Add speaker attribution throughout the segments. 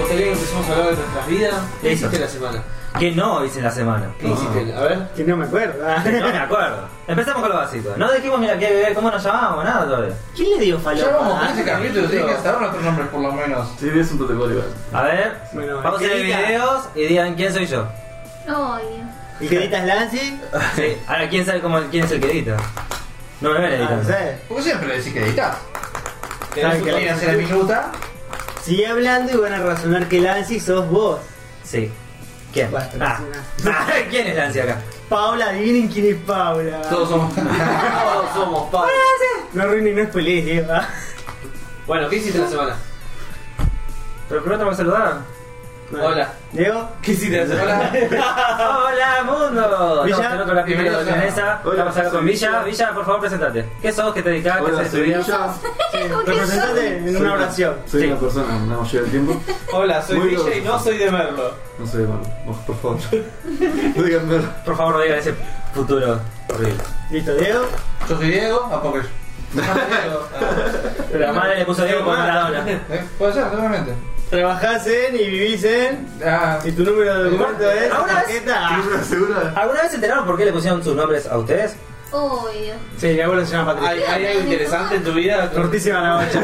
Speaker 1: gustaría que empecemos a hablar de nuestras vidas? ¿Qué
Speaker 2: Eso.
Speaker 1: hiciste la semana?
Speaker 2: ¿Qué no hice en la semana?
Speaker 3: Ah.
Speaker 1: ¿Qué hiciste? A ver.
Speaker 4: Que no me acuerdo. ah.
Speaker 2: No me acuerdo. Empezamos con lo básico. No dijimos ni la que beber, cómo nos llamábamos, nada todavía.
Speaker 5: ¿Quién le dio
Speaker 6: Ya vamos
Speaker 3: Ah,
Speaker 6: con
Speaker 5: falopa?
Speaker 6: este capítulo, tienen que saber nuestros nombres por lo menos.
Speaker 3: Sí, es un protocolo igual.
Speaker 2: A ver,
Speaker 4: Bueno,
Speaker 2: vamos a ir
Speaker 5: Angelita.
Speaker 2: videos y digan quién soy yo.
Speaker 7: No, Dios.
Speaker 5: ¿El que grita es Lance?
Speaker 2: Sí. Ahora, ¿quién sabe cómo, quién es el que edita? No me ven
Speaker 4: Ah, no
Speaker 2: editando.
Speaker 4: sé.
Speaker 6: Porque siempre le decís que editas.
Speaker 4: Saben
Speaker 6: Que viene a hacer la minuta.
Speaker 4: Sigue hablando y van a razonar que Lancy sos vos.
Speaker 2: Sí. ¿Quién?
Speaker 4: Basta,
Speaker 2: Ah. ¿Quién es Nancy acá?
Speaker 4: Paula, adivinen quién es Paula.
Speaker 1: Todos somos. Todos somos padres.
Speaker 4: No arruinen y no spoilees, ¿ah? Eva.
Speaker 1: Bueno, ¿qué hiciste la semana?
Speaker 2: ¿Pero primero te voy a saludar?
Speaker 1: Hola.
Speaker 4: Diego,
Speaker 1: ¿Qué hiciste la semana?
Speaker 2: ¡Hola, mundo!
Speaker 4: Villa.
Speaker 2: Estamos en otro capítulo
Speaker 6: Bienvenidos
Speaker 2: de
Speaker 6: a-
Speaker 2: Leonesa.
Speaker 3: Hola,
Speaker 2: Estamos acá
Speaker 3: soy
Speaker 2: con Villa.
Speaker 3: Villa.
Speaker 2: Villa, por favor, presentate. ¿Qué sos? ¿Qué te dedicas? ¿Qué
Speaker 3: Hola,
Speaker 2: haces de
Speaker 3: soy
Speaker 2: tu vida?
Speaker 3: Villa.
Speaker 4: representate en
Speaker 3: Soy-
Speaker 4: una oración.
Speaker 3: Soy
Speaker 2: Sí.
Speaker 3: una persona, la mayoría del tiempo.
Speaker 1: Hola,
Speaker 3: soy Muy Villa y bien. no
Speaker 1: soy de Merlo.
Speaker 3: No soy malo. Vos, por favor. No digan ver.
Speaker 2: Por favor, no digan ese futuro horrible.
Speaker 4: Listo, Diego.
Speaker 6: Yo soy Diego, ah, porque
Speaker 2: Pero la madre le puso Diego con Maradona.
Speaker 6: Eh, Puede ser, seguramente.
Speaker 4: Trabajás en y vivís en.
Speaker 6: Ah,
Speaker 4: Y tu número de documento es.
Speaker 2: Ahora es-
Speaker 4: tarjeta.
Speaker 3: ¿Tienes una segura?
Speaker 2: ¿Alguna vez se enteraron por qué le pusieron sus nombres a ustedes?
Speaker 7: Oh, Dios.
Speaker 4: Sí, mi abuelo se llama Patricia.
Speaker 1: ¿Hay, hay algo interesante en tu vida?
Speaker 4: Tortísima la bocha.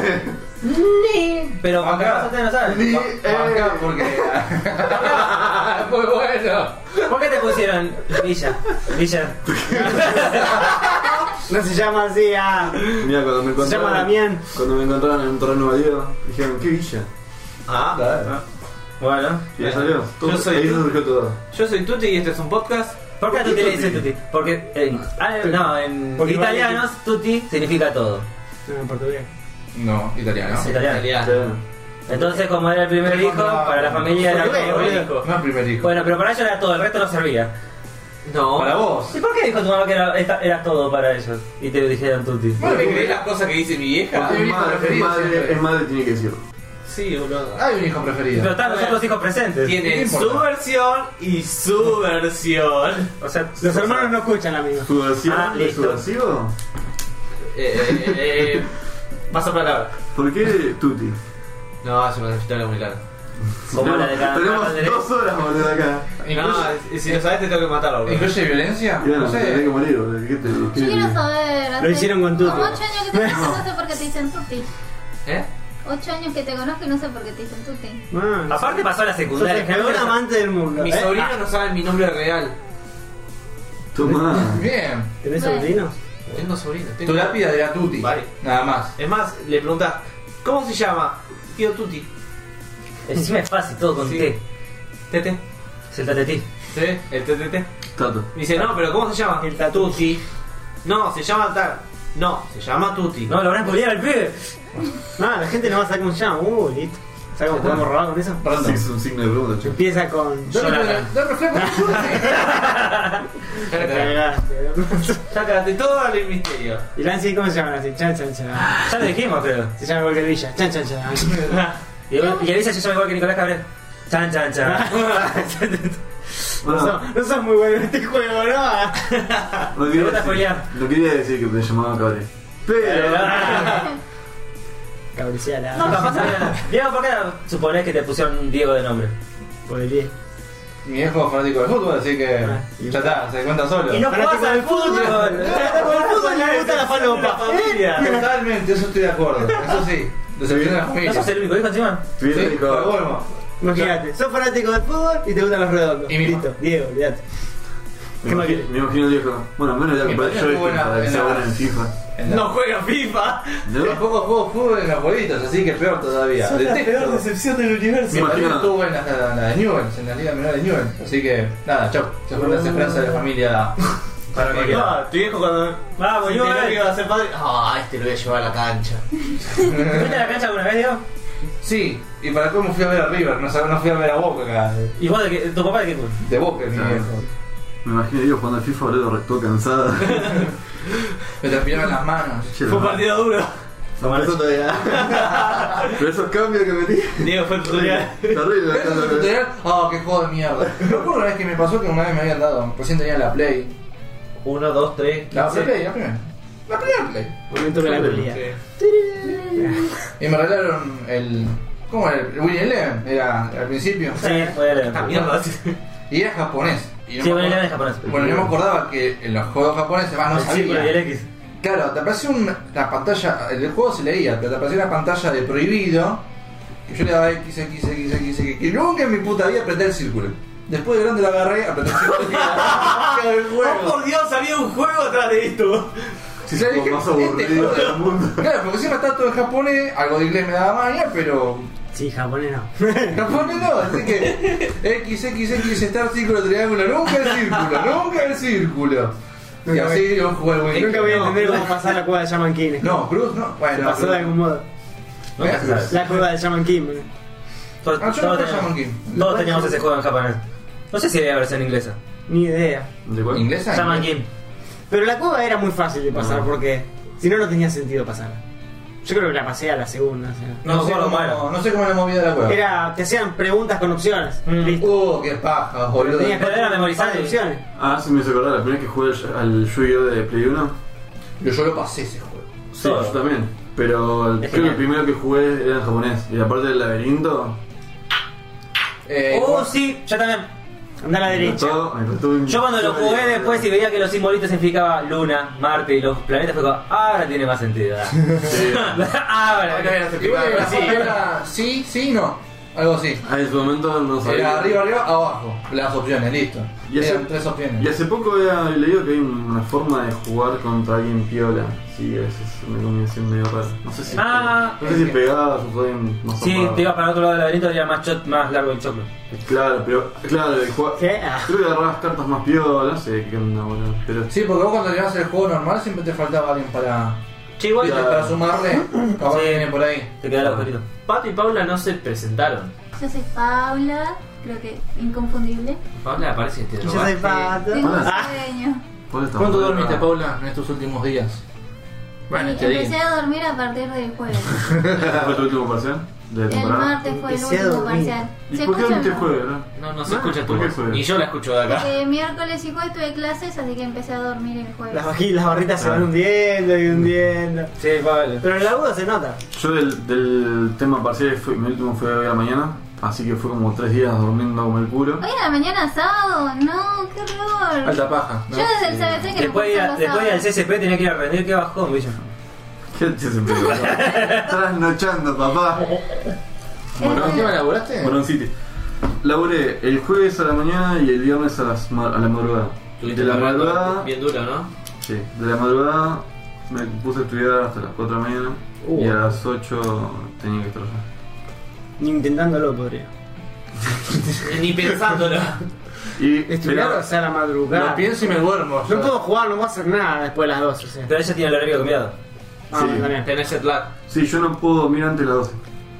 Speaker 2: Pero Juan
Speaker 6: Acá.
Speaker 2: Carlos ustedes no saben.
Speaker 3: Ni-
Speaker 6: acá porque. eh. Muy bueno.
Speaker 2: ¿Por qué te pusieron Villa? Villa.
Speaker 4: No se llama así, ah.
Speaker 3: Mira, cuando me encontraron.
Speaker 4: llama Damián.
Speaker 3: Cuando me encontraron en un terreno baldío, dijeron, ¿qué villa?
Speaker 1: Ah,
Speaker 2: Bueno.
Speaker 3: Y ahí salió. Todo-
Speaker 1: Yo soy-
Speaker 3: Ahí surgió todo.
Speaker 1: yo soy Tuti y este es un podcast.
Speaker 2: ¿Por qué a Tutti le dicen Tutti? Porque en, ah, no, en
Speaker 4: Porque
Speaker 2: italianos Tutti significa todo.
Speaker 4: No, en portugués.
Speaker 6: No, italiano.
Speaker 2: Es italiano.
Speaker 3: Claro.
Speaker 2: Entonces, como era el primer hijo, para la familia era
Speaker 4: Portugués,
Speaker 2: todo.
Speaker 4: boludo.
Speaker 6: No es primer hijo.
Speaker 2: Bueno, pero para ellos era todo, el resto no servía.
Speaker 1: No.
Speaker 6: Para vos.
Speaker 2: ¿Y por qué dijo tu mamá que era, esta- era todo para ellos? Y te dijeron Tutti.
Speaker 1: ¿Vos me crees las cosas que dice mi vieja?
Speaker 3: Porque es
Speaker 6: hijo
Speaker 3: madre, es
Speaker 6: preferido
Speaker 3: madre,
Speaker 6: siempre.
Speaker 3: es madre, tiene que decirlo.
Speaker 1: Sí, boludo.
Speaker 6: Hay un hijo
Speaker 2: Pero
Speaker 6: preferido.
Speaker 2: están los otros hijos presentes.
Speaker 1: Tiene
Speaker 6: importa.
Speaker 1: su versión y su versión.
Speaker 2: O sea,
Speaker 4: Los hermanos no escuchan, amigo.
Speaker 3: ¿Subversivo?
Speaker 2: Ah,
Speaker 3: ¿Es
Speaker 2: listo.
Speaker 3: subversivo?
Speaker 1: Eh, eh, eh, paso palabra.
Speaker 3: ¿Por qué Tuti?
Speaker 1: No, es una historia muy larga.
Speaker 2: Como la de cada
Speaker 3: Tenemos
Speaker 2: madre.
Speaker 3: dos horas, boludo, acá.
Speaker 1: No,
Speaker 6: Incluye-
Speaker 1: es- si lo sabes te tengo que matar, boludo.
Speaker 6: ¿Incluye violencia?
Speaker 3: Claro,
Speaker 6: No
Speaker 3: no tenés que
Speaker 6: sé.
Speaker 3: morir, boludo. ¿Qué te
Speaker 7: Yo quiero
Speaker 3: qué-
Speaker 7: saber. hace
Speaker 4: Lo hicieron con Tuti.
Speaker 7: Como 8 años que te conozco y no sé por qué te dicen Tuti.
Speaker 1: ¿Eh?
Speaker 7: 8 años que te conozco y no sé por qué te dicen Tuti.
Speaker 4: Man,
Speaker 2: Aparte pasó a la
Speaker 4: Ah, sos
Speaker 2: secundaria.
Speaker 4: el peor amante del mundo.
Speaker 1: Mis
Speaker 4: ¿eh?
Speaker 1: sobrinos no saben mi nombre real.
Speaker 3: Tomá.
Speaker 6: Bien.
Speaker 4: ¿Tenés
Speaker 7: Bueno.
Speaker 4: sobrinos?
Speaker 1: Tengo sobrinos. tengo-
Speaker 6: Tu lápida dirá Tuti.
Speaker 1: Vale.
Speaker 6: Nada más.
Speaker 1: Es más, le preguntas, ¿cómo se llama? Tío Tuti.
Speaker 2: Encima es fácil, todo con
Speaker 1: Sí.
Speaker 2: T.
Speaker 1: Tete.
Speaker 2: Es el tatetí.
Speaker 1: ¿Sí? El TTT.
Speaker 3: Tato.
Speaker 1: Dice, no, pero ¿cómo se llama?
Speaker 4: El tatu.
Speaker 1: Tuti. No, se llama tal. No, se llama Tuti.
Speaker 2: No, lo van a culiar al pibe.
Speaker 4: No, la gente no va a saber cómo se llama. Uh, listo. ¿Sabes cómo podemos robar con eso?
Speaker 3: Sí, es un signo de pregunta, che.
Speaker 4: Empieza con.
Speaker 6: Dame
Speaker 2: Jonathan.
Speaker 6: dame flaco,
Speaker 4: Te cagaste.
Speaker 1: Sácate todo el misterio.
Speaker 4: ¿Y Lancy cómo se llama Lancy? Chan, chan, chan.
Speaker 2: Ya lo dijimos, creo.
Speaker 4: Se llama igual que Villa. Chan, chan, chan.
Speaker 2: Ah. Y, y avisa yo soy igual que Nicolás Cabrera. Chan, chan, chan.
Speaker 4: No
Speaker 3: Bueno,
Speaker 4: sos, no sos muy bueno en este juego, ¿no?
Speaker 2: Me
Speaker 3: no
Speaker 2: gusta
Speaker 3: quería, decir,
Speaker 2: spoilear.
Speaker 3: no quería decir que me llamaban cabrón. Pero.
Speaker 4: Cabriciala.
Speaker 2: No, capaz sabía. Diego, ¿por qué suponés que te pusieron Diego de nombre?
Speaker 4: Por el 10.
Speaker 6: Mi viejo es fanático del fútbol, así que.
Speaker 4: Ah.
Speaker 6: Ya está, se cuenta solo.
Speaker 2: Y no jugás
Speaker 4: Fanático
Speaker 2: al
Speaker 4: del fútbol.
Speaker 2: fútbol.
Speaker 4: Fanático del fútbol, le gusta la falopa.
Speaker 2: familia.
Speaker 6: Totalmente, eso estoy de acuerdo. Eso sí. Decepción de la
Speaker 2: ¿No
Speaker 6: familia.
Speaker 2: sos el único hijo encima?
Speaker 6: Sí,
Speaker 3: Tuviera
Speaker 6: pero
Speaker 3: dijo.
Speaker 6: bueno.
Speaker 4: Imagínate, sos fanático del fútbol y te gustan los redondos.
Speaker 6: Y mi
Speaker 4: Listo, Diego, olvídate.
Speaker 3: Me imagino- me imagino el viejo. Bueno, al menos ya
Speaker 6: Mi
Speaker 3: compré
Speaker 6: padre
Speaker 3: yo este,
Speaker 6: jugó en la-
Speaker 3: para que
Speaker 6: en
Speaker 3: sea
Speaker 6: la-
Speaker 3: bueno en FIFA.
Speaker 6: En la-
Speaker 1: juega FIFA.
Speaker 3: ¿No?
Speaker 6: Tampoco juego fútbol en los jueguitos, así que peor todavía.
Speaker 4: Sos la peor
Speaker 6: decepción del universo. Mi
Speaker 3: Imagina.
Speaker 6: familia estuvo en la, la- la de Newell's, en la liga menor de Newell's. Así que, nada, chau. Se fueron las esperanzas de la familia. Para que
Speaker 1: Ah, tu viejo cuando.
Speaker 2: Vamos,
Speaker 1: Si
Speaker 2: Diego.
Speaker 1: te lo que
Speaker 2: ¿Fuiste
Speaker 1: iba a ser padre.
Speaker 5: Ah, este lo voy a llevar a la cancha.
Speaker 2: a la cancha alguna vez, Diego?
Speaker 6: Sí, y para cómo fui a ver a River, no, sab- no fui a ver a Boca acá.
Speaker 2: ¿Y vos de qué? ¿Tu papá de qué club?
Speaker 6: De Boca, mi
Speaker 3: Claro.
Speaker 6: viejo.
Speaker 3: Me imagino yo jugando al FIFA, boludo, re- todo cansado.
Speaker 6: Me transpiraban las manos.
Speaker 3: Che,
Speaker 1: Fue
Speaker 3: no.
Speaker 1: un partido duro.
Speaker 3: No empezó todavía. Pero esos cambios que metí.
Speaker 1: Diego fue el tutorial.
Speaker 3: Terrible,
Speaker 6: ¿Ves el
Speaker 3: boludo.
Speaker 6: tutorial? Oh, qué juego de mierda. Me acuerdo una vez que me pasó que una vez me habían dado. Recién tenía la Play.
Speaker 1: 1, 2, 3.
Speaker 6: La, la Play, la primera. La Play, la Play.
Speaker 4: Momento de la
Speaker 3: Claro,
Speaker 4: pelea.
Speaker 6: Y me regalaron el ¿Cómo era? El Willy Eleven era al principio.
Speaker 2: Sí, fue el
Speaker 1: Esta mierda. así.
Speaker 6: Y era japonés. Y no
Speaker 2: Sí,
Speaker 6: me
Speaker 2: bueno,
Speaker 6: acordaba-
Speaker 2: ya es japonés.
Speaker 6: Bueno, yo me acordaba que en los juegos japoneses, más no
Speaker 2: Sí,
Speaker 6: Ah, sabía.
Speaker 2: pero el X.
Speaker 6: Claro, te aparecía una la pantalla, el juego se leía, pero te aparecía una pantalla de prohibido. Y yo le daba X, X, X, X, X. Y nunca en mi puta vida apreté el círculo. Después de grande lo agarré, apreté el círculo. y dije, el
Speaker 1: Oh,
Speaker 6: juego.
Speaker 1: por Dios, había un juego atrás de esto.
Speaker 6: Sí,
Speaker 3: Es lo
Speaker 6: dije,
Speaker 3: más
Speaker 6: este
Speaker 3: aburrido
Speaker 6: juego-
Speaker 3: del mundo.
Speaker 6: Claro, porque encima está todo en japonés, algo de inglés me daba maña, pero
Speaker 4: Sí, japonés no.
Speaker 6: en japonés no, así que X, X, X, estar círculo, triángulo, nunca el círculo, nunca el círculo. Y
Speaker 4: Nunca
Speaker 6: así yo jugué al Wii.
Speaker 4: Nunca voy a
Speaker 6: No,
Speaker 4: entender cómo pasar la cueva de Shaman King.
Speaker 6: No, Cruz no,
Speaker 4: Se
Speaker 6: bueno.
Speaker 4: pasó de
Speaker 6: Cruz.
Speaker 4: algún modo.
Speaker 2: Nunca se sabe.
Speaker 4: La cueva de Shaman King. man.
Speaker 6: Ah,
Speaker 2: Todos,
Speaker 6: yo no
Speaker 2: todos
Speaker 6: jugué
Speaker 2: teníamos-
Speaker 6: Shaman King.
Speaker 2: todos teníamos ese juego en japonés. No sé si había versión inglesa.
Speaker 4: Ni idea.
Speaker 3: ¿De cuál?
Speaker 6: ¿Inglesa?
Speaker 2: Shaman King.
Speaker 4: Pero la cueva era muy fácil de pasar
Speaker 3: No.
Speaker 4: porque si no, no tenía sentido pasarla. Yo creo que la pasé a la segunda. o sea.
Speaker 2: No,
Speaker 6: No,
Speaker 2: me
Speaker 6: sé
Speaker 2: acuerdo
Speaker 6: cómo,
Speaker 2: cómo era.
Speaker 6: no sé cómo era la movida de la cueva.
Speaker 4: Era, te hacían preguntas con opciones.
Speaker 2: Mm.
Speaker 4: Listo.
Speaker 6: Uh, qué paja, boludo.
Speaker 4: Tenías
Speaker 2: pero era
Speaker 4: cuatro-
Speaker 2: memorizar
Speaker 4: cuatro
Speaker 2: y-
Speaker 4: opciones.
Speaker 3: Ah, sí me hizo acordar la primera vez que jugué al- al Yu-Gi-Oh! de Play 1.
Speaker 6: Yo, yo lo pasé ese juego.
Speaker 3: Sí,
Speaker 2: Todo.
Speaker 3: yo también. Pero el-
Speaker 2: Es
Speaker 3: creo que
Speaker 2: genial.
Speaker 3: el primero que jugué era en japonés. Y aparte del laberinto,
Speaker 6: Eh,
Speaker 2: Oh,
Speaker 6: bueno,
Speaker 2: sí, yo también.
Speaker 4: Anda a la
Speaker 3: me
Speaker 4: derecha.
Speaker 3: encantó, me encantó un-
Speaker 2: Yo cuando lo jugué después y veía que los simbolitos significaban Luna, Marte y los planetas, fue como, ahora tiene más sentido.
Speaker 3: Sí.
Speaker 2: ahora.
Speaker 6: y bueno, la foto era sí, sí, no. Algo así.
Speaker 3: Ah, en su momento no sabía.
Speaker 6: Era Eh, arriba, arriba, abajo. Las opciones, listo.
Speaker 3: Y ese-
Speaker 6: Eran tres opciones.
Speaker 3: Y hace poco había leído que hay una forma de jugar contra alguien piola. Sí, a veces es una combinación medio rara. No sé si,
Speaker 2: Ah.
Speaker 3: no sé si pegabas o alguien más
Speaker 2: Sí,
Speaker 3: zarpado.
Speaker 2: te ibas para el otro lado del laberinto y era más, chot- más largo el choclo.
Speaker 3: Claro, pero claro, el juego.
Speaker 4: ¿Qué? Ah.
Speaker 3: Creo que agarrabas cartas más piola, no sé qué onda, boludo. Pero
Speaker 6: Sí, porque vos cuando llevas el juego normal siempre te faltaba alguien para,
Speaker 2: Che, igual
Speaker 3: Ya.
Speaker 6: para sumarle. Capaz
Speaker 2: Sí.
Speaker 6: que viene por ahí.
Speaker 2: te quedaba el agujerito.
Speaker 8: Pato y Paula no se presentaron.
Speaker 7: Yo soy Paula, creo que inconfundible.
Speaker 8: Paula aparece este
Speaker 4: Yo
Speaker 2: Ah.
Speaker 4: soy pato.
Speaker 7: Tengo un
Speaker 3: Ah.
Speaker 7: sueño.
Speaker 3: ¿cuál está
Speaker 6: ¿Cuánto
Speaker 3: mal?
Speaker 6: dormiste, Paula, en estos últimos días? Bueno,
Speaker 7: Y
Speaker 6: este
Speaker 7: empecé
Speaker 6: día.
Speaker 7: a dormir a partir del jueves.
Speaker 3: ¿Fue tu último parcial? ¿De
Speaker 7: El
Speaker 3: temporada?
Speaker 7: martes fue el
Speaker 4: Empecé a
Speaker 7: último
Speaker 4: dormir.
Speaker 7: parcial.
Speaker 3: ¿Y por qué
Speaker 7: escucha o
Speaker 3: dormiste
Speaker 7: no?
Speaker 3: jueves, verdad?
Speaker 8: No, no se
Speaker 3: Ah,
Speaker 8: escucha tu
Speaker 3: ¿por qué
Speaker 8: voz.
Speaker 3: fue?
Speaker 8: Ni yo la escucho de acá.
Speaker 7: Porque miércoles y jueves tuve clases, así que empecé a dormir el jueves.
Speaker 4: Las, baji- las barritas se
Speaker 3: Ah.
Speaker 4: van hundiendo y hundiendo.
Speaker 2: Sí, Pablo.
Speaker 4: Pero en la aguda se nota.
Speaker 3: Yo del, del tema parcial, fue, mi último fue hoy a la mañana, así que fue como tres días durmiendo como el culo.
Speaker 7: Hoy en la mañana sábado, no, qué horror.
Speaker 6: Alta paja. ¿no?
Speaker 7: Yo desde el CBC que
Speaker 2: Después,
Speaker 7: no
Speaker 2: de-
Speaker 7: puedo
Speaker 2: después del CSP tenía que ir a rendir, qué bajón, bicho.
Speaker 3: ¿Qué te se empezó? Trasnochando, papá.
Speaker 6: ¿No? ¿Qué me
Speaker 7: Bueno,
Speaker 6: elaboraste?
Speaker 3: Morón City. Laburé el jueves a la mañana y el viernes a, las ma- a la madrugada.
Speaker 8: Tuviste
Speaker 3: De la
Speaker 8: un rato
Speaker 3: madrugada,
Speaker 8: Bien duro, ¿no?
Speaker 3: sí, de la madrugada me puse a estudiar hasta las 4 de la mañana y a las 8 tenía que estar allá.
Speaker 4: Ni intentándolo podría.
Speaker 8: Ni pensándolo.
Speaker 3: Y
Speaker 4: Estudiar, o
Speaker 3: pero,
Speaker 4: sea, la madrugada.
Speaker 6: Lo pienso y me duermo.
Speaker 4: No puedo jugar, no puedo hacer nada después de las 12. O sea.
Speaker 2: Pero ella tiene el horario cambiado.
Speaker 4: Ah,
Speaker 3: Sí.
Speaker 4: me engañé.
Speaker 8: Tenés jet lag.
Speaker 3: sí, yo no puedo dormir antes de las 12.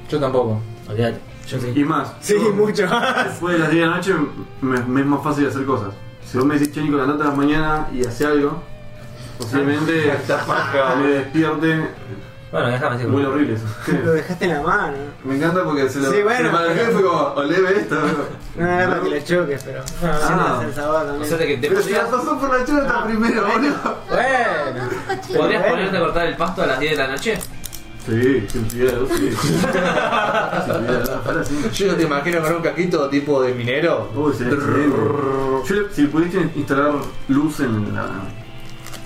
Speaker 6: Yo tampoco.
Speaker 2: Olvídate. Yo sí.
Speaker 3: Y más,
Speaker 4: Sí,
Speaker 3: yo-
Speaker 4: mucho más.
Speaker 3: después de las 10 de la noche me, me es más fácil hacer cosas. Si vos me decís, che, Nico, andate a la mañana y hace algo, posiblemente me despierte.
Speaker 2: Bueno, déjame decir.
Speaker 3: Muy horrible eso. Sí.
Speaker 4: Lo dejaste en la mano.
Speaker 3: Me encanta porque se lo
Speaker 4: Sí, bueno,
Speaker 3: se lo manejé,
Speaker 4: pero-
Speaker 3: fue como, oleve esto.
Speaker 4: No era para que le choques, pero.
Speaker 3: Ah.
Speaker 4: Siempre es el sábado
Speaker 8: O
Speaker 4: también.
Speaker 8: sea, que te
Speaker 3: Pero si la
Speaker 8: podrías,
Speaker 3: pasó por la
Speaker 4: Ah,
Speaker 3: chota primero, boludo.
Speaker 7: Ah,
Speaker 2: Bueno.
Speaker 8: podrías
Speaker 4: bueno.
Speaker 8: ponerte a cortar el pasto a las 10 de la noche.
Speaker 3: Sí, sin cuidado, sí. Sin cuidado, para sí.
Speaker 6: Yo no te imagino con un caquito tipo de minero.
Speaker 3: Uy, sería excelente. Yo le- si pudiste instalar luz en la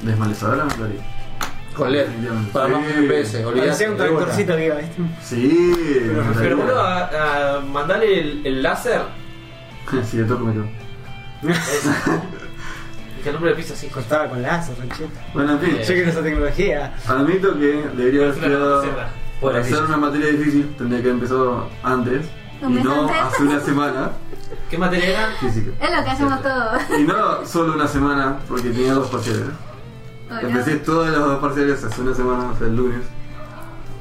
Speaker 3: desmalezadora, lo haría.
Speaker 6: Con LED. Para más
Speaker 3: Sí.
Speaker 6: veces, olvidate.
Speaker 4: Parecía un tractorcito que iba, ¿viste?
Speaker 3: Sí, me
Speaker 8: Pero boludo,
Speaker 3: encantaría.
Speaker 8: a, a mandarle el, el láser.
Speaker 3: Sí, de toco me quedo.
Speaker 8: Es, Dije el nombre de pizza así.
Speaker 4: Cortaba con lazo, rancheta.
Speaker 3: Bueno, en fin,
Speaker 4: Yo quiero esa tecnología.
Speaker 3: admito que debería haber estudiado. Para
Speaker 2: Pobrecillo.
Speaker 3: hacer una materia difícil tendría que haber empezado antes y
Speaker 7: Empezó
Speaker 3: no
Speaker 7: antes.
Speaker 3: hace una semana
Speaker 8: ¿Qué materia era?
Speaker 3: física.
Speaker 7: Es lo que hacemos todos.
Speaker 3: Y no solo una semana, porque tenía dos parciales. Empecé todos los dos parciales hace una semana, hasta el lunes.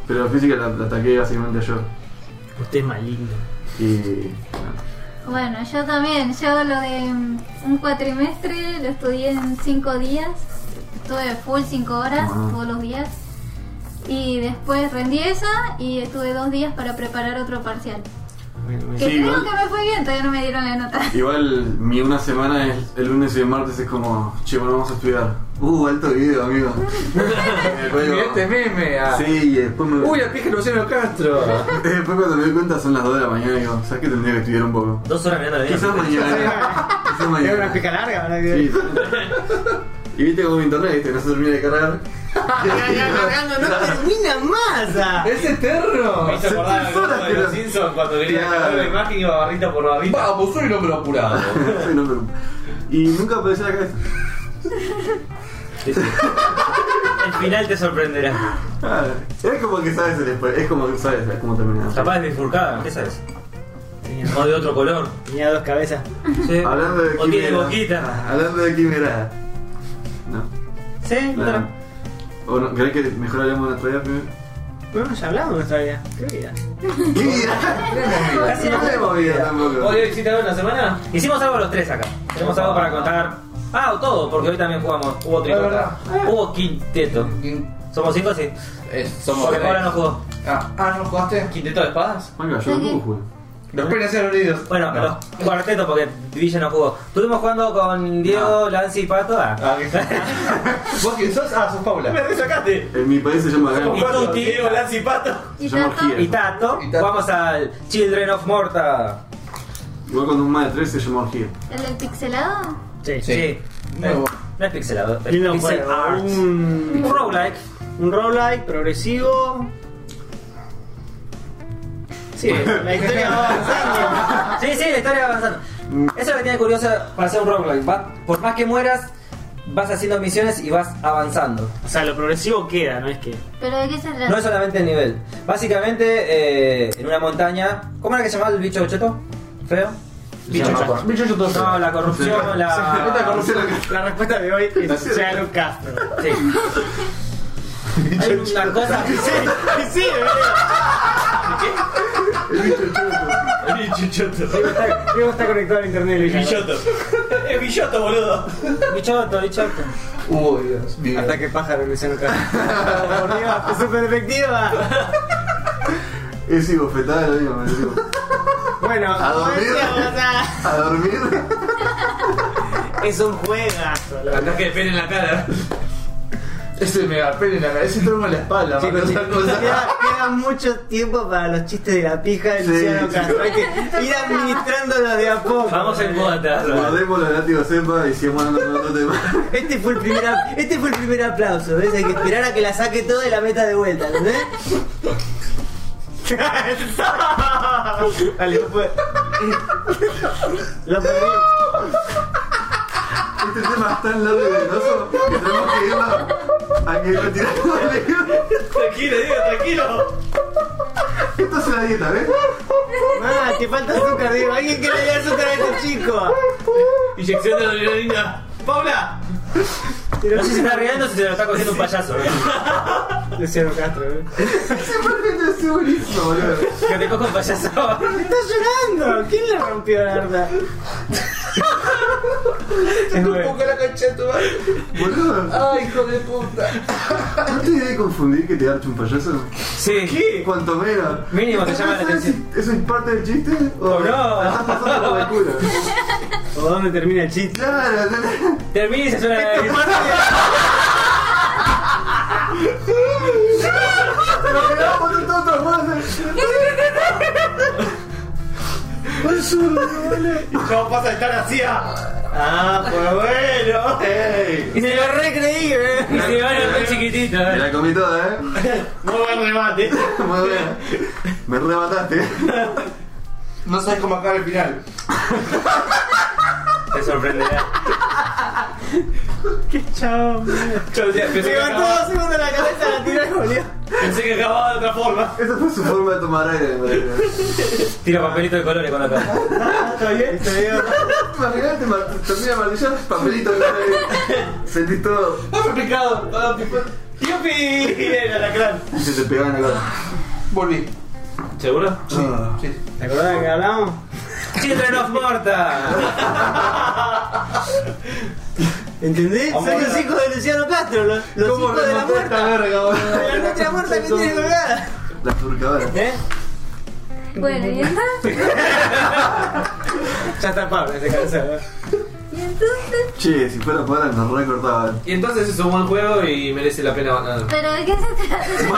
Speaker 3: Pero física la, la ataqué básicamente yo.
Speaker 4: Usted es maligno.
Speaker 3: Y.
Speaker 7: Bueno, yo también. Yo lo de mm, un cuatrimestre lo estudié en cinco días. Estuve full cinco horas
Speaker 3: Ah.
Speaker 7: todos los días. Y después rendí esa y estuve dos días para preparar otro parcial.
Speaker 4: Bueno,
Speaker 7: Que
Speaker 4: bueno.
Speaker 3: Sí,
Speaker 7: creo
Speaker 3: igual.
Speaker 7: que me fue bien, todavía no me dieron la nota.
Speaker 3: Igual mi una semana es el lunes y el martes es como, che, bueno, vamos a estudiar. Uh, alto video, amigo. Me acuerdo.
Speaker 6: Mirá este meme. ah.
Speaker 3: Sí, y después me.
Speaker 6: Uy, la pija de Luciano Castro.
Speaker 3: Después cuando me doy cuenta son las 2 de la mañana y digo, ¿sabes que tendría que estudiar un poco?
Speaker 2: Dos horas mirando la vida.
Speaker 3: Quizás mañana. Quizás
Speaker 4: Era
Speaker 3: mañana.
Speaker 4: una pica larga, ¿verdad?
Speaker 3: Sí. Y viste como mi internet, viste, no se termina de cargar.
Speaker 4: Cargando, no termina más. ah.
Speaker 6: ¡Es eterno!
Speaker 8: Me hizo acordar
Speaker 3: Son horas
Speaker 8: algo de
Speaker 3: que
Speaker 8: los
Speaker 3: no-
Speaker 8: Simpsons cuando quería
Speaker 3: Claro.
Speaker 8: cargar la imagen iba barrita por barrita.
Speaker 6: Vamos, soy un hombre apurado.
Speaker 3: Sí, no, pero- Y nunca pensé la cabeza.
Speaker 2: El final te sorprenderá.
Speaker 3: Ah, es como que sabes el spoiler, es como que sabes cómo terminar.
Speaker 2: Capaz bifurcada, ¿qué sabes? O de otro color.
Speaker 4: Tenía dos cabezas.
Speaker 2: Sí.
Speaker 3: Hablando de
Speaker 2: O tiene
Speaker 3: quimera.
Speaker 2: boquita.
Speaker 3: ah, Hablando de quimera. No.
Speaker 2: Sí,
Speaker 3: Claro. ¿O no? ¿Crees que mejor hablemos de nuestra vida primero?
Speaker 4: Bueno, ya hablamos de nuestra vida. Creo que ya.
Speaker 3: ¡Quimera! Casi no tenemos vida tampoco.
Speaker 8: ¿Vos hiciste algo en la semana?
Speaker 2: Hicimos algo los tres acá. Tenemos algo para contar. Ah, todo, porque hoy también jugamos. Hubo tricota.
Speaker 6: verdad.
Speaker 2: Hubo quinteto. Somos cinco, sí.
Speaker 6: Es- somos
Speaker 2: Porque ahora no jugó.
Speaker 6: Ah, ah, ¿no jugaste?
Speaker 8: ¿Quinteto de espadas?
Speaker 3: Venga, yo tampoco jugué.
Speaker 6: Los peines eran unidos.
Speaker 2: Bueno,
Speaker 6: No.
Speaker 2: los cuartetos, porque Villa no jugó. Estuvimos jugando con Diego, Lancy y Pato. Ah.
Speaker 6: Ah, ¿qué- ¿Vos quién sos? Ah, sos Paula.
Speaker 8: sacaste?
Speaker 3: En mi país se llama Galo.
Speaker 2: Y Tuti
Speaker 8: Diego Lanzi Pato.
Speaker 7: Y
Speaker 3: Se llama
Speaker 7: tanto.
Speaker 2: y
Speaker 3: Orgía.
Speaker 2: Tato.
Speaker 6: Y Tato.
Speaker 2: Vamos al Children of Morta.
Speaker 3: Igual cuando un más de 3 se llama Orgía.
Speaker 7: ¿El del pixelado?
Speaker 4: Sí.
Speaker 6: Sí. Muy
Speaker 2: Eh,
Speaker 6: bueno.
Speaker 2: No es pixelado. Es
Speaker 4: Lindo
Speaker 2: pixel
Speaker 4: juego.
Speaker 2: art. Un
Speaker 4: Un,
Speaker 2: roguelike.
Speaker 4: un roguelike progresivo. Sí, la historia va avanzando.
Speaker 2: Sí, sí, la historia va avanzando. Eso es lo que tiene curioso para hacer un roguelike. Va- Por más que mueras, vas haciendo misiones y vas avanzando.
Speaker 4: O sea, lo progresivo queda, no es que.
Speaker 7: ¿Pero de qué se trata?
Speaker 2: No es solamente el nivel. Básicamente, eh, en una montaña. ¿Cómo era que se llamaba el bicho cheto? ¿Feo?
Speaker 6: Bicho
Speaker 2: chato.
Speaker 6: yo- bicho yo todo
Speaker 2: No, la corrupción,
Speaker 6: Esta
Speaker 2: la.
Speaker 6: corrupción acá.
Speaker 4: La respuesta de hoy es Charo Castro.
Speaker 2: Sí. Hay una cosa.
Speaker 4: Sí, eh. sí, boludo.
Speaker 8: El bichoto.
Speaker 4: Diego está conectado al internet,
Speaker 8: El
Speaker 4: Luis.
Speaker 8: bichoto. El bichoto, boludo.
Speaker 2: Bichoto, bichoto.
Speaker 6: Uy, Dios mío.
Speaker 4: Ataque pájaro, Luciano Castro. Por Dios, es súper efectiva.
Speaker 3: Es y bofetada lo mismo, me digo.
Speaker 4: Bueno,
Speaker 3: A
Speaker 4: como
Speaker 3: dormir.
Speaker 4: decíamos, ah,
Speaker 3: A dormir.
Speaker 4: es un juegazo. loco.
Speaker 8: Ataque de pene en la cara.
Speaker 6: Ese mega pene en la cabeza, ese tronco en la espalda, más que
Speaker 4: Chicos,
Speaker 6: otra cosa.
Speaker 4: queda, queda mucho tiempo para los chistes de la pija de
Speaker 3: Sí.
Speaker 4: Luciano Castro. Hay que ir administrándolo de a poco.
Speaker 2: Vamos en cuotas.
Speaker 3: Guardemos los látigos Zemba y sigamos andando otro tema.
Speaker 4: Este fue el primer, ap- este fue el primer aplauso, ¿ves? Hay que esperar a que la saque toda y la meta de vuelta, ¿entendés? Dale, fue. Lo perdí.
Speaker 3: Este tema es tan largo y venenoso que tenemos que irlo a que irlo tirando al medio.
Speaker 8: Tranquilo, Diego, tranquilo.
Speaker 3: Esto es una dieta, ¿ves?
Speaker 4: Ah, te falta azúcar, Diego. Alguien que le dé azúcar a este chico.
Speaker 8: Inyección de adrenalina. ¡Paula!
Speaker 2: No sé si está riendo o si se lo está cogiendo un payaso. ¿eh?
Speaker 4: Luciano Castro, ¿eh?
Speaker 3: Siempre es buenísimo, boludo.
Speaker 2: Que te coja un payaso.
Speaker 4: ¡Está llorando! ¿Quién le rompió la verdad?
Speaker 6: Un poco la cancha de tu madre.
Speaker 3: Boludo,
Speaker 6: Ay, hijo de puta.
Speaker 3: ¿no te debe confundir que te arche un payaso?
Speaker 2: Sí.
Speaker 3: Cuanto menos.
Speaker 2: Mínimo te llama la
Speaker 3: ¿No sabes
Speaker 2: atención.
Speaker 3: si ¿Eso es parte del chiste? ¿O
Speaker 2: Oh, no.
Speaker 3: la estás pasando por el culo?
Speaker 4: ¿O dónde termina el chiste?
Speaker 3: Claro, tenés-
Speaker 2: Termina y se suena la nariz.
Speaker 3: Lo que le va a poner todo otro más.
Speaker 8: ¿Cómo pasa de estar así a.?
Speaker 4: Ah, pues bueno.
Speaker 3: ¡Ey!
Speaker 4: Y se lo recreí, ¿eh?
Speaker 2: Y se va a ver chiquitito.
Speaker 3: Me
Speaker 2: ¿eh?
Speaker 3: la comí toda, ¿eh?
Speaker 8: Muy buen remate.
Speaker 3: Muy buena. Me remataste.
Speaker 6: No sabes cómo acaba el final.
Speaker 2: Te sorprenderá.
Speaker 4: Qué chao,
Speaker 8: Yo decía, pensé, que acababa,
Speaker 4: Levantó dos segundos la cabeza, la tiró y volvió.
Speaker 8: pensé que acababa de otra forma.
Speaker 3: Esa fue su forma de tomar aire, me parece.
Speaker 2: Tira papelito de colores cuando acaba.
Speaker 4: ¿Está bien? ¿Está bien?
Speaker 3: Imagínate, ma- termina maldillar, papelito de aire. Sentís todo
Speaker 8: ¡Ah, picado! ¡Ah, picado! ¡Yupi! Era la gran.
Speaker 3: y se te pegaban acá.
Speaker 6: Volví.
Speaker 8: ¿Seguro?
Speaker 6: Sí, sí.
Speaker 4: ¿Te acordás de que hablamos?
Speaker 2: Children of Morta.
Speaker 4: ¿Entendés? Son los hijos de Luciano Castro, los, los hijos de la
Speaker 6: remontó
Speaker 4: muerte.
Speaker 6: esta verga, boludo?
Speaker 4: La nuestra muerta que tiene colgada.
Speaker 3: Las turcadoras.
Speaker 4: ¿Eh?
Speaker 7: Bueno, ¿y entonces?
Speaker 4: Ya está Pablo, se cansó. ¿eh?
Speaker 7: ¿Y entonces? entonces.
Speaker 3: Che, si fuera para nos recortaban.
Speaker 9: Y entonces es un buen juego y merece la pena abandonar.
Speaker 7: ¿Pero de qué se trata?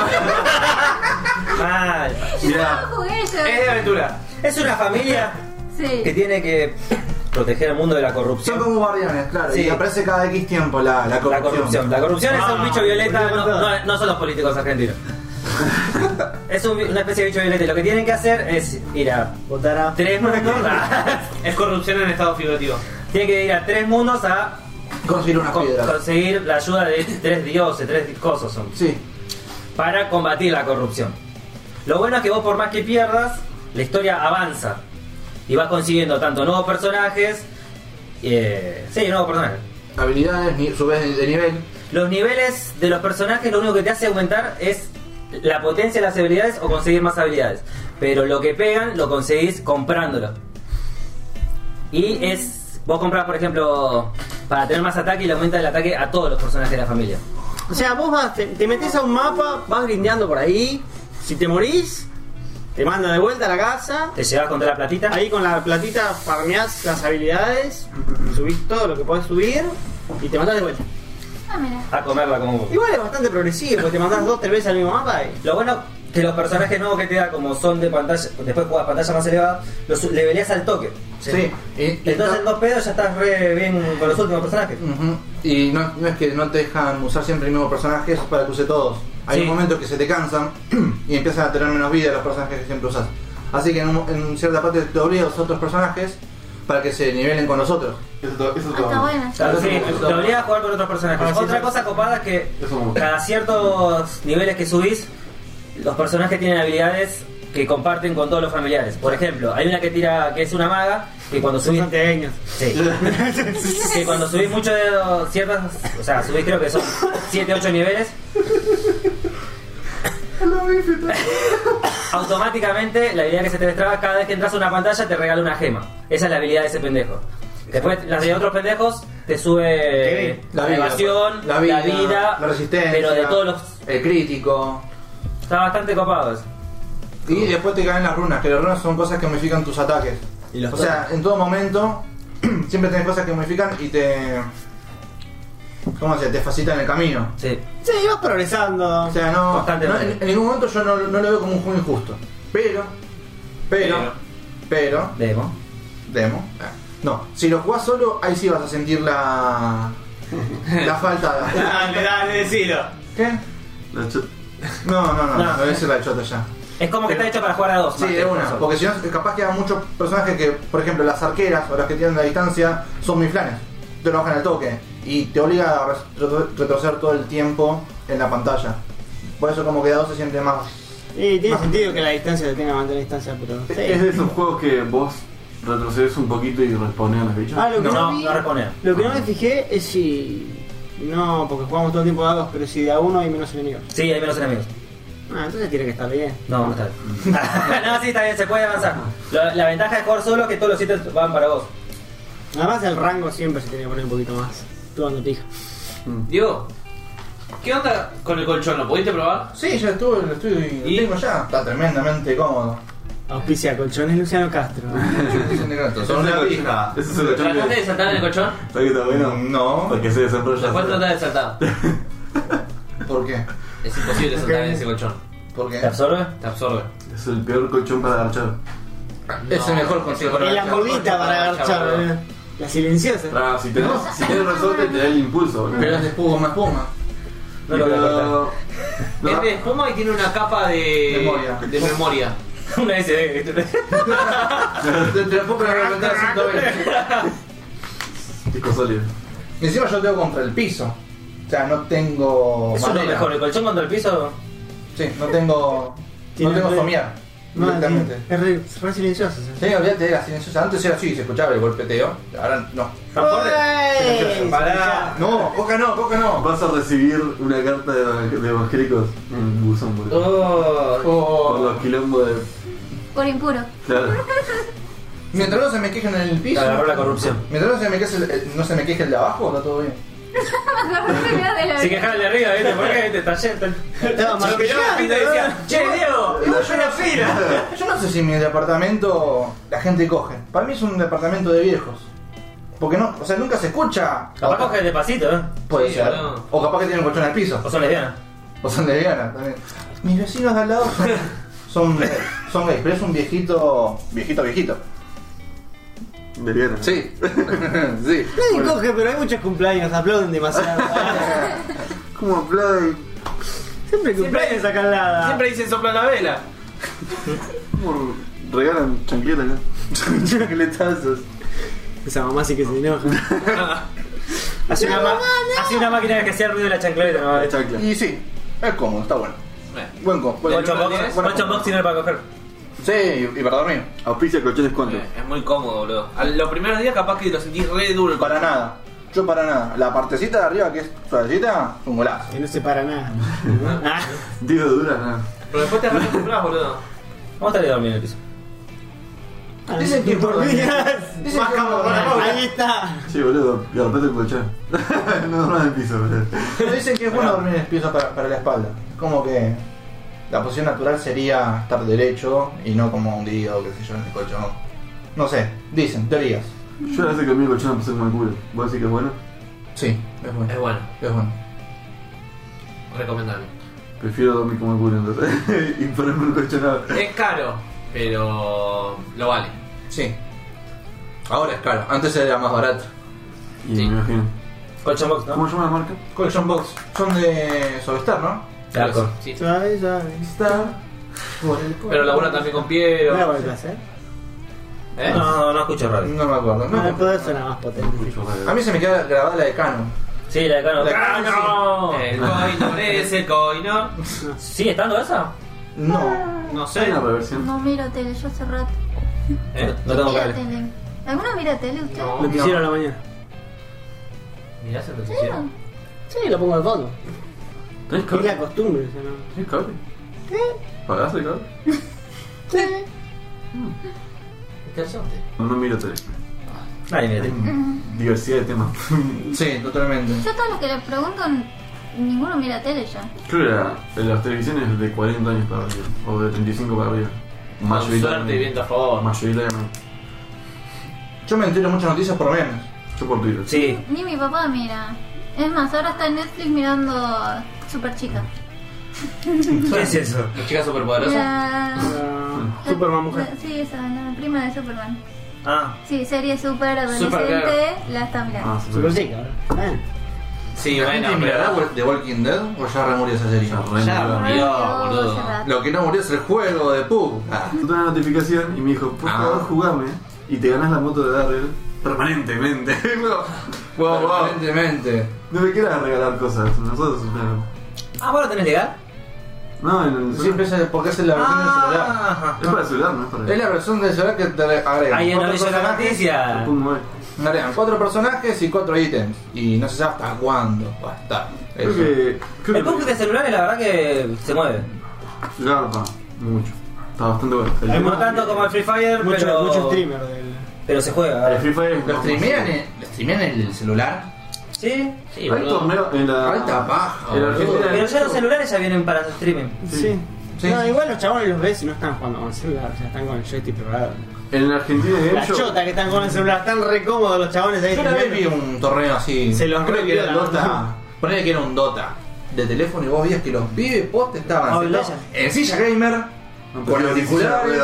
Speaker 2: Mal.
Speaker 7: Yo no
Speaker 3: Mirá.
Speaker 7: lo jugué yo.
Speaker 9: Es de aventura.
Speaker 2: Es una familia que
Speaker 7: Sí.
Speaker 2: tiene que proteger el mundo de la
Speaker 6: Son
Speaker 2: corrupción.
Speaker 6: como guardianes, claro.
Speaker 2: Sí.
Speaker 6: Y aparece cada X tiempo la, la
Speaker 2: La
Speaker 6: corrupción.
Speaker 2: corrupción. La corrupción es un
Speaker 9: Ah,
Speaker 2: bicho violeta, no,
Speaker 9: boludo.
Speaker 2: no- no son los políticos argentinos. es un- una especie de bicho violeta y lo que tienen que hacer es ir a
Speaker 4: Votar a.
Speaker 2: tres mundos.
Speaker 9: Es corrupción en estado figurativo.
Speaker 2: tienen que ir a tres mundos a
Speaker 6: Conseguir unas
Speaker 2: co-
Speaker 6: piedras.
Speaker 2: conseguir la ayuda de tres dioses, tres di- cosos son.
Speaker 6: Sí.
Speaker 2: para combatir la corrupción. Lo bueno es que vos por más que pierdas, la historia avanza y vas consiguiendo tanto nuevos personajes, eh, sí, nuevos personajes.
Speaker 6: Habilidades, ni- subes de, de nivel.
Speaker 2: Los niveles de los personajes lo único que te hace aumentar es la potencia de las habilidades o conseguir más habilidades. Pero lo que pegan lo conseguís comprándolo. Y es, vos compras por ejemplo, para tener más ataque y le aumenta el ataque a todos los personajes de la familia.
Speaker 4: O sea, vos vas, te, te metes a un mapa, vas grindeando por ahí. Si te morís, te mandan de vuelta a la casa.
Speaker 2: Te llevas contra la platita.
Speaker 4: Ahí con la platita farmeás las habilidades, subís todo lo que podés subir y te mandás de vuelta.
Speaker 7: Ah, mira.
Speaker 2: A comerla como
Speaker 4: Igual es bastante progresivo, porque te mandás dos, tres veces al mismo mapa y.
Speaker 2: Lo bueno que los personajes nuevos que te da, como son de pantalla, después juegas pantalla más elevada, los leveleas al toque.
Speaker 6: Sí. Y, y
Speaker 2: Entonces en
Speaker 6: no,
Speaker 2: dos pedos ya estás re bien con los últimos personajes.
Speaker 6: Ujú. y no, no es que no te dejan usar siempre el mismo personaje para que use todos. Hay
Speaker 2: Sí.
Speaker 6: momentos que se te cansan y empiezan a tener menos vida los personajes que siempre usas. Así que en, un- en cierta parte te obligas a usar otros personajes para que se nivelen con los otros.
Speaker 3: Eso to- eso
Speaker 7: Ah,
Speaker 3: todo.
Speaker 7: está buena.
Speaker 2: Claro, sí, te obliga a jugar con otros personajes.
Speaker 4: Ah, sí,
Speaker 2: Otra
Speaker 4: sí.
Speaker 2: cosa copada es que
Speaker 3: Eso me gusta.
Speaker 2: cada ciertos niveles que subís, los personajes tienen habilidades que comparten con todos los familiares. Por ejemplo, hay una que tira que es una maga que cuando subís
Speaker 4: Bastante años.
Speaker 2: Sí. que cuando subís mucho de ciertas. O sea, subís creo que son 7, 8 niveles. Automáticamente la habilidad que se te destraba cada vez que entras a una pantalla te regala una gema. Esa es la habilidad de ese pendejo. Después las de otros pendejos te sube
Speaker 6: La
Speaker 2: la
Speaker 6: vida,
Speaker 2: evasión, la vida,
Speaker 6: la resistencia,
Speaker 2: pero de todos los...
Speaker 6: el crítico.
Speaker 2: Está bastante copado eso.
Speaker 6: Y después te caen las runas, que las runas son cosas que modifican tus ataques.
Speaker 2: Y los
Speaker 6: o sea, en todo momento siempre tenés cosas que modifican y te. ¿Cómo se? Te facilitan el camino.
Speaker 2: Sí.
Speaker 4: Sí, vas progresando.
Speaker 6: O sea, no. no-
Speaker 2: Constantemente.
Speaker 6: en, en ningún momento yo no, no lo veo como un juego injusto. Pero. Pero. Pero.
Speaker 2: Demo.
Speaker 6: Demo. eh, No, si lo jugás solo, ahí sí vas a sentir la. La falta.
Speaker 9: Dale, dale, decilo.
Speaker 6: ¿Qué?
Speaker 3: La cho-
Speaker 6: No, no, no,
Speaker 2: No.
Speaker 6: no, esa es la chota ya.
Speaker 2: Es como que está hecho para jugar a dos.
Speaker 6: Sí,
Speaker 2: más que
Speaker 6: de una.
Speaker 2: solo.
Speaker 6: Porque si no, capaz quedan muchos personajes que, por ejemplo, las arqueras o las que tienen la distancia son muy flanes. Te lo bajan al toque y te obliga a retro- retroceder todo el tiempo en la pantalla. Por eso, como que a dos se siente más.
Speaker 4: Y tiene sentido que la distancia te tenga que mantener distancia, pero.
Speaker 3: ¿Es de
Speaker 4: Sí.
Speaker 3: esos juegos que vos retrocedes un poquito y respondes a los bichos?
Speaker 4: Ah, lo que
Speaker 2: No,
Speaker 4: no,
Speaker 2: no,
Speaker 4: vi-
Speaker 2: no responde.
Speaker 4: Lo que no me fijé es si. No, porque jugamos todo el tiempo a dos, pero si de a uno hay menos enemigos.
Speaker 2: Sí, hay menos enemigos.
Speaker 4: Ah, entonces tiene que estar bien.
Speaker 2: No, no está bien. no, sí, está bien, se puede avanzar. Lo- la ventaja de jugar solo es que todos los sitios van para vos.
Speaker 4: Además el rango siempre se tiene que poner un poquito más. Tú dando pija.
Speaker 9: Diego, ¿qué onda con el colchón? ¿Lo pudiste probar?
Speaker 6: Sí, ya estuve en el estudio y
Speaker 9: ¿Y?
Speaker 6: lo tengo ya. Está tremendamente cómodo.
Speaker 4: Auspicia colchones Luciano Castro.
Speaker 10: Son una pija.
Speaker 3: Eso es el colchón
Speaker 9: ¿Trataste
Speaker 3: que-
Speaker 9: de saltar en el colchón?
Speaker 3: ¿Sabes que está bueno?
Speaker 6: No.
Speaker 3: Porque se desarrolla.
Speaker 9: Después tratar de saltar.
Speaker 6: ¿Por qué?
Speaker 9: Es imposible saltar en ese colchón.
Speaker 6: ¿Por qué?
Speaker 2: ¿Te absorbe?
Speaker 9: Te absorbe.
Speaker 3: Es el peor colchón para agachar.
Speaker 6: Es el mejor consejo
Speaker 9: consejo
Speaker 4: Y
Speaker 6: para
Speaker 4: la modita para agarchar, eh. boludo. La silenciosa.
Speaker 3: Ah, si tenés, si tenés resorte, te da el impulso. boludo.
Speaker 6: Pero es de espuma, espuma.
Speaker 2: No lo voy a cortar.
Speaker 3: Pero-
Speaker 9: Es
Speaker 3: Este
Speaker 9: de espuma y tiene una capa de.
Speaker 6: Memoria.
Speaker 9: De memoria.
Speaker 2: Una SD. ¿viste?
Speaker 6: Te te lo puedo reventar a 120.
Speaker 3: Disco sólido.
Speaker 6: Y Encima yo tengo contra el piso. O sea, no tengo.
Speaker 2: Eso es lo
Speaker 6: madera.
Speaker 2: mejor. El colchón contra el piso.
Speaker 6: Sí, no tengo. No
Speaker 4: Tiene
Speaker 6: tengo
Speaker 4: re-
Speaker 6: somiar.
Speaker 2: Ah,
Speaker 4: No,
Speaker 6: Directamente.
Speaker 4: es re, es re silenciosa. ¿sabes?
Speaker 6: Sí, olvídate, era silenciosa. Antes era así, se escuchaba el golpeteo. Ahora no.
Speaker 2: Eh,
Speaker 4: ¡Ey!
Speaker 9: Pará.
Speaker 6: No, coca no, coca no.
Speaker 3: Vas a recibir una carta de, evang- de evangélicos en el buzón, boludo.
Speaker 9: Oh.
Speaker 3: Por
Speaker 6: O-
Speaker 3: los quilombos de.
Speaker 7: Por impuro.
Speaker 3: Claro.
Speaker 6: mientras no se me quejen en el piso.
Speaker 2: Para la corrupción.
Speaker 6: Mientras no se me queje el, el- no se me queje el de abajo, está todo bien.
Speaker 7: Me acordé de la
Speaker 2: Si quejaba de arriba, ¿viste? ¿Por qué? ¿Viste? Está yendo.
Speaker 4: Estaba
Speaker 2: Lo miraba a
Speaker 4: maquillando,
Speaker 2: Pito y decía, Che, Diego,
Speaker 6: yo no Yo no sé si en mi departamento la gente coge. Para mí es un departamento de viejos. Porque no, o sea, nunca se escucha.
Speaker 2: Capaz coge despacito, ¿eh?
Speaker 6: Puede
Speaker 8: Sí,
Speaker 6: ser.
Speaker 8: boludo.
Speaker 6: O capaz que tienen colchón en el piso.
Speaker 2: O son lesbianas.
Speaker 6: O son lesbianas también. Mis vecinos de al lado son, son, son gays, pero es un viejito. viejito, viejito.
Speaker 3: De Viena.
Speaker 11: Sí. sí.
Speaker 4: Nadie
Speaker 11: Bueno,
Speaker 4: coge, pero hay muchos cumpleaños, aplauden demasiado.
Speaker 3: ¿Cómo aplaude?
Speaker 4: Siempre cumpleaños acá al lado.
Speaker 8: Siempre dicen sopla la vela.
Speaker 3: ¿Cómo regalan chancletas acá? Chancletazos.
Speaker 4: Esa mamá sí que se enoja.
Speaker 2: Hace una, ma- hace una máquina que hacía el ruido de la chancleta, ¿no?
Speaker 3: Ah, Es chancla.
Speaker 6: Y sí, es cómodo, está bueno.
Speaker 8: Bueno,
Speaker 6: Buen co- buen-
Speaker 8: Colchón.
Speaker 2: Ocho
Speaker 8: Bueno,
Speaker 2: box,
Speaker 6: bueno.
Speaker 2: ocho box tiene para coger.
Speaker 6: Sí, y, y para dormir.
Speaker 3: Auspicia colchones cuántos.
Speaker 8: eh, es muy cómodo, boludo. A los primeros días capaz que lo sentís re duro. el
Speaker 6: Para nada. Yo para nada. La partecita de arriba que es suavecita, es un golazo.
Speaker 4: Que no se para nada. Ah,
Speaker 3: Digo dura, nada.
Speaker 8: Pero después te recompras, boludo.
Speaker 2: Vamos a estar dormir en el piso.
Speaker 6: Dicen que-
Speaker 4: dormías.
Speaker 6: Dicen que-
Speaker 4: Ahí está.
Speaker 3: Sí, boludo, rompete el colchón. no duermas en el piso, boludo.
Speaker 6: Pero dicen que es bueno dormir en el piso para, para la espalda. Es como que la posición natural sería estar derecho y no como hundido, qué sé yo, en el colchón. No sé, dicen, teorías.
Speaker 3: Yo la vez que comí el colchón me puse como el culo. ¿Vos decís que es bueno?
Speaker 6: Sí, es bueno.
Speaker 8: Es bueno,
Speaker 6: Es bueno.
Speaker 8: recomendable.
Speaker 3: Prefiero dormir como el culo entonces. y ponerme un colchón ahora.
Speaker 8: Es caro, pero lo vale.
Speaker 6: Sí. Ahora es caro, antes era más barato.
Speaker 3: Y
Speaker 8: Sí.
Speaker 3: me imagino.
Speaker 2: Colchón box, ¿no?
Speaker 3: ¿Cómo se llama la marca?
Speaker 6: Colchón box. Son de Sobestar, ¿no?
Speaker 2: Claro.
Speaker 8: Sí.
Speaker 4: Suave, suave.
Speaker 6: Star. Por el
Speaker 8: Pero labura también con Piero.
Speaker 4: No era por el placer.
Speaker 8: ¿Eh?
Speaker 2: No, no, no escucho radio.
Speaker 6: No me acuerdo.
Speaker 4: No,
Speaker 6: No.
Speaker 4: el poder suena más potente.
Speaker 3: Mucho más
Speaker 6: A mí se me queda grabada la de Canon.
Speaker 2: Sí, la de ¡Ah,
Speaker 6: La
Speaker 2: Cano.
Speaker 6: de
Speaker 2: ¡Cano!
Speaker 8: El coinor es el coinor.
Speaker 2: ¿Sigue estando esa?
Speaker 6: No.
Speaker 2: Ah.
Speaker 8: No
Speaker 3: Hay
Speaker 8: sé.
Speaker 3: una reversión.
Speaker 7: No miro tele, yo hace rato.
Speaker 8: ¿Eh?
Speaker 2: No tengo
Speaker 7: Mira
Speaker 2: cable.
Speaker 7: tele. ¿Alguno mira tele usted?
Speaker 8: No.
Speaker 4: Lo que hicieron a la mañana.
Speaker 8: Mirás el
Speaker 7: Sí,
Speaker 8: noticiero.
Speaker 4: Sí, lo pongo de fondo.
Speaker 3: ¿Tenés
Speaker 4: Es la
Speaker 3: cable?
Speaker 4: costumbre, o sea, ¿no?
Speaker 3: ¿Tenés cable? ¿Pagás el cable?
Speaker 7: Sí.
Speaker 8: Interesante.
Speaker 3: No, no miro tele.
Speaker 2: Nadie mira tele.
Speaker 3: Diversidad de temas.
Speaker 6: Sí, totalmente.
Speaker 7: Yo todo lo que le pregunto, ninguno mira tele ya.
Speaker 3: Creo que la- las televisiones de 40 años para arriba. O de 35 para arriba.
Speaker 8: Con suerte y
Speaker 3: Mayoritariamente.
Speaker 8: viento a favor.
Speaker 3: Mayoritariamente.
Speaker 6: Yo me entero muchas noticias por memes.
Speaker 3: Yo por Twitter.
Speaker 2: Sí.
Speaker 7: Ni mi papá mira. Es más, ahora está en Netflix mirando Super Chica.
Speaker 2: ¿Qué es eso?
Speaker 8: ¿Las chicas superpoderosas?
Speaker 7: La...
Speaker 4: Ah,
Speaker 7: la-
Speaker 4: Superman mujer.
Speaker 7: la- sí, esa, la prima de Superman.
Speaker 2: Ah,
Speaker 7: Sí, serie super adolescente,
Speaker 8: Supergirl.
Speaker 7: la está mirando.
Speaker 3: Ah, sí.
Speaker 4: Super chica, ¿verdad?
Speaker 8: Sí,
Speaker 6: ¿La
Speaker 8: bueno,
Speaker 6: gente mirará
Speaker 8: pero.
Speaker 6: The Walking Dead o ya remurió esa serie?
Speaker 3: Ya, re
Speaker 8: Ya,
Speaker 3: mierda.
Speaker 8: re- Dios, boludo.
Speaker 7: hace rato.
Speaker 6: Lo que no murió es el juego de Pug. Ah.
Speaker 3: Tuve una notificación y me dijo, por favor,
Speaker 6: Ah.
Speaker 3: jugame. Y te ganás la moto de Darrell permanentemente.
Speaker 6: Wow, wow. Aparentemente.
Speaker 3: no me quieras regalar cosas. Nosotros, claro.
Speaker 2: ah ¿vos lo tenés legal?
Speaker 3: No, en el
Speaker 6: Siempre es el- porque es la versión del celular.
Speaker 2: Ajá.
Speaker 3: Es para el celular, no es para
Speaker 6: Es la versión del celular que te agrega.
Speaker 2: Ahí en la
Speaker 6: cuatro
Speaker 2: bella la
Speaker 6: personajes-
Speaker 3: Lo
Speaker 2: noticia.
Speaker 3: puedo mover.
Speaker 6: Agregan cuatro personajes y cuatro ítems. Y no se sabe hasta cuándo va a estar.
Speaker 3: Creo
Speaker 6: Eso.
Speaker 3: que.
Speaker 2: El
Speaker 3: Creo
Speaker 2: punk
Speaker 3: que.
Speaker 2: de celulares la verdad que se mueve.
Speaker 3: Garpa, mucho. Está bastante bueno. El,
Speaker 2: No tanto como el Free Fire,
Speaker 4: Mucho,
Speaker 2: pero,
Speaker 4: mucho streamer del.
Speaker 2: pero se juega.
Speaker 3: el Free Fire es
Speaker 6: ¿Lo
Speaker 3: más-
Speaker 6: streamean en, ¿lo streamean en el celular?
Speaker 2: Sí.
Speaker 8: Sí,
Speaker 3: Hay
Speaker 8: boludo.
Speaker 3: torneo en la.
Speaker 6: Alta paja,
Speaker 3: En
Speaker 6: boludo.
Speaker 3: Argentina.
Speaker 2: Pero ya los celulares ya vienen para su streaming.
Speaker 4: Sí.
Speaker 6: Sí.
Speaker 4: No, igual los chabones los ves y no están jugando con el celular, o sea, están con el joystick preparado.
Speaker 3: En la Argentina, de
Speaker 4: La
Speaker 3: hecho.
Speaker 4: chota que están con el celular, están re cómodos los chabones ahí.
Speaker 6: Yo una vez vi
Speaker 4: jugando.
Speaker 6: un torneo así.
Speaker 4: Se los
Speaker 6: creo que era
Speaker 4: reviela.
Speaker 6: Dota. Ponele que era un Dota. De teléfono y vos veías que los pibes post estaban
Speaker 2: Oh,
Speaker 6: sentados
Speaker 2: Legend.
Speaker 6: en silla gamer, con auriculares.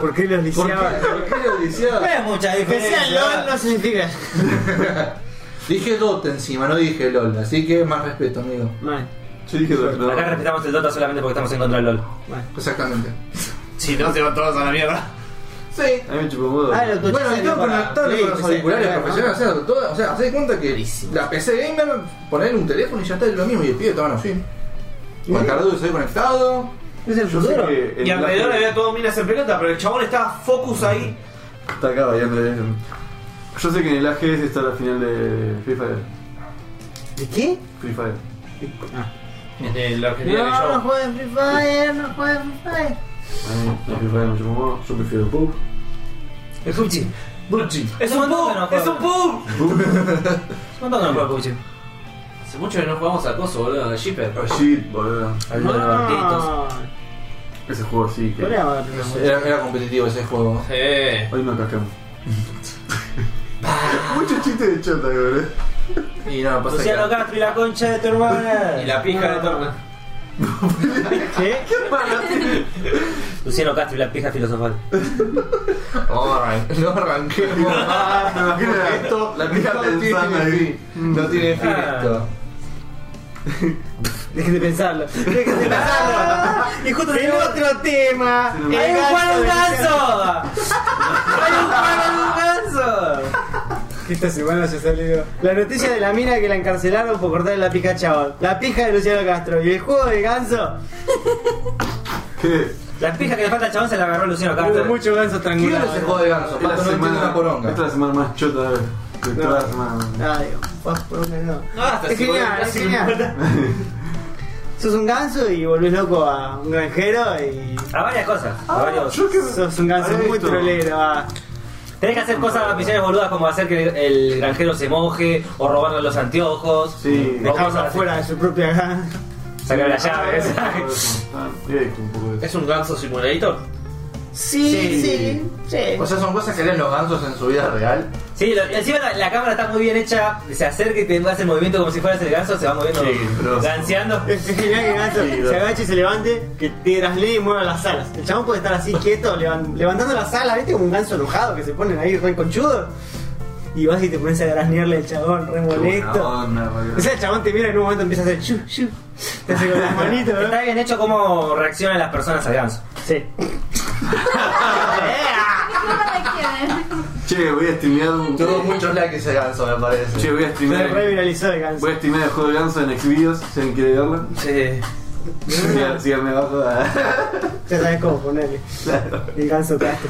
Speaker 4: ¿Por qué los
Speaker 6: ¿Por qué?
Speaker 4: lisiaban?
Speaker 6: ¿Por qué lo
Speaker 2: No
Speaker 6: decía?
Speaker 2: es mucha
Speaker 4: Que sea LOL
Speaker 2: diferencia.
Speaker 4: no significa.
Speaker 6: Dije Dota encima, no dije LOL, así que más respeto, amigo.
Speaker 4: Mal,
Speaker 3: Yo dije torneo.
Speaker 2: Acá respetamos el Dota solamente porque estamos en contra del LOL.
Speaker 4: mal.
Speaker 6: Exactamente.
Speaker 8: Si no, se van todos a la mierda.
Speaker 6: Sí.
Speaker 3: A mí me chupó un huevo.
Speaker 4: Ah, lo tuyo
Speaker 6: Bueno,
Speaker 4: sale
Speaker 6: estaba
Speaker 4: para
Speaker 6: conectado
Speaker 4: Play,
Speaker 6: con los
Speaker 4: PC,
Speaker 6: auriculares
Speaker 4: ¿no?
Speaker 6: profesionales, o sea, todo, o sea, hacé cuenta que la PC gamer, poner un teléfono y ya está es lo mismo, y el pibe estaban así. Con el cargador se conectado.
Speaker 4: ¿Es el
Speaker 3: Yo sé
Speaker 4: futuro?
Speaker 3: que. en
Speaker 8: Y
Speaker 3: la-
Speaker 8: alrededor había todo minas en pelota, pero el chabón estaba focus ahí.
Speaker 3: Está acá bailando. eh. Yo sé que en el AGS está la final de Free Fire.
Speaker 4: ¿De qué?
Speaker 3: Free Fire.
Speaker 2: Ah,
Speaker 8: En el Argentina
Speaker 4: No, no
Speaker 8: que yo.
Speaker 4: jueguen Free Fire, no jueguen Free Fire.
Speaker 3: A mí, la Free Fire me chupó un huevo. Yo prefiero Pub.
Speaker 2: El Puchi.
Speaker 6: Bruchi.
Speaker 8: ¡Es un
Speaker 2: montón
Speaker 8: pub!
Speaker 2: que no juega.
Speaker 8: ¡Es un pub!
Speaker 2: ¿Cuánto que no juega Puchi?
Speaker 8: Hace mucho que no jugamos a coso, boludo, a Shipper.
Speaker 3: Oh shit, boludo.
Speaker 2: Hablando de los barquitos.
Speaker 3: Ese juego sí que.
Speaker 4: Corea va a ganar.
Speaker 6: Era, era competitivo ese juego.
Speaker 8: Eh.
Speaker 3: Hoy no cascamos. Muchos chistes de chota, boludo.
Speaker 6: Y no, pasa que.
Speaker 2: Luciano Castro y la concha de tu hermana.
Speaker 8: Y la pija de torna.
Speaker 4: ¿Qué?
Speaker 2: Luciano Castro y la pija filosofal.
Speaker 6: Oh, arran- no arranquemos más.
Speaker 3: Me imagino la-
Speaker 6: Ah, esto
Speaker 3: la pija
Speaker 6: no
Speaker 3: pensando
Speaker 6: tiene
Speaker 3: ahí. Mm.
Speaker 6: fin. No tiene fin
Speaker 2: Ah.
Speaker 6: esto.
Speaker 4: Dejen de pensarlo. Dejen de pensarlo.
Speaker 2: Y justo
Speaker 4: El otro tema.
Speaker 3: Sí,
Speaker 4: el
Speaker 3: no.
Speaker 2: ¡Hay un
Speaker 4: ganso
Speaker 2: Juan un
Speaker 4: de Luciano.
Speaker 2: ganso! ¡Hay un Juan un ganso!
Speaker 4: Que Esta semana se salió la noticia de la mina que la encarcelaron por cortarle la pija a Chabón. La pija de Luciano Castro. Y el juego de ganso.
Speaker 3: ¿Qué?
Speaker 2: La pija que le falta al chabón se la agarró Luciano Castro.
Speaker 4: Hubo mucho ganso
Speaker 6: ¿Quién es
Speaker 4: estrangulado.
Speaker 6: ese juego de ganso?
Speaker 3: Es la
Speaker 6: Pato, no entiendo una
Speaker 3: semana.
Speaker 6: poronga.
Speaker 3: Esta es la semana más chota de de toda la semana.
Speaker 4: Ah, digo, vas por un ganado.
Speaker 8: No, hasta
Speaker 4: Es
Speaker 8: si
Speaker 4: genial,
Speaker 8: vos-
Speaker 4: es genial.
Speaker 6: Ah.
Speaker 4: Sos un ganso y volvés loco a un granjero y.
Speaker 2: A varias cosas,
Speaker 4: Oh.
Speaker 2: a varios.
Speaker 3: Yo que.
Speaker 4: Sos un ganso
Speaker 3: Ahí
Speaker 4: muy
Speaker 3: esto.
Speaker 4: trolero. ah.
Speaker 2: Tenés que hacer cosas, misiones boludas como hacer que el granjero se moje o robarle los anteojos.
Speaker 3: Sí.
Speaker 2: O cosas
Speaker 4: Dejarlo
Speaker 2: así.
Speaker 4: afuera de su propia gana.
Speaker 2: Sacar las llaves.
Speaker 3: Ah, directo, un poco de eso.
Speaker 8: ¿Es un ganso simulator?
Speaker 4: Sí,
Speaker 6: sí, O sea, son cosas que leen los gansos en su vida real.
Speaker 2: Sí, lo- encima la, la cámara está muy bien hecha. Se acerca y te hace el movimiento como si fueras el ganso, se va moviendo,
Speaker 3: Sí, pero-
Speaker 2: ganseando.
Speaker 4: Es genial que el ganso se agache y se levante, que te traslee y mueva las alas. El chabón puede estar así quieto, levan- levantando las alas, ¿viste? Como un ganso enojado que se ponen ahí re conchudo. Y vas y te pones a graznearle al chabón, re molesto. O sea, el chabón te mira y en un momento empieza a hacer chu, chu. Te hace con las manitos,
Speaker 2: Está
Speaker 4: ¿verdad?
Speaker 2: bien hecho cómo reaccionan las personas al ganso.
Speaker 4: Sí.
Speaker 3: Che, voy a streamear un.
Speaker 6: Tuvo muchos likes ese ganso, me parece.
Speaker 3: Che, voy a
Speaker 4: Se re
Speaker 3: streamear.
Speaker 4: viralizó el ganso.
Speaker 3: Voy a streamear el juego de ganso en Xvideos, si alguien quiere verlo.
Speaker 2: Sí.
Speaker 3: Sigan- Síganme abajo.
Speaker 4: Ya sabes cómo ponerle.
Speaker 3: Claro.
Speaker 4: El ganso traste.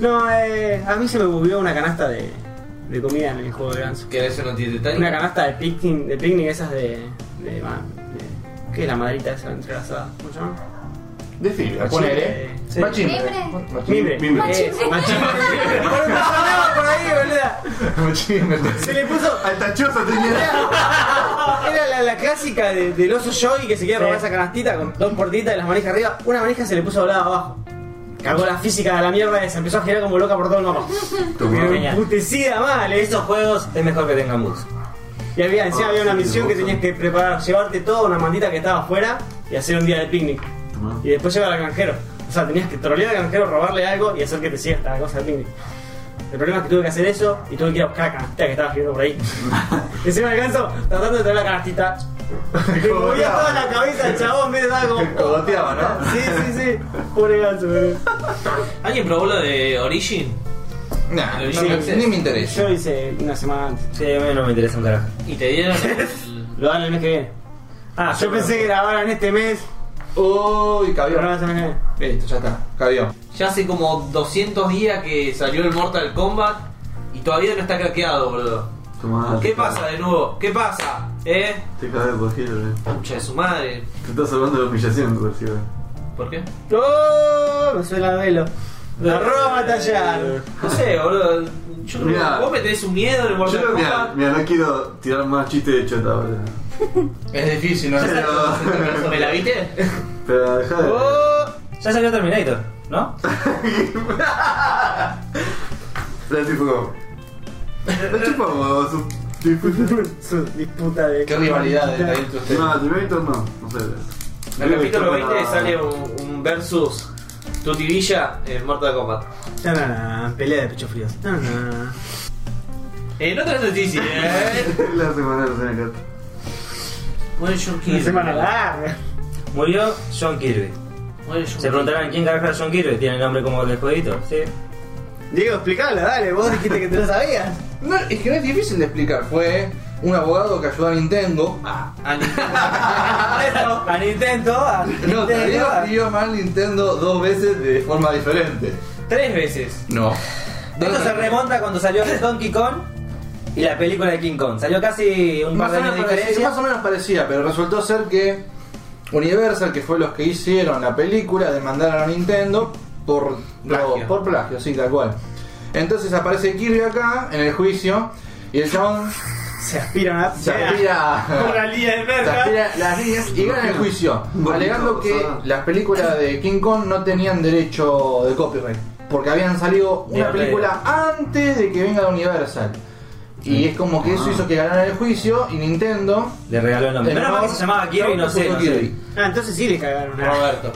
Speaker 4: No, eh, a mí se me bugueó una canasta de, de comida en el juego de ganso.
Speaker 8: Que eso no tiene
Speaker 4: Una
Speaker 8: detalle.
Speaker 4: canasta de picnic, de picnic esas de, de, ma- de- ¿Qué es la maderita esa entrelazada? ¿Cómo se llama?
Speaker 6: De fibra,
Speaker 4: Machimbre.
Speaker 6: ponele.
Speaker 4: Sí.
Speaker 6: Machimbre.
Speaker 7: Mimbre.
Speaker 4: Mimbre.
Speaker 3: Mimbre.
Speaker 4: Eso, machimbre. Por un pasadeo por ahí, boluda.
Speaker 6: Machimbre.
Speaker 4: Se le puso.
Speaker 3: Alta choza tenía.
Speaker 4: Era la, la clásica de- del oso Yogi que se quiere robar esa canastita con dos portitas y las manijas arriba. Una manija se le puso doblada abajo. Cagó la física de la mierda esa, empezó a girar como loca por todo el mapa. Pero
Speaker 2: Genial.
Speaker 4: putecida mal, eso.
Speaker 2: Esos juegos es mejor que tengan bugs.
Speaker 4: Y había, encima había una misión que tenías que preparar, llevarte todo, una mandita que estaba afuera y hacer un día de picnic. Y después llevar al granjero. O sea, tenías que trolear al granjero, robarle algo y hacer que te siga hasta la cosa de picnic. El problema es que tuve que hacer eso y tuve que ir a buscar la canastita que estaba girando por ahí. Encima del ganso, tratando de traer la canastita. Le movía toda la cabeza al chabón, me estaba como.
Speaker 6: Cogoteaba, ¿no?
Speaker 4: Sí, sí, sí. Pobre ganso, boludo.
Speaker 8: ¿Alguien probó lo de Origin?
Speaker 6: Nah,
Speaker 8: Lo
Speaker 6: no
Speaker 8: hice.
Speaker 6: me- ni me interesa.
Speaker 4: Yo lo hice una semana antes.
Speaker 2: Sí, a mí no me interesa un carajo.
Speaker 8: Y te dieron el-
Speaker 4: Lo dan el mes que viene.
Speaker 2: Ah,
Speaker 4: Yo pensé que grabaran este mes,
Speaker 6: Uy,
Speaker 4: pero no va a
Speaker 6: cabió.
Speaker 4: ser el mes que viene.
Speaker 6: Listo, ya está. Cabió.
Speaker 8: Ya hace como 200 días que salió el Mortal Kombat y todavía no está craqueado, boludo.
Speaker 4: Ah,
Speaker 3: Tomá,
Speaker 8: ¿Qué
Speaker 3: te
Speaker 8: pasa de nuevo? ¿Qué pasa? ¿Eh?
Speaker 3: cagas- Te cagas por giro, eh.
Speaker 8: Pucha de su madre.
Speaker 3: Te estás salvando de la humillación, por si
Speaker 8: ¿Por qué?
Speaker 4: ¡Oh! Me suena a velo. La roba a tallar.
Speaker 8: No sé, boludo. Yo creo que
Speaker 3: Mirá.
Speaker 8: vos me tenés un miedo en el Mortal
Speaker 3: Yo, mira,
Speaker 8: Kombat.
Speaker 3: mira, no quiero tirar más chistes de chota, boludo.
Speaker 6: Es difícil, ¿no?
Speaker 3: Pero.
Speaker 8: ¿Me la viste?
Speaker 3: Pero dejá de.
Speaker 4: Oh.
Speaker 2: Oh, Ya salió Terminator, ¿no?
Speaker 3: Pero así fue como. No chupamos vos, su- disputa.
Speaker 4: Su disputa de.
Speaker 6: Qué rivalidad eh, de ahí entre ustedes.
Speaker 3: No, Terminator no, no sé.
Speaker 8: En el capítulo
Speaker 3: Creo que
Speaker 8: 20
Speaker 3: no.
Speaker 8: sale un, un versus Tuti Villa en Mortal Kombat.
Speaker 4: Na, na, na, Pelea de pecho fríos. Na, na.
Speaker 8: Eh, no te lo difícil, eh.
Speaker 3: La semana de la cena Cata.
Speaker 8: Muere John Kirby.
Speaker 4: Una semana larga.
Speaker 2: Murió John Kirby.
Speaker 8: Muere John
Speaker 2: Se preguntarán quién carajo es John Kirby. Tiene el nombre como el del jueguito. Sí.
Speaker 4: Diego, explicalo, dale. Vos dijiste que te lo sabías.
Speaker 6: No, es que no es difícil de explicar. Fue un abogado que ayudó a Nintendo.
Speaker 8: A Nintendo.
Speaker 2: A Nintendo, a
Speaker 6: No, te digo,
Speaker 2: Nintendo. a-
Speaker 6: escribió mal Nintendo dos veces de forma diferente.
Speaker 8: Tres veces.
Speaker 6: No.
Speaker 2: Esto se remonta cuando salió Donkey Kong y la película de King Kong. Salió casi un par
Speaker 6: Más
Speaker 2: de
Speaker 6: o,
Speaker 2: años
Speaker 6: menos
Speaker 2: de
Speaker 6: parecía,
Speaker 2: diferencia.
Speaker 6: más o menos parecía, pero resultó ser que Universal, que fue los que hicieron la película, demandaron a Nintendo por
Speaker 8: Plagio.
Speaker 6: lo- por plagio, sí, tal cual. Entonces aparece Kirby acá en el juicio y el chabón
Speaker 4: se aspiran a.
Speaker 6: Se aspira-
Speaker 4: Con la línea de
Speaker 6: Se
Speaker 4: merca.
Speaker 6: aspira las líneas y ganan el juicio,
Speaker 3: Bonito,
Speaker 6: alegando que
Speaker 3: pasada.
Speaker 6: las películas de King Kong no tenían derecho de copyright, porque habían salido
Speaker 2: Bien,
Speaker 6: una película antes de que venga de Universal. Y es como que eso
Speaker 2: Ah.
Speaker 6: hizo que ganaran el juicio y Nintendo.
Speaker 2: Le regaló el nombre.
Speaker 6: El
Speaker 2: Pero no,
Speaker 6: favor-
Speaker 2: se llamaba Kirby, no sé. No sé.
Speaker 6: Kirby.
Speaker 4: Ah, entonces sí le cagaron. ah.
Speaker 8: Roberto.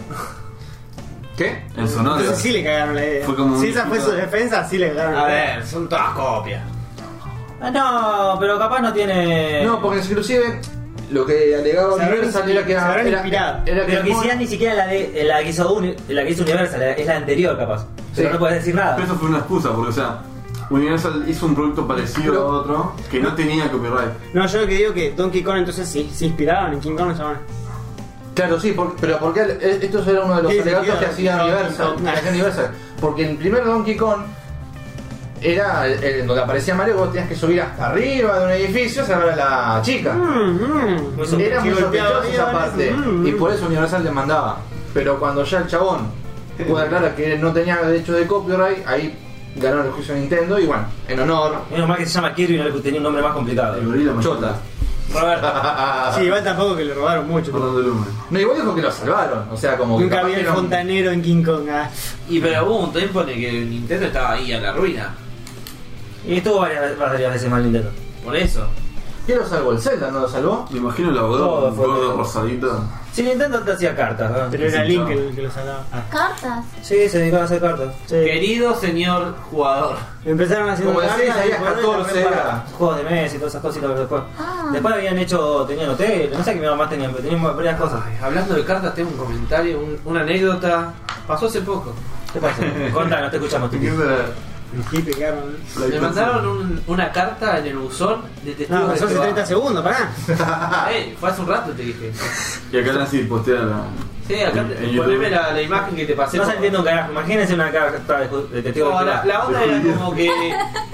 Speaker 6: ¿Qué?
Speaker 3: El sonorio.
Speaker 4: Entonces sí le cagaron la idea.
Speaker 3: Fue como un
Speaker 4: si esa fue
Speaker 3: tipo-
Speaker 4: su defensa, sí le cagaron.
Speaker 8: A ver, son todas copias.
Speaker 2: Ah, no, pero capaz no tiene.
Speaker 6: No, porque inclusive lo que alegaba
Speaker 4: Se habrán
Speaker 6: Universal era que
Speaker 4: se
Speaker 6: era,
Speaker 4: habrán
Speaker 6: era,
Speaker 4: inspirado.
Speaker 6: era que
Speaker 2: Pero
Speaker 6: el
Speaker 2: quizás
Speaker 6: mono-
Speaker 2: ni siquiera la, de, la, que hizo Uni- la que hizo Universal, la- es la anterior capaz. Pero
Speaker 6: Sí.
Speaker 2: no puedes decir
Speaker 3: Pero
Speaker 2: nada.
Speaker 3: eso fue una excusa, porque o sea, Universal hizo un producto parecido
Speaker 6: Pero-
Speaker 3: a otro que no tenía copyright.
Speaker 4: No, yo lo que digo que Donkey Kong entonces sí, se inspiraron en King Kong, chavales.
Speaker 6: Claro, sí, por- pero porque el- e- estos eran uno de los
Speaker 4: Sí,
Speaker 6: alegatos
Speaker 4: sentido,
Speaker 6: que hacía
Speaker 4: Donkey
Speaker 6: Universal,
Speaker 4: Kong.
Speaker 6: que hacía Universal. Porque el primer Donkey Kong era el- el- donde aparecía Mario, vos tenías que subir hasta arriba de un edificio, salvar a la chica.
Speaker 4: Mm, mm.
Speaker 2: Muy sospechoso.
Speaker 6: Era muy
Speaker 4: que golpeaba
Speaker 6: sospechoso esa
Speaker 4: aviones,
Speaker 6: parte,
Speaker 4: mm,
Speaker 6: y
Speaker 4: mm.
Speaker 6: por eso Universal demandaba. Pero cuando ya el chabón pudo aclarar que no tenía derecho de copyright, ahí ganaron el juicio de Nintendo y bueno, en honor.
Speaker 2: Menos mal que se llama Kirby y no le tenía un nombre más complicado.
Speaker 3: El gorila
Speaker 6: Chota.
Speaker 2: Roberto.
Speaker 4: Sí, igual tampoco que le robaron mucho.
Speaker 3: Fernando Lumen.
Speaker 6: No, igual dijo que lo salvaron, o sea, como que
Speaker 4: Nunca
Speaker 6: capaz
Speaker 4: había
Speaker 6: que
Speaker 4: el
Speaker 6: no-
Speaker 4: fontanero en King Kong. ah.
Speaker 8: Y pero hubo un tiempo en el que Nintendo estaba ahí a la ruina.
Speaker 2: Y estuvo varias, varias veces mal Nintendo.
Speaker 8: Por eso.
Speaker 6: ¿Quién lo salvó? ¿El Zelda no lo salvó?
Speaker 3: Me imagino el abogado,
Speaker 2: Todo
Speaker 3: un
Speaker 2: fue-
Speaker 3: gordo rosadito.
Speaker 2: Sí, Nintendo te hacía cartas. ¿no?
Speaker 4: Pero era Link
Speaker 3: chavo.
Speaker 4: el que lo sacaba. Ah.
Speaker 7: Cartas.
Speaker 2: Sí, se dedicaba a hacer cartas.
Speaker 4: Sí.
Speaker 8: Querido señor jugador.
Speaker 4: Empezaron haciendo
Speaker 6: Como
Speaker 4: cartas
Speaker 6: decís,
Speaker 4: y
Speaker 6: había
Speaker 4: por ahí
Speaker 6: 14
Speaker 4: la
Speaker 6: era.
Speaker 2: Juegos de mesa y todas esas cositas pero después.
Speaker 7: Ah.
Speaker 2: Después habían hecho, tenían hotel, no sé qué más tenían, pero tenían varias cosas.
Speaker 8: Hablando de cartas, tengo un comentario, un- una anécdota. Pasó hace poco.
Speaker 2: ¿Qué pasa? Contanos, te escuchamos.
Speaker 3: ¿Qué
Speaker 2: Tuti.
Speaker 3: es la-
Speaker 4: Y sí, pegaron.
Speaker 3: la
Speaker 8: Me
Speaker 3: distancia?
Speaker 8: mandaron un- una carta en el buzón de testigos
Speaker 4: No,
Speaker 8: de
Speaker 4: pasó hace
Speaker 8: Jehová.
Speaker 4: 30 segundos, pará.
Speaker 8: Eh, fue hace un rato te dije.
Speaker 3: Y acá Nancy postea la.
Speaker 8: Sí, acá te-
Speaker 3: En- en YouTube.
Speaker 8: poneme la, la imagen que te pasé.
Speaker 2: No se
Speaker 8: por-
Speaker 2: entiende un carajo, imagínense una carta de, ju- de testigo
Speaker 8: No,
Speaker 2: de
Speaker 8: la,
Speaker 2: Jehová.
Speaker 8: la onda era como que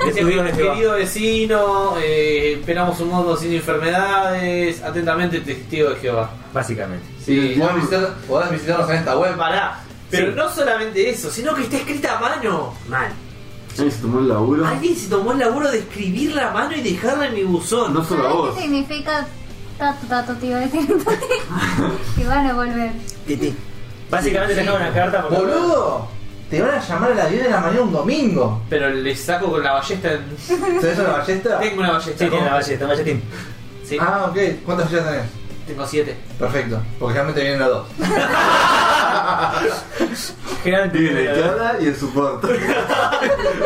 Speaker 8: decía,
Speaker 2: judíos de Jehová.
Speaker 8: querido vecino, eh, esperamos un mundo sin enfermedades, atentamente testigo de Jehová.
Speaker 2: Básicamente.
Speaker 12: Sí,
Speaker 3: Bueno.
Speaker 12: podés, visitar- podés visitarnos en esta web.
Speaker 8: Pará. Pero
Speaker 2: Sí.
Speaker 8: no solamente eso, sino que está escrita a mano.
Speaker 2: Mal.
Speaker 3: Ahí se tomó el laburo.
Speaker 8: Alguien se tomó el laburo de escribirla a mano y dejarla en mi buzón.
Speaker 3: No solo a
Speaker 7: ¿Sabes
Speaker 3: vos.
Speaker 7: qué significa tatu tatu? Te iba a decir tatu. Y van a volver.
Speaker 2: Titi. Básicamente tenía una carta porque-
Speaker 6: ¡Boludo! Te van a llamar a las 10 de la mañana un domingo.
Speaker 8: Pero le saco con la ballesta en...
Speaker 6: ¿Tenés una ballesta?
Speaker 8: Tengo una
Speaker 2: Sí,
Speaker 8: ballesta.
Speaker 2: tiene
Speaker 8: ¿no?
Speaker 2: la ballesta, un balletín.
Speaker 8: Sí,
Speaker 6: Ah, ok. ¿Cuántas ya tenés?
Speaker 8: tengo siete.
Speaker 6: Perfecto. Porque realmente vienen las dos.
Speaker 2: Generalmente-
Speaker 3: Tiene la cara y el soporte.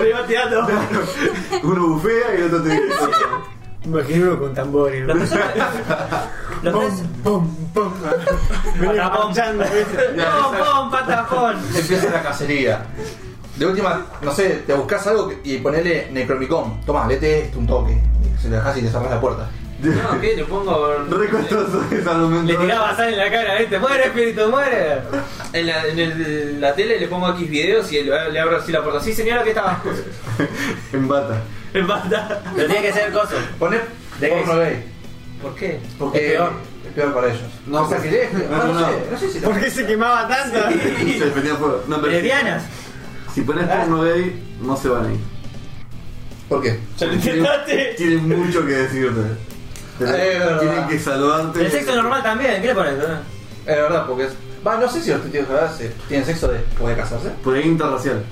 Speaker 4: Me iba tirando.
Speaker 3: Uno bufea y el otro te dice.
Speaker 4: Imagino uno con tambores.
Speaker 2: Los personajes- los pers-
Speaker 4: Pum, pum, pum. Venía
Speaker 2: Patapón.
Speaker 4: marchando, ¿viste?
Speaker 2: ¡Pom, pom, patafón!
Speaker 6: Empieza la cacería. De última, no sé, te buscas algo que- y ponele Necromicon. Tomá, lete esto un toque. Se lo dejás y te cerrás la puerta.
Speaker 8: No, ¿qué? Le pongo...
Speaker 3: Recontroso esa argumento.
Speaker 2: Le tiraba sal en la cara, ¿viste? ¡Muere, espíritu, muere!
Speaker 8: En la, en el- la tele le pongo X videos y le, le abro así la puerta. Sí, señora, ¿qué estaba?
Speaker 3: En bata.
Speaker 8: En banda.
Speaker 2: Pero tiene que ser coso.
Speaker 6: Poné
Speaker 2: ¿De qué
Speaker 6: porno gay.
Speaker 8: ¿Por qué?
Speaker 6: Porque
Speaker 2: Es peor.
Speaker 6: es peor para ellos.
Speaker 3: No,
Speaker 6: O sea, que le-
Speaker 3: no,
Speaker 6: ah, no,
Speaker 3: no.
Speaker 6: sé, no sé si lo-
Speaker 4: ¿Por qué se quemaba tanto?
Speaker 3: Se le prendía fuego. No, pero-
Speaker 2: Lesbianas.
Speaker 3: Si pones porno gay, no se van a ir.
Speaker 6: ¿Por qué?
Speaker 4: Ya lo intentaste.
Speaker 3: Tienen mucho que decirte.
Speaker 6: Eh, verdad.
Speaker 3: Tienen que salvarte.
Speaker 2: El sexo normal también, ¿qué le pones? eh?
Speaker 6: Es verdad, porque es. Va, no sé si los testigos de Jehová se- tienen sexo después de casarse.
Speaker 3: Por ahí interracial.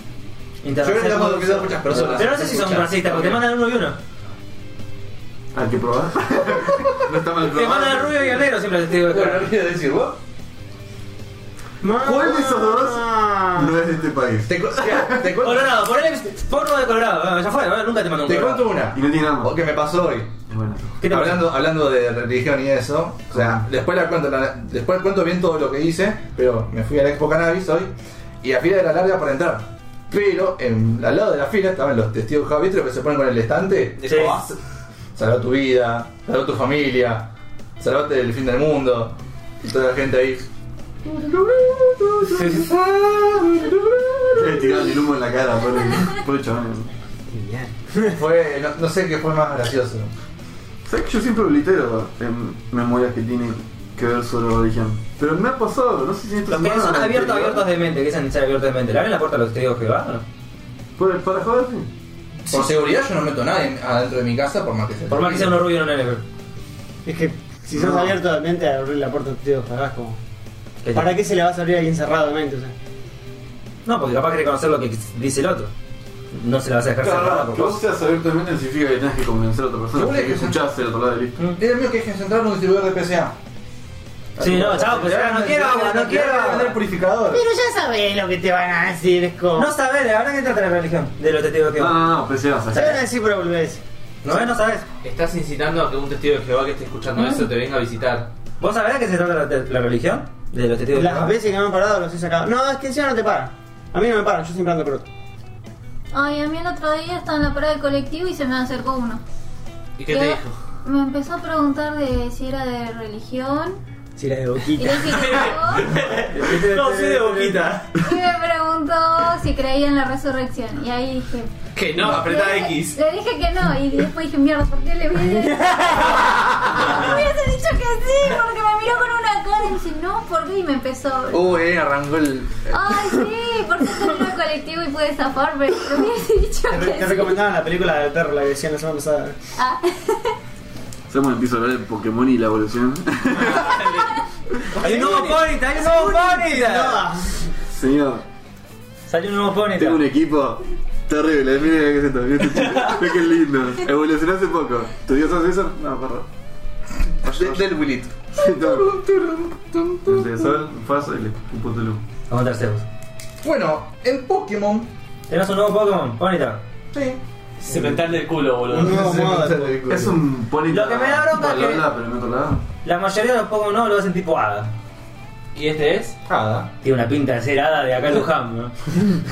Speaker 6: Yo creo que estamos
Speaker 2: Interracial.
Speaker 6: olvidando muchas personas.
Speaker 2: Pero no sé si son
Speaker 6: Muchas.
Speaker 2: racistas, porque te mandan uno y uno.
Speaker 3: Hay que probar. no está mal
Speaker 2: Te mandan el
Speaker 3: probar.
Speaker 2: rubio y el negro siempre te digo.
Speaker 6: Bueno, no quiero decir, vos.
Speaker 3: ¿Cuál de esos dos
Speaker 2: Ah.
Speaker 3: no es de este país?
Speaker 6: Te, cu- mira, te cuento,
Speaker 2: Colorado, ponele porno de Colorado, ya fue, ¿no? nunca te mandan un
Speaker 6: te
Speaker 2: Colorado.
Speaker 6: cuento una
Speaker 3: Y no tiene nada.
Speaker 6: o que me pasó hoy.
Speaker 3: Es bueno.
Speaker 2: ¿Qué te
Speaker 6: Hablando, hablando de religión y eso, o sea, después la cuento, la- después cuento bien todo lo que hice, pero me fui a la Expo Cannabis hoy y la fila era larga para entrar. Pero en, al lado de la fila estaban los testigos Javi, ¿viste lo que se ponen con el estante?
Speaker 2: Sí.
Speaker 6: Salva tu vida, salva tu familia, salvate del fin del mundo. Y toda la gente ahí.
Speaker 3: Le tiraron el humo en la cara, pobre, pobre chabón.
Speaker 6: Fue, no, no sé qué fue más gracioso.
Speaker 3: ¿Sabes que yo siempre oblitero en memorias que tienen que ver sobre la religión? Pero me ha pasado, no sé si en esta
Speaker 2: Los que
Speaker 3: semana
Speaker 2: son
Speaker 3: o la
Speaker 2: abiertos,
Speaker 3: anterior.
Speaker 2: abiertos de mente, que dicen ser abiertos de mente, ¿le abren la puerta a los testigos que van o no?
Speaker 3: Por- Para joder, sí.
Speaker 6: Por seguridad yo no meto a nadie adentro de mi casa por más que sea.
Speaker 2: Por más que sea uno rubio, no es negro.
Speaker 4: Es que si sos
Speaker 3: No.
Speaker 4: abierto de mente, abrir la puerta a tu tío Farás como.
Speaker 2: ¿Qué tal?
Speaker 4: ¿Para qué se le vas a abrir a alguien cerrado de mente? O sea,
Speaker 2: No, porque capaz quiere conocer lo que dice el otro. No se la vas a dejar cerrada por
Speaker 3: que vos
Speaker 2: vos.
Speaker 3: seas abiertamente significa que tenés que convencer a otra persona.
Speaker 6: Yo
Speaker 3: Tenés
Speaker 6: creo
Speaker 3: que
Speaker 6: que-
Speaker 3: escucharse el otro lado y listo.
Speaker 6: Era mío que es entrar en un distribuidor de PCA.
Speaker 2: Sí, no, chao, pues ya, no quiero agua, no quiero
Speaker 6: vender
Speaker 2: agua.
Speaker 6: purificador.
Speaker 4: Pero ya sabés lo que te van a decir, es como.
Speaker 2: No sabes, la verdad que entraste en la religión de los testigos de
Speaker 3: No,
Speaker 2: Jehová.
Speaker 3: no, no, PCA, o
Speaker 4: Te
Speaker 3: sea,
Speaker 4: van a decir pero volvés.
Speaker 2: ¿No ves? No sabes.
Speaker 8: Estás incitando a que un testigo de Jehová que esté escuchando eso te venga a visitar.
Speaker 2: ¿Vos sabés de qué se trata la, la religión de los testigos de
Speaker 4: Las
Speaker 2: Jehová?
Speaker 4: veces que me han parado los he sacado. No, es que encima no te paran. A mí no me paran, yo siempre ando pronto.
Speaker 7: Ay, a mí el otro día estaba en la parada del colectivo y se me acercó uno.
Speaker 8: ¿Y qué
Speaker 7: Yo-
Speaker 8: te dijo?
Speaker 7: Me empezó a preguntar de si era de religión.
Speaker 4: Si la de
Speaker 7: Y le
Speaker 4: boquita.
Speaker 7: dije que
Speaker 4: no, soy de boquita.
Speaker 7: no. Y me preguntó si creía en la resurrección. Y ahí dije.
Speaker 8: Que no, apretá
Speaker 7: le-
Speaker 8: X.
Speaker 7: Le dije que no. Y después dije, mierda, ¿por qué le voy a decir? Me hubiese dicho que sí, porque me miró con una cara y me dice, no, ¿por qué? Y me empezó.
Speaker 6: Uh, eh, arrancó el.
Speaker 7: Ay, sí, por eso en el colectivo y pude zafar, pero me hubiese dicho
Speaker 4: Te,
Speaker 7: que
Speaker 4: te
Speaker 7: sí.
Speaker 4: recomendaban la película del perro, la que decían la semana pasada.
Speaker 7: Ah,
Speaker 3: hacemos el piso de hablar de Pokémon y la evolución.
Speaker 2: ¡Hay un nuevo Ponyta! ¡Hay un nuevo Ponyta!
Speaker 3: Señor,
Speaker 2: Salió un nuevo Ponyta.
Speaker 3: tengo un equipo terrible, miren qué es esto, miren este chico, miren qué lindo. Evolucionó hace poco. ¿Tu dios hace eso? No, perdón.
Speaker 6: de- del Willit.
Speaker 3: No. El sol, faz, el cupotulum.
Speaker 2: Vamos a dar Zeus.
Speaker 6: Bueno, en Pokémon.
Speaker 2: Tenemos un nuevo Pokémon, Ponyta.
Speaker 6: Sí.
Speaker 8: Cemental del culo,
Speaker 4: Un nuevo modo. de-
Speaker 3: Es un pony.
Speaker 2: Lo que me da bronca es que-
Speaker 3: Bla, bla, pero en otro lado.
Speaker 2: La mayoría de los Pokémon no lo hacen tipo hada.
Speaker 8: ¿Y este es?
Speaker 2: Tiene una pinta de ser hada de acá en Luján, ¿no?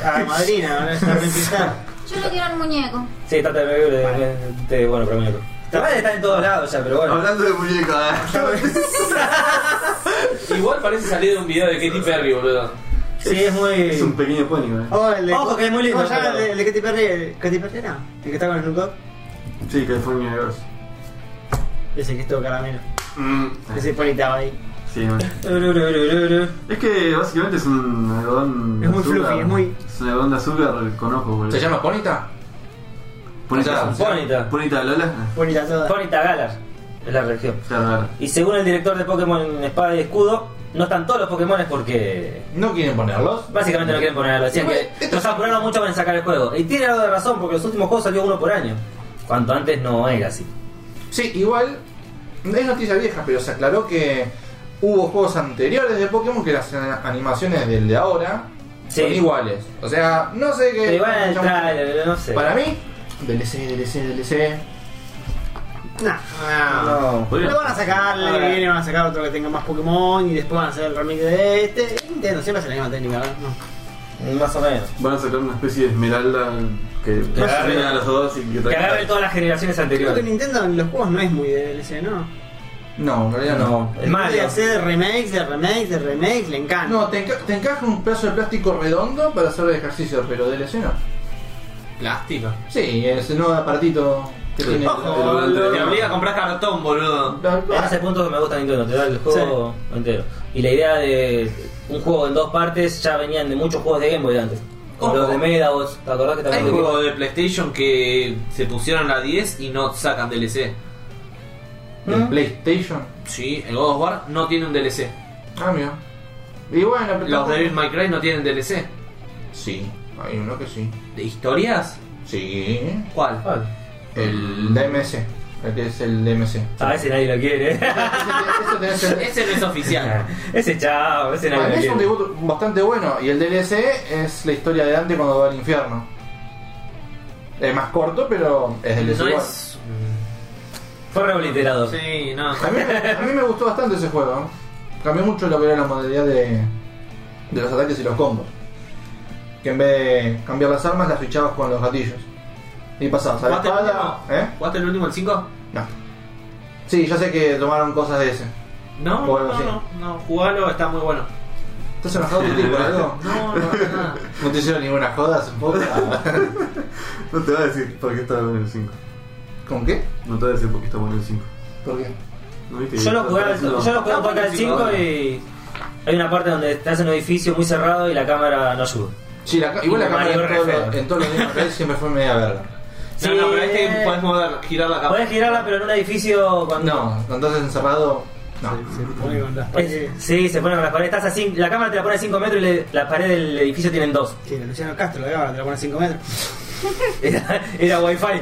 Speaker 4: Ah, madrina, van a estar bien pintadas.
Speaker 7: yo le quiero un muñeco.
Speaker 2: Sí, está terrible de, de, de- bueno, pero muñeco. Capaz está en todos lados ya, pero bueno.
Speaker 3: Hablando de muñecas.
Speaker 8: Igual parece salir de un video de Katy Perry, boludo.
Speaker 2: Sí, es muy.
Speaker 3: Es un pequeño pony, ¿eh?
Speaker 4: Oh, el de-
Speaker 2: Ojo, que es muy lindo,
Speaker 4: ¿Cómo se llama
Speaker 2: pero-
Speaker 4: el de- el de Katy Perry? el- ¿Katy Perry era? ¿El que está con el Snoop Dogg?
Speaker 3: Sí, California Girls.
Speaker 4: Ese que estuvo caramelo.
Speaker 3: Mm.
Speaker 4: Ese ponitaba ahí.
Speaker 3: Sí, bueno.
Speaker 4: ¿Eh?
Speaker 2: Urururururu.
Speaker 3: Es que básicamente es un algodón. de
Speaker 4: Es muy
Speaker 3: azúcar.
Speaker 4: fluffy, es muy-
Speaker 3: Es un algodón de azúcar con ojos, boludo.
Speaker 6: ¿Se llama Ponita?
Speaker 3: Ponita.
Speaker 2: Ponita.
Speaker 3: Ponita Lola. Ah,
Speaker 4: Bonita toda.
Speaker 2: Ponyta Galar es la región.
Speaker 3: Claro, claro.
Speaker 2: Y según el director de Pokémon Espada y Escudo, no están todos los Pokémon porque.
Speaker 6: No quieren ponerlos.
Speaker 2: Básicamente no quieren ponerlo. Decían que nos apuraron mucho en sacar el juego. Y tiene algo de razón porque los últimos juegos salió uno por año. Cuanto antes no era así.
Speaker 6: Sí, igual es noticia vieja, pero se aclaró que hubo juegos anteriores de Pokémon que las eh, animaciones del de ahora
Speaker 2: Sí.
Speaker 6: son iguales. O sea, no sé qué.
Speaker 2: Pero igual en el
Speaker 6: mucha-
Speaker 2: trailer, no sé.
Speaker 6: Para mí, DLC, DLC, DLC.
Speaker 4: Nah, nah.
Speaker 2: No.
Speaker 4: Pero van a sacar, el año que
Speaker 2: Ahora.
Speaker 4: viene van a sacar otro que tenga más Pokémon y después van a hacer el remake de este. Nintendo siempre hace la misma técnica, ¿verdad? No.
Speaker 2: Más o menos.
Speaker 3: Van a sacar una especie de esmeralda que que
Speaker 2: agarre-
Speaker 3: reina a los dos y que
Speaker 2: Que agarre
Speaker 3: traiga.
Speaker 2: todas las generaciones
Speaker 4: Creo que
Speaker 2: anteriores.
Speaker 4: Nintendo en los juegos no es muy de DLC, ¿no?
Speaker 6: No, en realidad no.
Speaker 2: No, el Mario.
Speaker 4: hacer remakes, de remakes, de remakes, le encanta.
Speaker 6: Ah, No, te, enca- te encaja un pedazo de plástico redondo para hacer ejercicio, pero DLC no.
Speaker 8: Plástico.
Speaker 6: Sí, ese nuevo apartito que tiene.
Speaker 4: Ojo.
Speaker 6: el-
Speaker 3: volante de
Speaker 8: Te
Speaker 3: mano.
Speaker 8: obliga a comprar cartón, boludo.
Speaker 6: la-
Speaker 2: En
Speaker 6: la-
Speaker 2: ese punto que me gusta Nintendo, te da el juego entero. Y la idea de un juego en dos partes ya venían de muchos juegos de Game Boy antes. Como
Speaker 8: Ojo.
Speaker 2: los de Mega, vos, ¿te acordás que
Speaker 8: Hay
Speaker 2: también
Speaker 8: juegos de PlayStation que se pusieron a 10 y no sacan DLC.
Speaker 6: el PlayStation.
Speaker 8: Sí, el God of War no tiene un DLC.
Speaker 6: Ah, mira. Y bueno, pero
Speaker 8: Los
Speaker 6: tampoco-
Speaker 8: Devil May Cry no tienen DLC.
Speaker 6: Sí, hay uno que sí.
Speaker 8: ¿De historias?
Speaker 6: Sí.
Speaker 8: ¿Cuál?
Speaker 6: El DMC, el que es el DMC.
Speaker 2: Ah, ese nadie lo quiere.
Speaker 6: Ese tenés el-
Speaker 8: Ese no es oficial.
Speaker 2: ese chao, ese
Speaker 6: Para mí
Speaker 2: nadie lo
Speaker 6: es un
Speaker 2: quiere.
Speaker 6: debut bastante bueno. Y el DLC es la historia de Dante cuando va al infierno. Es más corto, pero es DLC.
Speaker 8: No
Speaker 6: igual.
Speaker 8: es.
Speaker 2: Fue reobliterado.
Speaker 8: Sí, no.
Speaker 6: A, mí, me- a mí me gustó bastante ese juego. Cambió mucho lo que era la modalidad de, de los ataques y los combos. Que en vez de cambiar las armas, las fichabas con los gatillos. Y pasabas a la
Speaker 8: ¿Jugaste el
Speaker 6: espada.
Speaker 8: último?
Speaker 6: ¿Eh?
Speaker 8: ¿Jugaste el último, el 5?
Speaker 6: No. Sí, ya sé que tomaron cosas de ese.
Speaker 8: No,
Speaker 6: Bueno,
Speaker 8: no,
Speaker 6: sí.
Speaker 8: no, no. Jugalo, está muy bueno.
Speaker 6: ¿Estás enojado Titi, por algo?
Speaker 8: No, no, nada.
Speaker 6: No te hicieron ninguna joda, supongo.
Speaker 3: No te va a decir por qué está bueno el 5.
Speaker 6: ¿Con qué?
Speaker 3: No te va a decir por qué está bueno el 5.
Speaker 6: ¿Por qué?
Speaker 3: ¿No viste?
Speaker 2: Yo lo jugué al,
Speaker 3: Está
Speaker 2: yo lo jugué al
Speaker 8: No,
Speaker 2: Portal
Speaker 8: sí,
Speaker 2: 5
Speaker 8: no.
Speaker 2: y hay una parte donde estás en un edificio muy cerrado y la cámara no ayuda.
Speaker 6: Sí, la, ca- igual la
Speaker 2: Mario
Speaker 6: cámara en,
Speaker 2: Refeo.
Speaker 6: todo- en todos los días siempre fue media verga.
Speaker 2: Sí.
Speaker 8: No, no, pero este podés mover, girar la cámara.
Speaker 2: Podés girarla, pero en un edificio cuando.
Speaker 6: No, cuando estás encerrado, no.
Speaker 4: Se pone con las
Speaker 2: Es-
Speaker 4: paredes.
Speaker 2: sí, se ponen con las paredes. Estás así, la cámara te la pone a 5 metros y le- las paredes del edificio tienen 2.
Speaker 4: Que Luciano Castro, la cámara, te la pone a 5 metros.
Speaker 2: Era, era wifi.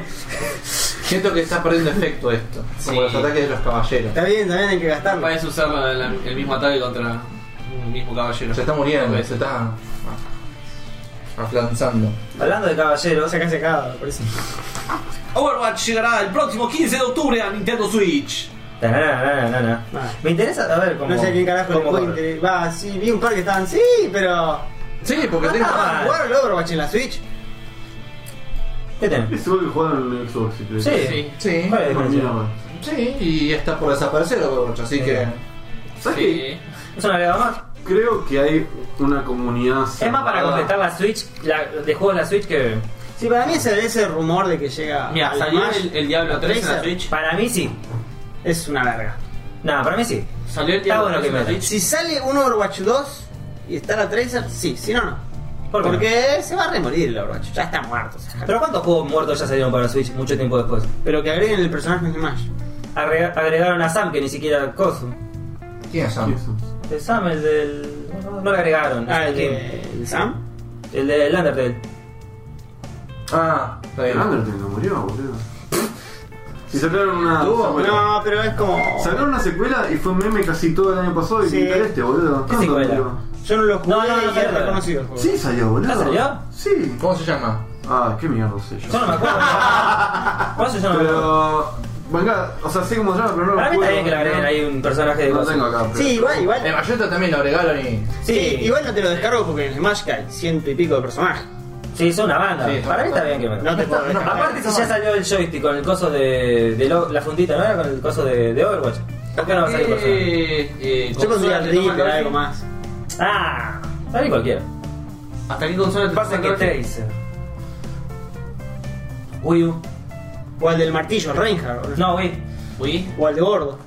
Speaker 6: Siento que está perdiendo efecto esto, como
Speaker 8: Sí.
Speaker 6: los ataques de los caballeros.
Speaker 4: Está bien, también hay que gastarlo.
Speaker 8: Parece usar la- la- el mismo ataque contra un mismo caballero.
Speaker 6: Se está muriendo,
Speaker 8: Ok.
Speaker 6: se está aflanzando.
Speaker 2: Hablando de caballeros,
Speaker 4: Saca secado, por eso.
Speaker 8: Overwatch llegará el próximo 15 de octubre a Nintendo Switch.
Speaker 2: Tananana.
Speaker 4: Vale.
Speaker 2: Me interesa saber cómo.
Speaker 4: No sé a quién carajo le
Speaker 2: cómo
Speaker 4: puede
Speaker 2: corre.
Speaker 4: interesar. Va, sí, vi un par que estaban, sí, pero.
Speaker 13: Sí, porque tengo.
Speaker 2: Ah.
Speaker 4: ¿Jugaron el Overwatch en la Switch?
Speaker 2: ¿Qué tenés?
Speaker 3: Es algo que jugaron en el Xbox, si crees.
Speaker 2: Sí.
Speaker 8: Sí.
Speaker 6: Sí,
Speaker 2: ¿Cuál es la
Speaker 3: No,
Speaker 2: diferencia?
Speaker 3: mierda.
Speaker 6: sí, y está por desaparecer Overwatch, así que.
Speaker 3: ¿Sabes
Speaker 8: Sí.
Speaker 2: ¿Es una agregado más?
Speaker 3: qué? Creo que hay una comunidad.
Speaker 2: Es más para
Speaker 3: cerrada.
Speaker 2: contestar la Switch, la, de juegos de la Switch que.
Speaker 4: Sí, para mí ese, ese rumor de que llega.
Speaker 8: Mira,
Speaker 4: al
Speaker 8: salió
Speaker 4: Smash,
Speaker 8: el, el Diablo
Speaker 4: al
Speaker 8: 3 en la
Speaker 4: Tracer,
Speaker 8: Switch.
Speaker 2: Para mí sí.
Speaker 4: Es una verga.
Speaker 2: Nada, para mí sí.
Speaker 8: Salió el
Speaker 2: Está
Speaker 8: Diablo
Speaker 2: bueno
Speaker 8: 3 en la
Speaker 2: que me-
Speaker 8: Switch.
Speaker 4: Si sale un Overwatch 2 y está la Tracer, sí, si no, no.
Speaker 2: ¿Por qué no?
Speaker 4: Porque se va a remorir el Overwatch, ya está muerto. o sea.
Speaker 2: Pero ¿cuántos juegos muertos ya salieron para Switch mucho tiempo después?
Speaker 4: Pero que agreguen el personaje en Smash.
Speaker 2: Agrega- agregaron a Sam, que ni siquiera Coso.
Speaker 6: ¿Quién es Sam?
Speaker 3: Eso.
Speaker 2: El Sam, el del. No lo agregaron.
Speaker 4: Ah, el,
Speaker 2: el,
Speaker 4: de, el Sam.
Speaker 2: el del Undertale.
Speaker 6: Ah, está
Speaker 3: El
Speaker 6: bien.
Speaker 3: Undertale no murió, boludo. Si sacaron una. secuela.
Speaker 4: No, pero es como.
Speaker 3: Sacaron una secuela y fue meme casi todo el año pasado y
Speaker 4: Sí.
Speaker 3: pinta este, boludo.
Speaker 2: ¿Qué
Speaker 3: ¿Cuándo
Speaker 2: secuela?
Speaker 3: murió?
Speaker 4: Yo no lo jugué
Speaker 2: No, no, no
Speaker 4: y
Speaker 2: salió.
Speaker 4: es reconocido el juego.
Speaker 3: Sí salió, boludo.
Speaker 2: ¿Ah, salió?
Speaker 3: Sí.
Speaker 6: ¿Cómo se llama?
Speaker 3: Ah, qué mierda sé yo.
Speaker 2: Yo no me acuerdo. Por eso yo no me acuerdo.
Speaker 3: Pero. Venga, o sea, sé cómo se llama, pero no lo
Speaker 2: Para mí está
Speaker 3: juego,
Speaker 2: bien que le agreguen
Speaker 3: ¿no?
Speaker 2: ahí un personaje de
Speaker 3: No lo
Speaker 2: Coso.
Speaker 3: tengo acá.
Speaker 4: Sí, igual, igual.
Speaker 6: El Bayonetta Eh, también lo agregaron y.
Speaker 4: Sí, igual no te lo descargo porque en Smash que hay ciento y pico de personajes.
Speaker 2: Sí, es una banda.
Speaker 6: Sí,
Speaker 2: para mí está bien que me
Speaker 4: No te puedo descargar.
Speaker 2: Aparte, si ya salió el joystick con el coso de. de lo- la fundita, ¿no era? Con el coso de, de Overwatch. ¿Por qué no va a salir personaje?
Speaker 8: Eh, eh,
Speaker 4: Yo
Speaker 8: consola
Speaker 4: conseguí el
Speaker 8: te toma
Speaker 4: Reaper,
Speaker 8: cabeza.
Speaker 4: algo más.
Speaker 2: Ah, sale cualquiera.
Speaker 8: ¿Hasta qué consola te
Speaker 2: Pasa
Speaker 8: toma
Speaker 2: que este-
Speaker 8: cabeza?
Speaker 2: Tracer. Wii U.
Speaker 4: O el del martillo, Reinhardt. ¿no?
Speaker 2: No, Wii.
Speaker 8: Uy,
Speaker 4: O el de gordo.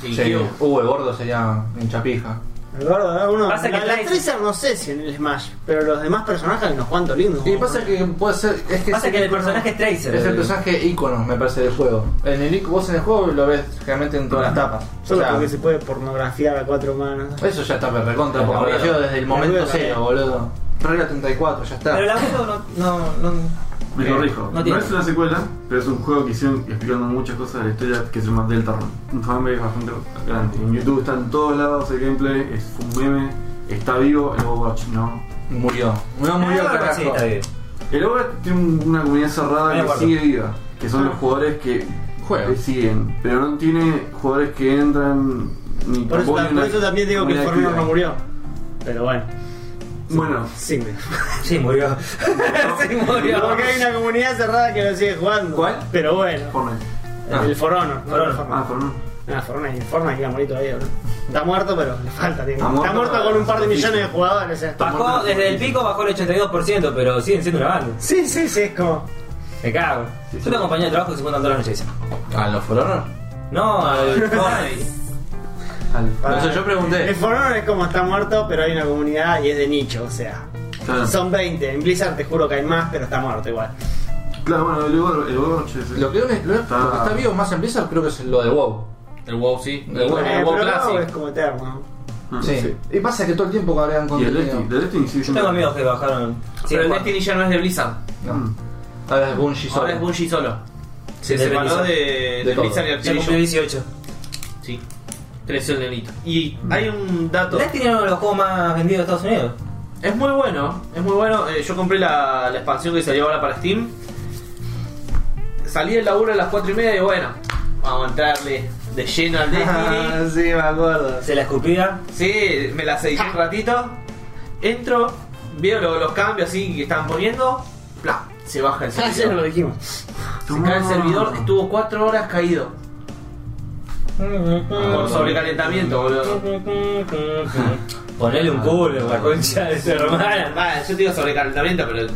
Speaker 8: sí,
Speaker 6: Sí.
Speaker 8: Q.
Speaker 6: Uh, el gordo sería hincha pija.
Speaker 4: El gordo, ¿eh? uno.
Speaker 2: Pasa que
Speaker 4: la, la
Speaker 2: Tracer-
Speaker 4: Tracer no sé si en el Smash, pero los demás personajes hay unos cuantos lindos.
Speaker 6: Y pasa que puede ser. Es que
Speaker 2: Pasa que el personaje es Tracer.
Speaker 6: Es el
Speaker 2: el-
Speaker 6: personaje ícono, me parece, del juego. En el, ic- vos en el juego lo ves generalmente en todas las tapas. O
Speaker 4: Solo
Speaker 6: sea,
Speaker 4: porque se puede pornografiar a cuatro manos.
Speaker 6: eso ya está recontra,
Speaker 8: La
Speaker 6: porque
Speaker 8: cambiaron.
Speaker 6: nació desde el
Speaker 4: La
Speaker 6: momento
Speaker 4: cambiaron.
Speaker 6: cero, boludo. Regla 34, ya está.
Speaker 2: Pero la foto no. no, no...
Speaker 3: Me
Speaker 6: Eh,
Speaker 3: corrijo.
Speaker 2: no
Speaker 3: No,
Speaker 2: tiene.
Speaker 3: es una secuela, pero es un juego que hicieron explicando muchas cosas de la historia que se llama Deltarune. Un fanbase bastante grande. En YouTube está en todos lados el gameplay, es un meme, está vivo, el Overwatch no.
Speaker 6: Murió. No murió,
Speaker 2: Ah,
Speaker 6: carajo.
Speaker 2: sí, está bien.
Speaker 3: El Overwatch tiene un- una comunidad cerrada
Speaker 2: Me
Speaker 3: que
Speaker 2: acuerdo.
Speaker 3: sigue viva, que
Speaker 4: Ah.
Speaker 3: son los jugadores que
Speaker 6: Juegan.
Speaker 3: que siguen, pero no tiene jugadores que entran
Speaker 4: Por eso,
Speaker 3: ni tampoco
Speaker 4: por
Speaker 3: hay una
Speaker 4: eso también digo que el Fortnite
Speaker 3: comunidad
Speaker 4: no
Speaker 3: activa.
Speaker 4: murió. Pero bueno,
Speaker 3: Bueno,
Speaker 4: sí.
Speaker 2: Sí, murió. sí, murió.
Speaker 4: Porque hay una comunidad cerrada que lo sigue jugando.
Speaker 3: ¿Cuál?
Speaker 4: Pero bueno.
Speaker 3: Fortnite.
Speaker 4: El For Honor.
Speaker 2: For
Speaker 4: No,
Speaker 2: Honor.
Speaker 4: el For Honor.
Speaker 3: Ah, Fortnite.
Speaker 4: No, For Honor, el For Honor que iba a morir todavía, bro. Está muerto, pero le falta tiempo.
Speaker 3: Está muerto,
Speaker 4: Está muerto con un par de
Speaker 3: sí.
Speaker 4: millones de jugadores. eh. o sea.
Speaker 2: Bajó, desde el pico bajó el 82%, pero siguen siendo una banda.
Speaker 4: Sí, sí, sí, es como.
Speaker 2: Me cago. Yo tengo compañero de trabajo que se cuentan todas las noches.
Speaker 6: ¿A los For Honor?
Speaker 2: No, al Fortnite.
Speaker 3: Al-
Speaker 6: No sé, yo pregunté.
Speaker 4: El For Honor es como está muerto, pero hay una comunidad y es de nicho, o sea.
Speaker 3: Claro.
Speaker 4: Son 20. En Blizzard te juro que hay más, pero está muerto igual.
Speaker 3: Claro, bueno, el Overwatch- el Overwatch es
Speaker 6: Lo que, une- lo- lo que
Speaker 3: Está-
Speaker 6: está vivo más en Blizzard creo que es lo de WoW.
Speaker 8: El WoW, sí. El
Speaker 6: Eh,
Speaker 8: WoW,
Speaker 4: Eh,
Speaker 8: el WoW
Speaker 4: pero
Speaker 8: Classic.
Speaker 4: no, es como eterno.
Speaker 3: Ah,
Speaker 6: Sí. Y pasa que todo el tiempo cabrean
Speaker 3: Y el
Speaker 6: contenido.
Speaker 3: Destiny, el Destiny sigue
Speaker 2: Yo
Speaker 3: siendo-
Speaker 2: tengo amigos que bajaron. Sí,
Speaker 8: pero el
Speaker 2: Juan.
Speaker 8: Destiny ya no es de Blizzard.
Speaker 3: mm.
Speaker 6: No. Ahora es Bungie solo.
Speaker 8: Ahora es Bungie solo. Se
Speaker 2: de
Speaker 8: separó
Speaker 2: Blizzard.
Speaker 8: de, de,
Speaker 6: De todo.
Speaker 8: Blizzard y
Speaker 2: Ya cumplió
Speaker 8: Activision.
Speaker 2: 18.
Speaker 8: Sí. Creció el nenito. Y hay un dato.
Speaker 2: Destiny era uno de los juegos más vendidos de Estados Unidos.
Speaker 8: Es muy bueno, es muy bueno. Eh, yo compré la, la expansión que salió ahora para Steam. Salí del laburo a las 4 y media y bueno, vamos a entrarle de lleno al Destiny.
Speaker 6: sí, me acuerdo.
Speaker 2: Se la escupía.
Speaker 8: sí, me las edité un ratito. Entro, veo lo- los cambios así que estaban poniendo. Pla, se baja el
Speaker 4: Ya lo
Speaker 8: servidor.
Speaker 4: dijimos.
Speaker 8: Se cae el servidor, estuvo 4 horas caído. Por sobrecalentamiento, boludo.
Speaker 2: Ponele un culo, la concha de su hermana.
Speaker 8: Vale, yo te digo sobrecalentamiento, pero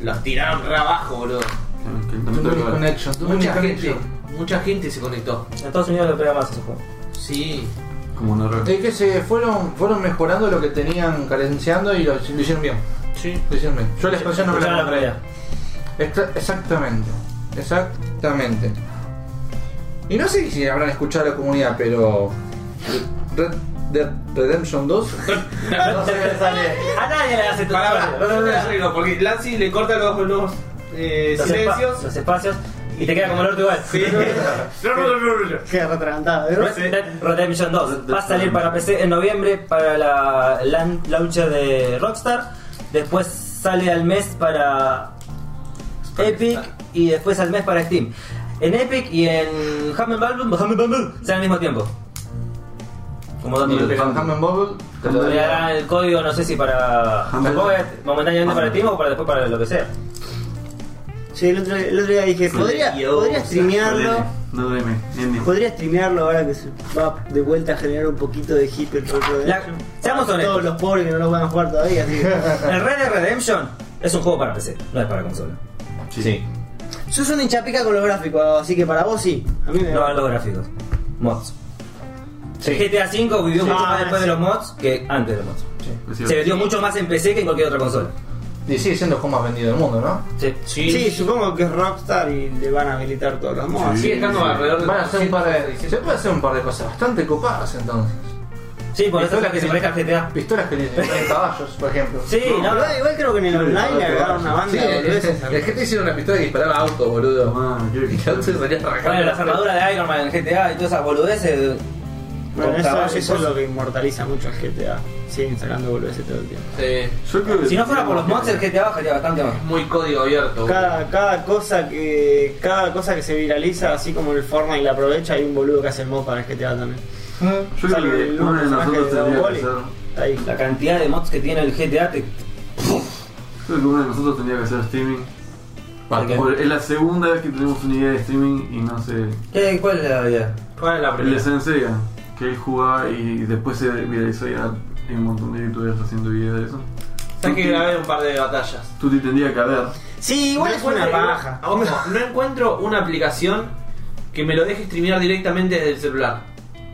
Speaker 8: los tiraron re abajo, boludo.
Speaker 3: Que el
Speaker 6: Tuve
Speaker 3: también
Speaker 6: un
Speaker 3: está claro.
Speaker 6: connection, tuve un
Speaker 8: Mucha gente,
Speaker 6: connection.
Speaker 8: mucha gente se conectó.
Speaker 2: En Estados Unidos le pega más ese juego.
Speaker 8: Sí.
Speaker 3: Como una roca.
Speaker 6: Es que se fueron, fueron mejorando lo que tenían carenciando y lo, lo hicieron bien.
Speaker 8: Sí.
Speaker 6: Lo hicieron bien. Yo la expansión no me
Speaker 2: Escuchaba
Speaker 6: la
Speaker 2: la
Speaker 6: compré.
Speaker 2: comunidad.
Speaker 6: Exa- exactamente. Exactamente. Y no sé si habrán escuchado la comunidad, pero. Red Dead Redemption 2.
Speaker 4: No sé qué sale.
Speaker 2: A nadie le hace
Speaker 8: Pará, pará, no, no, no,
Speaker 2: tutorial.
Speaker 8: yo digo, porque Lancy le corta los, los eh,
Speaker 2: Los espa-
Speaker 8: silencios.
Speaker 2: los espacios y te queda como el orto igual.
Speaker 8: Sí. No, no, no, no, no, no.
Speaker 4: Queda retragantado. ¿eh?
Speaker 2: Red Dead Redemption 2 va a salir para PC en noviembre para la lan- launcher de Rockstar. Después sale al mes para Epic y después al mes para Steam. En Epic y en Humble Bumble, Humble Bumble sale al mismo tiempo. Como dato
Speaker 3: Mira,
Speaker 2: curioso.
Speaker 3: Humble
Speaker 6: Phantom Bubble.
Speaker 2: Te Le darán el código, no sé si para.
Speaker 3: Humble-
Speaker 2: Supongo que momentáneamente para Steam o para después para lo que sea.
Speaker 4: Sí, el otro, el otro día dije, podría, podría streamearlo.
Speaker 3: No duerme, nene.
Speaker 4: Podría streamearlo ahora que se va de vuelta a generar un poquito de hit el propio de
Speaker 2: La- seamos honestos.
Speaker 4: Todos los pobres que no lo van a jugar todavía, así que-
Speaker 2: El Red Dead Redemption es un juego para PC, no es para consola.
Speaker 1: Sí.
Speaker 4: Sos un hinchapica con los gráficos, así que para vos sí. A mí me
Speaker 2: No
Speaker 4: va.
Speaker 2: van los gráficos. Mods.
Speaker 4: Sí.
Speaker 2: El GTA V vivió
Speaker 4: Sí.
Speaker 2: mucho
Speaker 4: Ah,
Speaker 2: más después
Speaker 4: sí.
Speaker 2: de los mods que antes de los mods.
Speaker 3: Es
Speaker 2: Se
Speaker 3: cierto.
Speaker 2: vendió mucho más en PC que en cualquier otra consola.
Speaker 6: Y sigue siendo el juego más vendido del mundo, ¿no?
Speaker 2: Sí.
Speaker 4: Sí. supongo que es Rockstar y le van a habilitar todos los mods.
Speaker 8: Sigue estando alrededor de
Speaker 6: Van a hacer un par de, se puede hacer un par de cosas bastante copadas entonces.
Speaker 2: Sí, por eso es
Speaker 6: Pistola
Speaker 2: la que se
Speaker 6: que-
Speaker 2: parezca al GTA.
Speaker 6: Pistolas que tienen caballos, por ejemplo.
Speaker 2: Sí, no,
Speaker 4: No,
Speaker 2: no.
Speaker 4: no, igual creo que en el online le agarraron una banda
Speaker 6: Sí,
Speaker 4: de boludeces.
Speaker 6: el gente hicieron una pistola que disparaba autos, boludo.
Speaker 3: Ah, quiero
Speaker 6: Y
Speaker 3: que-
Speaker 6: que autos salía
Speaker 2: Bueno, las
Speaker 6: arrancando.
Speaker 2: armaduras de Iron Man en GTA y todas esas boludeces. eh,
Speaker 4: Bueno,
Speaker 2: con
Speaker 4: eso,
Speaker 2: caballos y
Speaker 4: eso es
Speaker 2: cosas.
Speaker 4: lo que inmortaliza mucho al GTA. Siguen sacando boludeces todo el tiempo.
Speaker 6: Sí.
Speaker 3: Yo creo que-
Speaker 2: Si no fuera por los mods, el GTA bajaría bastante más.
Speaker 8: Muy código abierto.
Speaker 4: Cada, cada cosa que cada cosa que se viraliza, así como el Fortnite la aprovecha, hay un boludo que hace el mod para el GTA también.
Speaker 3: Yo creo
Speaker 4: Sale
Speaker 3: que
Speaker 4: el
Speaker 3: uno de
Speaker 4: personaje
Speaker 3: nosotros
Speaker 4: de Dragon
Speaker 3: tendría que
Speaker 4: Ball y-
Speaker 3: hacer.
Speaker 4: Está ahí.
Speaker 2: La cantidad de mods que tiene el GTA te.
Speaker 3: Creo que uno de nosotros tendría que hacer streaming.
Speaker 2: Porque-
Speaker 3: Porque es la segunda vez que tenemos una idea de streaming y no sé.
Speaker 2: ¿Qué- ¿Cuál es la idea?
Speaker 8: ¿Cuál es la
Speaker 3: El de
Speaker 8: primera?
Speaker 3: Senseiya, que él jugaba y después se viralizó y ahora hay un montón de youtubers haciendo videos de eso.
Speaker 8: Sabes que grabé un par de batallas.
Speaker 3: Tuti tendría que haber.
Speaker 4: Sí, igual
Speaker 8: No
Speaker 4: es una
Speaker 8: encuentro-
Speaker 4: paja.
Speaker 8: Ah, Ojo, no encuentro una aplicación que me lo deje streamear directamente desde el celular.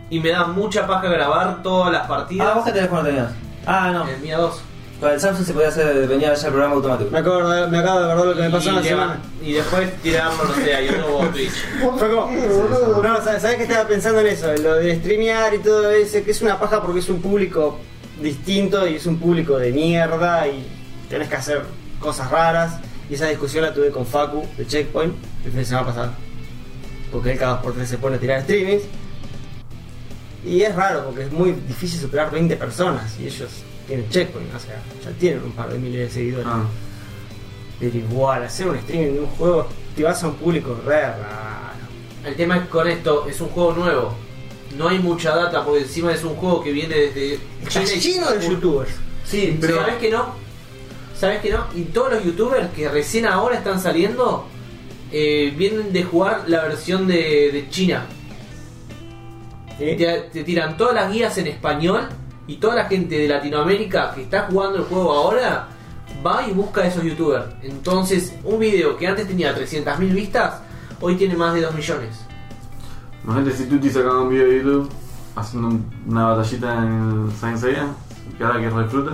Speaker 8: Y me da mucha paja grabar todas las
Speaker 2: Ah, vos
Speaker 8: partidas. Eh,
Speaker 2: qué teléfono tenías. Ah, no.
Speaker 8: El Mía 2.
Speaker 2: Con el Samsung se podía hacer, venía ya el programa automático.
Speaker 4: Me, acabo de- me acabo de acordar lo que me pasó
Speaker 8: y,
Speaker 4: una
Speaker 8: le va-
Speaker 4: semana.
Speaker 8: y después tirarlo, no sé, a YouTube o a Twitch.
Speaker 4: Fue como, no, ¿sabes sabés que estaba pensando en eso? en Lo de streamear y todo eso, que es una paja porque es un público distinto y es un público de mierda y tenés que hacer cosas raras. Y esa discusión la tuve con Facu de Checkpoint el fin de semana pasado. Porque él cada dos por tres se pone a tirar streamings. Y es raro porque es muy difícil superar 20 personas y ellos tienen Checkpoint, o sea, ya tienen un par de miles de seguidores.
Speaker 3: Ah,
Speaker 4: Pero igual, hacer un streaming de un juego te vas a un público re raro.
Speaker 8: El tema es con esto, es un juego nuevo. No hay mucha data porque encima es un juego que viene desde
Speaker 4: Está
Speaker 8: China y
Speaker 4: lleno de
Speaker 8: Japón.
Speaker 4: youtubers.
Speaker 8: Sí, pero ¿sabes que no? ¿Sabes que no? Y todos los youtubers que recién ahora están saliendo eh, vienen de jugar la versión de, de China.
Speaker 4: ¿sí?
Speaker 8: Eh, Te, te tiran todas las guías en español y toda la gente de Latinoamérica que está jugando el juego ahora va y busca a esos youtubers. Entonces, un video que antes tenía 300.000 vistas, hoy tiene más de 2 millones.
Speaker 3: Imagínate si Tuti sacaba un video de YouTube haciendo un- una batallita en el Senseiya, que ahora que refruta.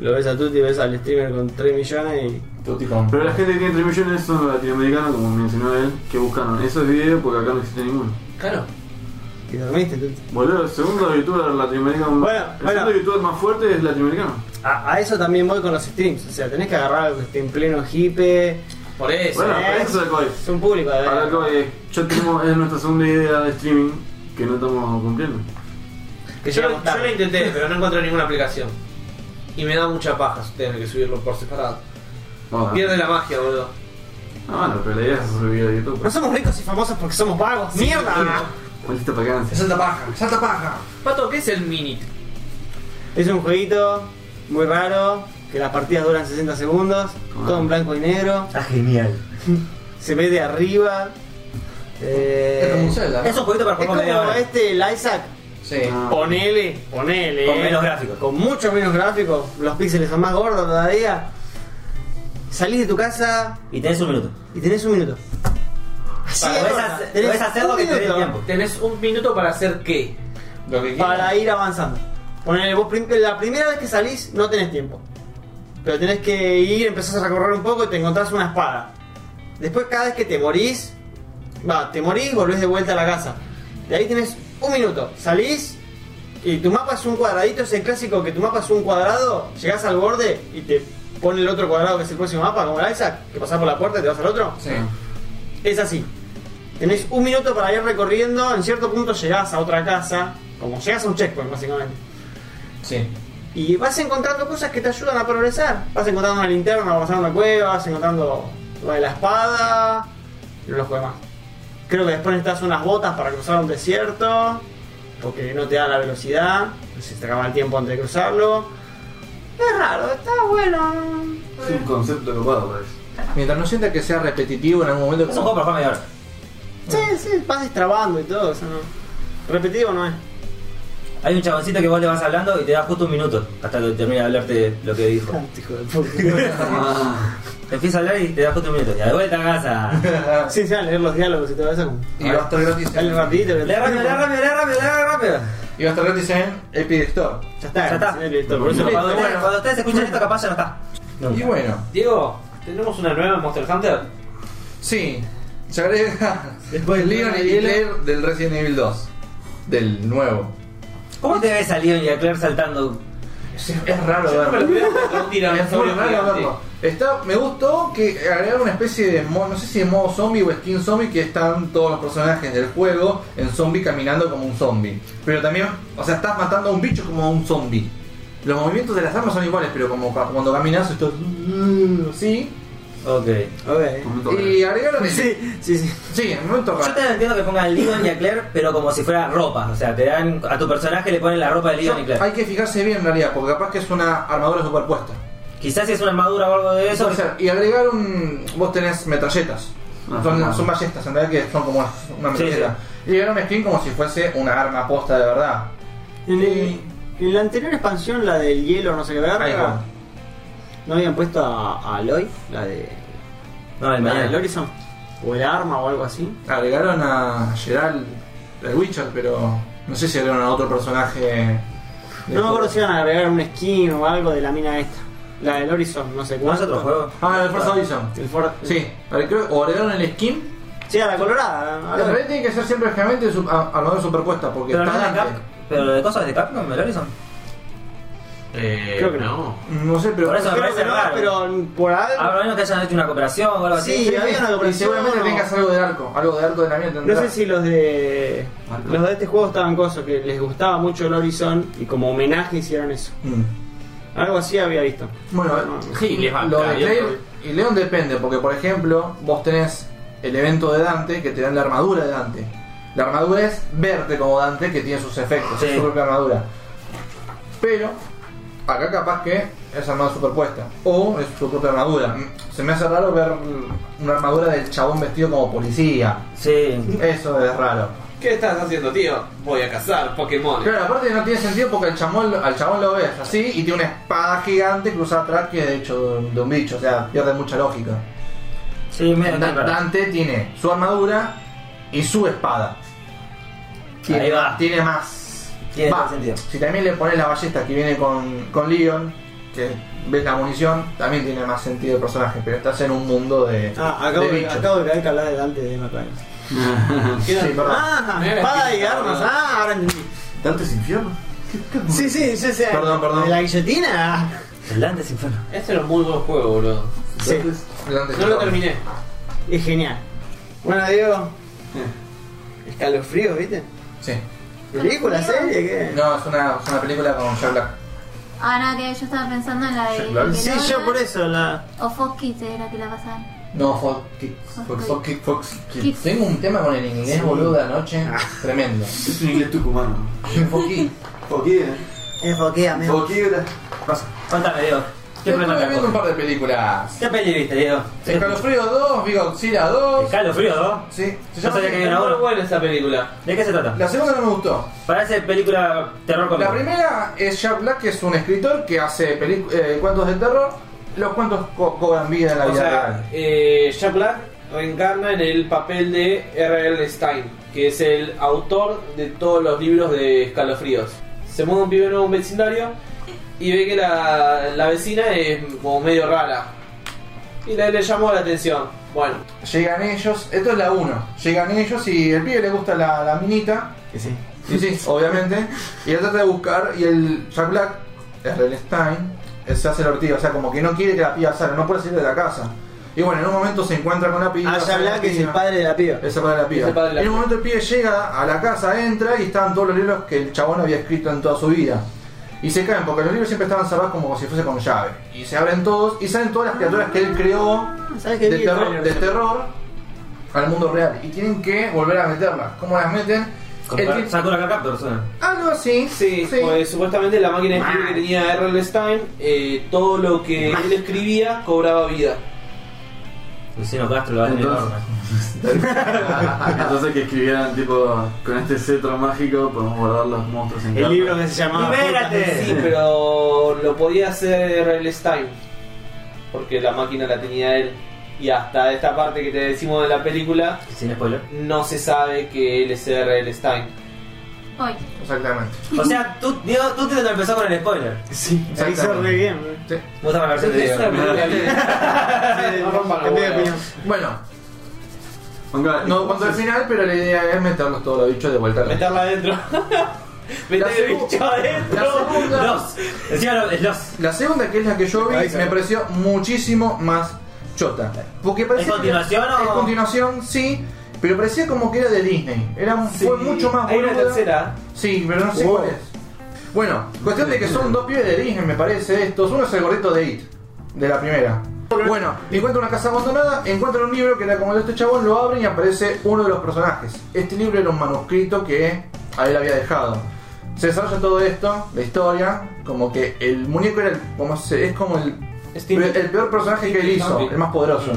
Speaker 4: Lo ves a Tuti, ves al streamer con 3 millones y.
Speaker 6: Tutti con-
Speaker 3: Pero la gente que tiene 3 millones son los latinoamericanos, como mencionó él, que buscaron esos videos porque acá no existe ninguno.
Speaker 8: Claro.
Speaker 4: y dormiste, Tuti.
Speaker 3: Boludo, el segundo youtuber latinoamericano.
Speaker 4: Bueno,
Speaker 3: el
Speaker 4: bueno.
Speaker 3: segundo youtuber más fuerte es latinoamericano.
Speaker 4: A, a eso también voy con los streams. O sea, tenés que agarrar algo que esté en pleno hipe.
Speaker 8: Por eso.
Speaker 3: Bueno,
Speaker 4: es.
Speaker 3: para eso es el código.
Speaker 4: Es un público, de
Speaker 3: Ahora
Speaker 4: verdad.
Speaker 3: acá, eh, ya tenemos, es nuestra segunda idea de streaming que no estamos cumpliendo.
Speaker 4: Que
Speaker 8: yo,
Speaker 4: llegamos
Speaker 8: lo- yo lo
Speaker 4: tarde.
Speaker 8: intenté, pero no encontré ninguna aplicación. Y me da mucha paja tener que subirlo por separado.
Speaker 3: Joda.
Speaker 8: Pierde la magia, boludo.
Speaker 3: Ah, bueno, pero la idea es hacer videos de YouTube.
Speaker 4: No somos ricos y famosos porque somos vagos. ¡Mierda!
Speaker 3: Maldita vacancia.
Speaker 6: Salta paja, salta paja.
Speaker 8: Pato, ¿qué es el Minit?
Speaker 4: Es un jueguito muy raro. Que las partidas duran 60 segundos.
Speaker 6: Ah.
Speaker 4: Todo en blanco y negro.
Speaker 2: Está genial.
Speaker 4: Se ve de arriba. Eh,
Speaker 6: Es como un Zelda, ¿no?
Speaker 2: Es un jueguito para
Speaker 4: Es
Speaker 2: jugar con media
Speaker 4: como
Speaker 2: hora.
Speaker 4: este, el Isaac.
Speaker 6: Sí.
Speaker 3: Ah.
Speaker 4: Ponele, ponele.
Speaker 2: Con
Speaker 4: eh.
Speaker 2: menos gráficos.
Speaker 4: Con mucho menos gráficos. Los píxeles son más gordos todavía. Salís de tu casa
Speaker 2: Y tenés un minuto.
Speaker 4: y tenés un minuto.
Speaker 2: Para- podés
Speaker 4: ahora,
Speaker 2: hacer-
Speaker 4: tenés
Speaker 2: podés hacer
Speaker 4: un
Speaker 2: lo que te dé
Speaker 4: minuto
Speaker 2: tiempo.
Speaker 8: Tenés un minuto para hacer qué.
Speaker 6: Lo que
Speaker 4: Para
Speaker 6: quieras.
Speaker 4: ir avanzando. Ponele, vos prim- la primera vez que salís no tenés tiempo. Pero tenés que ir, empezás a recorrer un poco y te encontrás una espada. Después cada vez que te morís, va, te morís, volvés de vuelta a la casa. De ahí tenés un minuto, salís y tu mapa es un cuadradito, es el clásico que tu mapa es un cuadrado, llegás al borde y te pone el otro cuadrado que es el próximo mapa, como la esa, que pasás por la puerta y te vas al otro.
Speaker 6: Sí.
Speaker 4: Es así. Tenés un minuto para ir recorriendo, en cierto punto llegás a otra casa, como llegás a un checkpoint básicamente.
Speaker 2: Sí.
Speaker 4: Y vas encontrando cosas que te ayudan a progresar. Vas encontrando una linterna, vas encontrando una cueva, vas encontrando lo de la espada. Y no los juegas más. Creo que después necesitas unas botas para cruzar un desierto. Porque no te da la velocidad. Se te acaba el tiempo antes de cruzarlo. Es raro, está bueno.
Speaker 3: Es un concepto copado, parece.
Speaker 6: Mientras no sienta que sea repetitivo en algún momento.
Speaker 2: Es un juego para jugar media hora.
Speaker 4: Sí, sí, vas destrabando y todo. o sea, no. Repetitivo no es.
Speaker 2: Hay un chaboncito que vos le vas hablando y te da justo un minuto hasta que termina de hablarte lo que dijo. Te empieza a hablar y te da justo un minuto. Ya de vuelta a casa.
Speaker 4: Sí, sí, a leer los diálogos y todo eso. como-
Speaker 6: Y va a estar gratis
Speaker 4: Dale
Speaker 6: en,
Speaker 4: rapidito.
Speaker 2: Le rápido, le rápido, le rápido, le rápido.
Speaker 6: y va a estar gratis en Epic Store.
Speaker 4: Ya está,
Speaker 2: Ya está.
Speaker 4: sí, listo, por
Speaker 2: Cuando,
Speaker 4: eso listo,
Speaker 2: ustedes-
Speaker 4: bueno.
Speaker 2: cuando ustedes escuchan esto, capaz ya no está.
Speaker 6: Y bueno,
Speaker 8: Diego, ¿tenemos una nueva en Monster Hunter?
Speaker 6: sí. Se agrega
Speaker 4: Después del
Speaker 6: Leon y
Speaker 4: Resident
Speaker 6: Claire del Resident Evil 2. Del nuevo.
Speaker 2: ¿Cómo te ves a Leon y a Claire saltando?
Speaker 6: Es, es raro
Speaker 8: Yo no me
Speaker 6: verlo.
Speaker 8: lo hubiera puesto un
Speaker 6: Es muy
Speaker 8: tiranosaurio
Speaker 6: raro
Speaker 8: gigante.
Speaker 6: verlo. Está, me gustó que agregaron una especie de modo, no sé si de modo zombie o skin zombie, que están todos los personajes del juego en zombie caminando como un zombie. Pero también, o sea, estás matando a un bicho como a un zombie. Los movimientos de las armas son iguales, pero como ca- cuando caminas, esto uh, sí.
Speaker 2: Ok.
Speaker 4: Ok.
Speaker 3: Momento
Speaker 6: Y agregaron el-
Speaker 4: Sí, sí, sí.
Speaker 6: Sí, en un momento
Speaker 2: Yo
Speaker 6: raro.
Speaker 2: te entiendo que pongan Leon y a Claire, pero como si fuera ropa. O sea, te dan a tu personaje le ponen la ropa de Leon y Claire.
Speaker 6: Hay que fijarse bien en realidad, porque capaz que es una armadura superpuesta.
Speaker 2: Quizás si es una armadura o algo de eso.
Speaker 6: Puede ser. Y agregaron. Vos tenés metralletas.
Speaker 3: Ah,
Speaker 6: son,
Speaker 3: ah.
Speaker 6: son ballestas, en realidad que son como una, una
Speaker 2: Sí,
Speaker 6: metralleta. Y agregaron skin como si fuese una arma posta de verdad.
Speaker 4: En,
Speaker 6: Sí.
Speaker 4: el- en la anterior expansión, la del hielo, no sé qué
Speaker 6: Ahí
Speaker 4: verga,
Speaker 6: va.
Speaker 4: ¿no habían puesto a, a Aloy? La de.
Speaker 2: No, Ah, el
Speaker 4: la del
Speaker 2: mañana.
Speaker 4: Horizon. O el arma o algo así.
Speaker 6: Agregaron a Gerald el Witcher, pero no sé si agregaron a otro personaje. del
Speaker 4: No me
Speaker 6: juego.
Speaker 4: acuerdo si iban a agregar un skin o algo de la mina esta. La del Horizon, no sé
Speaker 2: ¿No es
Speaker 4: cuál.
Speaker 2: otro juego?
Speaker 6: Ah, el Forza Horizon.
Speaker 4: El Ford.
Speaker 6: Sí, agregaron- o agregaron el skin.
Speaker 4: Sí, a la colorada. a
Speaker 6: En
Speaker 4: la-
Speaker 6: realidad tiene que ser siempre generalmente su- a- armadura superpuesta, porque
Speaker 2: Pero no
Speaker 6: está
Speaker 2: es de Cap.
Speaker 6: Dante.
Speaker 2: Pero de cosas de Cap, no me lo
Speaker 8: Eh,
Speaker 4: Creo que
Speaker 6: No sé, pero.
Speaker 2: Por eso-
Speaker 4: Creo
Speaker 2: parece
Speaker 4: que no,
Speaker 2: raro.
Speaker 4: pero por algo.
Speaker 2: Habrá menos que hayan hecho una cooperación o algo así.
Speaker 4: Sí, había una
Speaker 6: Y
Speaker 4: cooperación.
Speaker 6: seguramente tengas algo de arco, algo de arco de la mía
Speaker 4: No
Speaker 6: tendrá.
Speaker 4: sé si los de. Los de este juego estaban cosas que les gustaba mucho el Horizon y como homenaje hicieron eso.
Speaker 6: Mm.
Speaker 4: Algo así había visto.
Speaker 6: Bueno, sí,
Speaker 8: les va a
Speaker 6: lo de
Speaker 8: caer,
Speaker 6: Claire
Speaker 8: obvio.
Speaker 6: y León depende, porque por ejemplo, vos tenés el evento de Dante que te dan la armadura de Dante. La armadura es verde como Dante, que tiene sus efectos,
Speaker 2: Sí.
Speaker 6: es su propia armadura. Pero, acá capaz que es armadura superpuesta, o es su propia armadura. Mm, Se me hace raro ver una armadura del chabón vestido como policía.
Speaker 2: Sí.
Speaker 6: Eso es raro.
Speaker 8: ¿Qué estás haciendo, tío? Voy a cazar Pokémon.
Speaker 6: Claro, aparte no tiene sentido porque al chamón, al chabón lo ves así y tiene una espada gigante cruzada atrás que es de hecho de un bicho, o sea, pierde mucha lógica.
Speaker 2: Sí, me
Speaker 6: Dan- Dante tiene su armadura y su espada. Tiene,
Speaker 2: Ahí va.
Speaker 6: tiene más.
Speaker 2: Tiene
Speaker 6: Va,
Speaker 2: todo sentido.
Speaker 6: Si también le pones la ballesta que viene con, con Leon, que ves la munición, también tiene más sentido el personaje, pero estás en un mundo de,
Speaker 4: Ah, acabo
Speaker 6: de
Speaker 4: de,
Speaker 6: bichos.
Speaker 4: acabo de caer que hablar de Dante de Macranes.
Speaker 6: Sí, perdón.
Speaker 4: Ah, espada y armas. Ah, ahora entendí.
Speaker 3: ¿Tanto es infierno?
Speaker 4: Sí, sí, sí, sí.
Speaker 6: Perdón, perdón.
Speaker 4: ¿De la guillotina?
Speaker 2: El Dante es infernal.
Speaker 8: Este era un muy buen juego, boludo.
Speaker 4: Sí,
Speaker 6: Dante
Speaker 8: No lo
Speaker 6: Chabón.
Speaker 8: terminé.
Speaker 4: es genial. Bueno, Diego. Eh. Escalofríos, ¿viste?
Speaker 6: Sí.
Speaker 4: Película,
Speaker 7: Escalofríos.
Speaker 4: serie, ¿qué?
Speaker 6: No, es una, es una película con Jack Black.
Speaker 7: Ah, no, que yo estaba pensando en la de.
Speaker 6: Sí, claro.
Speaker 4: Sí,
Speaker 7: Nickelodeon.
Speaker 4: yo por eso la.
Speaker 7: O Fox Kids era que la pasaban.
Speaker 6: No, Fox Kids. Fox, Fox Kids. Fox Kids.
Speaker 7: Kids.
Speaker 6: Tengo un tema con el inglés, boludo, de anoche. Tremendo.
Speaker 3: Es un inglés tucumano.
Speaker 6: Fox Kids.
Speaker 3: Foquera.
Speaker 4: Enfoquea,
Speaker 3: Foquera.
Speaker 2: Contame, Diego. ¿Qué
Speaker 6: Estuve
Speaker 2: problema
Speaker 6: viendo un
Speaker 2: te
Speaker 6: par de películas.
Speaker 2: ¿Qué peli viste, Diego?
Speaker 6: Escalofrío 2, Big Godzilla 2.
Speaker 2: Escalofrío, ¿no?
Speaker 6: Sí, se
Speaker 2: Yo
Speaker 6: llama-
Speaker 2: sabía que había
Speaker 8: Era
Speaker 2: una
Speaker 8: muy
Speaker 2: obra.
Speaker 8: buena esa película.
Speaker 2: ¿De qué se trata?
Speaker 6: La segunda no me gustó.
Speaker 2: Parece película terror
Speaker 6: La
Speaker 2: cómico.
Speaker 6: primera es Jack Black, que es un escritor que hace pelicu- eh, cuentos de terror. Los cuentos co- cobran vida en la
Speaker 8: O
Speaker 6: vida
Speaker 8: sea,
Speaker 6: real.
Speaker 8: eh, Jack Black reencarna en el papel de R.L. Stein, que es el autor de todos los libros de escalofríos. Se mueve un pibe nuevo a un vecindario y ve que la, la vecina es como medio rara. y le, le llamó la atención. Bueno,
Speaker 6: Llegan ellos, esto es la 1. Llegan ellos y el pibe le gusta la, la minita.
Speaker 4: Que sí.
Speaker 6: Sí, sí, obviamente. Y él trata de buscar y el Jack Black, el Relestein, eh, se hace el ortigo. O sea, como que no quiere que la piba salga, no puede salir de la casa. Y bueno, en un momento se encuentra con la piba.
Speaker 4: Ah, ya
Speaker 6: sale la
Speaker 4: hablaba que es el
Speaker 6: piba.
Speaker 4: padre de la piba.
Speaker 6: Es el padre de la
Speaker 8: Es el
Speaker 6: piba.
Speaker 8: padre de la
Speaker 6: Y en un
Speaker 8: piba.
Speaker 6: momento el pibe llega a la casa, entra y estaban todos los libros que el chabón había escrito en toda su vida. Y se caen, porque los libros siempre estaban cerrados como si fuese con llave. Y se abren todos y salen todas las criaturas que él creó
Speaker 4: Ah, ¿Sabes qué?
Speaker 6: de
Speaker 4: Vi el
Speaker 6: terror,
Speaker 4: trailer.
Speaker 6: de terror al mundo real. Y tienen que volver a meterlas. ¿Cómo las meten? Ah,
Speaker 2: Con-
Speaker 6: Él tiene-
Speaker 2: Sacó la carcaptor, suena.
Speaker 6: Algo así.
Speaker 8: Sí, pues supuestamente la máquina de escribir que tenía R.L. Stein, eh, todo lo que él escribía cobraba vida.
Speaker 2: Luciano Castro lo va a tener
Speaker 3: Entonces-
Speaker 2: enorme.
Speaker 3: Entonces que escribieran tipo con este cetro mágico podemos guardar los monstruos en
Speaker 4: El
Speaker 3: casa.
Speaker 4: libro que se llamaba.
Speaker 8: Sí, pero lo podía hacer R.L. Stein, porque la máquina la tenía él. Y hasta esta parte que te decimos de la película,
Speaker 2: Sin spoiler.
Speaker 8: no se sabe que él es R.L. Stein.
Speaker 7: Hoy.
Speaker 5: Exactamente.
Speaker 2: O sea, tú, Diego, tú te lo empezó con el spoiler.
Speaker 4: Sí, se hizo re bien. ¿eh?
Speaker 5: Sí.
Speaker 2: Me gusta más la versión de
Speaker 8: Es una
Speaker 2: Diego.
Speaker 8: película bien.
Speaker 4: No rompan la
Speaker 8: Cambio de
Speaker 4: bola.
Speaker 8: opinión.
Speaker 6: Bueno,
Speaker 3: Ponga-
Speaker 6: no cuando al final, pero la idea es meterlos todos los bichos de vuelta. a la-
Speaker 8: Meterla adentro.
Speaker 6: La
Speaker 8: Meter el
Speaker 6: segu-
Speaker 8: bicho adentro.
Speaker 6: La segunda-
Speaker 2: Los. Encima lo- es los.
Speaker 6: La segunda, que es la que yo vi,
Speaker 4: Ahí se
Speaker 6: me
Speaker 4: ve.
Speaker 6: pareció muchísimo más chota. Porque parecía
Speaker 2: ¿Es continuación
Speaker 6: que-
Speaker 2: o-
Speaker 6: Es continuación, sí, pero parecía como que era de Disney. Era un- fue mucho más
Speaker 8: Hay una
Speaker 6: boluda.
Speaker 8: tercera.
Speaker 6: Sí, pero no sé
Speaker 4: Wow.
Speaker 6: cuál es. Bueno, cuestión de que son dos pibes de Disney, me parece estos. Uno es el gordito de It, de la primera. Bueno, encuentran una casa abandonada, encuentran un libro que era como el de este chabón, lo abren y aparece uno de los personajes. Este libro era un manuscrito que a él había dejado. Se desarrolla todo esto, la historia, como que el muñeco era el- como se- es como el,
Speaker 8: Steve-
Speaker 6: el peor personaje que él
Speaker 8: Steve
Speaker 6: hizo,
Speaker 8: Zombie.
Speaker 6: el más poderoso.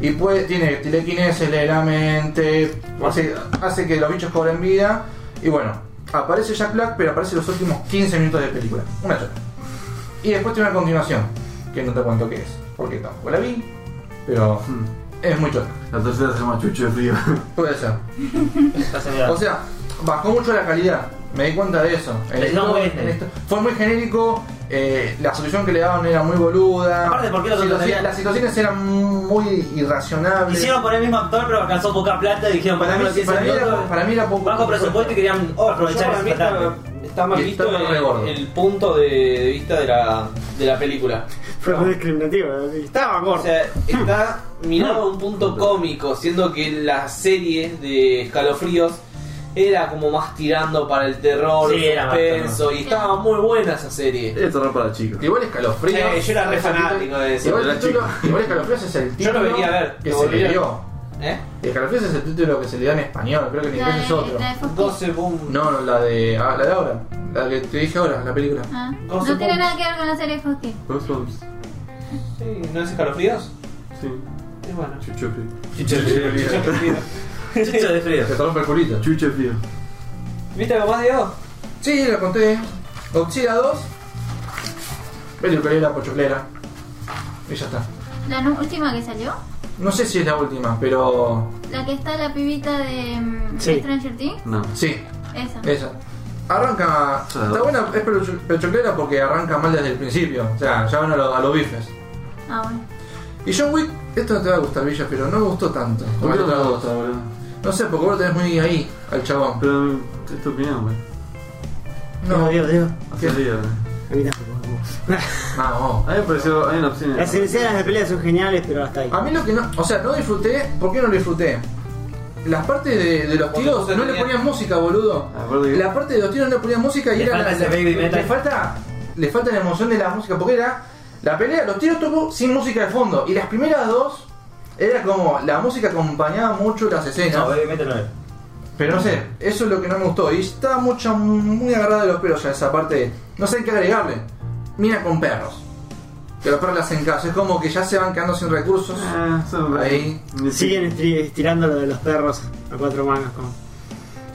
Speaker 6: Y puede, tiene telequinesis, lee la mente, hace, hace que los bichos cobren vida. Y bueno, aparece Jack Black, pero aparece los últimos 15 minutos de película. Una chota. Y después tiene una continuación, que no te cuento qué es, porque tampoco la vi, pero
Speaker 3: Hmm.
Speaker 6: es muy chota.
Speaker 3: La tercera se llama Chucho de Frío.
Speaker 6: Puede ser.
Speaker 2: Estás en edad.
Speaker 6: O sea, bajó mucho la calidad. Me di cuenta de eso. En
Speaker 2: Es
Speaker 6: esto-
Speaker 2: no este.
Speaker 6: en esto- fue muy genérico. eh, la solución que le daban era muy boluda.
Speaker 2: Aparte, ¿por qué lo
Speaker 6: Situaci-
Speaker 2: contratarían?
Speaker 6: Las situaciones eran muy irracionables.
Speaker 2: Hicieron por el mismo actor, pero alcanzó poca plata y dijeron:
Speaker 6: para, mí,
Speaker 2: lo que es
Speaker 6: para
Speaker 2: el
Speaker 6: mí era,
Speaker 2: otro,
Speaker 6: para mí era poco.
Speaker 2: Bajo presupuesto y querían oh,
Speaker 8: Yo,
Speaker 2: aprovechar
Speaker 8: para
Speaker 2: esa
Speaker 8: mí está,
Speaker 2: plata.
Speaker 8: está mal
Speaker 6: Y
Speaker 8: visto
Speaker 6: está re gordo.
Speaker 8: el, el punto de, de vista de la, de la película.
Speaker 4: Fue muy discriminativo. ¿eh? Estaba
Speaker 8: O
Speaker 4: gordo.
Speaker 8: sea, está mirado a un punto cómico, siendo que las series de escalofríos era como más tirando para el terror,
Speaker 2: Sí, era más
Speaker 8: el suspenso,
Speaker 2: terror.
Speaker 8: y estaba muy buena esa serie.
Speaker 3: Es terror para chicos.
Speaker 6: Igual escalofrío.
Speaker 8: Eh, yo era re fanático de eso,
Speaker 6: Igual,
Speaker 3: era
Speaker 6: el título-
Speaker 3: chico.
Speaker 6: igual escalofríos es el
Speaker 8: Yo
Speaker 6: título
Speaker 8: lo venía a ver,
Speaker 6: que
Speaker 8: lo
Speaker 6: se
Speaker 8: volví a
Speaker 6: le
Speaker 8: ver.
Speaker 6: dio.
Speaker 8: ¿Eh?
Speaker 6: Escalofríos es el título que se le dio en español. Creo que en
Speaker 7: La
Speaker 6: inglés es
Speaker 7: de,
Speaker 6: otro.
Speaker 7: la de Fox Kids.
Speaker 8: 12 boom.
Speaker 6: No, no, la de, ah, la de ahora. La que te dije ahora, la película.
Speaker 7: Ah, No
Speaker 8: 12
Speaker 7: tiene
Speaker 8: puntos.
Speaker 7: nada que ver con la serie Fox Kids.
Speaker 3: Goosebumps.
Speaker 8: Sí, ¿No es escalofríos?
Speaker 3: Sí,
Speaker 8: Es bueno.
Speaker 3: Chucho de Frío.
Speaker 2: Chicho de frío.
Speaker 6: Se te rompe el culito.
Speaker 3: Chucho de Frío.
Speaker 8: ¿Viste algo más, Diego?
Speaker 6: Sí, lo conté. Godzilla 2. Pelucrera, pochoclera. Y ya está.
Speaker 7: La nu- última que salió,
Speaker 6: No sé si es la última, pero.
Speaker 7: la que está la pibita de mm,
Speaker 4: Sí.
Speaker 7: Stranger Things,
Speaker 3: No.
Speaker 6: Sí,
Speaker 7: esa.
Speaker 6: esa. Arranca. Está buena, es peluch- pochoclera porque arranca mal desde el principio. O sea, ya van a, lo- a los bifes.
Speaker 7: Ah, bueno.
Speaker 6: Y John Wick, esto no te va a gustar, Villa, pero no me gustó tanto. Como te va a gustar.
Speaker 3: boludo?
Speaker 6: No sé, porque vos lo tenés muy ahí, al chabón.
Speaker 3: Pero es tu opinión, güey.
Speaker 6: No,
Speaker 4: Dios, Dios.
Speaker 3: Hace
Speaker 6: ¿Qué?
Speaker 3: día, güey.
Speaker 4: A mí tampoco.
Speaker 6: no.
Speaker 3: A mí me pareció, hay una opción.
Speaker 4: Las escenas de pelea son geniales, pero hasta ahí.
Speaker 6: A mí lo que no, o sea, no disfruté, ¿por qué no lo disfruté? Las partes de, de los
Speaker 8: Porque
Speaker 6: tiros
Speaker 8: vos
Speaker 6: no le
Speaker 8: tenías-
Speaker 6: ponían música, boludo.
Speaker 3: Ah, Aparte que-
Speaker 6: La parte de los tiros no le ponían música y
Speaker 2: Le
Speaker 6: era
Speaker 2: falta
Speaker 6: la-
Speaker 2: ese
Speaker 6: la-
Speaker 2: baby metal.
Speaker 6: le falta le falta la emoción de la música porque era la pelea, los tiros tocó sin música de fondo y las primeras dos era como la música acompañaba mucho las escenas.
Speaker 2: No, baby, mételo en él.
Speaker 6: Pero no sé, eso es lo que no me gustó. Y está mucho, muy agarrada de los pelos ya esa parte. No sé en qué agregarle. Mira con perros. Que los perros le hacen caso. Es como que ya se van quedando sin recursos.
Speaker 3: Ah, eso,
Speaker 6: Ahí.
Speaker 3: Ni
Speaker 4: Siguen estri- estirando lo de los perros a cuatro manos. Como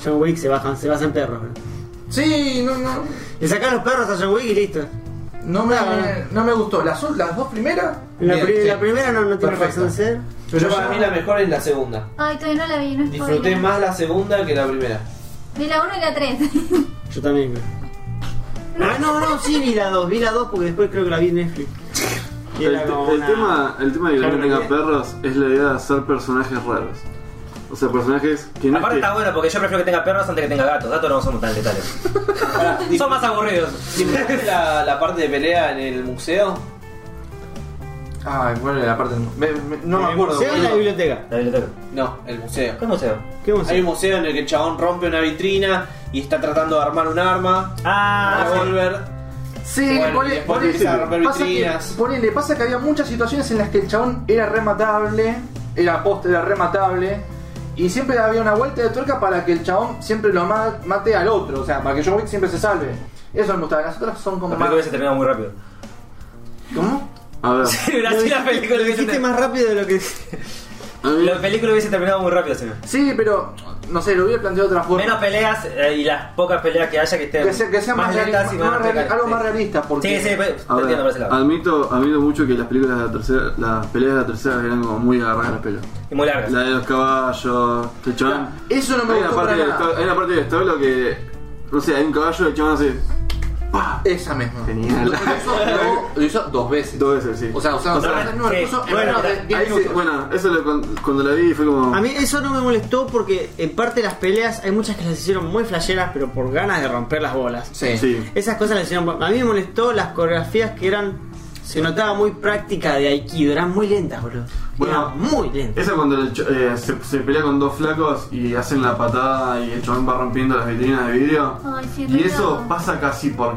Speaker 4: John Wick se bajan, se basan perros. ¿no?
Speaker 6: Sí, no, no.
Speaker 4: Le sacan los perros a John Wick y listo.
Speaker 6: No me,
Speaker 4: Ah.
Speaker 6: no me gustó. Las, ul- las dos primeras.
Speaker 4: La,
Speaker 6: bien,
Speaker 4: pri-
Speaker 6: sí.
Speaker 4: la primera no, no tiene
Speaker 6: Perfecto.
Speaker 4: razón de ser.
Speaker 6: Pero
Speaker 8: Yo para
Speaker 6: ya-
Speaker 8: mí la mejor es la segunda.
Speaker 7: Ay, todavía no la vi, no es
Speaker 8: Disfruté
Speaker 7: spoiler.
Speaker 8: más la segunda que la primera.
Speaker 7: Vi la 1 y la 3.
Speaker 4: Yo también, creo. Ah, no, no, sí vi la 2, vi la 2 porque después creo que la vi en Netflix. Y
Speaker 3: El,
Speaker 4: era
Speaker 3: te-
Speaker 4: como
Speaker 3: el
Speaker 4: una-
Speaker 3: tema, el tema de que la
Speaker 4: Claro,
Speaker 3: gente tenga
Speaker 4: bien.
Speaker 3: perros es la idea de hacer personajes raros. O sea, personajes que no es
Speaker 2: Aparte
Speaker 3: que-
Speaker 2: está bueno porque yo prefiero que tenga perros antes que tenga gatos. Gatos no somos tan letales. Son más aburridos.
Speaker 8: ¿Disfrutaste la, la parte de pelea en el museo?
Speaker 6: Ay, bueno, la parte. me- me- no me
Speaker 4: El
Speaker 6: acuerdo.
Speaker 4: museo y la
Speaker 6: boludo.
Speaker 4: biblioteca.
Speaker 2: La biblioteca.
Speaker 8: No, el museo.
Speaker 2: ¿Qué museo?
Speaker 4: ¿Qué
Speaker 8: Hay un
Speaker 4: museo?
Speaker 8: museo en el que el chabón rompe una vitrina y está tratando de armar un arma.
Speaker 2: Ah,
Speaker 8: para
Speaker 2: sí.
Speaker 8: volver.
Speaker 5: Sí,
Speaker 8: Bueno, y
Speaker 5: ponele,
Speaker 8: después
Speaker 5: ponele-
Speaker 8: empieza a romper
Speaker 5: pasa que,
Speaker 8: vitrinas.
Speaker 5: ponele, pasa que había muchas situaciones en las que el chabón era rematable, era poste, era rematable, y siempre había una vuelta de tuerca para que el chabón siempre lo ma- mate al otro, o sea, para que John Wick siempre se salve. Eso me gustaba, las otras son como
Speaker 2: La
Speaker 5: más...
Speaker 2: película hubiese terminado muy rápido.
Speaker 5: ¿Cómo?
Speaker 3: A ver,
Speaker 2: Así la película
Speaker 4: Lo
Speaker 2: hubiese
Speaker 4: dijiste
Speaker 2: terminado.
Speaker 4: más rápido de lo que.
Speaker 3: a mí-
Speaker 2: La película hubiese terminado muy rápido, señor.
Speaker 5: Sí, pero, no sé, lo hubiera planteado de otra forma.
Speaker 2: Menos peleas eh, y las pocas peleas que haya que estén
Speaker 5: que sea, que sea más, reali-
Speaker 2: lentas y
Speaker 5: más reali-
Speaker 2: pegar.
Speaker 5: algo
Speaker 2: Sí.
Speaker 5: más realista, porque...
Speaker 2: Sí, sí, pues. pe-
Speaker 3: a
Speaker 2: te
Speaker 3: ver,
Speaker 2: entiendo por ese lado.
Speaker 3: admito, admito mucho que las películas de la tercera, las peleas de la tercera eran como muy agarradas las pelos.
Speaker 2: Y muy largas.
Speaker 3: La de los caballos, el chabón.
Speaker 5: Eso no me
Speaker 3: hay una
Speaker 5: gustó
Speaker 3: parte
Speaker 5: para
Speaker 3: del
Speaker 5: nada.
Speaker 3: establo- Hay una parte del establo que. No sé, hay un caballo y el chabón hace. ¡Pah!
Speaker 5: Esa misma.
Speaker 3: Genial.
Speaker 6: Lo- Lo hizo dos veces.
Speaker 3: Dos veces, sí.
Speaker 6: O sea, usaron
Speaker 2: O sea,
Speaker 6: dos
Speaker 5: No,
Speaker 2: sí.
Speaker 5: incluso en
Speaker 2: Bueno,
Speaker 5: menos de
Speaker 2: ahí
Speaker 5: 10
Speaker 3: Ahí sí,
Speaker 5: minutos.
Speaker 3: bueno, eso lo- cuando, cuando la vi fue como.
Speaker 4: A mí eso no me molestó porque en parte las peleas hay muchas que las hicieron muy flasheras, pero por ganas de romper las bolas.
Speaker 6: Sí.
Speaker 3: Sí.
Speaker 4: Esas cosas las hicieron. A mí me molestó las coreografías que eran. Se notaba muy práctica de Aikido, eran muy lentas, boludo.
Speaker 3: Bueno,
Speaker 4: eran muy lentas.
Speaker 3: Esa cuando el ch- eh, se, se pelea con dos flacos y hacen la patada y el chabón va rompiendo las vitrinas de vidrio.
Speaker 7: Ay, sí,
Speaker 3: y
Speaker 7: re
Speaker 3: eso
Speaker 7: loco.
Speaker 3: pasa casi por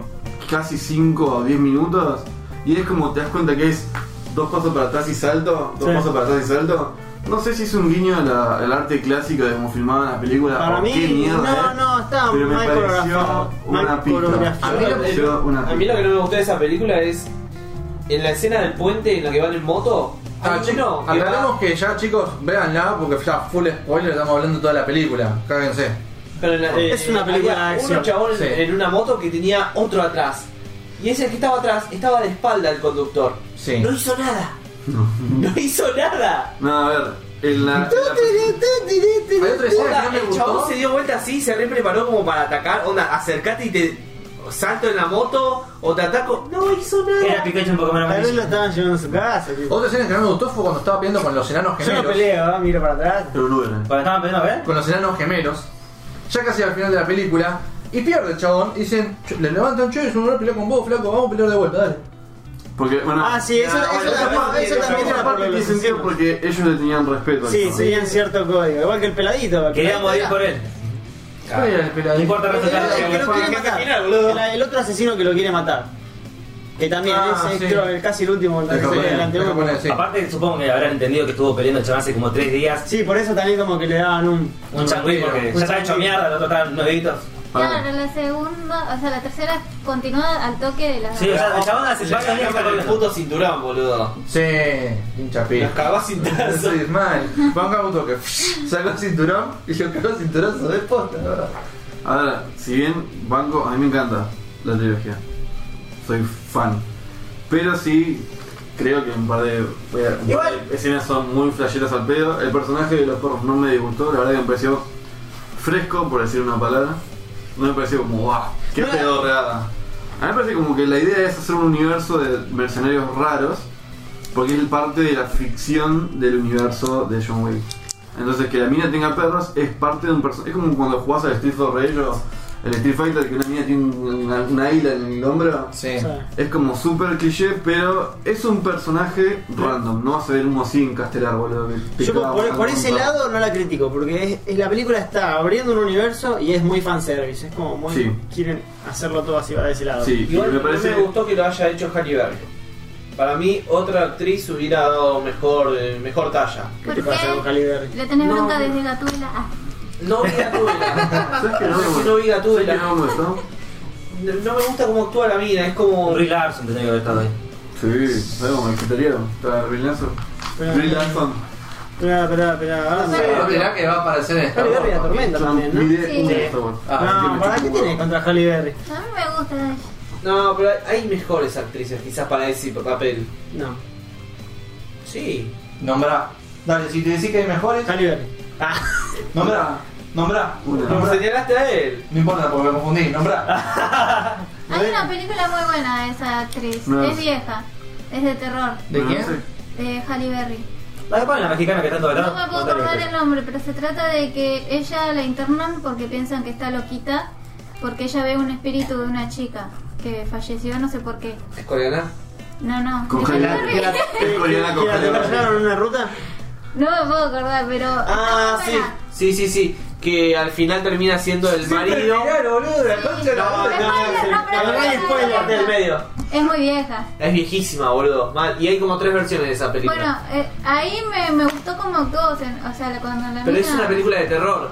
Speaker 3: casi 5 o 10 minutos. Y es como te das cuenta que es dos pasos para atrás y salto, dos
Speaker 4: Sí.
Speaker 3: pasos para atrás y salto. No sé si es un guiño a la- al arte clásico de cómo filmaban las películas.
Speaker 4: Para
Speaker 3: o
Speaker 4: mí,
Speaker 3: qué mierda,
Speaker 4: no,
Speaker 3: eh.
Speaker 4: no, estaba
Speaker 3: Pero me
Speaker 4: mal
Speaker 3: pareció
Speaker 4: coreografiado.
Speaker 3: una
Speaker 4: mal coreografiado.
Speaker 3: pista.
Speaker 6: A mí lo que-
Speaker 3: Pareció una
Speaker 8: A mí lo
Speaker 3: pista.
Speaker 8: que no me gustó de esa película es en la escena del puente en la que van en moto.
Speaker 6: Ah,
Speaker 8: Hay uno
Speaker 6: chicos,
Speaker 8: que va,
Speaker 6: aclaremos que ya chicos, véanla porque ya full spoiler, estamos hablando toda la película, cáguense.
Speaker 8: pero en la- eh,
Speaker 4: Es una película de
Speaker 8: había
Speaker 4: acción,
Speaker 8: Un chabón
Speaker 6: sí.
Speaker 8: en una moto que tenía otro atrás. Y ese que estaba atrás estaba de espalda el conductor.
Speaker 6: Sí.
Speaker 8: No hizo nada. No hizo nada.
Speaker 3: No, a ver, en la- en la-
Speaker 6: Hay otra escena que
Speaker 8: Onda,
Speaker 6: no me
Speaker 8: el chabón
Speaker 6: gustó.
Speaker 8: se dio vuelta así, se re preparó como para atacar. Onda, acercate y te salto en la moto o te ataco. No hizo
Speaker 2: Era
Speaker 8: nada.
Speaker 2: Pikachu un poco menos
Speaker 4: Tal vez
Speaker 2: amarillo.
Speaker 4: lo estaban llevando a su casa. tipo.
Speaker 6: Otra escena que no me gustó fue cuando estaba peleando con los enanos
Speaker 4: Yo no
Speaker 6: gemelos.
Speaker 4: peleo, ¿eh? miro para atrás.
Speaker 3: Pero no era.
Speaker 2: Cuando estaban peleando, ¿ves?
Speaker 6: con los enanos gemelos, ya casi al final de la película, y pierde el chabón, y dicen, "Ch- le levantan, che, es un honor pelear con vos, flaco, vamos a pelear de vuelta, dale.
Speaker 3: Porque, bueno,
Speaker 4: Ah, sí, eso,
Speaker 6: No,
Speaker 4: eso
Speaker 6: bueno,
Speaker 4: también, eso
Speaker 3: esa
Speaker 4: también
Speaker 3: parte
Speaker 4: era por
Speaker 3: tiene
Speaker 4: los
Speaker 3: sentido
Speaker 4: asesinos.
Speaker 3: porque ellos le tenían respeto. al
Speaker 4: Sí,
Speaker 3: chabón.
Speaker 4: seguían cierto código. Igual que el peladito. el
Speaker 2: Quería morir por él.
Speaker 6: ¿Cuál era el
Speaker 2: No
Speaker 6: peladito?
Speaker 2: importa
Speaker 4: peladito. El que
Speaker 2: resultar.
Speaker 4: lo quiere matar. El, el otro asesino que lo quiere matar. Que también
Speaker 6: Ah,
Speaker 4: es, es
Speaker 6: sí.
Speaker 4: creo, el- casi el último. El,
Speaker 6: El japonés,
Speaker 4: el
Speaker 6: el
Speaker 4: anteúltimo.
Speaker 6: japonés, sí.
Speaker 2: Aparte, supongo que habrán entendido que estuvo peleando el chabón hace como tres días.
Speaker 4: Sí, por eso también como que le daban un...
Speaker 2: Un changüí porque ya está hecho mierda, el otro está en unos deditos.
Speaker 7: Claro, la segunda, o sea, la tercera continúa al toque de la.
Speaker 2: Sí, o sea, el chabón hace varios
Speaker 8: Le
Speaker 2: días que está
Speaker 8: sacaron el
Speaker 2: corriendo.
Speaker 8: puto cinturón, boludo.
Speaker 6: Sí, hincha
Speaker 8: Los
Speaker 6: pija.
Speaker 8: cagó sin
Speaker 6: Eso
Speaker 8: tazo.
Speaker 6: es mal. Banca un toque. Sacó el cinturón y yo cagó el cinturón de posta, la verdad.
Speaker 3: Ahora, si bien Banco, a mí me encanta la trilogía. Soy fan. Pero sí, creo que un par de, un par de escenas son muy flasheras al pedo. El personaje de los porros no me disgustó, la verdad que me pareció fresco, por decir una palabra. No me pareció como, wow, qué pedorreada. A mí me parece como que la idea es hacer un universo de mercenarios raros, porque es parte de la ficción del universo de John Wick. Entonces que la mina tenga perros es parte de un personaje. Es como cuando jugás al Street of Rage o el Street Fighter que una mina tiene un- una, una isla en el hombro.
Speaker 6: Sí.
Speaker 3: Es como súper cliché, pero es un personaje random. No vas a ver un así en Castelar, boludo. que
Speaker 4: Yo
Speaker 3: picaba
Speaker 4: por, por- por
Speaker 3: un
Speaker 4: ese
Speaker 3: perro.
Speaker 4: lado no la critico, porque es, es- la película está abriendo un universo y es muy fanservice, es como muy...
Speaker 3: Sí.
Speaker 4: Quieren hacerlo todo así para ese lado.
Speaker 3: Sí, y
Speaker 8: Igual
Speaker 3: me
Speaker 8: no
Speaker 3: parece.
Speaker 8: me gustó que lo haya hecho Halle Berry. Para mí, otra actriz hubiera dado mejor, eh, mejor talla.
Speaker 4: ¿Qué te
Speaker 7: ¿Por
Speaker 4: pasa
Speaker 7: qué?
Speaker 4: con Caliber?
Speaker 7: Le tenés
Speaker 3: No.
Speaker 7: bronca desde Gatúbela. Ah,
Speaker 8: No vi Gatúbela.
Speaker 3: ¿Sabes que no,
Speaker 8: No
Speaker 3: me
Speaker 8: sé si
Speaker 3: gustó?
Speaker 8: no vi Gatúbela.
Speaker 3: ¿Sabes que no me gustó?
Speaker 8: No, no me gusta cómo actúa la mina, es como.
Speaker 2: Rick Larson tenía que haber estado ahí.
Speaker 3: Sí, ¿sabes cómo me quitaría? Está Brie Larson.
Speaker 4: Pero-
Speaker 3: Brie Larson.
Speaker 4: Esperá, esperá, esperá. ahora no sé.
Speaker 6: Pero verá Ah, que va a aparecer en Star
Speaker 4: Halle Berry la
Speaker 6: Wars.
Speaker 4: tormenta también,
Speaker 3: Mi
Speaker 4: ¿no?
Speaker 3: idea
Speaker 7: Sí.
Speaker 3: una de Star Wars.
Speaker 6: Ah,
Speaker 3: sí, me
Speaker 4: No, ¿para
Speaker 3: chupa
Speaker 4: qué
Speaker 3: un huevo.
Speaker 4: tiene contra Halle Berry?
Speaker 7: A mí me gusta ella.
Speaker 8: No, pero hay- hay mejores actrices quizás para ese papel.
Speaker 4: No,
Speaker 8: Sí.
Speaker 6: Nombrá. Dale, si te decís que hay mejores,
Speaker 4: Halle Berry.
Speaker 6: nombrá. Nombrá.
Speaker 3: Una.
Speaker 8: Lo
Speaker 6: Nombrá.
Speaker 8: señalaste a él.
Speaker 6: No importa porque me
Speaker 14: Ah.
Speaker 6: confundí, nombrá.
Speaker 7: Hay una película muy buena de esa actriz.
Speaker 3: No.
Speaker 7: Es vieja. Es de terror,
Speaker 14: ¿De
Speaker 3: No,
Speaker 14: quién?
Speaker 3: no sé.
Speaker 7: de Halle Berry.
Speaker 2: La de Pan, la mexicana que tanto detrás.
Speaker 7: No me puedo
Speaker 2: contale
Speaker 7: acordar
Speaker 2: esto.
Speaker 7: el nombre, pero se trata de que ella la internan porque piensan que está loquita, porque ella ve un espíritu de una chica que falleció, no sé por qué.
Speaker 8: ¿Es coreana?
Speaker 7: No, no.
Speaker 3: Con
Speaker 7: de
Speaker 3: Halle
Speaker 7: Halle
Speaker 3: Berry.
Speaker 4: Que la,
Speaker 7: Berry.
Speaker 3: Es coreana con
Speaker 4: que la
Speaker 3: Halle Berry.
Speaker 4: atropellaron en una ruta.
Speaker 7: No me puedo acordar, pero.
Speaker 4: Ah,
Speaker 7: está
Speaker 4: sí.
Speaker 7: buena.
Speaker 8: Sí, sí, sí. Que al final termina siendo el marido.
Speaker 7: Sí. Spoiler, no, pero
Speaker 4: no, no hay
Speaker 7: no,
Speaker 4: spoiler
Speaker 7: no,
Speaker 4: del
Speaker 7: no.
Speaker 4: medio.
Speaker 7: Es muy vieja.
Speaker 8: Es viejísima, boludo. Mal. Y hay como tres versiones de esa película.
Speaker 7: Bueno, eh, ahí me, me gustó como actuó, o sea, o sea, cuando la
Speaker 8: Pero
Speaker 7: mina-
Speaker 8: es una película de terror.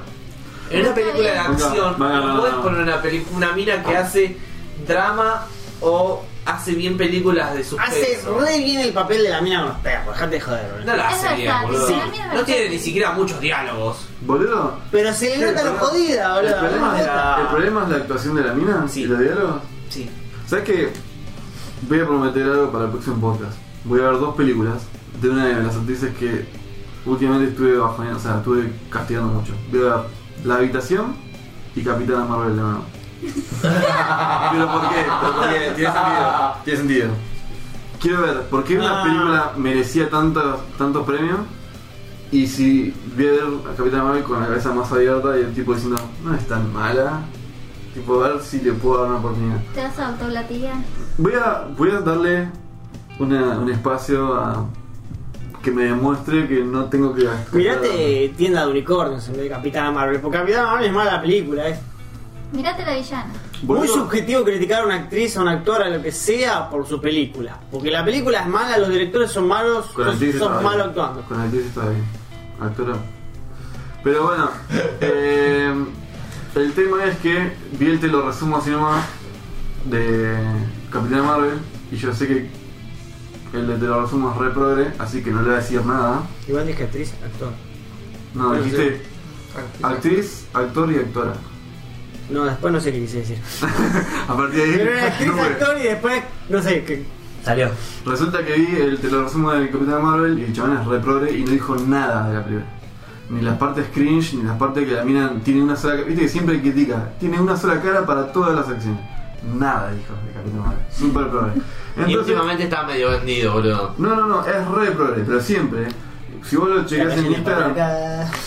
Speaker 8: En una
Speaker 7: Está
Speaker 8: película de
Speaker 7: bien.
Speaker 8: acción,
Speaker 3: No, no, no,
Speaker 8: no puedes
Speaker 3: no.
Speaker 8: poner una, peli- una mina que hace drama o hace bien películas de
Speaker 4: Hace
Speaker 8: suspenso.
Speaker 4: re bien el papel de la mina con los perros, dejate de joder, boludo.
Speaker 8: No la
Speaker 7: Es
Speaker 8: hace bien,
Speaker 7: verdad,
Speaker 8: boludo.
Speaker 7: sí, la mina es
Speaker 8: No
Speaker 7: verdad.
Speaker 8: tiene ni siquiera muchos diálogos.
Speaker 3: Boludo.
Speaker 4: Pero se le nota lo jodida,
Speaker 3: El
Speaker 4: boludo.
Speaker 3: problema,
Speaker 4: no
Speaker 3: es
Speaker 4: nota.
Speaker 3: la, el problema es la actuación de la mina
Speaker 8: Sí.
Speaker 3: y los diálogos.
Speaker 8: Sí.
Speaker 3: ¿Sabes qué? Voy a prometer algo para el próximo podcast. Voy a ver dos películas de una de las actrices que últimamente estuve bajoneando, o sea, estuve castigando mucho. Voy a ver La Habitación y Capitana Marvel de nuevo. ¿Pero por qué? Pero porque tiene sentido. Tiene sentido. Quiero ver por qué una
Speaker 4: Ah.
Speaker 3: película merecía tantos, tantos premios y si voy a ver a Capitana Marvel con la cabeza más abierta y el tipo diciendo, no es tan mala. Tipo, a ver si le puedo dar una oportunidad.
Speaker 7: Te vas a autolatigar.
Speaker 3: Voy a, voy a darle una- un espacio a que me demuestre que no tengo que gastar.
Speaker 4: Mirate este tienda de unicornios en vez de Capitana Marvel, porque Capitana Marvel es mala película, es
Speaker 7: Mirate la villana.
Speaker 3: Boludo,
Speaker 4: muy subjetivo criticar a una actriz, a una actora, lo que sea, por su película. Porque la película es mala, los directores son malos,
Speaker 3: Con
Speaker 4: sos,
Speaker 3: actrices
Speaker 4: sos
Speaker 3: está
Speaker 4: malo
Speaker 3: bien.
Speaker 4: actuando.
Speaker 3: Con actrices está bien. Actora. Pero bueno, eh, el tema es que bien te lo resumo así nomás de Capitán Marvel y yo sé que el de te lo resumo es re progre, así que no le voy a decir nada.
Speaker 4: Igual dije actriz, actor.
Speaker 3: No,
Speaker 4: Bueno,
Speaker 3: dijiste actriz, actor y actora.
Speaker 4: No, después no sé qué quise decir.
Speaker 3: A partir de ahí.
Speaker 4: Pero era actriz,
Speaker 3: no fue.
Speaker 4: actor y después, no sé, qué.
Speaker 2: Salió.
Speaker 3: Resulta que vi el te lo resumo del Capitán Marvel y el chabón es re progre y no dijo nada de la película. Ni las partes cringe, ni las partes que la mina tiene una sola cara. Viste que siempre critica, tiene una sola cara para todas las acciones. Nada dijo de Capitán Marvel. Super progre.
Speaker 8: y
Speaker 3: Entonces,
Speaker 8: últimamente está medio vendido, boludo.
Speaker 3: no, no, no, es re progre, pero siempre. ¿eh? Si vos lo chequeás en Instagram,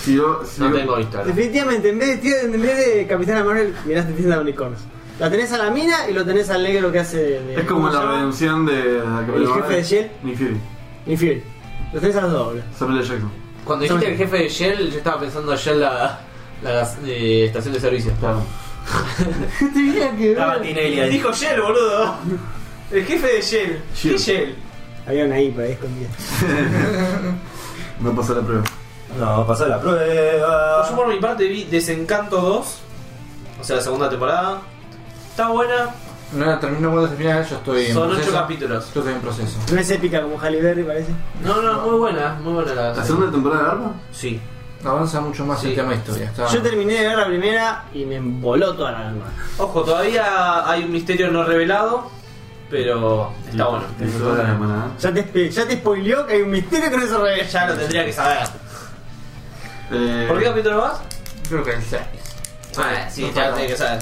Speaker 3: si yo. Si
Speaker 8: No
Speaker 3: yo-
Speaker 8: tengo Instagram.
Speaker 4: Definitivamente, en vez de, tía- en vez de Capitana Marvel, miraste tienda de unicornios. La tenés a la mina y lo tenés al negro que hace de. de-
Speaker 3: Es como
Speaker 4: ¿cómo se
Speaker 3: la
Speaker 4: llama?
Speaker 3: redención de, de Capitán
Speaker 4: El jefe
Speaker 3: Marvel.
Speaker 4: de Shell.
Speaker 3: Nick Fury,
Speaker 4: Infiel. Los tenés a los dos, boludo.
Speaker 3: Samuel L. Jackson.
Speaker 8: Cuando dijiste el jefe de Shell, yo estaba pensando en Shell la, la gas- eh, estación de servicio.
Speaker 3: Claro.
Speaker 2: La Martinelli ahí.
Speaker 4: Dijo Shell, boludo. El jefe de Shell.
Speaker 3: ¿Qué
Speaker 4: Shell? Había una ahí por ahí escondida.
Speaker 3: No pasó la prueba.
Speaker 2: No, pasó la prueba.
Speaker 8: Yo por mi parte vi Desencanto 2, o sea, la segunda temporada. Está buena,
Speaker 14: No la termino cuando se final, yo estoy en
Speaker 8: son
Speaker 14: proceso.
Speaker 8: 8 capítulos.
Speaker 14: Yo estoy en proceso.
Speaker 4: No es épica como Halle Berry, parece.
Speaker 8: No, no, muy buena, muy buena la
Speaker 3: ¿La
Speaker 8: serie.
Speaker 3: segunda temporada de Arma?
Speaker 8: Sí.
Speaker 14: Avanza mucho más
Speaker 8: Sí.
Speaker 14: el tema de historia. Está...
Speaker 4: Yo terminé de ver la primera y me emboló toda la alma.
Speaker 8: Ojo, todavía hay un misterio no revelado, pero está bueno.
Speaker 3: El sol de la manada.
Speaker 4: Ya te, espe- ya te spoileó que hay un misterio que no se revela.
Speaker 8: Ya lo tendría que saber.
Speaker 3: Eh,
Speaker 8: ¿Por qué capítulo vas?
Speaker 14: Creo que el 6.
Speaker 8: Ah, sí,
Speaker 14: no
Speaker 8: ya
Speaker 14: falta.
Speaker 8: lo tenía que saber.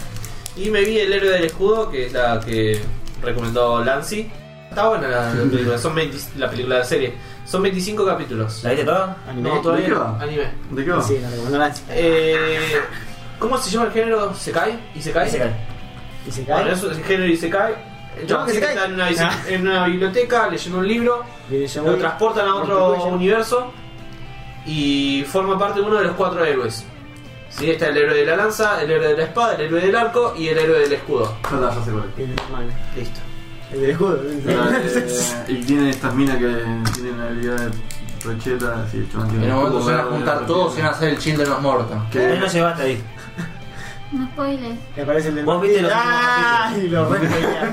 Speaker 8: Y me vi El héroe del escudo, que es la que recomendó Lancy. Está buena la, la película, son 20 la película de la serie. Son 25 capítulos.
Speaker 2: ¿La viste toda?
Speaker 4: Anime.
Speaker 8: No, todavía
Speaker 3: ¿De qué
Speaker 8: no.
Speaker 3: va?
Speaker 8: Anime.
Speaker 3: ¿De qué va?
Speaker 4: Sí, la recomendó Nancy.
Speaker 8: Eh, ¿Cómo se llama el género? ¿Se cae? ¿Y se cae?
Speaker 2: Ahí se cae.
Speaker 4: Y se
Speaker 8: Bueno,
Speaker 4: cae.
Speaker 8: eso es el género y se cae. El
Speaker 4: No,
Speaker 8: chabón
Speaker 4: que se cae.
Speaker 8: siempre está en una, bici-
Speaker 4: Ah.
Speaker 8: en una biblioteca leyendo un libro,
Speaker 4: Viene John
Speaker 8: lo
Speaker 4: Wick.
Speaker 8: transportan a otro
Speaker 4: Rompecuello.
Speaker 8: universo y forma parte de uno de los cuatro héroes. Sí, está el héroe de la lanza, el héroe de la espada, el héroe del arco y el héroe del escudo.
Speaker 3: Ya está, ya sé cuál es.
Speaker 4: Y el hermano.
Speaker 8: Listo.
Speaker 4: El del escudo.
Speaker 3: Eh, y tiene estas minas que tienen habilidades rechetas y el chabón tiene
Speaker 14: En un
Speaker 3: un
Speaker 14: momento
Speaker 3: cubo
Speaker 14: se van a
Speaker 3: verde,
Speaker 14: juntar
Speaker 3: la
Speaker 14: todos y van a
Speaker 3: cuestión.
Speaker 14: hacer el chill de los muertos.
Speaker 2: Ahí no
Speaker 3: Que-
Speaker 2: llevaste ahí.
Speaker 7: No spoiles.
Speaker 4: Me parece el del
Speaker 2: Vos viste los
Speaker 4: ¡Ay! Lo re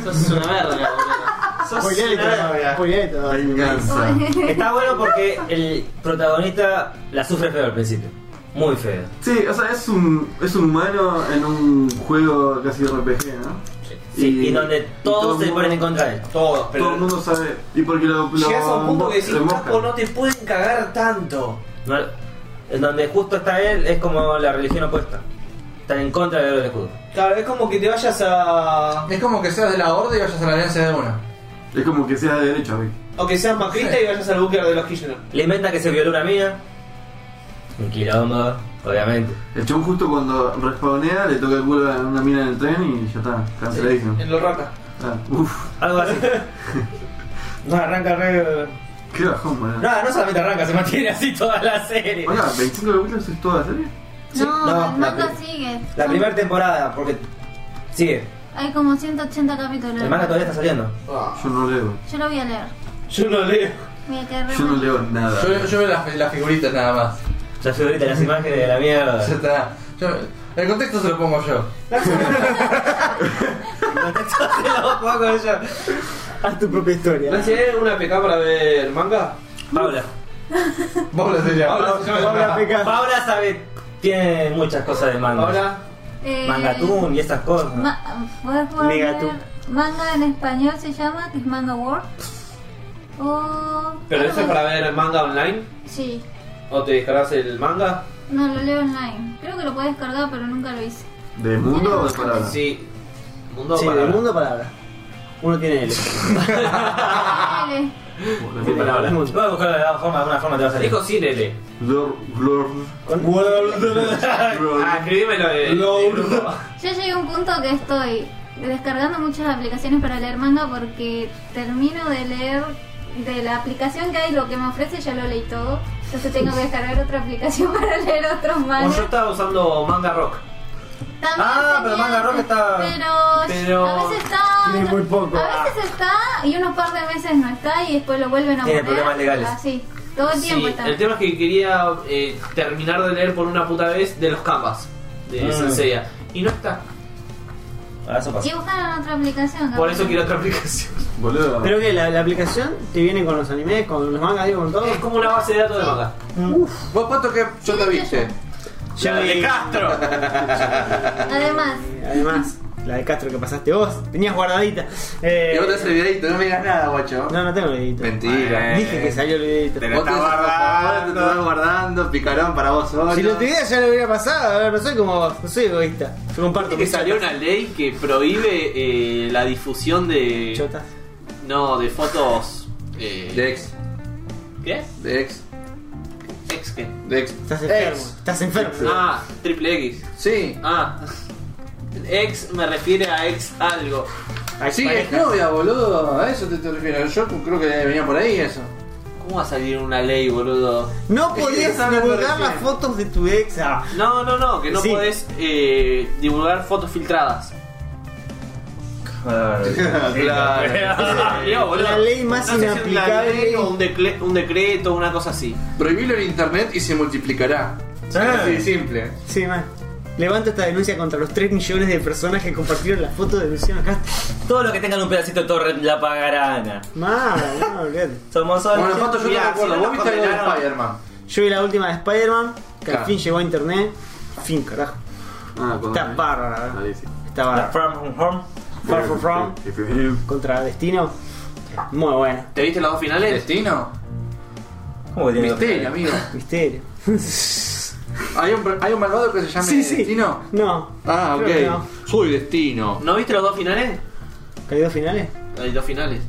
Speaker 8: Sos una verga, boludo. Sos
Speaker 4: Spoileale
Speaker 8: una
Speaker 4: todo.
Speaker 8: verga.
Speaker 4: spoileale todo.
Speaker 3: Venganza.
Speaker 2: Está bueno porque el protagonista la sufre feo al principio. Muy feo.
Speaker 3: Sí, o sea, es un, es un humano en un juego casi RPG, ¿no?
Speaker 2: Sí, y, donde
Speaker 3: y todo
Speaker 2: todos
Speaker 3: el
Speaker 2: se ponen en
Speaker 3: mundo-
Speaker 2: contra de él.
Speaker 8: Todos, pero
Speaker 3: Todo el mundo sabe. Y porque lo. lo
Speaker 8: llegas a un punto que decís,
Speaker 3: lo moscan.
Speaker 8: Chapo, no te pueden cagar tanto.
Speaker 2: No, en donde justo está él es como la religión opuesta. Están en contra del héroe del escudo.
Speaker 8: Claro, es como que te vayas a...
Speaker 14: Es como que seas de la horda y vayas a la alianza de una.
Speaker 3: Es como que sea de derecha, güey.
Speaker 4: O que seas macrista y vayas al búnker de los Kirchner.
Speaker 2: Le inventa que se violó una mina. Un quilombo, obviamente.
Speaker 3: El chabón justo cuando respawnea le toca el culo a una mina en el tren y ya está, canceladísimo.
Speaker 4: En los ratas.
Speaker 3: Ah, uf,
Speaker 2: Algo así.
Speaker 4: No, arranca re.
Speaker 3: qué bajón, boludo.
Speaker 2: Nada, no solamente arranca, se mantiene así toda la
Speaker 4: eh.
Speaker 2: serie.
Speaker 3: Hola, 25 capítulos es toda la serie.
Speaker 7: No,
Speaker 2: no,
Speaker 7: el
Speaker 2: la
Speaker 7: manga
Speaker 2: pri-
Speaker 7: sigue.
Speaker 2: La
Speaker 7: Son-
Speaker 2: primera temporada, porque sigue.
Speaker 7: Hay como 180 capítulos.
Speaker 2: El manga todavía está saliendo.
Speaker 3: Yo no leo.
Speaker 7: Yo lo voy a leer.
Speaker 4: Yo no leo.
Speaker 7: Voy a quedar re
Speaker 3: Yo no
Speaker 7: mal.
Speaker 3: leo nada.
Speaker 14: Yo, yo veo las, las figuritas nada más.
Speaker 2: Ya se ahorita las imágenes de la mierda.
Speaker 14: Ya está. Yo- el contexto se lo pongo yo.
Speaker 4: Haz tu propia historia. ¿No sería una PK para ver manga?
Speaker 2: Paula.
Speaker 14: Vos lo sé yo.
Speaker 4: Ahora una PK.
Speaker 2: Paula sabe, tiene muchas cosas de manga.
Speaker 4: Ahora.
Speaker 7: Eh,
Speaker 2: Mangatun y esas cosas.
Speaker 7: ma- voy a poder
Speaker 4: Migatun.
Speaker 7: leer- Manga en español se llama, que es Manga World. O...
Speaker 8: ¿Pero eso es para ver manga online?
Speaker 7: Sí.
Speaker 8: ¿O te descargas el manga?
Speaker 7: No, lo leo online. Creo que lo puedes descargar, pero nunca lo hice.
Speaker 3: ¿De mundo o de palabra?
Speaker 8: Sí. Mundo
Speaker 4: Sí,
Speaker 8: para
Speaker 4: del mundo palabra. Uno tiene L.
Speaker 7: Dale.
Speaker 3: De palabra.
Speaker 2: Voy a buscarlo de alguna forma, de alguna forma te va a salir.
Speaker 8: Dijo sin L.
Speaker 3: Glor, glor,
Speaker 4: Con World.
Speaker 3: glor.
Speaker 8: Ah, escribímelo de.
Speaker 7: Yo llegué a un punto que estoy descargando muchas aplicaciones para leer manga porque termino de leer de la aplicación que hay, lo que me ofrece, ya lo leí todo. Entonces tengo que descargar otra aplicación para leer otros
Speaker 8: O
Speaker 7: mangas.
Speaker 8: yo estaba usando manga rock.
Speaker 7: También
Speaker 2: Ah,
Speaker 7: tenía-
Speaker 2: pero Manga Rock está-
Speaker 7: Pero,
Speaker 8: pero-
Speaker 7: a veces está...
Speaker 4: Tiene muy poco.
Speaker 7: A veces está y unos par de meses no está y después lo vuelven a
Speaker 2: Tiene
Speaker 7: poner.
Speaker 2: problemas legales.
Speaker 7: Así, todo el tiempo
Speaker 8: Sí,
Speaker 7: está.
Speaker 8: el tema es que quería eh, terminar de leer por una puta vez de los canvas de
Speaker 15: Ah.
Speaker 2: Mm.
Speaker 8: Senseiya. Y no está.
Speaker 2: Ah, eso pasa.
Speaker 7: Si buscan otra aplicación.
Speaker 8: Por
Speaker 7: capaz.
Speaker 8: eso quiero otra aplicación.
Speaker 3: Boludo.
Speaker 4: Pero que la, la aplicación te viene con los animes, con los mangas, digo, con todo.
Speaker 8: Es como una base de datos de manga.
Speaker 14: Mm. Vos, Pato, que yo te viste.
Speaker 4: Ya vi-
Speaker 8: Castro.
Speaker 7: Además,
Speaker 4: Eh, Además, la de Castro que pasaste vos, tenías guardadita. Eh,
Speaker 14: Y vos te haces el videito, no me digas nada, guacho.
Speaker 4: No, no tengo el videito.
Speaker 14: Mentira. Eh,
Speaker 4: Dije que salió el videito.
Speaker 14: Vos te estás guardando, te estás guardando, picarón para vos solo.
Speaker 4: Si lo tuviera ya lo hubiera pasado, a ver, soy como vos, no soy egoísta. Yo comparto
Speaker 15: Que
Speaker 4: mis
Speaker 15: salió
Speaker 4: chatas.
Speaker 15: una ley que prohíbe eh, la difusión de.
Speaker 4: chotas.
Speaker 15: No, de fotos. eh,
Speaker 14: De ex,
Speaker 15: ¿Qué?
Speaker 14: de ex,
Speaker 15: ¿Ex qué?
Speaker 14: de ex.
Speaker 4: Estás enfermo, estás enfermo.
Speaker 15: Ah, triple X.
Speaker 14: Sí.
Speaker 15: Ah. Ex me refiere a ex algo.
Speaker 14: Sí, es novia, boludo. A eso te, te refiero. Yo creo que venía por ahí eso.
Speaker 15: ¿Cómo va a salir una ley, boludo?
Speaker 4: No
Speaker 14: Sí,
Speaker 4: podías
Speaker 14: estaba hablando
Speaker 4: divulgar las
Speaker 14: recién.
Speaker 4: fotos de tu ex. ah.
Speaker 15: No, no, no, que no
Speaker 4: Sí.
Speaker 15: podés eh, divulgar fotos filtradas. Yo, boludo,
Speaker 4: La ley más
Speaker 15: no sé si es
Speaker 4: inaplicable.
Speaker 15: una ley o un, decle- un decreto, una cosa así.
Speaker 14: Prohibilo en internet y se multiplicará. Así de simple.
Speaker 4: Sí, man. Levanto esta denuncia contra los 3 millones de personas que compartieron las fotos de Luciano Castro.
Speaker 2: Todo lo que tengan un pedacito de torre la pagarán.
Speaker 4: Mal, no, olvídate.
Speaker 2: Somos solos.
Speaker 14: Bueno, Pato, yo no
Speaker 15: Mirá,
Speaker 14: me
Speaker 15: si
Speaker 14: acuerdo.
Speaker 15: no
Speaker 14: Vos viste algo de
Speaker 15: condenaron-
Speaker 14: Spider-Man.
Speaker 4: Yo vi la última de Spider-Man, que al
Speaker 14: Claro.
Speaker 4: fin llegó a internet. Fin, carajo.
Speaker 3: Ah, perdón.
Speaker 4: Está bárbara, ¿verdad?
Speaker 3: Ahí sí.
Speaker 4: Está
Speaker 2: La
Speaker 4: bárbara.
Speaker 2: From Home Home.
Speaker 4: Far From From
Speaker 3: Sí, sí, sí.
Speaker 4: contra Destino. Muy buena.
Speaker 15: ¿Te viste las dos finales?
Speaker 14: ¿Destino?
Speaker 2: ¿Cómo que tiene dos
Speaker 14: Misterio,
Speaker 2: pedales?
Speaker 14: amigo.
Speaker 4: Misterio.
Speaker 14: Hay un, hay un malvado que se llama
Speaker 4: Sí, sí.
Speaker 14: Destino.
Speaker 4: No.
Speaker 14: Ah,
Speaker 4: creo que
Speaker 14: ok.
Speaker 4: no.
Speaker 14: Soy Destino.
Speaker 15: ¿No viste los dos finales?
Speaker 4: ¿Que hay dos finales?
Speaker 15: Hay dos finales.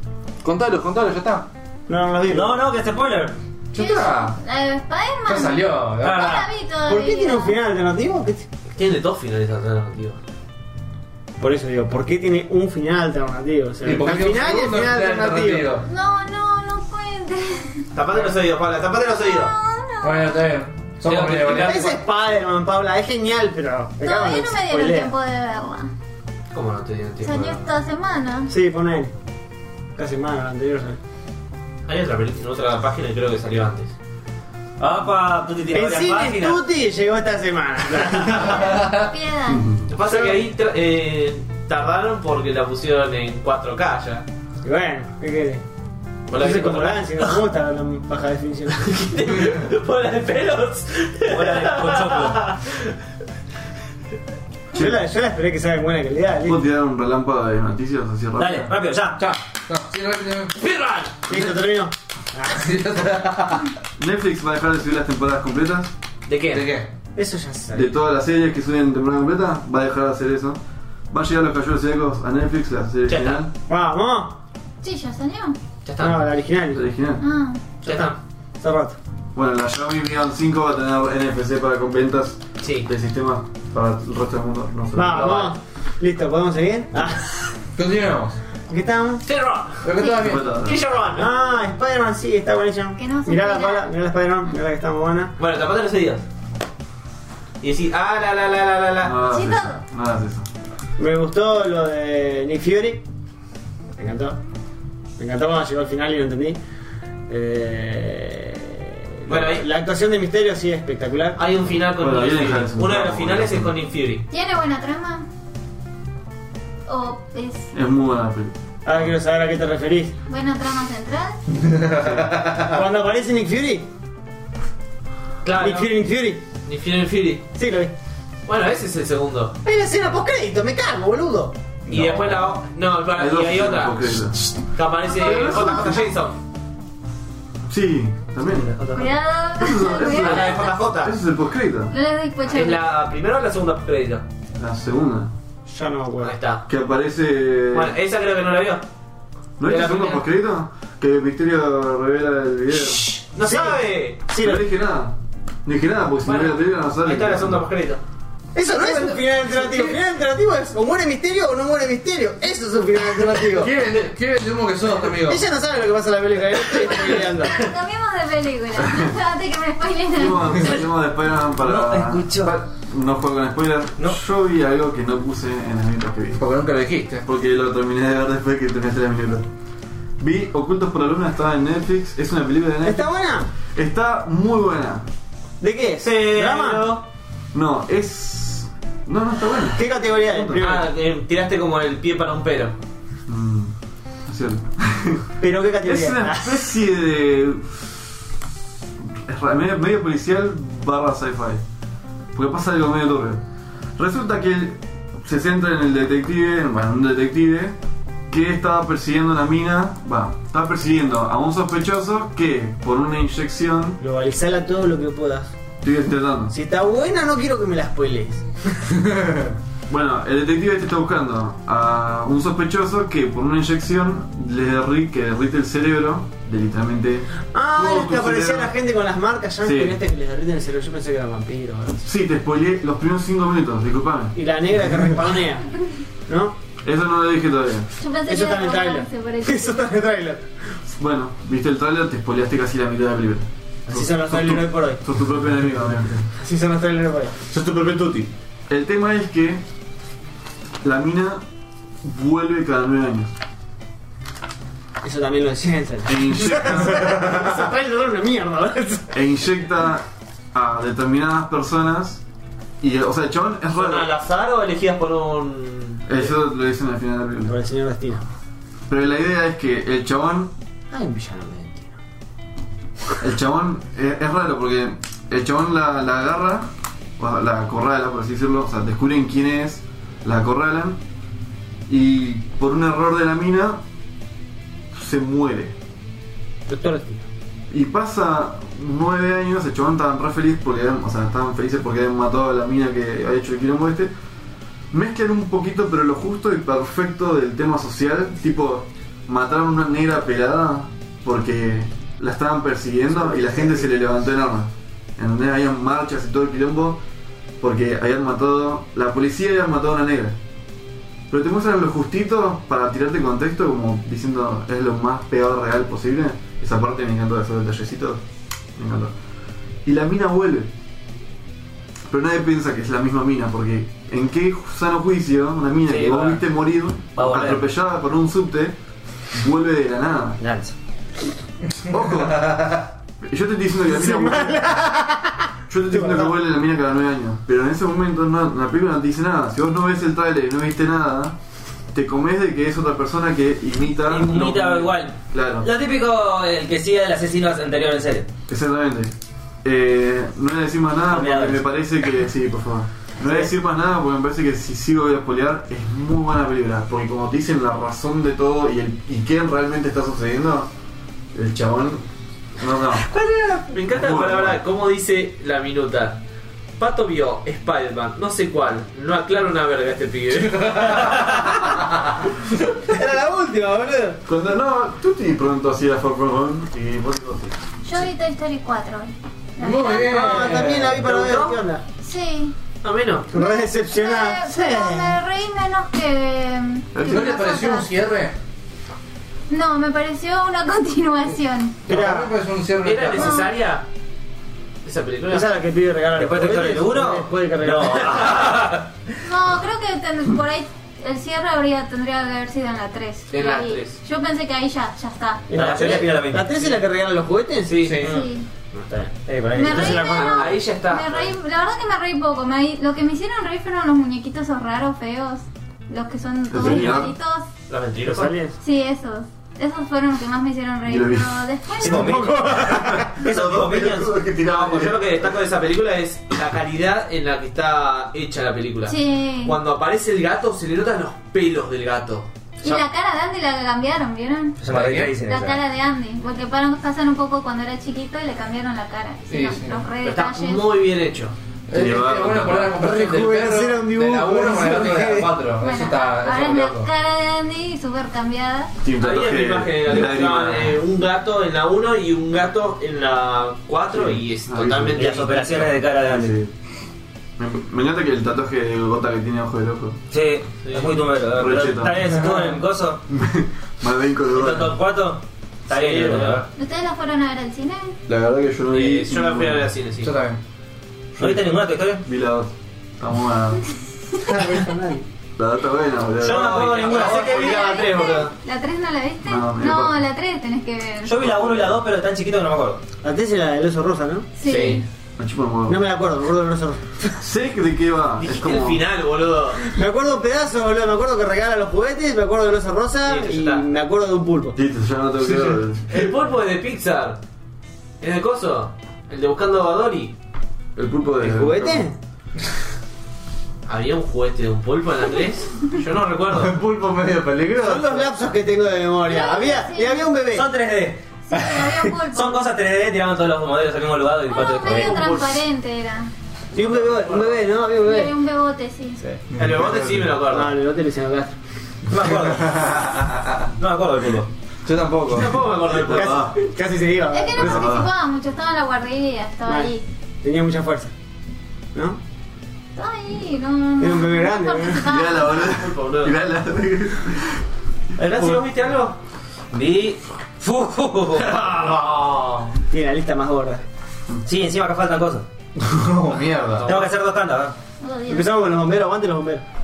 Speaker 14: Contalo, contalo, ya está.
Speaker 4: No, no los vi.
Speaker 2: No, no, que es spoiler.
Speaker 14: Ya está.
Speaker 7: la de
Speaker 14: Ya
Speaker 7: Spider-Man.
Speaker 14: salió.
Speaker 7: No
Speaker 2: Ah.
Speaker 7: la vi todavía.
Speaker 4: ¿Por qué tiene un final alternativo? ¿Qué te-
Speaker 8: Tiene dos finales alternativos.
Speaker 4: Por eso digo, ¿por qué tiene un final alternativo? O sea,
Speaker 14: Y porque
Speaker 4: al
Speaker 14: tiene un
Speaker 4: final y el
Speaker 14: segundo
Speaker 4: final
Speaker 14: final
Speaker 4: alternativo.
Speaker 14: alternativo.
Speaker 7: No, no, no cuentes.
Speaker 1: Tapate los oídos, Paula, tapate los oídos.
Speaker 7: No, no.
Speaker 14: Bueno, está bien. Somos benevolentes.
Speaker 4: Es Spider-Man, Paula, es genial, pero. me cago en
Speaker 7: Todavía
Speaker 4: el
Speaker 7: no me dieron
Speaker 4: spoiler.
Speaker 7: tiempo de verla.
Speaker 8: ¿Cómo no te dieron tiempo?
Speaker 7: Salió esta semana.
Speaker 4: Sí, poné. Casi más, la anterior. ¿sabes?
Speaker 8: Hay otra, peli- en otra página que creo que salió antes.
Speaker 2: Apa, tú te
Speaker 4: En
Speaker 2: tiras varias
Speaker 4: cine
Speaker 2: páginas.
Speaker 4: Tutti llegó esta semana.
Speaker 7: Piedad.
Speaker 8: Lo que pasa es que ahí tra- eh, tardaron porque la pusieron en 4K ya.
Speaker 4: y bueno, ¿qué querés?
Speaker 8: ¿Vos la
Speaker 4: Yo soy
Speaker 8: viste en
Speaker 4: como
Speaker 8: 4K?
Speaker 4: Lancy, no me gusta la baja definición.
Speaker 8: ¿Bola de pelos?
Speaker 2: Bola de pochoclo.
Speaker 4: Yo la, yo la esperé que sea en buena calidad,
Speaker 3: ¿Puedo
Speaker 4: listo.
Speaker 3: tirar un relámpago de noticias así rápido?
Speaker 2: Dale, rápido, ya.
Speaker 14: Ya, ya. Sí, rápido.
Speaker 4: Listo, terminó.
Speaker 14: Sí, ya está.
Speaker 3: Netflix va a dejar de subir las temporadas completas.
Speaker 8: ¿De qué?
Speaker 14: ¿De qué?
Speaker 4: Eso ya se
Speaker 3: De
Speaker 4: sabe.
Speaker 3: todas las series que suben en temporada completa, va a dejar de hacer eso. Va a llegar los cayuelos secos a Netflix, la serie
Speaker 8: Ya está.
Speaker 3: final.
Speaker 4: Vamos.
Speaker 7: Sí, ya salió.
Speaker 8: Ya está.
Speaker 4: No, la
Speaker 3: ¿El
Speaker 4: original.
Speaker 3: original?
Speaker 7: Ah,
Speaker 8: ya está.
Speaker 4: Hace rato.
Speaker 3: Bueno, la Xiaomi Beyond 5 va a tener NFC para compras
Speaker 8: Sí.
Speaker 3: de sistemas para el resto del mundo. No sé.
Speaker 4: Vamos. Listo, ¿podemos seguir? Ah,
Speaker 6: Continuemos.
Speaker 4: aquí estamos.
Speaker 8: Cerro.
Speaker 6: Lo que estaba viendo.
Speaker 3: Bueno,
Speaker 4: Ah, Spider-Man sí, está buenísimo.
Speaker 7: Que no se
Speaker 4: mirá, la
Speaker 7: entera.
Speaker 4: pala, mirá la Spider-Man, mirá la que está muy buena.
Speaker 8: Bueno, tapate los oídos. Y decís, ah, la, la, la, la, la, la.
Speaker 3: No hagas
Speaker 7: Chicos.
Speaker 3: eso. No hagas eso.
Speaker 4: Me gustó lo de Nick Fury. Me encantó. Me encantó cuando llegó al final y lo entendí. Eh,
Speaker 8: Bueno,
Speaker 4: la,
Speaker 8: ahí-
Speaker 4: la actuación de Misterio sí es espectacular.
Speaker 8: Hay un final con
Speaker 3: Bueno,
Speaker 8: Nick
Speaker 3: ahí
Speaker 8: Fury.
Speaker 3: dejan eso.
Speaker 8: Uno de los finales es con Nick Fury.
Speaker 7: ¿Tiene buena trama? ¿O es
Speaker 3: Es muy buena la película.
Speaker 4: Ahora quiero saber a qué te referís.
Speaker 7: buena trama central?
Speaker 4: Cuando aparece Nick Fury,
Speaker 8: Claro.
Speaker 4: Nick Fury, Nick Fury.
Speaker 8: Nick Fury, Nick Fury.
Speaker 4: Sí, lo vi.
Speaker 8: Bueno, ese es el segundo.
Speaker 4: Hay una escena post-crédito, me cago, boludo.
Speaker 8: Y después la. o- No,
Speaker 3: Hay
Speaker 8: claro,
Speaker 3: dos
Speaker 8: y hay
Speaker 3: escenas
Speaker 8: otra.
Speaker 3: post-créditos.
Speaker 8: Que aparece otra cosa, Jason.
Speaker 3: Sí, también.
Speaker 7: Cuidado,
Speaker 3: Eso es-
Speaker 7: cuidado.
Speaker 3: La de
Speaker 1: JJ.
Speaker 3: Ese es el postcrédito.
Speaker 7: No le doy pocha.
Speaker 8: ¿Es la primera o la segunda crédito?
Speaker 3: La segunda.
Speaker 4: Ya no me acuerdo.
Speaker 8: Ahí está.
Speaker 3: Que aparece.
Speaker 8: Bueno, esa creo que no la vio.
Speaker 3: ¿No
Speaker 8: de
Speaker 3: es
Speaker 8: la
Speaker 3: el segundo
Speaker 8: primera.
Speaker 3: postcrédito? Que Misterio revela el video.
Speaker 8: ¡No sabe!
Speaker 4: Sí,
Speaker 3: no
Speaker 4: lo vi.
Speaker 3: dije nada. No dije nada porque si no
Speaker 8: Bueno,
Speaker 3: veo la película no sale.
Speaker 8: Ahí está la segunda postcrédito.
Speaker 4: Eso no es un final alternativo. El final alternativo es o muere misterio o no muere misterio. Eso es un final alternativo.
Speaker 6: ¿Qué vende- qué vende humo que sos, amigo?
Speaker 4: Ella no sabe lo que pasa en la película. Yo estoy spoileando.
Speaker 7: Cambiemos de película. Espérate que me spoilen algo.
Speaker 3: Salimos- salimos de Spider-Man para.
Speaker 2: No, escuchó.
Speaker 3: pa- No juego con spoilers.
Speaker 8: No.
Speaker 3: Yo vi algo que no puse en las minutos que vi.
Speaker 6: Porque nunca lo dijiste.
Speaker 3: Porque lo terminé de ver después que terminaste las minutos. Vi Ocultos por la Luna, estaba en Netflix. Es una película de Netflix.
Speaker 4: ¿Está buena?
Speaker 3: Está muy buena.
Speaker 4: ¿De qué? ¿Drama?
Speaker 3: No, es. No, no está buena.
Speaker 4: ¿Qué categoría es? Primero.
Speaker 8: Ah, eh, tiraste como el pie para un pero.
Speaker 3: Mm, no es cierto.
Speaker 4: ¿Pero qué categoría
Speaker 3: Es una
Speaker 4: es?
Speaker 3: especie de. es ra- medio, medio policial barra sci-fi. Porque pasa algo medio turbio. Resulta que él se centra en el detective, bueno, un detective que estaba persiguiendo una mina, va, estaba persiguiendo a un sospechoso que por una inyección.
Speaker 4: Globalizala todo lo que puedas.
Speaker 3: Estoy intentando.
Speaker 4: Si está buena, no quiero que me la spoilees.
Speaker 3: Bueno, el detective este está buscando a un sospechoso que por una inyección le derri- que derrite el cerebro, de literalmente.
Speaker 4: Ah,
Speaker 3: todo
Speaker 4: es que
Speaker 3: tu
Speaker 4: aparecía
Speaker 3: cerebro.
Speaker 4: la gente con las marcas. Ya me
Speaker 3: pues, Sí.
Speaker 4: spoileaste que les derriten el cerebro. Yo pensé que eran vampiros. ¿no?
Speaker 3: Sí, te spoileé los primeros 5 minutos, disculpame.
Speaker 4: Y la negra que respawnea. ¿No?
Speaker 3: Eso no lo dije todavía.
Speaker 7: Yo pensé
Speaker 4: Eso
Speaker 7: que
Speaker 4: está en el
Speaker 7: era
Speaker 4: trailer.
Speaker 7: romance, por el
Speaker 4: Eso está en el trailer.
Speaker 3: Bueno, viste el trailer, te spoileaste casi la mitad de la película.
Speaker 4: Así son los
Speaker 3: Sos
Speaker 4: trailers
Speaker 3: tu-
Speaker 4: hoy por hoy.
Speaker 3: Sos tu propio enemigo, amigo.
Speaker 4: Así son los trailers por ahí.
Speaker 5: Sos tu propio tutti.
Speaker 3: El tema es que la mina vuelve cada 9 años.
Speaker 4: Eso también lo decía en
Speaker 3: E inyecta,
Speaker 4: Ese trailer era una mierda, ¿verdad?
Speaker 3: e inyecta a determinadas personas. Y, o sea, el chabón es
Speaker 8: ¿Son
Speaker 3: raro.
Speaker 8: al azar o elegidas por un.?
Speaker 3: Eso lo dicen al final de la
Speaker 4: Por
Speaker 3: película.
Speaker 4: el señor Destino.
Speaker 3: Pero la idea es que el chabón
Speaker 4: Hay un villano de Destino.
Speaker 3: El chabón eh, es raro porque el chabón la, la agarra, o la corrala por así decirlo, o sea, descubren quién es, la acorralan y por un error de la mina se muere.
Speaker 4: Doctor Destino.
Speaker 3: Y pasa nueve años, el chabón estaban re feliz porque habían- o sea, estaban felices porque habían matado a la mina que había hecho el quilombo este. Mezclan un poquito pero lo justo y perfecto del tema social, tipo mataron a una negra pelada porque la estaban persiguiendo y la gente se le levantó en armas. En donde habían marchas y todo el quilombo porque habían matado. La policía había matado a una negra. Pero te muestran lo justito para tirarte contexto, como diciendo es lo más peor real posible. Esa parte me encantó, esos detallecitos. Me encantó. Y la mina vuelve. Pero nadie piensa que es la misma mina, porque en qué sano juicio una mina
Speaker 8: Sí,
Speaker 3: que vos
Speaker 8: va.
Speaker 3: viste morir,
Speaker 8: Va a volver.
Speaker 3: atropellada por un subte, vuelve de la nada.
Speaker 2: Lanza.
Speaker 3: Ojo. Yo te estoy diciendo que la mina vuelve. Yo te estoy diciendo que vuelve la mina cada 9 años. Pero en ese momento no, la película no te dice nada. Si vos no ves el trailer y no viste nada, te comes de que es otra persona que
Speaker 14: Ah,
Speaker 3: imita.
Speaker 2: Imita
Speaker 3: lo-
Speaker 2: igual.
Speaker 3: Claro.
Speaker 2: Lo típico, el que sigue del asesino anterior en serie.
Speaker 3: Exactamente. Eh, no voy a decir más nada porque
Speaker 2: Spoileadores.
Speaker 3: me parece que. Sí, por favor. No voy a decir más nada porque me parece que si sigo voy a spoilear, es muy buena película. Porque como te dicen la razón de todo y, el, y qué realmente está sucediendo, el chabón. No, no.
Speaker 8: Me encanta la
Speaker 3: Bueno.
Speaker 8: palabra, cómo dice la minuta. Pato vio Spider-Man, no sé cuál, no aclara una verga este pibe.
Speaker 4: Era la última, boludo.
Speaker 3: Cuando no, Tuti preguntó si era Far From Home y vos dijo sí.
Speaker 7: Yo vi Toy Story 4. La
Speaker 6: Muy
Speaker 7: verdad.
Speaker 6: bien.
Speaker 4: Ah, también la vi para ver,
Speaker 8: ¿No?
Speaker 4: ¿qué onda?
Speaker 7: Sí.
Speaker 8: A menos.
Speaker 4: Re
Speaker 7: Yo
Speaker 4: decepcionada.
Speaker 7: me, pero me reí menos que. que
Speaker 6: ¿No le
Speaker 7: las
Speaker 6: pareció un
Speaker 7: otras.
Speaker 6: cierre?
Speaker 7: No, me pareció una continuación.
Speaker 6: No,
Speaker 4: Era-
Speaker 6: me pareció un cierre.
Speaker 8: ¿Era
Speaker 6: capaz.
Speaker 8: necesaria esa película?
Speaker 4: Esa es la que pide regalar.
Speaker 2: ¿Después de Toy Story 1?
Speaker 4: Después de que regalen.
Speaker 2: No.
Speaker 7: No, creo que ten- por ahí el cierre habría, tendría que haber sido en la 3.
Speaker 8: En la
Speaker 7: Ahí.
Speaker 8: 3.
Speaker 7: Yo pensé que ahí ya, ya está.
Speaker 4: ¿Y
Speaker 2: La mayoría pide la misma.
Speaker 4: ¿La 3 es la que regalan los juguetes?
Speaker 8: Sí.
Speaker 7: Sí.
Speaker 2: Eh, por ahí.
Speaker 7: Me reí menos.
Speaker 8: Ahí ya está.
Speaker 7: Me reí- la verdad que me reí poco. Me reí- lo que me hicieron reír fueron los muñequitos esos raros, feos. Los que son todos
Speaker 3: señor?
Speaker 7: igualitos.
Speaker 2: Los
Speaker 4: Los
Speaker 2: mentirosos.
Speaker 4: aliens.
Speaker 7: Sí, esos. Esos fueron los que más me hicieron reír.
Speaker 3: Yo lo vi.
Speaker 7: Pero después.
Speaker 2: Esos minions. Esos
Speaker 3: Los dos
Speaker 2: minions.
Speaker 3: pelotudos que tiraban.
Speaker 8: No, pues yo lo que destaco de esa película es la calidad en la que está hecha la película.
Speaker 7: Sí.
Speaker 8: Cuando aparece el gato, se le notan los pelos del gato.
Speaker 7: Y la cara de Andy la cambiaron, ¿vieron?
Speaker 2: Se me reí que dicen
Speaker 7: La
Speaker 2: eso.
Speaker 7: cara de Andy, porque para pasan un poco cuando era chiquito y le cambiaron la cara.
Speaker 6: Sí,
Speaker 7: los,
Speaker 6: sí.
Speaker 7: los re
Speaker 8: Pero está
Speaker 7: detalles.
Speaker 8: muy bien hecho.
Speaker 6: Es que
Speaker 3: Llevaba
Speaker 6: es bueno poner la comparación del
Speaker 4: Rejuvenecer
Speaker 6: perro,
Speaker 4: un
Speaker 6: de la
Speaker 4: dibujo,
Speaker 6: 1 con el otro de
Speaker 4: sí.
Speaker 6: la 4.
Speaker 7: Bueno,
Speaker 6: Eso está... eso
Speaker 7: ahora
Speaker 6: es
Speaker 7: es la
Speaker 6: loco.
Speaker 7: cara de Andy súper cambiada.
Speaker 3: Tiene un
Speaker 8: Había una
Speaker 3: tatuaje
Speaker 8: imagen en la
Speaker 3: de
Speaker 8: que
Speaker 3: lágrima.
Speaker 8: mostraban, eh, un gato en la 1 y un gato en la 4 y es
Speaker 3: Ah,
Speaker 8: totalmente...
Speaker 2: Y las operaciones de cara de Andy.
Speaker 3: Sí. Me, me encanta que el tatuaje de gota que tiene ojo de loco.
Speaker 2: Sí, es muy tumbero. Pero
Speaker 3: Recheto.
Speaker 2: está bien, si estuvo en Coso,
Speaker 3: Malvenco de
Speaker 2: en
Speaker 3: gota.
Speaker 2: Top 4, está
Speaker 8: Sí,
Speaker 2: bien.
Speaker 8: es
Speaker 2: pero-
Speaker 8: verdad.
Speaker 7: ¿Ustedes la fueron a ver al cine?
Speaker 3: La verdad que yo no vi.
Speaker 8: Eh, yo la fui a ver al cine, sí.
Speaker 6: Yo también.
Speaker 2: ¿No viste ninguna Toy Story?
Speaker 3: Vi la 2. Está muy buena. La 2 está buena, boludo.
Speaker 2: Yo no pongo ninguna, sé que vi
Speaker 7: ¿La
Speaker 2: la 3,
Speaker 7: viste?
Speaker 2: boludo.
Speaker 7: ¿La 3 no la viste?
Speaker 3: No, me acuerdo.
Speaker 7: la 3 tenés que ver.
Speaker 2: Yo vi la 1 y la 2, pero tan chiquito que no me acuerdo.
Speaker 4: La 3 es la del oso rosa, ¿no?
Speaker 7: Sí.
Speaker 3: Me chupa un huevo.
Speaker 4: No me la acuerdo, me acuerdo del oso rosa.
Speaker 3: Sé que de qué va. Es
Speaker 8: Dijiste
Speaker 3: como.
Speaker 8: el final, boludo.
Speaker 4: Me acuerdo un pedazo, boludo. Me acuerdo que regala los juguetes, me acuerdo del oso rosa
Speaker 8: Sí, ya
Speaker 4: y
Speaker 8: está.
Speaker 4: me acuerdo de un pulpo.
Speaker 3: Listo, ya no tengo que ver.
Speaker 8: El pulpo es de Pixar. ¿Es de coso? ¿El de Buscando a Dory?
Speaker 3: El pulpo de.
Speaker 4: ¿El juguete?
Speaker 8: ¿Había un juguete de un pulpo en la 3? Yo no recuerdo.
Speaker 6: pulpo medio
Speaker 4: Son
Speaker 6: peligroso.
Speaker 4: los lapsos que tengo de memoria. Había, y había un bebé.
Speaker 2: Son 3D.
Speaker 7: Sí, había un pulpo.
Speaker 2: Son cosas 3D, tiramos todos los modelos al mismo lugar y
Speaker 7: Uno
Speaker 2: 4
Speaker 7: medio
Speaker 2: d
Speaker 7: transparente era.
Speaker 4: Y un bebé, un bebé, ¿no? Había un
Speaker 7: Y había
Speaker 4: bebé.
Speaker 7: un bebote, sí.
Speaker 8: El bote sí me lo
Speaker 4: No,
Speaker 8: acuerdo.
Speaker 4: el bebé le hicieron Castro.
Speaker 2: No me acuerdo. No me acuerdo del culo.
Speaker 6: Yo tampoco.
Speaker 8: Tampoco me acuerdo del pulpo.
Speaker 3: Ah,
Speaker 4: Casi, casi se iba.
Speaker 7: Es que no
Speaker 3: Ah.
Speaker 7: participaba mucho, estaba en la guardería, estaba
Speaker 4: Mal.
Speaker 7: ahí.
Speaker 4: Tenía mucha fuerza. ¿No?
Speaker 7: Estaba ahí, no, no.
Speaker 4: Era un bebé
Speaker 7: no
Speaker 4: grande, ¿no?
Speaker 7: participaba.
Speaker 3: Mirala,
Speaker 8: Pulpo,
Speaker 3: boludo.
Speaker 8: boludo.
Speaker 3: Mirala.
Speaker 8: ¿Nancy, vos viste algo?
Speaker 2: Vi. Fu-
Speaker 8: No.
Speaker 4: Tiene la lista más gorda.
Speaker 2: Sí, encima acá faltan cosas.
Speaker 6: Oh, mierda.
Speaker 2: Tengo que hacer dos tandas. ¿eh?
Speaker 7: Oh, Dios.
Speaker 4: Empezamos con los bomberos, aguante los bomberos.
Speaker 2: Vamos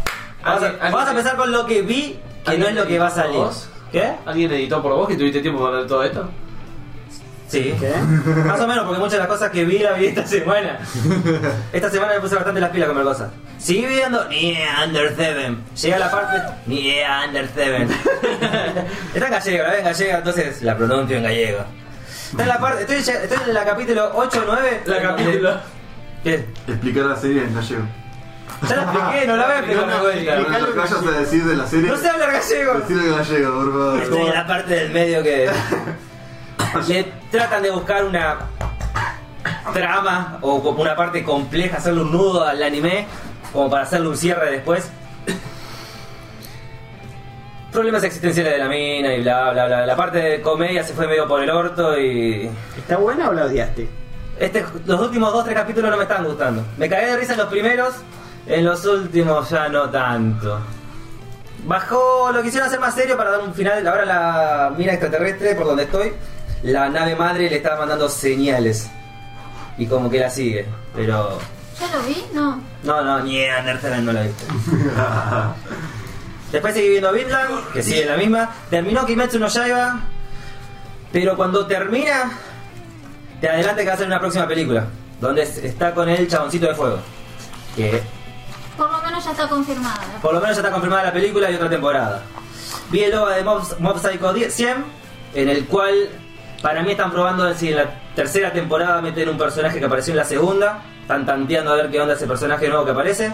Speaker 2: a,
Speaker 8: ¿Alguien- alguien-
Speaker 2: vamos a empezar con lo que vi, que no es lo que va a salir.
Speaker 8: ¿Vos?
Speaker 2: ¿Qué?
Speaker 8: ¿Alguien editó por vos que tuviste tiempo para ver todo esto?
Speaker 2: Sí. Más o menos, porque muchas de las cosas que vi la vi esta semana. Esta semana me puse bastante las pilas con ver cosas. Seguí viendo Neander Seven. Llegué a la parte Neander Seven. Está en gallego, la ven en gallega, entonces la pronuncio en gallego. Está en la parte, estoy, ya- estoy en la capítulo 8 o 9.
Speaker 8: La capítulo.
Speaker 2: ¿Qué?
Speaker 3: Explicar la serie en gallego.
Speaker 2: Ya la expliqué, no la voy a explicar de vuelta.
Speaker 3: No te vayas a decir de la serie.
Speaker 2: No sé hablar gallego.
Speaker 3: Decir en gallego, por favor.
Speaker 2: Estoy en la parte del medio que. Le tratan de buscar una trama o como una parte compleja, hacerle un nudo al anime, como para hacerle un cierre después. Problemas existenciales de la mina y bla bla bla. La parte de comedia se fue medio por el orto y.
Speaker 4: ¿Está buena o la odiaste?
Speaker 2: Este, los últimos dos, tres capítulos no me están gustando. Me cagué de risa en los primeros, en los últimos ya no tanto. Bajó, lo quisieron hacer más serio para dar un final. Ahora la mina extraterrestre, por donde estoy, la nave madre le está mandando señales. Y como que la sigue, pero...
Speaker 7: ¿Ya lo vi? No.
Speaker 2: No, no, ni Andersen no la viste. Después seguí viendo Vinland, que sigue la misma. Terminó Kimetsu no Yaiba, pero cuando termina, te adelanta que va a ser una próxima película, donde es- está con el chaboncito de fuego. Que
Speaker 7: Por lo menos ya está confirmada.
Speaker 2: por lo menos ya está confirmada la película y otra temporada. Vi el OVA de Mob, Mob Psycho 10 100, en el cual para mí están probando si en la tercera temporada meten un personaje que apareció en la segunda. Están tanteando a ver qué onda ese personaje nuevo que aparece.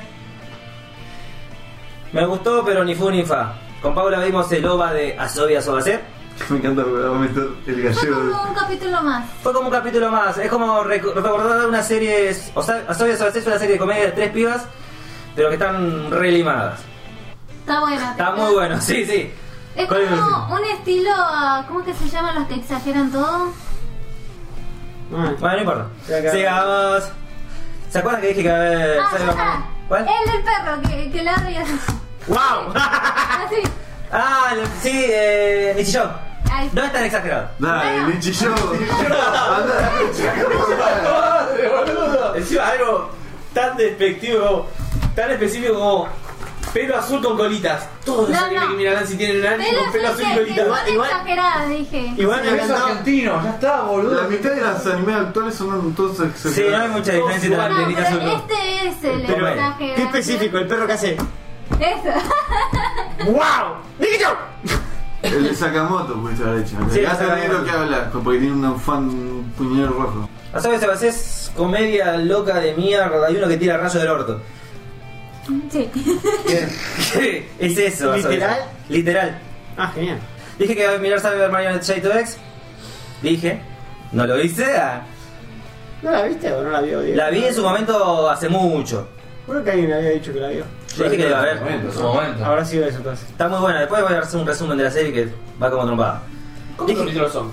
Speaker 2: Me gustó, pero ni fu ni fa. Con Paula vimos el OVA de Asobia Sobacet,
Speaker 3: Me encanta porque va a meter el
Speaker 7: Fue
Speaker 3: gallego.
Speaker 7: como un capítulo más.
Speaker 2: Fue como un capítulo más, es como reco- recordar una serie, o sea, Soy de Sobreceso es una serie de comedia de tres pibas, pero que están re limadas.
Speaker 7: Está buena.
Speaker 2: Está muy bueno, sí, sí.
Speaker 7: Es
Speaker 2: ¿Cuál es el
Speaker 7: como un estilo. ah, ¿Cómo que se llaman los que exageran todo?
Speaker 2: Bueno, no importa.
Speaker 4: Ya acá.
Speaker 2: Sigamos. ¿Se acuerdan que dije que eh,
Speaker 7: Ah,
Speaker 2: sale
Speaker 7: ya, Eh.
Speaker 2: más-
Speaker 7: ya.
Speaker 2: ¿Cuál?
Speaker 7: El del perro que, que ladra y hace.
Speaker 2: ¡Wow!
Speaker 7: Así.
Speaker 2: ah, el- sí, eh. Nichi Show.
Speaker 7: Ahí.
Speaker 2: No es tan exagerado.
Speaker 3: Dale,
Speaker 7: Bueno.
Speaker 3: Lichi Show. Andá.
Speaker 4: ¡Madre, boludo! Encima algo tan despectivo, tan específico como pelo azul con colitas. Todos los
Speaker 7: No,
Speaker 4: animes
Speaker 7: no.
Speaker 4: que miran Nancy tienen un anime con pelo
Speaker 7: Pero
Speaker 4: azul
Speaker 7: sí
Speaker 4: y
Speaker 7: que, que
Speaker 4: colitas.
Speaker 7: son exageradas, dije.
Speaker 4: Igual me
Speaker 6: Es
Speaker 4: encantó.
Speaker 6: argentino, ya está, boludo.
Speaker 3: La mitad de las animes actuales son todos
Speaker 2: Sí,
Speaker 3: exagerados.
Speaker 2: no hay mucha diferencia
Speaker 7: No,
Speaker 2: entre Nichi
Speaker 7: pero
Speaker 2: Show.
Speaker 7: este es el
Speaker 2: Pero,
Speaker 7: exagerado.
Speaker 4: Qué específico, el perro que hace.
Speaker 7: Eso.
Speaker 4: ¡Wow! ¡Niquito!
Speaker 3: El de Sakamoto, pudiste haber hecho.
Speaker 2: Sí,
Speaker 3: El gato
Speaker 2: Sakamoto.
Speaker 3: negro que habla, porque tiene un fan puñero rojo.
Speaker 2: A Soy de Sobreceso es comedia loca de mierda. Hay uno que tira rayo del orto.
Speaker 7: Sí.
Speaker 2: es eso, a Soy de
Speaker 4: ¿Literal?
Speaker 2: Sobreceso. Literal.
Speaker 4: Ah, genial.
Speaker 2: Dije que iba a mirar Cyber Marionette Shade to X. Dije. No lo hice. ah.
Speaker 4: ¿No la viste o no la vio? Diego?
Speaker 2: La vi en su momento hace mucho.
Speaker 4: Creo que alguien le había dicho que la vio.
Speaker 2: Yo dije que la iba a ver.
Speaker 6: En su momento.
Speaker 4: Habrá sido eso entonces.
Speaker 2: Está muy buena. Después voy a hacer un resumen de la serie que va como trompada.
Speaker 8: ¿Cuántos
Speaker 2: Dije-
Speaker 8: capítulos son?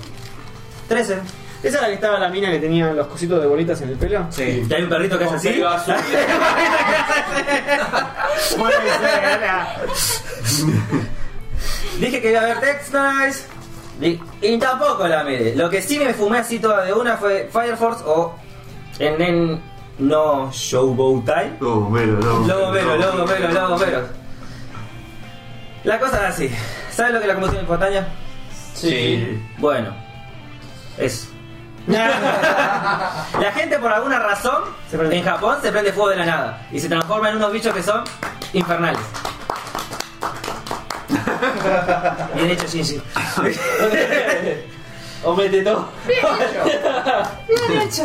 Speaker 2: 13.
Speaker 4: ¿Esa era la que estaba la mina que tenía los cositos de bolitas en el pelo?
Speaker 2: Que hay un perrito que hace
Speaker 8: Con
Speaker 2: así.
Speaker 8: pelo azul.
Speaker 4: Puede ser, era.
Speaker 2: Dije que iba a ver Text Nice. Di- Y tampoco la miré. Lo que sí me fumé así toda de una fue Fire Force o en, en No Showbowtai.
Speaker 3: Lobo mero, lobo.
Speaker 2: Lobo vero, lobo vero, lobo vero. La cosa es así. ¿Sabes lo que es la combustión espontánea?
Speaker 3: Sí.
Speaker 2: Bueno, eso. la gente por alguna razón
Speaker 4: Se prende.
Speaker 2: en Japón se prende fuego de la nada y se transforma en unos bichos que son infernales. Bien hecho, Shinji.
Speaker 8: Hombre, te todo.
Speaker 7: Bien hecho.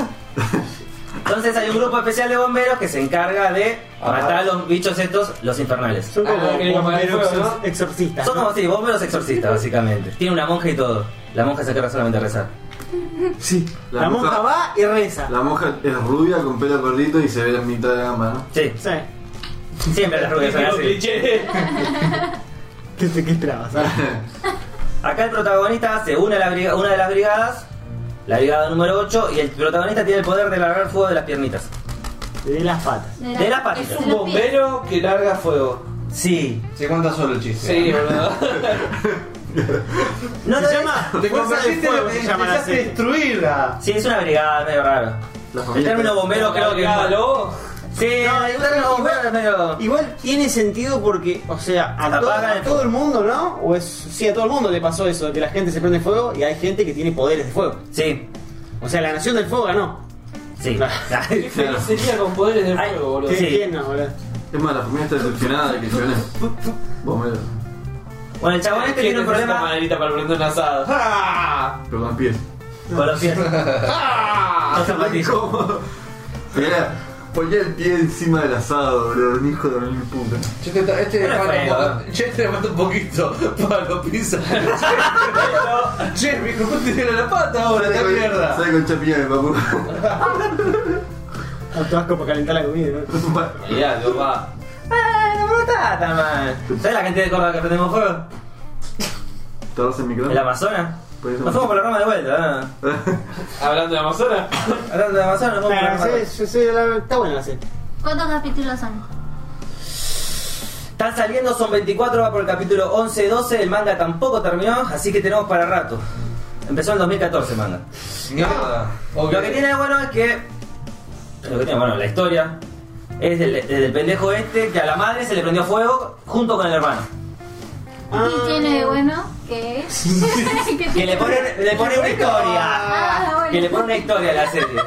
Speaker 2: Entonces hay un grupo especial de bomberos que se encarga de matar a los bichos estos, los infernales.
Speaker 4: Son como
Speaker 8: Ah, que le iba a poner
Speaker 4: bomberos
Speaker 8: fuego,
Speaker 4: exor- exorcistas.
Speaker 2: Son
Speaker 4: ¿no?
Speaker 2: como si bomberos exorcistas, básicamente. Tiene una monja y todo. La monja se encarga solamente de rezar.
Speaker 4: Sí. La,
Speaker 3: La
Speaker 4: monja
Speaker 3: monja-
Speaker 4: va y reza.
Speaker 3: La monja es rubia con pelo cortito y se ve la mitad de la gamba, ¿no?
Speaker 2: Sí,
Speaker 4: Sí.
Speaker 2: siempre las rubias son así.
Speaker 8: cliché.
Speaker 4: ¿Qué, te- qué esperabas?
Speaker 2: Acá el protagonista se une a la briga- una de las brigadas, la brigada número 8, y el protagonista tiene el poder de largar fuego de las piernitas.
Speaker 4: De las patas.
Speaker 2: De la patita.
Speaker 7: es
Speaker 2: Un
Speaker 7: una pie.
Speaker 8: Bombero que larga fuego.
Speaker 2: Sí.
Speaker 6: Se cuenta solo el chiste.
Speaker 8: Sí, boludo.
Speaker 2: No
Speaker 4: se llama.
Speaker 6: Te
Speaker 4: Fuerza de
Speaker 6: convertiste
Speaker 4: fuego
Speaker 6: en
Speaker 4: se llama la
Speaker 6: empezaste a
Speaker 4: serie.
Speaker 6: destruirla.
Speaker 2: Sí, es una brigada, es medio raro.
Speaker 3: La
Speaker 2: El
Speaker 3: familia.
Speaker 2: término bombero creo que es
Speaker 8: Larga
Speaker 2: malo.
Speaker 8: lobo.
Speaker 2: Sí,
Speaker 4: No,
Speaker 2: el término bombero es medio.
Speaker 4: Igual tiene sentido porque, o sea, a,
Speaker 2: Apaga
Speaker 4: todo, a
Speaker 2: el fuego.
Speaker 4: todo el mundo, ¿no? O es, sí, a todo el mundo le pasó eso, de que la gente se prende fuego y hay gente que tiene poderes de fuego.
Speaker 2: Sí,
Speaker 4: O sea, la nación del fuego ganó.
Speaker 2: sí.
Speaker 4: Claro.
Speaker 8: Qué feliz sería con poderes de
Speaker 2: Ay,
Speaker 8: fuego, boludo.
Speaker 4: ¿Qué
Speaker 2: Sí.
Speaker 4: entiendo, Pues, boludo?
Speaker 3: Es más, la familia está decepcionada de que yo Bombero.
Speaker 2: Bueno, el chabón este
Speaker 8: ¿Quién
Speaker 2: tiene un
Speaker 8: necesita
Speaker 2: problema
Speaker 8: maderita para prender un asado. ¡Ah!
Speaker 3: Pero con pies.
Speaker 2: con los pies.
Speaker 8: ¡Ah!
Speaker 2: Los zapatillas.
Speaker 3: ¿Cómo? Mirá, ponía el pie encima del asado, bro. Un hijo de mil puta.
Speaker 6: Che, te- Este
Speaker 2: Pero es
Speaker 6: falta un
Speaker 2: feo.
Speaker 6: poco- Che, te falta un poquito para los pinzas. Che, mi hijo te tiene la pata ahora, esta mierda.
Speaker 3: Sale con champiñones, papu.
Speaker 4: Tanto asco para calentar la comida, ¿no?
Speaker 8: Mirá, Dios va.
Speaker 2: Ah, no me gusta tan mal. ¿Sabes la gente de Córdoba que prendemos fuego?
Speaker 3: ¿Tardas el micrófono?
Speaker 2: El Amazonas.
Speaker 3: Por eso-
Speaker 2: Nos fuimos por la rama de vuelta, ¿no?
Speaker 8: Hablando de Amazonas.
Speaker 2: Hablando de Amazonas, nos fuimos por la
Speaker 4: Claro,
Speaker 2: rama.
Speaker 4: sí, sí, sí, la- está buena la serie.
Speaker 7: ¿Cuántos capítulos son?
Speaker 2: Están saliendo, son 24, va por el capítulo 11, 12, el manga tampoco terminó, así que tenemos para rato. Empezó en 2014 el manga.
Speaker 6: Mierda.
Speaker 2: Lo que tiene de bueno es que... Lo que tiene, bueno, la historia es del, del pendejo este que a la madre se le prendió fuego junto con el hermano.
Speaker 7: ¿Y tiene de bueno? ¿Qué? ¿Qué
Speaker 2: Ah. Que le
Speaker 7: tiene?
Speaker 2: pone, le pone una historia.
Speaker 7: Ah, bueno.
Speaker 2: Que le pone una historia a la serie. ¿no?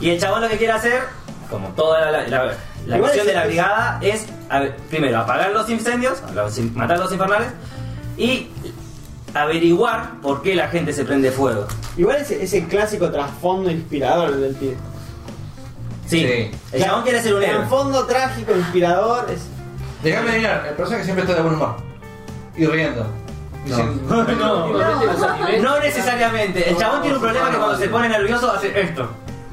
Speaker 2: Y el chabón lo que quiere hacer, como toda la, la, la
Speaker 4: Igual
Speaker 2: misión
Speaker 4: es-
Speaker 2: de la brigada, es a ver, primero apagar los incendios, a los in- matar a los infernales y averiguar por qué la gente se prende fuego.
Speaker 4: Igual ese, ese clásico trasfondo inspirador del pibe.
Speaker 2: Sí,
Speaker 6: Sí.
Speaker 2: el chabón quiere ser un héroe.
Speaker 4: Trasfondo trágico, inspirador. Es...
Speaker 6: Déjame mirar, el personaje siempre está de buen humor. Y riendo. diciendo-
Speaker 4: No.
Speaker 8: Normalmente los animes-
Speaker 2: No necesariamente. El chabón tiene un problema que cuando se pone nervioso hace esto.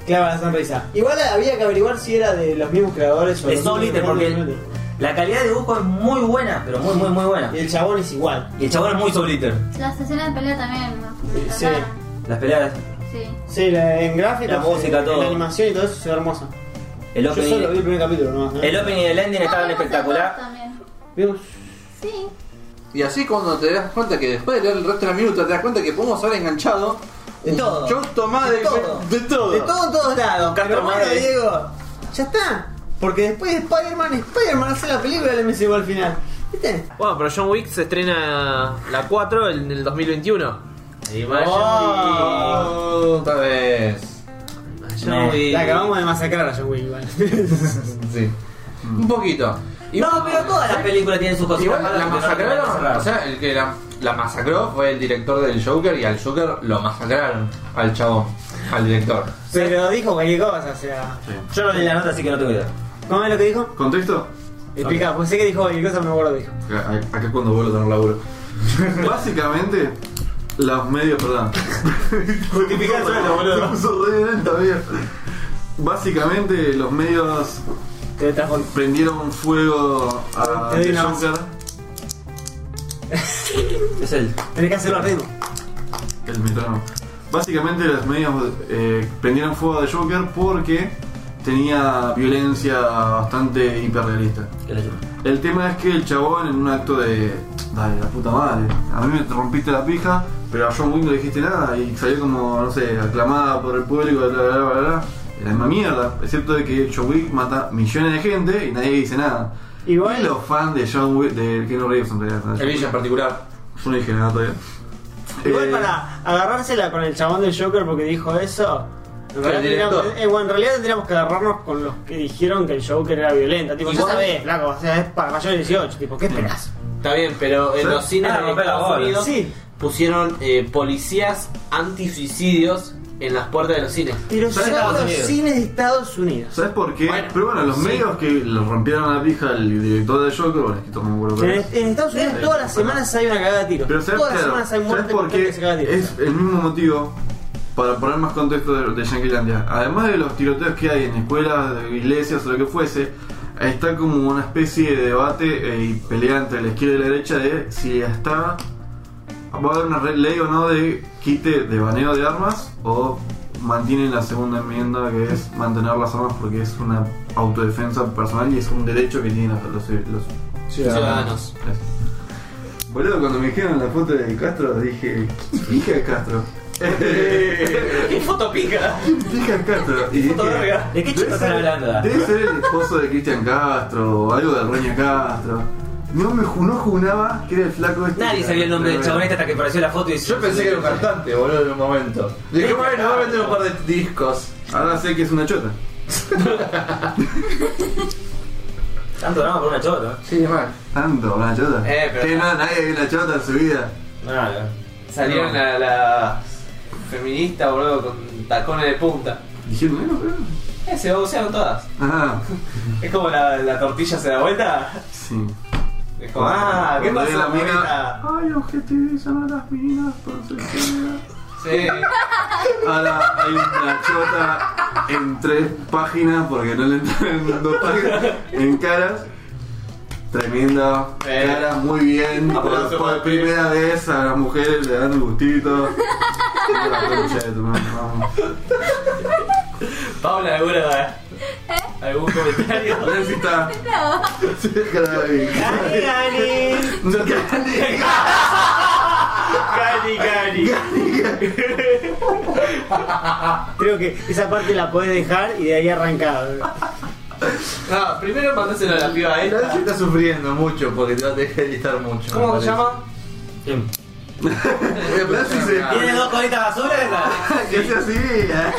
Speaker 4: Clava la sonrisa. Igual había que averiguar si era de los mismos creadores o
Speaker 2: De
Speaker 4: los
Speaker 2: Soul
Speaker 4: mismos
Speaker 2: Eater, porque
Speaker 4: creadores.
Speaker 2: el- la calidad de dibujo es muy buena, pero muy, muy, muy buena.
Speaker 4: Y el chabón es igual.
Speaker 2: Y el chabón es muy Soul Eater.
Speaker 7: Las escenas de pelea también me me
Speaker 4: Sí.
Speaker 7: encantaron.
Speaker 2: Las peleas,
Speaker 7: Sí.
Speaker 4: Sí, la- en gráfica,
Speaker 2: La música, todo.
Speaker 4: La animación y todo eso se ve hermosa.
Speaker 2: el
Speaker 4: Yo solo vi
Speaker 2: opening,
Speaker 4: el primer capítulo nomás. ¿eh?
Speaker 2: el opening y el ending estaban
Speaker 7: Ah, No, vimos el dos
Speaker 2: espectacular.
Speaker 7: también.
Speaker 4: Vimos-
Speaker 7: Sí.
Speaker 6: Y así cuando te das cuenta que después de leer el resto de la minuta te das cuenta que podemos haber enganchado
Speaker 2: De
Speaker 6: un
Speaker 2: todo.
Speaker 6: choto madre
Speaker 2: De todo.
Speaker 6: de todo.
Speaker 4: De todo, en todos lados.
Speaker 6: Castro
Speaker 4: Pero bueno,
Speaker 6: Madre.
Speaker 4: Diego, ya está. Porque después de Spider-Man, Spider-Man hace la película del MCU al final. ¿Viste?
Speaker 15: Bueno, pero John Wick se estrena la 4 en el 2021.
Speaker 8: Y vaya,
Speaker 2: Oh,
Speaker 6: Otra vez.
Speaker 8: y- vaya,
Speaker 2: Me-
Speaker 8: y-
Speaker 4: La acabamos de masacrar a John Wick igual.
Speaker 6: Sí.
Speaker 2: Mm.
Speaker 6: Un poquito.
Speaker 2: No, pero todas las películas tienen sus cosas.
Speaker 6: Igual la masacraron. O sea, el que la, la masacró fue el director del Joker y al Joker lo masacraron. Al chabón. Al director.
Speaker 4: Pero dijo cualquier cosa, o sea.
Speaker 2: Yo no leí la nota, así que no tengo idea.
Speaker 4: ¿Cómo es lo que dijo?
Speaker 3: ¿Contexto?
Speaker 4: Explica, pues sé que dijo cualquier cosa, pero no me acuerdo que dijo.
Speaker 3: Acá acá es cuando vuelvo a tener laburo. Básicamente, los medios, perdón.
Speaker 4: Justifica el sueldo, boludo.
Speaker 3: Se puso re violento, amigo. Bbásicamente, los medios
Speaker 4: Te trajo el-
Speaker 3: prendieron fuego a
Speaker 4: Te doy
Speaker 3: The
Speaker 4: una más.
Speaker 3: Joker.
Speaker 2: Es el.
Speaker 4: Tenés que hacerlo al ritmo.
Speaker 3: El metrónomo. Básicamente los medios eh, prendieron fuego a The Joker porque tenía violencia bastante hiperrealista.
Speaker 2: que la ayuda.
Speaker 3: El tema es que el chabón en un acto de... Dale, la puta madre. A mí me rompiste la pija, pero a John Wick no le dijiste nada y salió como, no sé, aclamada por el público, bla, bla, bla, bla. La misma mierda, excepto de que John Wick mata millones de gente y nadie dice nada.
Speaker 4: Igual-
Speaker 3: Y los fans de John Wick, de Keanu Reeves en realidad.
Speaker 6: El villa en particular.
Speaker 3: Yo no dije nada todavía.
Speaker 4: Igual
Speaker 3: Eh,
Speaker 4: para agarrársela con el chabón del Joker porque dijo eso. En
Speaker 6: Con el
Speaker 4: realidad, tendríamos,
Speaker 6: director.
Speaker 4: eh, bueno, en realidad tendríamos que agarrarnos con los que dijeron que el Joker era violenta. Tipo, ya
Speaker 8: Igual-
Speaker 4: sabés, flaco, o sea, es para mayores de 18. Tipo, ¿qué esperás?
Speaker 8: Está bien, pero en
Speaker 3: Sí.
Speaker 8: los cines
Speaker 2: Ah,
Speaker 8: de
Speaker 2: rompe la
Speaker 8: Estados
Speaker 2: bola.
Speaker 8: Unidos
Speaker 4: Sí.
Speaker 8: pusieron eh, policías antisuicidios en las puertas de los cines.
Speaker 4: Pero
Speaker 3: Son
Speaker 4: son
Speaker 3: Estados
Speaker 4: los
Speaker 3: Unidos.
Speaker 4: cines de Estados Unidos.
Speaker 3: ¿Sabes por qué?
Speaker 8: Bueno,
Speaker 3: Pero bueno, los
Speaker 8: sí.
Speaker 3: medios que le rompieron la pija al director de Joker, bueno, es que tomo un huevo,
Speaker 4: En,
Speaker 3: pero-
Speaker 4: en Estados Unidos
Speaker 3: Sí.
Speaker 4: todas las semanas hay una cagada de tiros.
Speaker 3: Pero
Speaker 4: Todas
Speaker 3: ¿sabes,
Speaker 4: las
Speaker 3: claro,
Speaker 4: semanas hay
Speaker 3: ¿sabes
Speaker 4: muerte
Speaker 3: por qué?
Speaker 4: que se caga de tiros.
Speaker 3: Es el mismo motivo para poner más contexto de, de Yanquilandia. Además de los tiroteos que hay en escuelas, de iglesias o lo que fuese, está como una especie de debate eh, y pelea entre la izquierda y la derecha de si está. va a haber una re- ley o no de quite de baneo de armas o mantienen la segunda enmienda que es mantener las armas porque es una autodefensa personal y es un derecho que tienen los, los- los
Speaker 8: Ciudadanos.
Speaker 3: Boludo, cuando me dijeron la foto de Castro, dije, hija de Castro.
Speaker 2: ¡Qué foto pica!
Speaker 3: Hija de Castro. Y dije,
Speaker 2: Foto verga. ¿De qué chico
Speaker 3: debe
Speaker 2: están
Speaker 3: ser-
Speaker 2: hablando?
Speaker 3: Debe ser el esposo de Cristian Castro o algo de Roña Castro. No me ju- no junaba que era el flaco este.
Speaker 2: Nadie sabía el nombre del chabón este hasta que apareció la foto y
Speaker 6: Yo pensé que era un cantante, boludo, en un momento. Dije, bueno, voy a vender un par de discos.
Speaker 3: "Ah, Ahora sé que es una chota.
Speaker 2: Tanto drama por una chota.
Speaker 6: Sí, mal.
Speaker 3: Tanto, una chota.
Speaker 8: Eh, pero-
Speaker 3: Que no, nadie vio una chota en su vida.
Speaker 2: Nada.
Speaker 8: Salieron la, la feminista, boludo, con tacones de punta.
Speaker 3: Dijeron, bueno, pero.
Speaker 8: Eh, se bocearon todas.
Speaker 3: Ah,
Speaker 8: Es como la, la tortilla se da vuelta.
Speaker 3: sí.
Speaker 8: Es como, ah, ¿qué
Speaker 3: Cuando
Speaker 8: pasó?
Speaker 3: vi la mina-
Speaker 8: bonita?
Speaker 3: Ay, objetivizan a las minas por sexualidad.
Speaker 8: Sí.
Speaker 3: Ahora hay una chota en tres páginas, porque no le entran en dos páginas, en caras. Tremenda,
Speaker 8: Eh.
Speaker 3: cara muy bien. Por,
Speaker 8: Aplauso
Speaker 3: por
Speaker 8: para
Speaker 3: primera vez a las mujeres le dan el gustito. La concha de tu madre, vamos.
Speaker 8: Paula, ¿alguna, ¿algún comentario?
Speaker 3: Necesita. Cara de-
Speaker 4: Gani, Gani.
Speaker 3: No te-
Speaker 8: Cali, Cali.
Speaker 4: Creo que esa parte la podés dejar y de ahí arrancar.
Speaker 8: No, primero mandáselo a la piba
Speaker 6: Esta
Speaker 8: esta.
Speaker 6: se está sufriendo mucho porque te va a tener que editar mucho.
Speaker 8: ¿Cómo
Speaker 6: me
Speaker 8: se llama?
Speaker 2: ¿Quién?
Speaker 6: parece.
Speaker 3: Nancy se-
Speaker 2: ¿Tiene dos colitas basuras esa?
Speaker 3: que hace así. eh.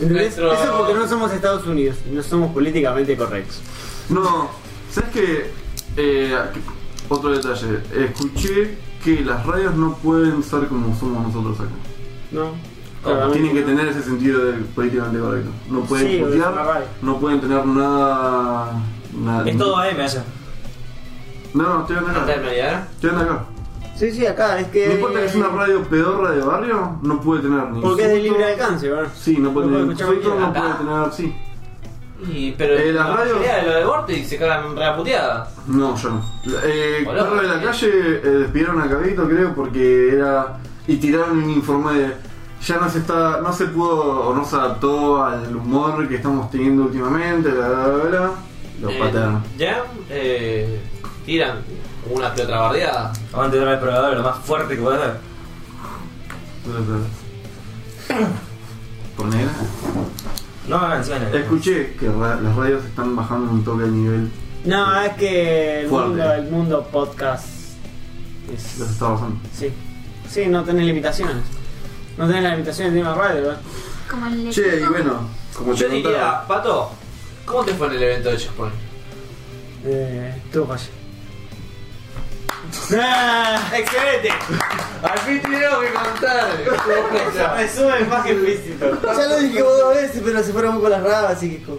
Speaker 4: ¿Entendés?
Speaker 8: Nuestro-
Speaker 4: Eso es porque no somos Estados Unidos y no somos políticamente correctos.
Speaker 3: No, ¿sabes qué? Eh, que- otro detalle. Escuché que las radios no pueden ser como somos nosotros acá.
Speaker 4: No.
Speaker 3: Tienen que tener ese sentido de políticamente correcto. No pueden
Speaker 4: Sí, porque es una
Speaker 3: putear,
Speaker 4: radio.
Speaker 2: eh.
Speaker 3: no pueden tener nada. nada
Speaker 2: Es todo AM allá.
Speaker 3: No, no, estoy andando
Speaker 8: ¿Está
Speaker 3: acá.
Speaker 8: en realidad?
Speaker 3: Estoy andando acá.
Speaker 4: Sí, sí, acá, es que.
Speaker 3: No importa que es una radio pedorra de barrio, no puede tener ni.
Speaker 4: Porque es de libre
Speaker 3: insulto.
Speaker 4: alcance, ¿verdad?
Speaker 3: Sí, no puede
Speaker 4: No
Speaker 3: tener
Speaker 4: puede escuchar
Speaker 3: insulto,
Speaker 4: cualquiera.
Speaker 3: no puede tener. Sí.
Speaker 8: Y, pero
Speaker 3: Eh, las
Speaker 8: la
Speaker 3: radios-
Speaker 8: mayoría de lo de Vortex se cagan reaputeada.
Speaker 3: No, yo no. Eh,
Speaker 8: Hola.
Speaker 3: perro de la calle eh, despidieron a Cabrito, creo, porque era. y tiraron un informe de. ya no se está. no se pudo o no se adaptó al humor que estamos teniendo últimamente, bla bla bla. bla. Lo
Speaker 8: Eh,
Speaker 3: patearon.
Speaker 8: Ya, eh, tiran una que otra bardeada.
Speaker 2: Vamos a entrar al probador, lo más fuerte que puedo hacer.
Speaker 3: Por negra.
Speaker 2: No, encima no.
Speaker 3: Escuché que ra- las radios están bajando un toque el nivel.
Speaker 4: No, es que el
Speaker 3: Fuerte.
Speaker 4: mundo, el mundo podcast. es-
Speaker 3: Los está bajando.
Speaker 4: Sí. Sí, no tenés limitaciones. No tenés las limitaciones de una radio, ¿verdad?
Speaker 7: Como el
Speaker 3: Che, y
Speaker 7: equipo.
Speaker 3: bueno, como
Speaker 8: Yo
Speaker 3: te contaba.
Speaker 8: diría, Pato, ¿cómo te fue en el evento de Checkpoint?
Speaker 4: Eh, estuvo falla. ¡Ah!
Speaker 8: ¡Excelente!
Speaker 14: Al fin tenemos que contar.
Speaker 4: Resumen más implícito. Ya lo dije dos veces, pero se fueron con las rabas, así que. como-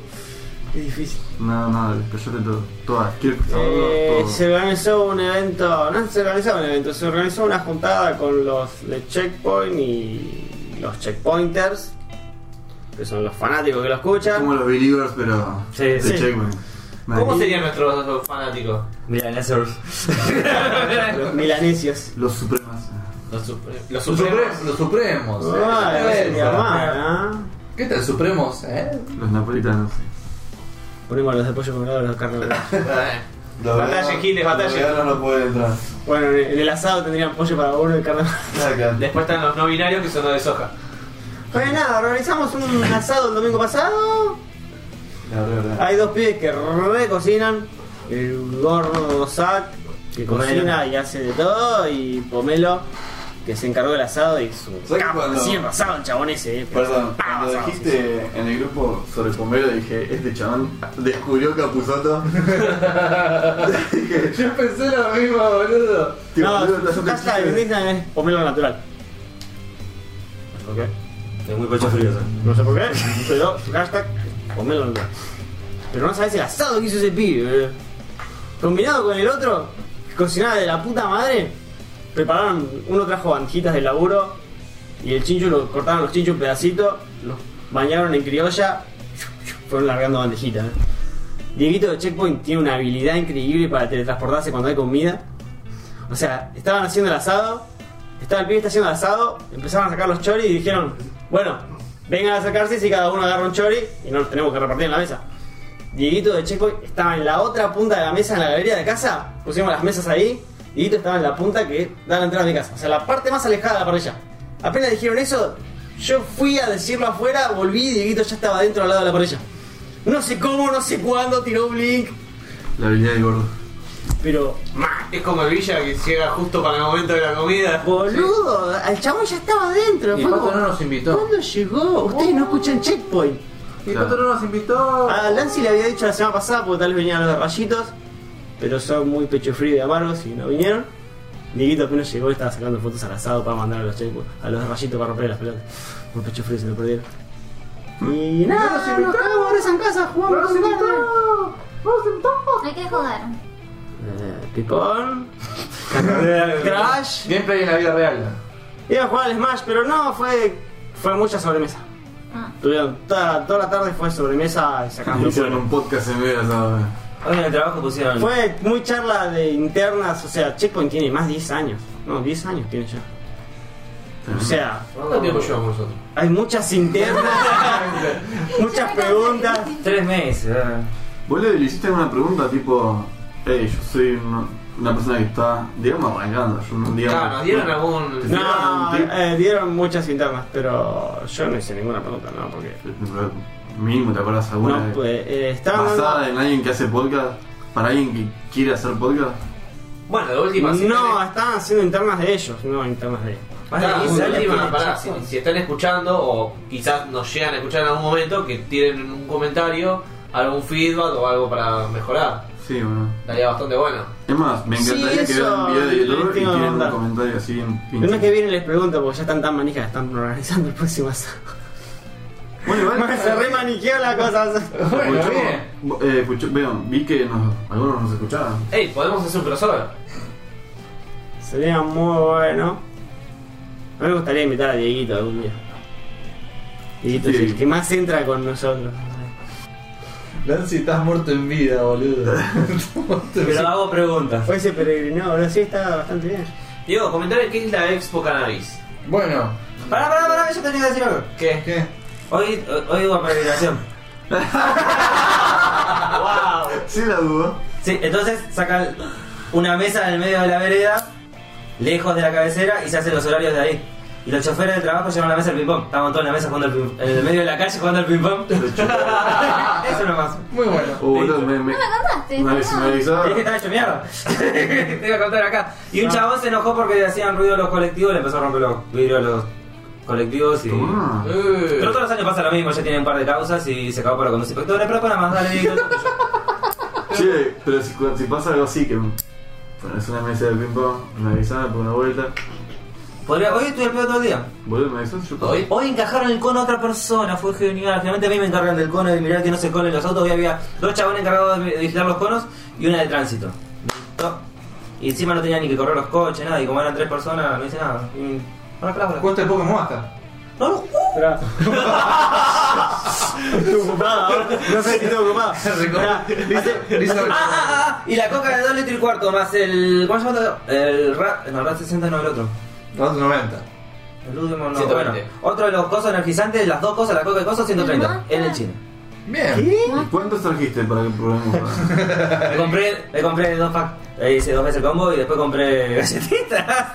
Speaker 4: Es difícil.
Speaker 3: No, no, callate todo. Todas, quiero escuchar
Speaker 4: Eh,
Speaker 3: todo.
Speaker 4: se organizó un evento, no se organizó un evento, se organizó una juntada con los de Checkpoint y los Checkpointers, que son los fanáticos que lo
Speaker 3: Como
Speaker 4: escuchan.
Speaker 3: los believers, pero.
Speaker 2: Sí,
Speaker 3: de
Speaker 4: sí.
Speaker 3: Checkmate.
Speaker 8: ¿Cómo
Speaker 3: Nice.
Speaker 8: serían nuestros fanáticos?
Speaker 2: Mira, Lazarus.
Speaker 4: Los milanesios.
Speaker 3: Los supremas. eh,
Speaker 8: Los, supre- los
Speaker 14: Los
Speaker 8: supremos.
Speaker 14: Supremos. Los Supremos. eh.
Speaker 4: Ah,
Speaker 14: Eh,
Speaker 4: no se
Speaker 14: eh,
Speaker 4: llama, ¿ah?
Speaker 14: ¿Qué tal, Supremos? eh?
Speaker 3: Los napolitanos.
Speaker 4: Ponemos los de pollo con los de carne molida.
Speaker 8: Eh,
Speaker 6: Los
Speaker 8: Batalla,
Speaker 6: veganos-
Speaker 8: Giles, batalla.
Speaker 6: Los veganos no pueden entrar.
Speaker 4: Bueno, en el asado tendrían pollo para uno y carne molida.
Speaker 6: Acá.
Speaker 8: Después están los no binarios que son los de soja.
Speaker 4: Bueno, nada, organizamos un asado el domingo pasado.
Speaker 6: La verdad.
Speaker 4: Hay dos pibes que re cocinan. El gordo Zac, que
Speaker 2: Pomelo.
Speaker 4: cocina y hace de todo. Y Pomelo, que se encargó del asado y su
Speaker 6: ¿Sabes
Speaker 4: capa,
Speaker 6: cuando-
Speaker 4: recién asado, el chabón ese. eh, pero
Speaker 3: Perdón,
Speaker 8: Ah,
Speaker 4: pa,
Speaker 3: cuando
Speaker 4: asado, sí, sí.
Speaker 3: dijiste en el grupo sobre Pomero, dije: Este chabón descubrió Capuzoto. dije:
Speaker 14: Yo pensé lo mismo, boludo.
Speaker 3: "Tío,
Speaker 4: No,
Speaker 3: boludo,
Speaker 4: su
Speaker 3: estás
Speaker 4: casa de
Speaker 3: un chiste".
Speaker 4: Disney es Pomelo natural.
Speaker 2: Es muy pecho frío. ¿sabes?
Speaker 4: No sé por qué, pero su hashtag Pomelo natural. Pero no sabes el asado que hizo ese pibe. boludo. Combinado con el otro, que cocinaba de la puta madre. Prepararon, uno trajo banjitas del laburo y el chincho lo cortaron los chinchos en pedacitos, los bañaron en criolla, fueron largando bandejitas. ¿eh? Dieguito de Checkpoint tiene una habilidad increíble para teletransportarse cuando hay comida. O sea, estaban haciendo el asado, estaba el pibe está haciendo el asado, empezaron a sacar los choris y dijeron, bueno, vengan a sacarse si cada uno agarra un chori y no los tenemos que repartir en la mesa. Dieguito de Checkpoint estaba en la otra punta de la mesa en la galería de casa, pusimos las mesas ahí, Dieguito estaba en la punta que da la entrada a mi casa, o sea, la parte más alejada de la parrilla. Apenas dijeron eso, yo fui a decirlo afuera, volví y Dieguito ya estaba dentro al lado de la parrilla. No sé cómo, no sé cuándo, tiró un link,
Speaker 3: La habilidad del gordo.
Speaker 4: pero
Speaker 8: Es como el Villa que llega justo para el momento de la comida.
Speaker 4: Boludo, al chabón ya estaba adentro.
Speaker 14: Y
Speaker 4: fue
Speaker 14: Pato
Speaker 4: como,
Speaker 14: no nos invitó.
Speaker 4: ¿Cuándo llegó? Ustedes no escuchan Checkpoint.
Speaker 14: Y Pato no nos invitó.
Speaker 4: A Lancy le había dicho la semana pasada porque tal vez venían los de rayitos, pero son muy pecho frío y amargos y no vinieron. Dieguito apenas llegó y estaba sacando fotos al asado para mandar a los Checkpoint, a los de rayitos para romper las pelotas. Muy pecho frío se lo perdieron. Y nada, nos cagamos ahora en casa, jugamos con
Speaker 7: Hay que jugar.
Speaker 4: Eh, Pipón, Crash.
Speaker 14: Gameplay en la vida real.
Speaker 4: Iba a jugar al Smash, pero no, fue, fue mucha sobremesa.
Speaker 7: Ah.
Speaker 4: Tuvieron toda, toda la tarde fue sobremesa y sacando
Speaker 3: Hicieron
Speaker 4: juegos.
Speaker 3: un podcast en medio de la
Speaker 2: Hoy en el trabajo pusieron.
Speaker 4: Fue muy charla de internas, o sea, Checkpoint tiene más de 10 años. No, 10 años tiene ya. O sea,
Speaker 8: ¿Cuánto tiempo llevamos nosotros?
Speaker 4: hay muchas internas, muchas preguntas.
Speaker 2: Tres meses. ah.
Speaker 3: Vos le le hiciste una pregunta tipo: Hey, yo soy una, una persona que está, digamos, arrancando. Yo no, digamos,
Speaker 8: Ah, nos dieron
Speaker 3: no-
Speaker 8: algún.
Speaker 3: No.
Speaker 4: No, eh, dieron muchas internas, pero yo no hice ninguna pregunta, no, porque.
Speaker 3: Mínimo te acuerdas alguna.
Speaker 4: No,
Speaker 3: vez.
Speaker 4: pues, eh, estaban
Speaker 3: basada en alguien que hace podcast para alguien que quiere hacer podcast.
Speaker 8: Bueno, de última. si
Speaker 4: No,
Speaker 8: tenés-
Speaker 4: estaban haciendo internas de ellos, no internas de
Speaker 2: Más de
Speaker 8: Está,
Speaker 2: 10
Speaker 8: de
Speaker 2: años
Speaker 8: última,
Speaker 2: tiene
Speaker 8: pará, si,
Speaker 2: Jackson.
Speaker 8: si están escuchando o quizás nos llegan a escuchar en algún momento, que tienen un comentario, algún feedback o algo para mejorar.
Speaker 3: Sí, bueno.
Speaker 8: Estaría bastante bueno.
Speaker 3: Es más, me
Speaker 4: Sí,
Speaker 3: encantaría que
Speaker 4: eso
Speaker 3: vean un video de
Speaker 4: les
Speaker 3: YouTube y
Speaker 4: tengo que
Speaker 3: tienen un
Speaker 4: mandar.
Speaker 3: comentario así en
Speaker 4: El mes
Speaker 3: Pinterest.
Speaker 4: que viene les pregunto porque ya están tan manijas, están organizando el próximo asado.
Speaker 3: Bueno, igual.
Speaker 4: Se remaniqueó la cosa.
Speaker 14: Bueno,
Speaker 3: Escuchamos.
Speaker 14: bien.
Speaker 3: eh, escuché- veo, vi que nos- algunos nos escuchaban.
Speaker 8: Ey, podemos hacer un crossover.
Speaker 4: Sería muy bueno. A mí me gustaría invitar a Dieguito algún día. Dieguito es
Speaker 3: Sí.
Speaker 4: el que más entra con nosotros.
Speaker 6: Lancy, estás muerto en vida, boludo. Estás muerto en
Speaker 2: Pero
Speaker 6: vida.
Speaker 2: hago preguntas.
Speaker 4: Hoy se peregrinó, ahora sí está bastante bien.
Speaker 8: Diego, comentame qué es la Expo Cannabis.
Speaker 6: Bueno,
Speaker 2: Pará, pará, pará, yo tenía que decir algo.
Speaker 8: ¿Qué?
Speaker 6: ¿qué?
Speaker 2: Hoy, hoy hubo peregrinación.
Speaker 4: Ah,
Speaker 3: Sí la dudo.
Speaker 2: Sí, entonces sacan una mesa en el medio de la vereda, lejos de la cabecera, y se hacen los horarios de ahí. Y los choferes del trabajo llevan la mesa al ping-pong. Estaban todos en la mesa jugando al ping En el medio de la calle jugando al ping-pong. Eso nomás.
Speaker 6: Muy bueno.
Speaker 3: Oh, boludo, me, me,
Speaker 7: No me contaste.
Speaker 3: me avis- me
Speaker 7: no.
Speaker 3: avisaba.
Speaker 2: Es que estaba hecho mierda. Te iba a contar acá. Y un chabón se enojó porque le hacían ruido a los colectivos, le empezó a romper los vidrios a los colectivos y.
Speaker 3: Ah.
Speaker 15: Uh,
Speaker 8: Eh,
Speaker 2: Pero todos los años pasa lo mismo, ya tienen un par de causas y se acabó para con los inspectores, pero para más, dale, Diego, yo-
Speaker 3: Che, pero si, cu- si pasa algo así que pones una mesa de ping pong, me avisaba por una vuelta,
Speaker 2: Podría, hoy estuve al pedo todo el día.
Speaker 3: boludo, me avisas, yo
Speaker 8: ¿Hoy?
Speaker 2: Hoy encajaron el cono a otra persona, fue genial. Generalmente a mí me encargan del cono de mirar que no se colen los autos. Hoy había dos chabones encargados de vigilar los conos y una de tránsito. Listo. Y encima no tenía ni que correr los coches, nada. Y como eran tres personas, no hice nada. Y- Buenas palabras.
Speaker 6: Cuesta el Pokémon hasta.
Speaker 2: No, no, uh.
Speaker 4: Esperá. Estoy ocupado ahora. No sé si estoy ocupado. Esperá.
Speaker 6: Dice, dice
Speaker 2: Ah, ah, ah, y la coca de 2 litros y cuarto más el. ¿Cómo se llama? el otro? El RAT. No, el RAT 60 no, el otro.
Speaker 6: 290.
Speaker 2: El último no.
Speaker 8: 120.
Speaker 2: Bueno, otro de los cosos energizantes, las dos cosas, la coca y coso, 130. En el chino.
Speaker 6: Bien.
Speaker 3: ¿Y cuántos trajiste para que probemos?
Speaker 2: Me compré, me compré dos packs. Eh, hice dos veces el combo y después compré galletitas.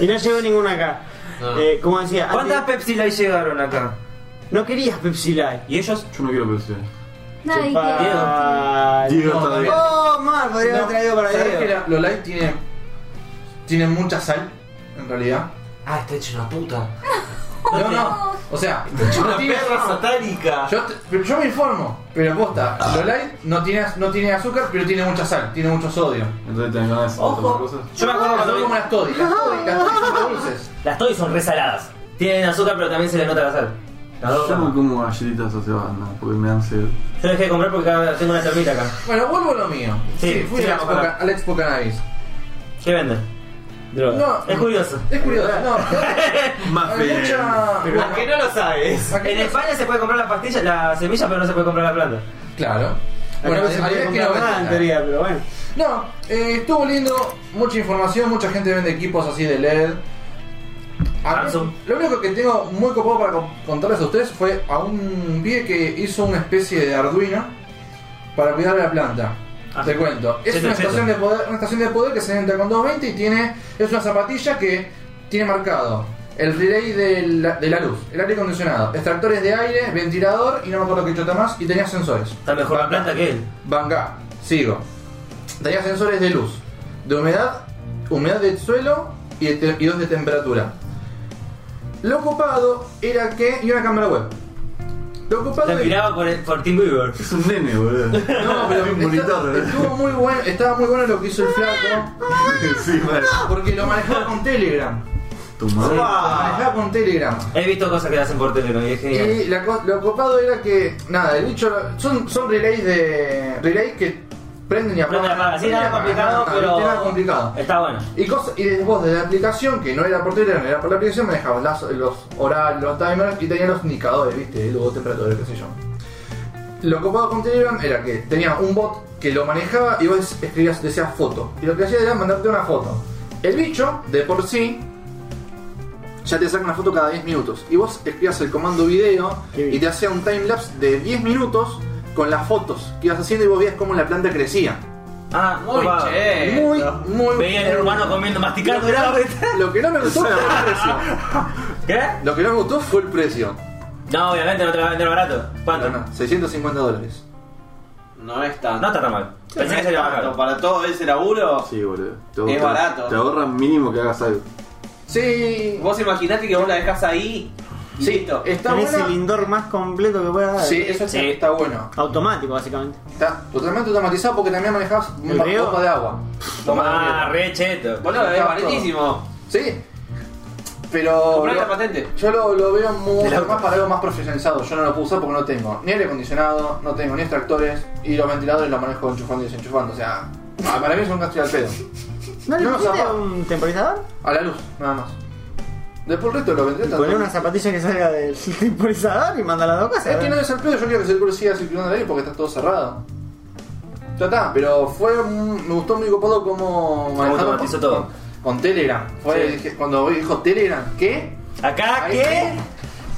Speaker 4: Y no llegó ninguna acá.
Speaker 8: No.
Speaker 4: Eh, como decía,
Speaker 2: ¿Cuántas
Speaker 4: antes,
Speaker 2: Pepsi Light llegaron acá?
Speaker 4: no querías Pepsi Light.
Speaker 2: ¿Y ellos?
Speaker 3: Yo no quiero pensar.
Speaker 7: Nadie
Speaker 4: Pa-
Speaker 7: quiere.
Speaker 3: Diego
Speaker 6: no,
Speaker 3: está
Speaker 6: todavía.
Speaker 3: bien.
Speaker 4: Oh, mal, podría haber traído para
Speaker 6: ¿Sabés que
Speaker 4: Diego.
Speaker 6: la- los light tienen, tienen mucha sal, en realidad?
Speaker 8: Ah, está hecho una puta.
Speaker 6: No, no. O sea, no
Speaker 8: Una
Speaker 6: tiene-
Speaker 8: perra satánica.
Speaker 6: yo, te- pero yo me informo, pero posta, los light no tiene, no tiene azúcar, pero tiene mucha sal, tiene mucho sodio.
Speaker 3: Entonces tenés ganas de tomar
Speaker 2: Ojo,
Speaker 3: cosas.
Speaker 2: yo me
Speaker 6: Son
Speaker 2: acuerdo cuando
Speaker 6: como
Speaker 2: vi-
Speaker 6: las toddy, las toddy, las toddy son dulces.
Speaker 2: las Toy son resaladas. Tienen azúcar pero también se les nota la sal. Las dos.
Speaker 3: Yo no
Speaker 2: Yo
Speaker 3: como galletitas o cebada, porque me dan sed.
Speaker 2: dejé de comprar porque cada- tengo una termita acá.
Speaker 6: Bueno, vuelvo a lo mío.
Speaker 2: Sí,
Speaker 6: fui
Speaker 2: sí,
Speaker 6: a la
Speaker 2: vamos
Speaker 6: Expo
Speaker 2: a
Speaker 6: Ca-
Speaker 2: hablar.
Speaker 6: al Expo Cannabis.
Speaker 2: ¿Qué venden? Droga.
Speaker 6: No.
Speaker 2: Es curioso.
Speaker 6: Es curioso, no.
Speaker 3: Más
Speaker 6: Hay
Speaker 3: fe.
Speaker 6: mucha. bueno,
Speaker 8: ¿Por qué no lo sabes?
Speaker 6: acá-
Speaker 2: En España se puede comprar la pastilla, la semilla, pero no se puede comprar la planta.
Speaker 6: Claro. Bueno,
Speaker 4: Acá se
Speaker 6: ahí
Speaker 4: puede
Speaker 6: es que no
Speaker 4: comprar nada en
Speaker 6: venden.
Speaker 4: teoría, pero bueno.
Speaker 6: No, eh, estuvo lindo, mucha información, mucha gente vende equipos así de E LED. A mí,
Speaker 2: Samsung.
Speaker 6: lo único que tengo muy copado para con- contarles a ustedes fue a un pie que hizo una especie de Arduino para cuidar la planta.
Speaker 2: Ah.
Speaker 6: Te cuento. Es
Speaker 2: Cheto,
Speaker 6: una
Speaker 2: cheto.
Speaker 6: estación, de poder, una estación de poder que se entra con 220 y tiene. Es una zapatilla que tiene marcado el relay de la, de la luz, el aire acondicionado, extractores de aire, ventilador y no me acuerdo qué chota más y tenía sensores.
Speaker 2: Está mejor la
Speaker 6: Bacán.
Speaker 2: planta que él.
Speaker 6: Banga, sigo. Tenía sensores de luz, de humedad, humedad del suelo y, de te- y dos de temperatura. Lo ocupado era que. y una cámara web. Lo ocupado
Speaker 2: Se
Speaker 6: era.
Speaker 2: miraba por, el- por Team Weaver.
Speaker 3: Es un nene, boludo.
Speaker 6: No, pero
Speaker 3: Es un
Speaker 6: estaba,
Speaker 3: monitor, ¿eh? boludo.
Speaker 6: estuvo muy bueno, estaba muy bueno lo que hizo el flaco,
Speaker 3: Sí, vale.
Speaker 6: porque lo manejaba con Telegram.
Speaker 3: Tu madre.
Speaker 6: Lo
Speaker 2: Ah.
Speaker 6: manejaba con Telegram.
Speaker 2: He visto cosas que hacen por teléfono y es genial.
Speaker 6: Y la co- lo copado era que, nada, el bicho, son, son relays de. relays que prenden y apagan.
Speaker 2: Prende la paga. Sí,
Speaker 6: prenden y
Speaker 2: nada
Speaker 6: apagan, Ah,
Speaker 2: complicado,
Speaker 6: nada,
Speaker 2: pero.
Speaker 6: nada complicado.
Speaker 2: Está bueno.
Speaker 6: Y, cosa, y de- vos desde la aplicación, que no era por Telegram, era por la aplicación, manejabas las- los horarios, los timers y tenía los indicadores, viste, luego temperatura, qué sé yo. Lo copado con Telegram era que tenía un bot que lo manejaba y vos escribías, decías foto. Y lo que hacía era mandarte una foto. El bicho, de por sí, ya te saca una foto cada 10 minutos. Y vos escribías el comando video
Speaker 4: Qué bien.
Speaker 6: y te hacía un timelapse de 10 minutos con las fotos que ibas haciendo y vos veías cómo la planta crecía.
Speaker 2: Ah,
Speaker 8: Muy
Speaker 2: copado.
Speaker 8: che.
Speaker 6: Muy, muy
Speaker 2: Veía el hermano comiendo masticando era
Speaker 6: Lo que no me gustó fue el precio.
Speaker 2: ¿Qué?
Speaker 6: Lo que no me gustó fue el precio.
Speaker 2: No, obviamente no te la va a vender barato. ¿Cuánto?
Speaker 6: No, no, 650 dólares.
Speaker 15: No es tanto.
Speaker 2: No está tan mal. Pensé que
Speaker 15: es
Speaker 2: sería más
Speaker 15: tanto.
Speaker 2: caro.
Speaker 15: Para todo ese laburo,
Speaker 3: Sí, boludo. Te-
Speaker 15: Es
Speaker 3: te-
Speaker 15: barato.
Speaker 3: Te ahorran mínimo que hagas algo.
Speaker 6: Sí.
Speaker 15: vos imaginate que vos la dejás ahí. y
Speaker 6: Sí,
Speaker 15: listo.
Speaker 6: está
Speaker 4: Tenés el
Speaker 6: bueno.
Speaker 4: indoor más completo que puedas dar.
Speaker 6: Sí, eso está,
Speaker 2: Sí.
Speaker 6: está bueno.
Speaker 4: Automático, básicamente.
Speaker 6: Está totalmente automatizado porque también manejabas
Speaker 4: ¿El
Speaker 6: un ba-
Speaker 4: río?
Speaker 6: copa de agua.
Speaker 15: Ah.
Speaker 2: Tomá, re cheto.
Speaker 15: Boludo, es
Speaker 6: Estaba todo.
Speaker 15: baratísimo.
Speaker 6: Sí.
Speaker 14: Pero.
Speaker 15: Comprar la patente.
Speaker 14: Yo lo, lo veo muy
Speaker 5: Del auto.
Speaker 14: más para algo más profesionalizado. Yo no lo puedo usar porque no tengo ni aire acondicionado, no tengo ni extractores y los ventiladores los manejo enchufando y desenchufando. O sea, ah, para mí es un gasto al pedo.
Speaker 4: ¿No le
Speaker 14: No,
Speaker 4: pusiste
Speaker 14: zapa-
Speaker 4: un temporizador?
Speaker 14: A la luz, nada más. Después el resto de los
Speaker 4: Y
Speaker 14: ventiladores.
Speaker 4: poné una zapatilla que salga del temporizador y manda las dos cosas.
Speaker 14: Es que no es el pedo, yo quiero que el culo siga circulando el aire porque está todo cerrado. Ya está, pero fue. un- me gustó muy copado como
Speaker 2: automatizó todo.
Speaker 14: Con, con Telegram. Fue, dije, cuando dijo Telegram, ¿qué?
Speaker 2: Acá
Speaker 14: Ahí
Speaker 2: que.
Speaker 14: está.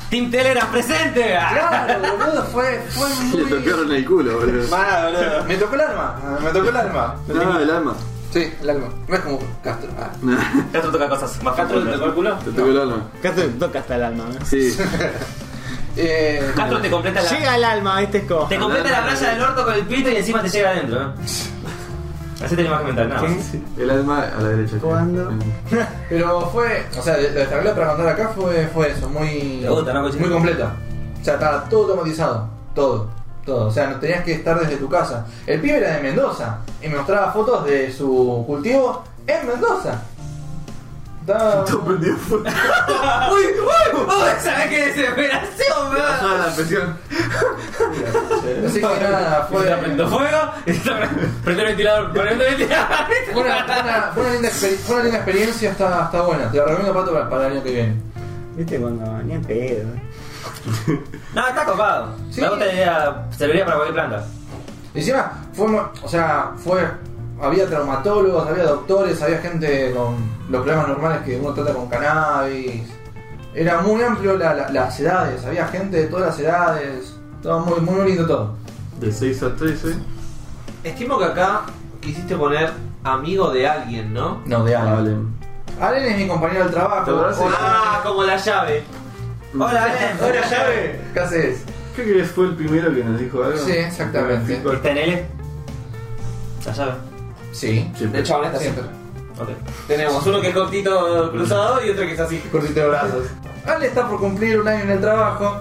Speaker 2: Team Telegram presente.
Speaker 14: Claro, boludo, fue, fue
Speaker 3: Le
Speaker 14: muy.
Speaker 3: tocaron el culo, boludo.
Speaker 14: Mal, boludo. Me tocó el alma, me tocó el alma.
Speaker 3: No, el alma.
Speaker 14: Sí, el alma. No es como Castro. Ah.
Speaker 2: Castro toca cosas más
Speaker 15: ¿Castro te
Speaker 2: profundas.
Speaker 15: tocó el culo?
Speaker 3: Te tocó el alma.
Speaker 4: Castro toca hasta el alma, ¿no?
Speaker 3: Sí.
Speaker 14: Eh,
Speaker 2: Castro te completa la.
Speaker 4: Llega el alma, este es como.
Speaker 2: Te completa la playa del orto con el pito y encima te llega adentro. Así tenés más que mental, nada. más.
Speaker 3: El alma a la derecha.
Speaker 4: ¿Cuándo?
Speaker 6: Pero fue, o sea, la descargué para contar acá fue, fue eso, muy,
Speaker 2: ¿Te gusta, no, coche?
Speaker 6: muy completa. O sea, estaba todo automatizado, todo, todo. O sea, no tenías que estar desde tu casa. El pibe era de Mendoza y me mostraba fotos de su cultivo en Mendoza. Estaba...
Speaker 3: Sorprendido fue.
Speaker 2: ¡Uy! ¡Uy! ¡Uy! ¿Sabés qué desesperación, weón?
Speaker 3: la presión.
Speaker 6: Así que nada, fue
Speaker 2: Está prendiendo
Speaker 6: una,
Speaker 2: fuego, está prende el ventilador, prende el ventilador.
Speaker 6: fue una- fue una linda, exper- fue una linda experiencia, está, está buena. Te la recomiendo, Pato, para, para el año que viene.
Speaker 4: Viste cuando. Ni en pedo.
Speaker 2: No, está copado.
Speaker 6: Sí.
Speaker 2: Me gusta la idea, serviría para cualquier planta.
Speaker 6: Encima, fue, mo- o sea, fue, había traumatólogos, había doctores, había gente con los problemas normales que uno trata con cannabis. Era muy amplio la- la- las edades, había gente de todas las edades. Estaba muy, muy lindo todo.
Speaker 3: De 6 a ¿eh? 13.
Speaker 15: Estimo que acá quisiste poner amigo de alguien, ¿no?
Speaker 6: No, de Allen.
Speaker 3: Vale.
Speaker 6: Allen es mi compañero del trabajo.
Speaker 3: ¿Te acordás?
Speaker 6: Hola,
Speaker 15: Ah, como la llave.
Speaker 2: Hola, eh.
Speaker 4: Ahora llave.
Speaker 6: ¿Qué haces?
Speaker 3: Creo que fue el primero que nos dijo algo.
Speaker 6: Sí, exactamente.
Speaker 3: Feedback.
Speaker 2: ¿Está en L? La llave.
Speaker 6: Sí.
Speaker 15: De
Speaker 3: Siempre.
Speaker 15: hecho, ahora está
Speaker 6: Siempre.
Speaker 2: Ok.
Speaker 15: Tenemos uno que es cortito cruzado y otro que es así.
Speaker 6: Cortito de brazos. Ale está por cumplir un año en el trabajo.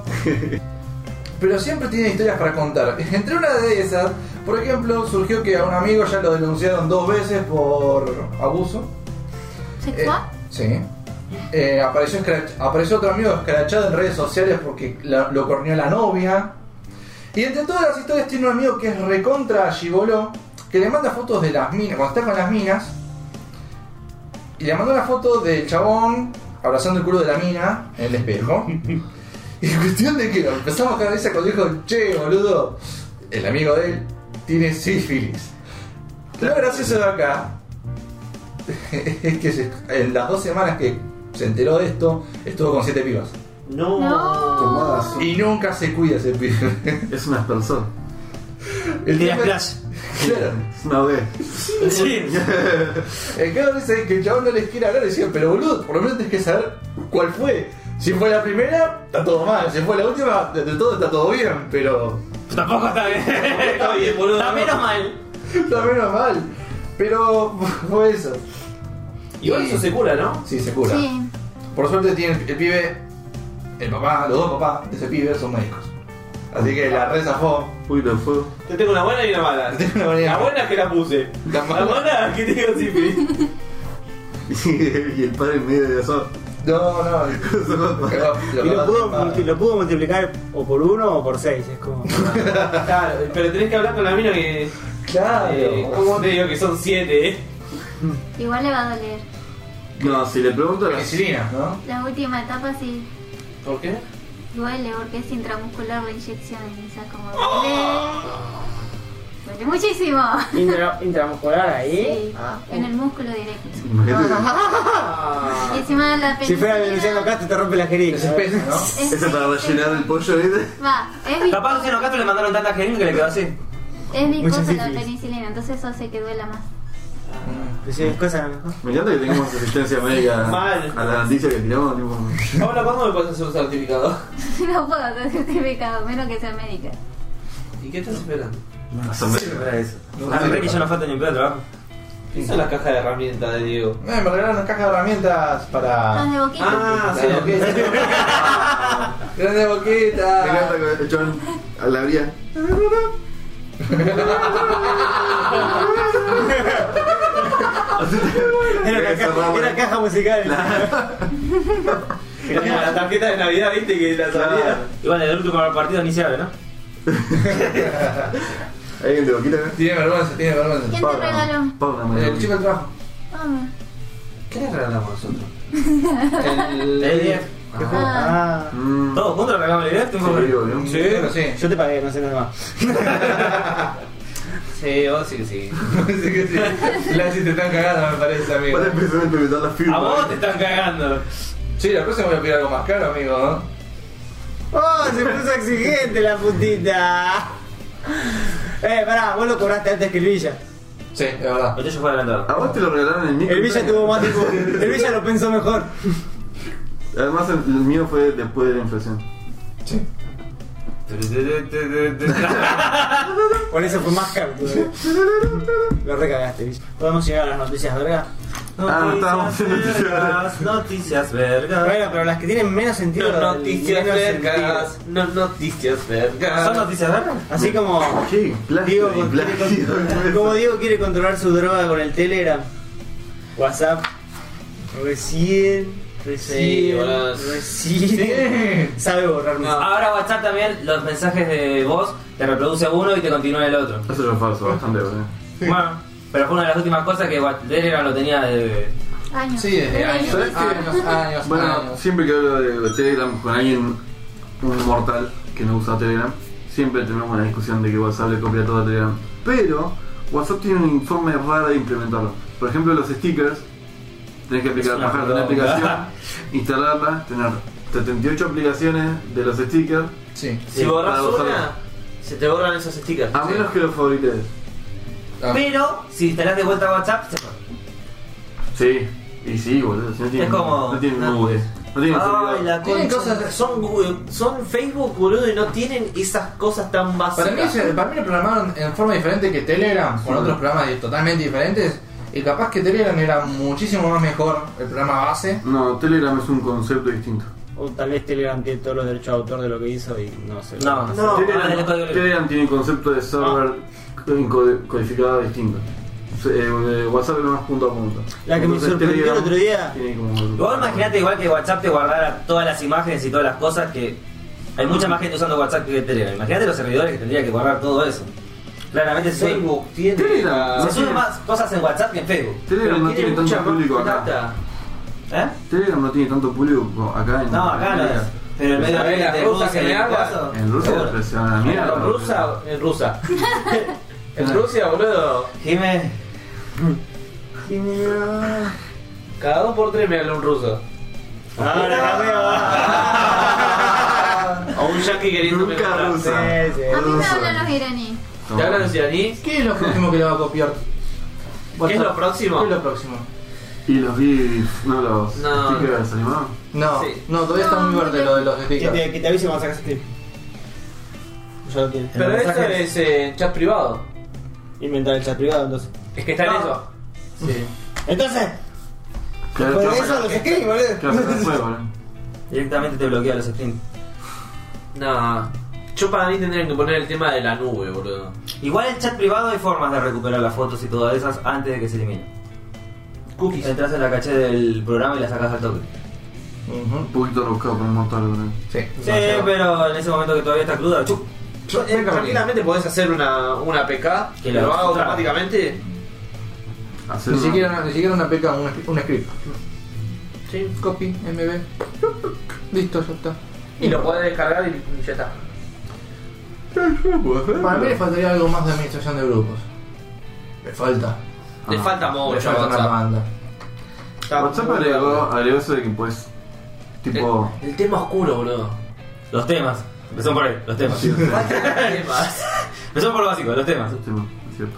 Speaker 6: Pero siempre tiene historias para contar. Entre una de esas, por ejemplo, surgió que a un amigo ya lo denunciaron dos veces por abuso. Eh,
Speaker 7: ¿Sexual?
Speaker 6: sí. Eh, apareció, escrach- apareció otro amigo escrachado en redes sociales porque la- lo corneó la novia. Y entre todas las historias tiene un amigo que es recontra Giboló, que le manda fotos de las minas, cuando está con las minas. Y le mandó una foto del chabón abrazando el culo de la mina en el espejo. y cuestión de que lo empezamos cada vez a cuando dijo, che, boludo, el amigo de él tiene sífilis. Lo gracioso de acá es que se- en las dos semanas que se enteró de esto, estuvo con siete pibas.
Speaker 2: Eh,
Speaker 7: No.
Speaker 3: Tomadas.
Speaker 6: Y nunca se cuida ese pibe.
Speaker 3: Es una persona.
Speaker 6: El
Speaker 2: Tiras
Speaker 6: tema-
Speaker 2: flash.
Speaker 6: Claro. Eh,
Speaker 3: Es una B.
Speaker 2: Sí.
Speaker 6: El cabrón dice que el chabón no les quiere hablar. Decían, pero boludo, por lo menos tenés que saber cuál fue. Si fue la primera, está todo mal. Si fue la última, de todo está todo bien. Pero
Speaker 2: Tampoco está bien. Está bien, boludo. Está menos mal.
Speaker 6: está menos mal. Pero fue eso.
Speaker 15: Igual eso se cura, ¿no?
Speaker 6: Sí, se cura.
Speaker 7: Sí.
Speaker 6: Por suerte tiene el, el pibe, el papá, los dos papás de ese pibe son médicos. Así que la reza fue.
Speaker 3: Uy, lo fue.
Speaker 15: Yo tengo una buena y una mala.
Speaker 6: Tengo una buena y una
Speaker 15: La
Speaker 6: mala.
Speaker 15: buena es que la puse.
Speaker 6: La
Speaker 15: La
Speaker 6: mala-
Speaker 15: mala es que tengo sífilis.
Speaker 3: y el padre en medio de eso.
Speaker 6: No, no.
Speaker 4: Y lo pudo, multi-
Speaker 6: Lo
Speaker 4: lo pudo multiplicar o por uno o por seis. Es como.
Speaker 15: Claro, pero tenés que hablar con la mina que. Eh,
Speaker 6: Claro.
Speaker 15: ¿Cómo te digo que son siete? eh?
Speaker 7: Igual le va a doler.
Speaker 3: No, si le pregunto a la
Speaker 6: Penicilina, ¿no?
Speaker 7: La última etapa sí
Speaker 15: ¿Por qué?
Speaker 7: duele porque es intramuscular la inyección. y es como duele. Duele muchísimo.
Speaker 4: Intra- intramuscular ahí. Ah,
Speaker 7: Sí, en el músculo directo.
Speaker 3: Imagínate.
Speaker 7: Y encima la
Speaker 4: Ah. Si fuera
Speaker 7: penicilina-
Speaker 4: Luciano Castro te rompe la jeringa.
Speaker 6: Es espeso, ¿no?
Speaker 7: es
Speaker 3: Esa para
Speaker 7: bicósmica.
Speaker 3: rellenar el pollo, ¿viste?
Speaker 7: Va, es, bi-
Speaker 2: Capaz Luciano Castro le mandaron tanta jeringa que le quedó así.
Speaker 7: es
Speaker 4: Muchas
Speaker 7: viscosa la
Speaker 4: sífilis.
Speaker 7: penicilina, entonces eso hace que duela más.
Speaker 4: Pero si es cosa mejor.
Speaker 3: Me encanta que tengamos asistencia médica
Speaker 15: Mal.
Speaker 3: a la noticia que tiramos. Tipo,
Speaker 15: Paula, ¿cuándo me puedes hacer un certificado?
Speaker 7: no puedo hacer certificado, menos que sea médica.
Speaker 15: ¿Y qué estás esperando?
Speaker 2: Era eso. Ah, me cree que yo no falta ni un pedo de trabajo.
Speaker 15: ¿Qué son las cajas de herramientas de Diego?
Speaker 6: No, me regalaron una caja de herramientas
Speaker 7: Los
Speaker 6: para.
Speaker 7: de boquita.
Speaker 15: Ah, sí,
Speaker 6: Grande boquita. Grande
Speaker 3: Me encanta
Speaker 6: boquita.
Speaker 3: que el chabón a la abría.
Speaker 4: Era la caja, era
Speaker 3: ¿eh?
Speaker 4: caja musical. Era como la tarjeta de Navidad, viste, que la salida.
Speaker 2: Igual el último partido ni se abre, ¿no?
Speaker 3: ¿Alguien te lo quita?
Speaker 6: Tiene vergüenza, tiene vergüenza.
Speaker 7: ¿Quién te regaló?
Speaker 3: Paula,
Speaker 6: El chico del trabajo.
Speaker 7: Toma.
Speaker 15: ¿Qué le regalamos nosotros?
Speaker 2: El 10.
Speaker 7: Ah,
Speaker 4: Ah.
Speaker 2: Todos juntos ¿eh? la cagamos la idea,
Speaker 3: Mm, Sí,
Speaker 2: tuvimos
Speaker 3: obvio.
Speaker 6: Bueno, sí.
Speaker 4: Yo te pagué, no sé nada más.
Speaker 15: Sí, vos sí que sí.
Speaker 6: Así que sí. La si te están cagando, me parece, amigo.
Speaker 3: Para empezar a implementar la
Speaker 2: que-
Speaker 3: firma.
Speaker 2: A vos te están cagando.
Speaker 6: Sí, la próxima voy a pedir algo más caro, amigo, ¿no?
Speaker 4: ¡Oh! Se puso exigente la putita. Eh, pará, vos lo cobraste antes que el Villa.
Speaker 6: Sí, es verdad.
Speaker 2: El tuyo fue adelantado.
Speaker 3: A vos te lo regalaron en mi
Speaker 4: El Villa
Speaker 3: cumpleaños.
Speaker 4: tuvo más tiempo. El Villa lo pensó mejor.
Speaker 3: Además, el, el mío fue después de la inflación.
Speaker 6: Sí.
Speaker 4: Por eso fue más caro. todavía. Lo recagaste, Villa. Podemos llegar a las noticias, ¿verdad?
Speaker 3: Ah, estábamos en
Speaker 2: Noticias
Speaker 3: noticias.
Speaker 2: vergas, Noticias vergas.
Speaker 4: Bueno, pero las que tienen menos sentido.
Speaker 15: No
Speaker 4: del-
Speaker 15: noticias
Speaker 4: menos
Speaker 15: vergas,
Speaker 4: sentido.
Speaker 15: no noticias vergas.
Speaker 2: ¿Son noticias vergas?
Speaker 4: Así como.
Speaker 3: Sí,
Speaker 4: Diego,
Speaker 3: plástico y
Speaker 4: quiere
Speaker 3: plástico.
Speaker 4: con- como Diego quiere controlar su droga con el Telegram, WhatsApp, recién,
Speaker 15: Sí,
Speaker 4: recién,
Speaker 15: boludo.
Speaker 4: recién, sabe borrar más.
Speaker 2: Ahora WhatsApp también, los mensajes de voz te reproduce uno y te continúa el otro.
Speaker 3: Eso es falso, bastante, boludo.
Speaker 2: Bueno, pero fue una de las últimas cosas que Wa- Telegram lo tenía de.
Speaker 7: Ah, años.
Speaker 6: Sí, desde años,
Speaker 3: ¿Sabes
Speaker 6: años,
Speaker 3: qué?
Speaker 6: años, años.
Speaker 3: Bueno, siempre que hablo de Telegram con alguien, un mortal que no usa Telegram, siempre tenemos la discusión de que WhatsApp le copia todo a Telegram. Pero WhatsApp tiene un informe raro de implementarlo. Por ejemplo, los stickers, tenés que aplicar,
Speaker 2: una
Speaker 3: bajar
Speaker 2: poronga.
Speaker 3: una aplicación, instalarla, tener 78 aplicaciones de los stickers,
Speaker 6: Sí.
Speaker 15: Si borras
Speaker 3: para
Speaker 15: una,
Speaker 3: usarla.
Speaker 15: se te borran esos stickers.
Speaker 3: a
Speaker 6: Sí.
Speaker 3: menos que los favorites.
Speaker 6: Ah,
Speaker 2: Pero si instalás de vuelta WhatsApp, se fue.
Speaker 3: Sí, y sí, boludo. si no tiene-
Speaker 2: Es como-
Speaker 3: No tienen
Speaker 2: no.
Speaker 3: nubes. No tienen servidor.
Speaker 15: Ay, la
Speaker 6: Tienen
Speaker 15: concha.
Speaker 6: cosas-
Speaker 15: Son, Google- son Facebook, boludo, y no tienen esas cosas tan básicas.
Speaker 6: Para mí, se- para mí lo programaron en forma diferente que Telegram, con otros programas di- totalmente diferentes. Y capaz que Telegram era muchísimo más mejor el programa base.
Speaker 3: No, Telegram es un concepto distinto.
Speaker 4: O tal vez Telegram tiene todos los derechos de autor de lo que hizo y no sé.
Speaker 2: No,
Speaker 4: Ah,
Speaker 15: No,
Speaker 2: ahora tenés código
Speaker 3: Telegram,
Speaker 2: libre.
Speaker 3: Telegram tiene concepto de server encode- codificado distinto. Se- eh, WhatsApp es más punto a punto.
Speaker 4: La que me
Speaker 3: Entonces,
Speaker 4: sorprendió el otro día.
Speaker 3: tiene como-
Speaker 2: Vos imaginate igual que WhatsApp te guardara todas las imágenes y todas las cosas que. Hay mucha más gente usando WhatsApp que Telegram. Imagínate los servidores que tendría que guardar todo eso. Claramente se sube-
Speaker 15: Facebook tiene.
Speaker 3: Telegram.
Speaker 2: se
Speaker 3: no
Speaker 2: suben
Speaker 3: tiene-
Speaker 2: más cosas en WhatsApp que en Facebook.
Speaker 3: Telegram no tiene tanto público acá.
Speaker 15: plata.
Speaker 2: ¿Eh?
Speaker 3: Telegram no tiene tanto público acá en
Speaker 2: No, acá no es. Pero el medio
Speaker 15: ¿Sabés
Speaker 2: ambiente
Speaker 15: la
Speaker 2: de
Speaker 15: rusa
Speaker 2: Rusia
Speaker 15: que
Speaker 2: y
Speaker 15: me
Speaker 2: el
Speaker 15: habla?
Speaker 2: coso.
Speaker 3: En Rusia
Speaker 2: Seguro.
Speaker 3: presiona la mierda.
Speaker 15: ¿En rusa? En rusa. en Rusia, boludo.
Speaker 2: Jimé.
Speaker 15: Cada dos por tres me habla un ruso.
Speaker 4: Ahora la veo.
Speaker 15: O un yankee queriendo
Speaker 3: Nunca rusa.
Speaker 4: Sí, sí.
Speaker 7: A mí me hablan los iraníes.
Speaker 15: ¿Te hablan los iraníes?
Speaker 6: ¿Qué es lo próximo que le va a copiar?
Speaker 15: ¿Qué es lo
Speaker 6: ¿Qué
Speaker 15: próximo?
Speaker 6: es lo próximo?
Speaker 3: Y los GIFs, no los
Speaker 15: No.
Speaker 3: stickers animados.
Speaker 6: No,
Speaker 15: Sí.
Speaker 6: no, todavía está muy verde lo de los
Speaker 4: Que
Speaker 6: stickers.
Speaker 4: te, que te avise cuando sacas el clip. Ya lo tienes.
Speaker 15: Pero eso
Speaker 2: mensajes.
Speaker 15: es eh, chat privado.
Speaker 4: Inventar el chat privado entonces.
Speaker 15: Es que está en
Speaker 2: No.
Speaker 15: eso.
Speaker 4: Entonces,
Speaker 3: Claro,
Speaker 4: por
Speaker 3: claro,
Speaker 4: eso los escribí,
Speaker 3: claro,
Speaker 4: boludo.
Speaker 3: después, boludo.
Speaker 2: Directamente te bloquea los streams.
Speaker 15: No. Yo para mí tendrían que poner el tema de la nube, boludo.
Speaker 2: Igual el chat privado hay formas de recuperar las fotos y todas esas antes de que se eliminen.
Speaker 15: Cookies.
Speaker 2: Entras en la caché del programa y la sacas al toque.
Speaker 6: Ujú.
Speaker 3: Un poquito rebuscado para un mortal, boludo.
Speaker 6: Sí.
Speaker 2: Sí, pero en ese momento que todavía está cruda, chup.
Speaker 15: Eh, Tranquilamente podés hacer una, una PK
Speaker 2: Que
Speaker 15: que
Speaker 2: la
Speaker 15: lo haga
Speaker 2: haga.
Speaker 15: automáticamente.
Speaker 3: Hacer
Speaker 6: Ni
Speaker 3: una-
Speaker 6: siquiera, una- ni siquiera una PK, un, script- un script.
Speaker 15: Sí.
Speaker 6: Copy, MB. Listo, ya está.
Speaker 15: Y lo podés descargar y ya está.
Speaker 6: Para mí le faltaría algo más de administración de grupos. Le falta.
Speaker 15: Le
Speaker 3: Ah.
Speaker 15: falta
Speaker 6: Le
Speaker 15: mucho.
Speaker 6: falta una
Speaker 15: WhatsApp.
Speaker 6: banda.
Speaker 15: Está
Speaker 3: WhatsApp
Speaker 15: muy
Speaker 3: agregó,
Speaker 15: bueno.
Speaker 3: agregó eso de que pues tipo
Speaker 15: El, el tema oscuro, boludo.
Speaker 2: Los temas. Empezamos por ahí, los temas.
Speaker 3: sí, o sea,
Speaker 15: Temas.
Speaker 2: Empezamos por lo básico, los temas.
Speaker 3: sí, es cierto.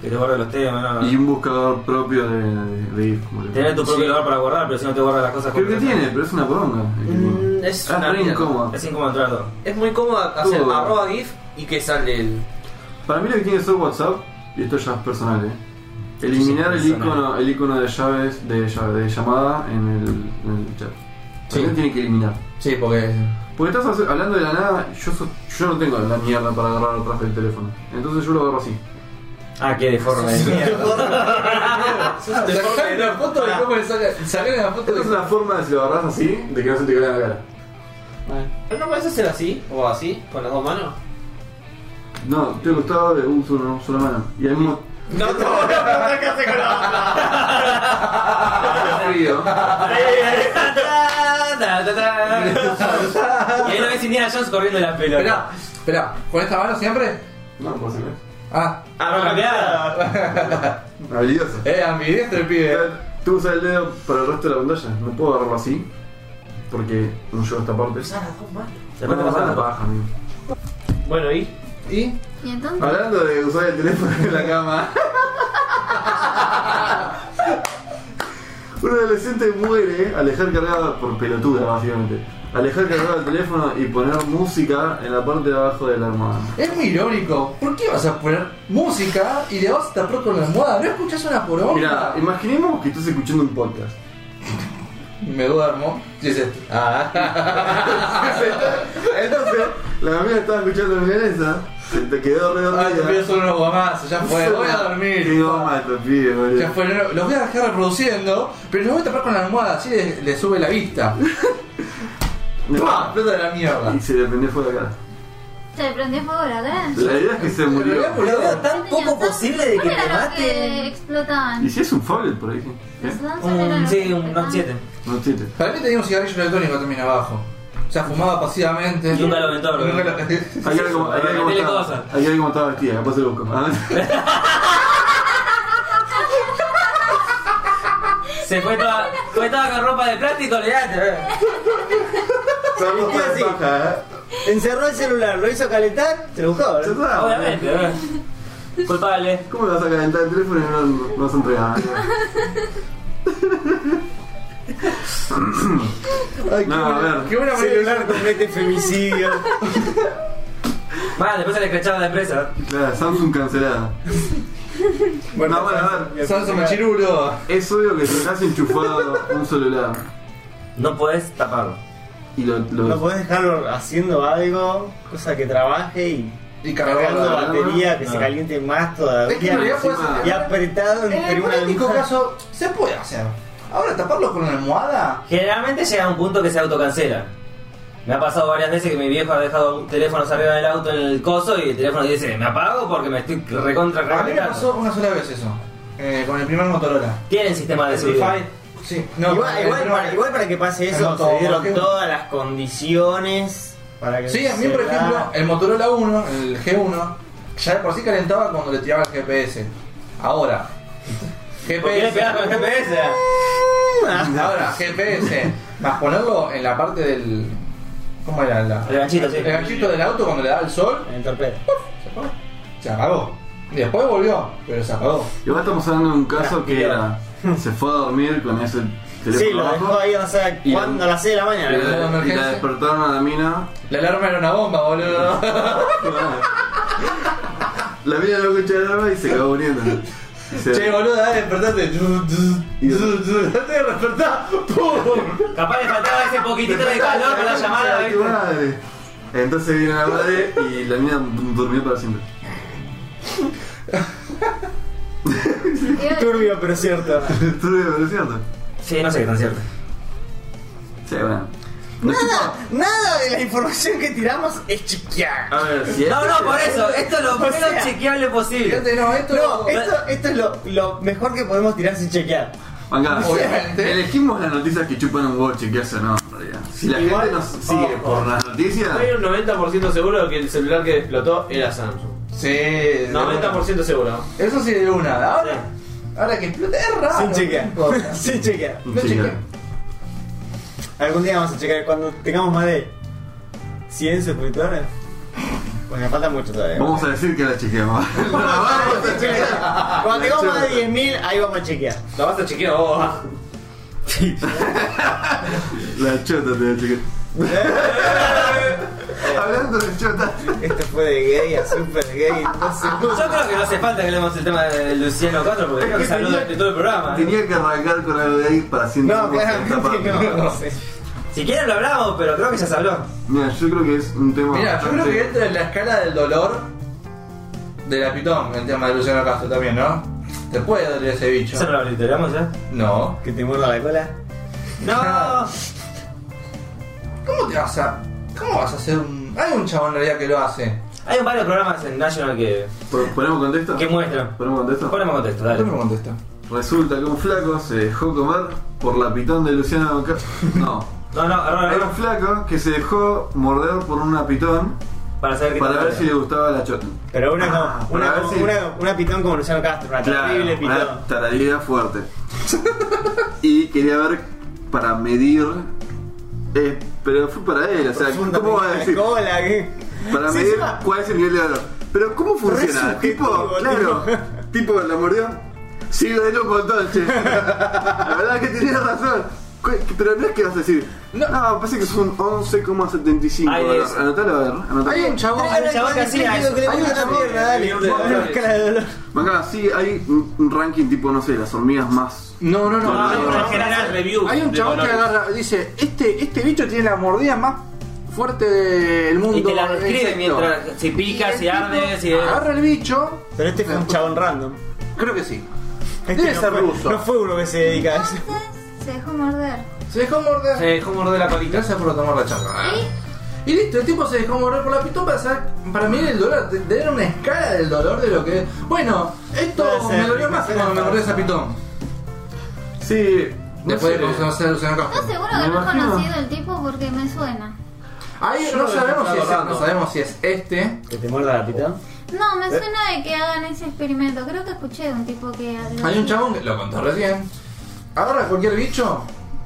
Speaker 2: Que te guarde los temas, no, no.
Speaker 3: Y un buscador propio de, de, de ir, como le-
Speaker 2: Tener tu propio
Speaker 15: Sí.
Speaker 2: lugar para guardar, pero si no te guardas las cosas
Speaker 3: Creo que
Speaker 2: como-
Speaker 3: tiene, pero es una poronga. el que tiene.
Speaker 15: Mm, es
Speaker 3: Ah,
Speaker 15: una
Speaker 3: re
Speaker 15: mierda.
Speaker 3: incómodo.
Speaker 2: Es incómodo entrar todo.
Speaker 15: Es muy cómodo hacer
Speaker 3: Todo.
Speaker 15: arroba GIF y que sale el.
Speaker 3: Para mí lo que tiene que ser WhatsApp, y esto ya es personal, eh. Eliminar el
Speaker 2: personal.
Speaker 3: icono, el icono de llaves, de llave, de llamada en el, en el chat.
Speaker 6: Sí.
Speaker 3: También tiene que eliminar.
Speaker 6: Sí, porque.
Speaker 3: Porque estás hace- hablando de la nada, yo, so- yo no tengo la mierda para agarrar atrás del teléfono. Entonces yo lo agarro así.
Speaker 2: Ah, qué deforme.
Speaker 15: Ah,
Speaker 6: Sacale la foto de cómo le saca. Sacale la foto
Speaker 3: Esta es
Speaker 6: de.
Speaker 3: una forma de si lo agarras así, de que no se te caiga la cara.
Speaker 15: ¿No puedes hacer así? ¿O así? ¿Con las dos manos?
Speaker 3: No, te gustado de un solo, sola mano. Y al mismo
Speaker 4: No, no, no, no, ¿qué hace con la otra?
Speaker 3: frío.
Speaker 2: Y ahí lo ves Indiana Jones corriendo la pelota.
Speaker 6: Esperá, esperá, ¿con esta mano siempre?
Speaker 3: No, puedo hacer
Speaker 6: Ah,
Speaker 4: Ah, no, cambiada.
Speaker 3: eso. Habilidoso.
Speaker 6: eh, a mi diestro el
Speaker 4: Eh.
Speaker 6: pibe.
Speaker 3: Tú usas el dedo para el resto de la pantalla. No puedo agarrarlo así. Porque no llego a esta parte.
Speaker 2: Después te pasa la
Speaker 3: paja, amigo.
Speaker 15: Bueno, ¿y?
Speaker 6: ¿Y?
Speaker 7: Y entonces,
Speaker 3: Hablando de usar el teléfono en la cama. Un adolescente muere al dejar cargada, por pelotuda básicamente, al dejar cargado el teléfono y poner música en la parte de abajo de la almohada.
Speaker 6: Es muy irónico. ¿Por qué vas a poner música y le vas a tapar con la almohada? ¿No escuchas una poronga?
Speaker 3: Mira, imaginemos que estás escuchando un podcast.
Speaker 6: Me duermo. Dice, ah,
Speaker 3: Entonces, la amiga estaba escuchando milanesa, se te quedó
Speaker 6: ay, Ah, te pido
Speaker 3: redondita.
Speaker 6: solo unos guamazos, ya fue, voy a
Speaker 3: Qué
Speaker 6: dormir.
Speaker 3: goma estos pibes, boludo.
Speaker 6: Ya fue, no- los voy a dejar reproduciendo, pero los voy a tapar con la almohada, así le, le sube la vista. ¡Pah! Explota de la mierda.
Speaker 3: Y se le prendió fuego la cara.
Speaker 4: Ah.
Speaker 7: se prendió fuego la cara.
Speaker 3: La idea es que se murió.
Speaker 2: Lo veo tan poco posible de que
Speaker 7: ¿Cuál era
Speaker 2: te
Speaker 7: lo que
Speaker 2: maten.
Speaker 7: explotaban?
Speaker 3: ¿Y si es un Fablet por ahí? ¿Qué?
Speaker 7: Los Danzas eran
Speaker 2: Un,
Speaker 7: los
Speaker 2: Mm, sí,
Speaker 7: que
Speaker 2: un Note
Speaker 7: explotaban.
Speaker 2: 7.
Speaker 3: No chiste.
Speaker 6: Para mí tenía un cigarrillo electrónico también abajo. O sea, fumaba pasivamente.
Speaker 2: Y nunca lo aventó, bro.
Speaker 6: Nunca lo-
Speaker 3: Hay que ver cómo hay que ver cómo
Speaker 2: Tiene
Speaker 3: estaba
Speaker 2: cosas.
Speaker 3: hay que ver cómo estaba vestida, capaz se lo busco. Ah,
Speaker 2: Se fue toda, fue toda con ropa de plástico, olvidate. eh.
Speaker 5: Vamos
Speaker 4: Sí,
Speaker 5: para
Speaker 4: sí.
Speaker 5: paja, eh.
Speaker 4: Encerró el celular, lo hizo calentar, se lo buscó,
Speaker 3: ya
Speaker 4: ¿verdad?
Speaker 3: está,
Speaker 2: Obviamente,
Speaker 3: boludo.
Speaker 2: eh. culpable.
Speaker 3: ¿Cómo le vas a calentar el teléfono y no- no vas a entregar?
Speaker 6: Ay, qué
Speaker 3: No, a
Speaker 6: buena-
Speaker 3: ver.
Speaker 6: Qué buena
Speaker 4: Celular comete femicidio.
Speaker 2: Más, después se le escracharon la empresa.
Speaker 3: Claro, Samsung cancelada. Bueno, bueno, a ver.
Speaker 6: Sanso Machirulo.
Speaker 3: Es obvio que si estás enchufado un celular
Speaker 2: No podés taparlo.
Speaker 3: y lo, lo-
Speaker 4: No podés dejarlo haciendo algo, cosa que trabaje y
Speaker 6: Y
Speaker 4: cargando
Speaker 6: cargando.
Speaker 3: Cargando.
Speaker 4: batería, que
Speaker 2: No.
Speaker 4: se caliente más
Speaker 6: Es que en
Speaker 4: todavía.
Speaker 6: realidad puede
Speaker 3: encima-
Speaker 6: ser.
Speaker 4: Y apretado
Speaker 6: En el
Speaker 4: entre una
Speaker 6: hipotético
Speaker 4: aguja.
Speaker 6: caso, se puede hacer. Ahora, taparlo con una almohada.
Speaker 2: Generalmente llega a un punto que se autocancela. Me ha pasado varias veces que mi viejo ha dejado teléfonos arriba del auto en el coso y el teléfono dice, me apago porque me estoy recontra
Speaker 6: A mí me
Speaker 2: recalentando".
Speaker 6: pasó una sola vez eso. Eh, con el primer Motorola.
Speaker 2: Tienen sistema de seguridad.
Speaker 6: Sí,
Speaker 4: igual,
Speaker 6: el
Speaker 4: igual
Speaker 6: primer-
Speaker 4: para, igual para que pase
Speaker 6: El
Speaker 4: eso, se
Speaker 6: automático.
Speaker 4: dieron todas las condiciones para que.
Speaker 6: Sí, a mí
Speaker 4: se
Speaker 6: por
Speaker 4: da.
Speaker 6: ejemplo, el Motorola 1, el G1, ya de por sí calentaba cuando le tiraba el GPS. Ahora,
Speaker 2: ¿Por qué le
Speaker 6: GPS.
Speaker 2: pegás con el GPS?
Speaker 6: Ahora, GPS. Más ponerlo en la parte del. ¿Cómo era? La,
Speaker 2: El ganchito, sí.
Speaker 6: el ganchito del auto cuando le daba el sol.
Speaker 4: En el torpedo.
Speaker 6: Se apagó. Se apagó. Y después volvió, pero se apagó.
Speaker 3: Igual estamos hablando de un caso que era. Se fue a dormir con ese teléfono
Speaker 4: Sí, lo
Speaker 3: abajo,
Speaker 4: dejó ahí, no sé
Speaker 3: Y la-
Speaker 4: cuándo, a las 6 de la
Speaker 3: y
Speaker 6: Era
Speaker 4: mañana.
Speaker 6: una
Speaker 3: la, y la
Speaker 6: emergencia.
Speaker 3: despertaron a la mina.
Speaker 6: La alarma era una bomba, boludo.
Speaker 3: La mina no escuchó la alarma y se acabó muriendo. Y se-
Speaker 6: Che, boludo, dale, despertate. Date de despertar. ¡Pum!
Speaker 2: Capaz le faltaba ese poquitito de calor con la llamada.
Speaker 3: Ay, qué
Speaker 2: ¿viste?
Speaker 3: madre. Entonces vino la madre y la mina durmió para siempre.
Speaker 7: Qué-
Speaker 4: Turbio, pero cierto.
Speaker 3: Estuve cierto.
Speaker 2: Sí, no sé qué tan cierto.
Speaker 3: Sí, bueno. No es culpa-
Speaker 4: Nada de la información que tiramos es chequear.
Speaker 3: A ver, si es-
Speaker 2: No, no, por eso. Esto es lo menos
Speaker 4: sea-
Speaker 2: chequeable posible.
Speaker 6: Fíjate, no, eh, esto.
Speaker 4: No, esto, esto es lo, lo mejor que podemos tirar sin chequear.
Speaker 3: Acá,
Speaker 6: Obviamente.
Speaker 3: elegimos las noticias que chupan un huevo chequearse o no, en realidad. Si la
Speaker 4: Igual-
Speaker 3: gente nos sigue
Speaker 4: ojo.
Speaker 3: por las noticias,
Speaker 15: Hay un 90% seguro de que el celular que explotó era Samsung.
Speaker 6: Sí,
Speaker 15: 90% seguro.
Speaker 6: Eso sí de una. Ahora, ahora que explote es raro.
Speaker 4: Sin
Speaker 6: no
Speaker 4: chequear.
Speaker 6: importa.
Speaker 4: sin chequear.
Speaker 6: No chequea.
Speaker 4: Algún día vamos a checar cuando tengamos más de 100 suscriptores. Pues me falta mucho todavía.
Speaker 3: vamos a decir que la chequeamos.
Speaker 4: No, vamos a chequear. Cuando tengamos más de 10.000, ahí vamos a chequear.
Speaker 15: La vas a chequear vos.
Speaker 2: Ah,
Speaker 3: la chota te la chequeé. Hablando de chota,
Speaker 4: Esto Este fue de gay a super gay. Entonces,
Speaker 2: Yo creo que no hace falta que leemos el tema de Luciano Castro porque creo que se habló durante todo el programa. ¿eh? ¿no?
Speaker 3: tenía que arrancar con algo de ahí para siempre.
Speaker 4: no, claramente no. no sé.
Speaker 2: Si quieren lo hablamos, pero creo que ya se habló.
Speaker 3: Mira, yo creo que es un tema.
Speaker 6: Mira, yo creo
Speaker 3: bastante-
Speaker 6: que entra en la escala del dolor de la Pitón, el tema de Luciano Castro también, ¿no? Te puede doler ese bicho.
Speaker 4: ¿Eso no lo obliteramos ya?
Speaker 6: No.
Speaker 4: ¿Que te muerda la cola?
Speaker 6: No. ¿Cómo te vas a.? ¿Cómo vas a hacer un.? Hay un chabón en realidad que lo hace.
Speaker 2: Hay varios programas en National que,
Speaker 3: Po- ¿Ponemos contexto?
Speaker 2: que muestran.
Speaker 3: ¿Ponemos contexto?
Speaker 2: Ponemos contexto,
Speaker 6: ¿Por qué
Speaker 2: dale.
Speaker 6: me contesta?
Speaker 3: Resulta que un flaco se dejó comer por la pitón de Luciano Castro. No.
Speaker 2: No, no, ahora
Speaker 3: Era un flaco que se dejó morder por una pitón
Speaker 2: para saber qué
Speaker 3: para
Speaker 2: tal.
Speaker 3: ver si le gustaba la chota.
Speaker 4: Pero una, como-
Speaker 3: Ah,
Speaker 4: una,
Speaker 3: para ver
Speaker 4: como-
Speaker 3: si-
Speaker 4: una, una pitón como Luciano Castro, una terrible pitón.
Speaker 3: una taradera fuerte. y quería ver para medir. eh, pero fue para él, o sea,
Speaker 5: Profunda
Speaker 3: ¿cómo va a
Speaker 4: La
Speaker 3: decir?
Speaker 4: cola, ¿qué?
Speaker 3: Para
Speaker 4: Sí,
Speaker 3: medir
Speaker 4: encima-
Speaker 3: cuál es el nivel de dolor. Pero ¿cómo funciona? Tipo,
Speaker 4: subjetivo,
Speaker 3: claro, tipo la mordió. Sigo de loco entonces. la verdad que tenías razón. Cu- Pero no es que vas a decir. No, parece que son 11,75.
Speaker 2: Ay,
Speaker 3: A ver,
Speaker 2: es-
Speaker 3: Anotalo a ver. Anotalo.
Speaker 14: Hay un chabón.
Speaker 4: Hay un chabón que hacía eso. Hay un chabón que dale. una cara de dolor.
Speaker 3: Mangá, sí, hay un un ranking tipo, no sé, las hormigas más.
Speaker 14: No, no, no.
Speaker 3: No,
Speaker 14: hay
Speaker 3: no,
Speaker 14: un
Speaker 3: no.
Speaker 14: chabón- Hay un chabón que agarra, dice, este, este bicho tiene la mordida más fuerte del mundo.
Speaker 2: Y te la
Speaker 14: del
Speaker 2: describe
Speaker 14: insecto".
Speaker 2: mientras si pica,
Speaker 14: el
Speaker 2: si arde,
Speaker 14: tipo
Speaker 2: si.
Speaker 6: Ah.
Speaker 14: Agarra el bicho,
Speaker 4: Pero este fue un chabón random.
Speaker 14: creo que sí.
Speaker 4: Este
Speaker 14: Debe
Speaker 4: no
Speaker 14: ser
Speaker 4: fue-
Speaker 14: ruso.
Speaker 4: No fue uno que se dedica a eso.
Speaker 7: Entonces se dejó morder.
Speaker 14: Se dejó morder.
Speaker 8: Se dejó morder la colita.
Speaker 6: Gracias por tomar la charla.
Speaker 7: Y
Speaker 14: Y listo, el tipo se dejó morder por la pitón para saber, para mí el dolor, te- tener una escala del dolor de lo que es. Bueno, esto
Speaker 4: Puede ser,
Speaker 14: me dolió más
Speaker 4: puede
Speaker 14: cuando me
Speaker 4: ser.
Speaker 14: mordió esa pitón.
Speaker 3: Sí. no
Speaker 6: Después
Speaker 3: sé.
Speaker 6: de conocer a Luciano Castro.
Speaker 7: no seguro
Speaker 3: Me
Speaker 7: que no es
Speaker 3: imagino.
Speaker 7: conocido el tipo porque me suena.
Speaker 14: Ahí
Speaker 6: Yo
Speaker 14: no
Speaker 6: lo he
Speaker 14: sabemos, si es,
Speaker 6: escuchado
Speaker 14: no
Speaker 6: rato.
Speaker 14: sabemos si es este.
Speaker 4: ¿Que te muerda la pitón?
Speaker 7: No, me suena de que hagan ese experimento. Creo que escuché de un tipo que habló.
Speaker 14: Hay un chabón que lo contó recién. Agarra cualquier bicho,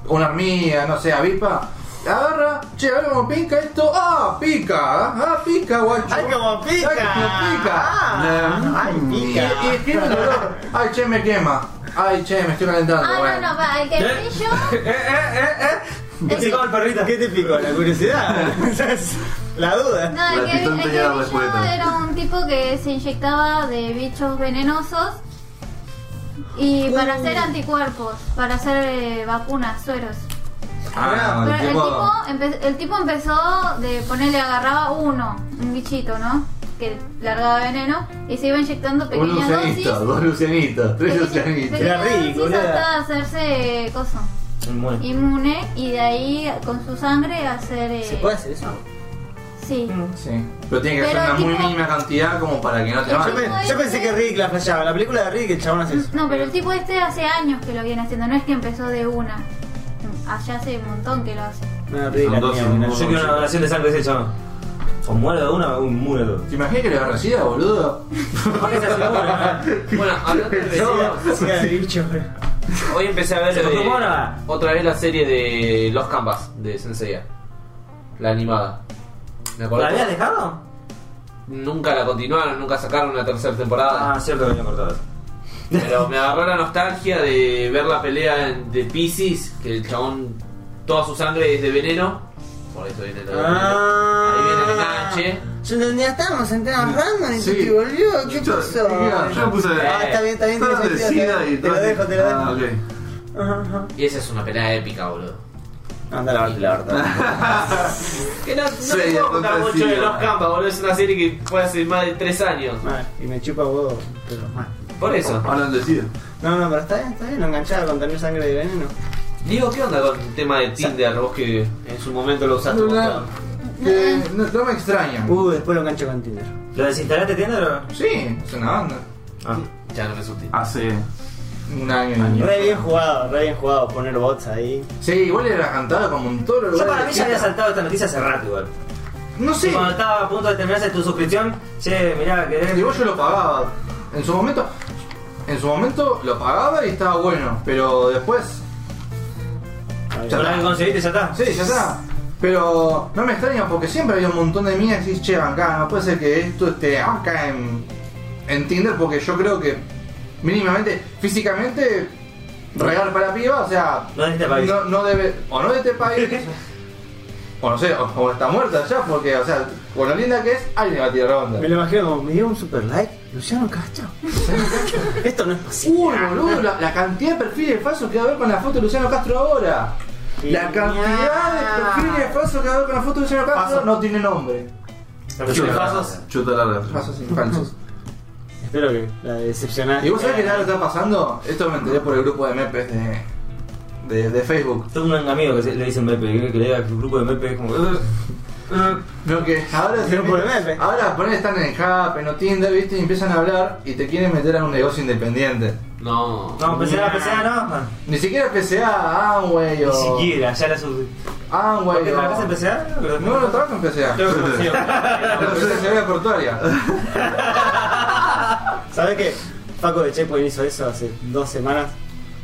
Speaker 14: una hormiga, no sé, avispa. Agarra, che, a ver cómo pica esto. ¡Ah, pica! ¡Ah, pica, guacho!
Speaker 4: ¡Ay, como pica!
Speaker 14: ¡Ay, cómo pica!
Speaker 4: Ah, ¡Ay,
Speaker 14: Y,
Speaker 4: pica!
Speaker 14: y escribe el dolor. ¡Ay, che, me quema! ¡Ay, che, me estoy calentando!
Speaker 7: Ah,
Speaker 14: bueno.
Speaker 7: no, no, para el que vi yo.
Speaker 4: ¿Qué te picó el perrito? ¿Qué te picó? La curiosidad. la duda.
Speaker 7: No, el
Speaker 3: La
Speaker 7: que, vi-
Speaker 3: pitón
Speaker 7: el que
Speaker 3: tenía la
Speaker 7: vi yo
Speaker 3: respuesta.
Speaker 7: era un tipo que se inyectaba de bichos venenosos y para
Speaker 2: Uh.
Speaker 7: hacer anticuerpos, para hacer eh, vacunas, sueros.
Speaker 6: Ah,
Speaker 7: Pero
Speaker 6: el
Speaker 7: el
Speaker 6: tipo-
Speaker 7: tipo, empe- el tipo empezó de ponerle, agarraba uno, un bichito, ¿no? Que largaba veneno y se iba inyectando
Speaker 6: Un
Speaker 7: pequeñas dosis.
Speaker 6: lucianito, dos lucianitos, tres
Speaker 7: pequeñas-
Speaker 6: lucianitos.
Speaker 7: pequeñas
Speaker 4: Era rico,
Speaker 7: dosis
Speaker 4: boluda.
Speaker 7: hasta hacerse eh, coso,
Speaker 2: Bueno.
Speaker 7: inmune y de ahí con su sangre hacer. eh,
Speaker 2: ¿Se puede hacer eso?
Speaker 7: Sí.
Speaker 6: Sí. Pero tiene que
Speaker 7: Pero
Speaker 6: ser una
Speaker 7: el
Speaker 6: muy
Speaker 7: tipo-
Speaker 6: mínima cantidad como para que no te
Speaker 7: Yo
Speaker 6: maten.
Speaker 4: Yo, pe- yo pensé que Rick la fallaba. La película de Rick, el chabón hace eso.
Speaker 7: No, pero el tipo este hace años que lo viene haciendo, no es que empezó de una. Allá hace un montón que lo hace.
Speaker 4: No, Rick la
Speaker 3: Son dos,
Speaker 4: tenía
Speaker 3: son
Speaker 4: buena.
Speaker 3: dos.
Speaker 2: Yo quiero una donación de sangre de ese chaval. O muero de una o un muro de
Speaker 6: ¿Te imaginas que le agarra sida, boludo?
Speaker 2: otra.
Speaker 8: Bueno, hablando de
Speaker 4: Sí, sí, era de bicho, bro.
Speaker 8: Hoy empecé a ver
Speaker 2: ¿Se
Speaker 8: eh,
Speaker 2: acostumbra o nada?
Speaker 8: otra vez la serie de Los Canvas de Senseiya. La animada. ¿Me acordé?
Speaker 2: ¿La habías dejado?
Speaker 8: Nunca la continuaron, nunca sacaron una tercera temporada.
Speaker 2: Ah, cierto que había cortado eso.
Speaker 8: Pero me agarró la nostalgia de ver la pelea en- de Pisces, que el chabón, toda su sangre es de veneno. Por eso viene lo de
Speaker 4: Ah.
Speaker 8: veneno. Ahí viene el enganche.
Speaker 4: Yo entendía, estábamos en temas random y
Speaker 6: Sí.
Speaker 4: te volvió. ¿Qué
Speaker 3: Yo-
Speaker 4: pasó?
Speaker 3: mira, Yo me puse.
Speaker 4: Ah, está bien, está bien,
Speaker 3: Todo
Speaker 4: tiene
Speaker 3: de
Speaker 4: sentido,
Speaker 3: sida
Speaker 4: te-
Speaker 3: y
Speaker 4: te
Speaker 3: todo
Speaker 4: lo
Speaker 3: de-
Speaker 4: dejo, te lo dejo.
Speaker 3: Ah, ok.
Speaker 4: Ajá, ajá.
Speaker 8: Y esa es una pelea épica, boludo.
Speaker 4: Anda a lavarte la verdad.
Speaker 8: Que no, no
Speaker 3: Sí, ah.
Speaker 8: le puedo
Speaker 3: contra
Speaker 8: contar
Speaker 3: el
Speaker 8: mucho de
Speaker 3: SIDA.
Speaker 8: Los Canvas, boludo. Es una serie que fue hace más de tres años. Ah.
Speaker 4: Mal, Y me chupa huevo, pero mal.
Speaker 8: Por eso.
Speaker 3: Hablan de sida.
Speaker 4: No, no, pero está bien, está bien. Lo enganchaba con tener sangre de veneno.
Speaker 8: Digo, ¿qué onda con el tema de Tinder? Vos que en su momento lo usaste. un
Speaker 6: Una-
Speaker 8: montón.
Speaker 7: Eh.
Speaker 6: que no, no me extraña.
Speaker 4: Uh, después lo engancho con Tinder.
Speaker 2: ¿Lo desinstalaste Tinder o
Speaker 6: Sí, es una banda.
Speaker 2: Ah.
Speaker 8: Ya no me asusté.
Speaker 3: Hace.
Speaker 6: Un año y medio.
Speaker 4: Re bien jugado, re bien jugado. Poner bots ahí.
Speaker 6: Sí, igual era cantado como en todos los
Speaker 2: Yo
Speaker 6: lugares.
Speaker 2: para mí ya
Speaker 6: de
Speaker 2: había
Speaker 6: China.
Speaker 2: saltado esta noticia hace rato igual.
Speaker 6: No sé.
Speaker 2: Cuando estaba a punto de terminarse tu suscripción, che, mirá, querés.
Speaker 6: Igual yo lo pagaba. En su momento. En su momento lo pagaba y estaba bueno. Pero después.
Speaker 4: Ahí.
Speaker 2: Con la que conseguiste ya está.
Speaker 6: Sí, ya está. Pero no me extraña porque siempre había un montón de minas que decís, che, acá, no puede ser que esto esté acá en, en Tinder porque yo creo que mínimamente, físicamente, regar para piba, o sea,
Speaker 2: No es de este país.
Speaker 6: no, no debe, o no es de este país, o no sé, o, o está muerta ya porque, o sea, con lo linda que es, alguien va a tirar onda.
Speaker 4: Me lo imagino como, me dio un super like. Luciano Castro. Esto no es posible.
Speaker 6: Uy, boludo, la, la cantidad de perfiles falsos que va a haber con la foto de Luciano Castro ahora. La
Speaker 4: Genial.
Speaker 6: cantidad de perfiles falsos que va a haber con la foto de Luciano Castro
Speaker 4: Falsos.
Speaker 6: no tiene nombre.
Speaker 3: Chuta larga.
Speaker 6: Falsos y falsos.
Speaker 4: Espero que la decepcionada.
Speaker 14: Y vos sabés que nada lo que está pasando, esto me enteré por el grupo de mepes de, de, de Facebook.
Speaker 2: Tengo un amigo que se- le dicen Mepe, que- que le diga que el grupo de Mepe es como. "Eh".
Speaker 14: Veo que ahora,
Speaker 4: El grupo de mepes.
Speaker 14: ahora poner están en Happen o Tinder, viste, y empiezan a hablar y te quieren meter a un negocio independiente.
Speaker 15: No.
Speaker 2: No, PCA, PCA no, man.
Speaker 14: Ni siquiera PCA, Amway
Speaker 2: Ni
Speaker 14: o.
Speaker 2: siquiera, ya la sub. ¿Por
Speaker 14: Amway
Speaker 2: qué
Speaker 14: o.
Speaker 2: trabajas en PCA?
Speaker 14: No, no trabajo en PCA.
Speaker 4: Tengo que conseguir.
Speaker 2: Ah,
Speaker 14: Trabajo en PCA portuaria.
Speaker 4: ¿Sabes qué? Paco de Checkpoint hizo eso hace dos semanas.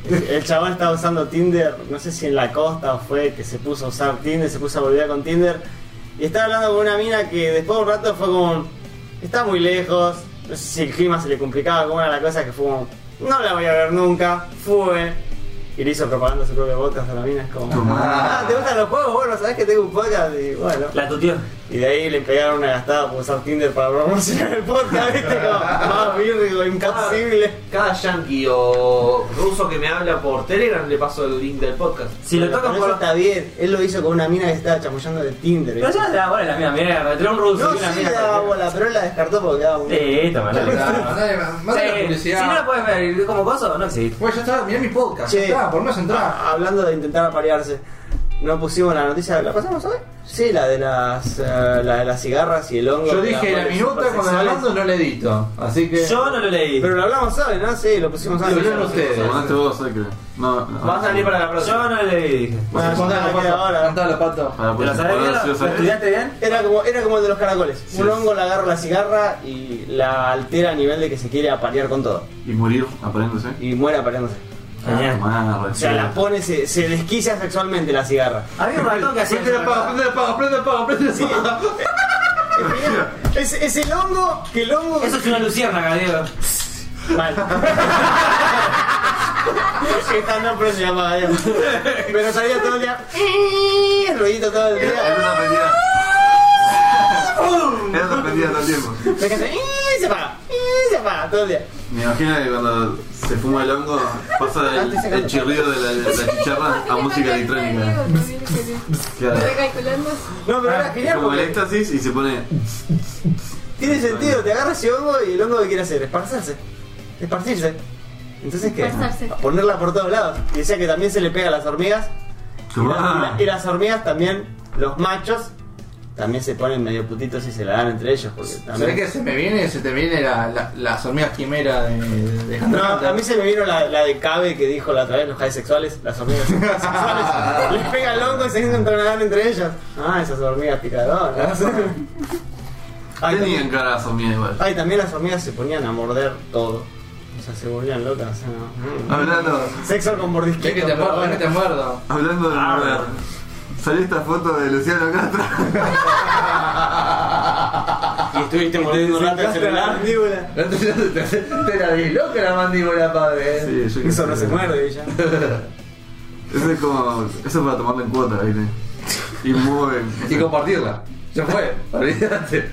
Speaker 4: El- El chaval estaba usando Tinder, no sé si en la costa o fue que se puso a usar Tinder, se puso a volver con Tinder. Y estaba hablando con una mina que después de un rato fue como. Está muy lejos, no sé si el clima se le complicaba, como era la cosa que fue como. No la voy a ver nunca, fue. Y le hizo propaganda su propio podcast a la mina, es como. Ah, ¿te gustan los juegos? Bueno, sabes que tengo un podcast y bueno.
Speaker 2: La tuteó.
Speaker 4: Y de ahí le pegaron una gastada por usar Tinder para promocionar el podcast, ¿viste? Como, más virgo, imposible.
Speaker 15: Cada yankee o ruso que me habla por Telegram le paso el link del podcast.
Speaker 2: Si lo
Speaker 4: Pero
Speaker 2: tocan
Speaker 4: eso
Speaker 2: por.
Speaker 4: está bien. Él lo hizo con una mina que estaba chamullando de Tinder.
Speaker 2: Pero
Speaker 4: ¿viste?
Speaker 2: ya la bola la misma mierda, entró un ruso
Speaker 4: No,
Speaker 2: y una
Speaker 4: sí,
Speaker 2: mina.
Speaker 4: le daba bola, pero él la descartó porque daba un...
Speaker 2: Sí, toma, ya.
Speaker 6: Mandale, mandale la
Speaker 2: Sí, Si no pues-
Speaker 6: publicidad.
Speaker 2: la puedes ver como coso, no existe.
Speaker 6: Güey, ya está, mirá mi podcast.
Speaker 4: Che.
Speaker 6: Ya está, por más entrar.
Speaker 4: Ah, Hablando de intentar aparearse, no pusimos la noticia, ¿la pasamos hoy? Sí, la de las, eh, la de las cigarras y el hongo.
Speaker 6: Yo
Speaker 4: de las
Speaker 6: dije la
Speaker 4: mujeres
Speaker 6: minuta cuando
Speaker 4: supersexuales.
Speaker 6: hablando no le edito. Así que.
Speaker 2: Yo no lo leí.
Speaker 4: Pero lo hablamos hoy, ¿no? Sí, lo pusimos
Speaker 6: Lo
Speaker 4: antes.
Speaker 6: vieron
Speaker 3: Lo
Speaker 6: ustedes.
Speaker 3: mandaste vos, ¿sabes? creo. No, no.
Speaker 15: Va a salir para la próxima.
Speaker 2: Yo no lo leí, dije.
Speaker 4: Bueno, contá,
Speaker 6: Contalo,
Speaker 4: queda
Speaker 6: pato.
Speaker 4: ahora.
Speaker 6: Contalo, pato.
Speaker 3: Para
Speaker 2: ¿Te lo sabes bien?
Speaker 3: poder si
Speaker 2: ¿Lo
Speaker 3: lo sabes.
Speaker 2: estudiaste bien?
Speaker 4: Era como, era como el de los caracoles. Un hongo le agarra la cigarra y la altera a nivel de que se quiere aparear con todo.
Speaker 3: Y morir aparentemente.
Speaker 4: Y muere apareándose.
Speaker 2: Genial.
Speaker 4: O sea, la pone, se, se desquicia sexualmente la cigarra.
Speaker 2: Había un ratón que hacía.
Speaker 6: Prende la paga, prende la paga, prende la paga, prende la paga.
Speaker 4: Es, es el hongo que el hongo.
Speaker 2: Eso es una luciérnaga, Diego.
Speaker 4: Mal. Esta no pero se llama Dios. Pero salía todo el día. "Eh", El ruidito todo el
Speaker 3: Era
Speaker 4: día.
Speaker 3: una pendida. Era una pendida todo el tiempo.
Speaker 4: Se cansa, y "Eh", se apaga. y se apaga todo el día.
Speaker 3: Me imagino que cuando se fuma el hongo pasa el, el chirrido de la, de la chicharra a música electrónica. Claro.
Speaker 7: Recalculando.
Speaker 4: No, pero era
Speaker 3: Es
Speaker 4: genial
Speaker 3: como el
Speaker 4: porque
Speaker 3: éxtasis y se pone.
Speaker 4: tiene sentido. Te agarras ese hongo y el hongo que quiere hacer, esparcerse. Esparcirse. Entonces, ¿qué?
Speaker 7: Esparcerse.
Speaker 4: Ponerla por todos lados. Y decía que también se le pega a las hormigas. Y
Speaker 3: Tomá.
Speaker 4: las- Y las hormigas también, los machos, también se ponen medio putitos y se la dan entre ellos. Porque
Speaker 14: ¿Sabés
Speaker 4: también...
Speaker 14: que se me viene? Se te viene la, la, las hormigas quimera de, de
Speaker 4: No,
Speaker 14: Hunter x Hunter.
Speaker 4: a mí se me vino la, la de Cabe que dijo la otra vez, los high sexuales, las hormigas sexuales, les pega el hongo y se entrenarán entre ellas. Ah, esas hormigas picadoras. Ay,
Speaker 3: Tenían
Speaker 4: también,
Speaker 3: cara a mía igual.
Speaker 4: ay, también las hormigas se ponían a morder todo. O sea, se volvían locas. o sea, no.
Speaker 3: Hablando,
Speaker 4: Sexo con mordisquito.
Speaker 6: Ven que te
Speaker 4: pero
Speaker 6: muerdo, ven
Speaker 4: bueno.
Speaker 6: que te muerdo.
Speaker 3: hablando de morder. Salió esta foto de Luciano Castro.
Speaker 4: Y estuviste mordiendo un rato el celular.
Speaker 6: No te- no te- Te la disloca la mandíbula, padre. eh.
Speaker 3: Sí, yo qué
Speaker 4: Eso no
Speaker 3: sé.
Speaker 4: se muerde, ya.
Speaker 3: Eso es como. Eso es para tomarlo en cuota, ¿viste? Y muy.
Speaker 6: Y compartirla. Ya fue, olvídate.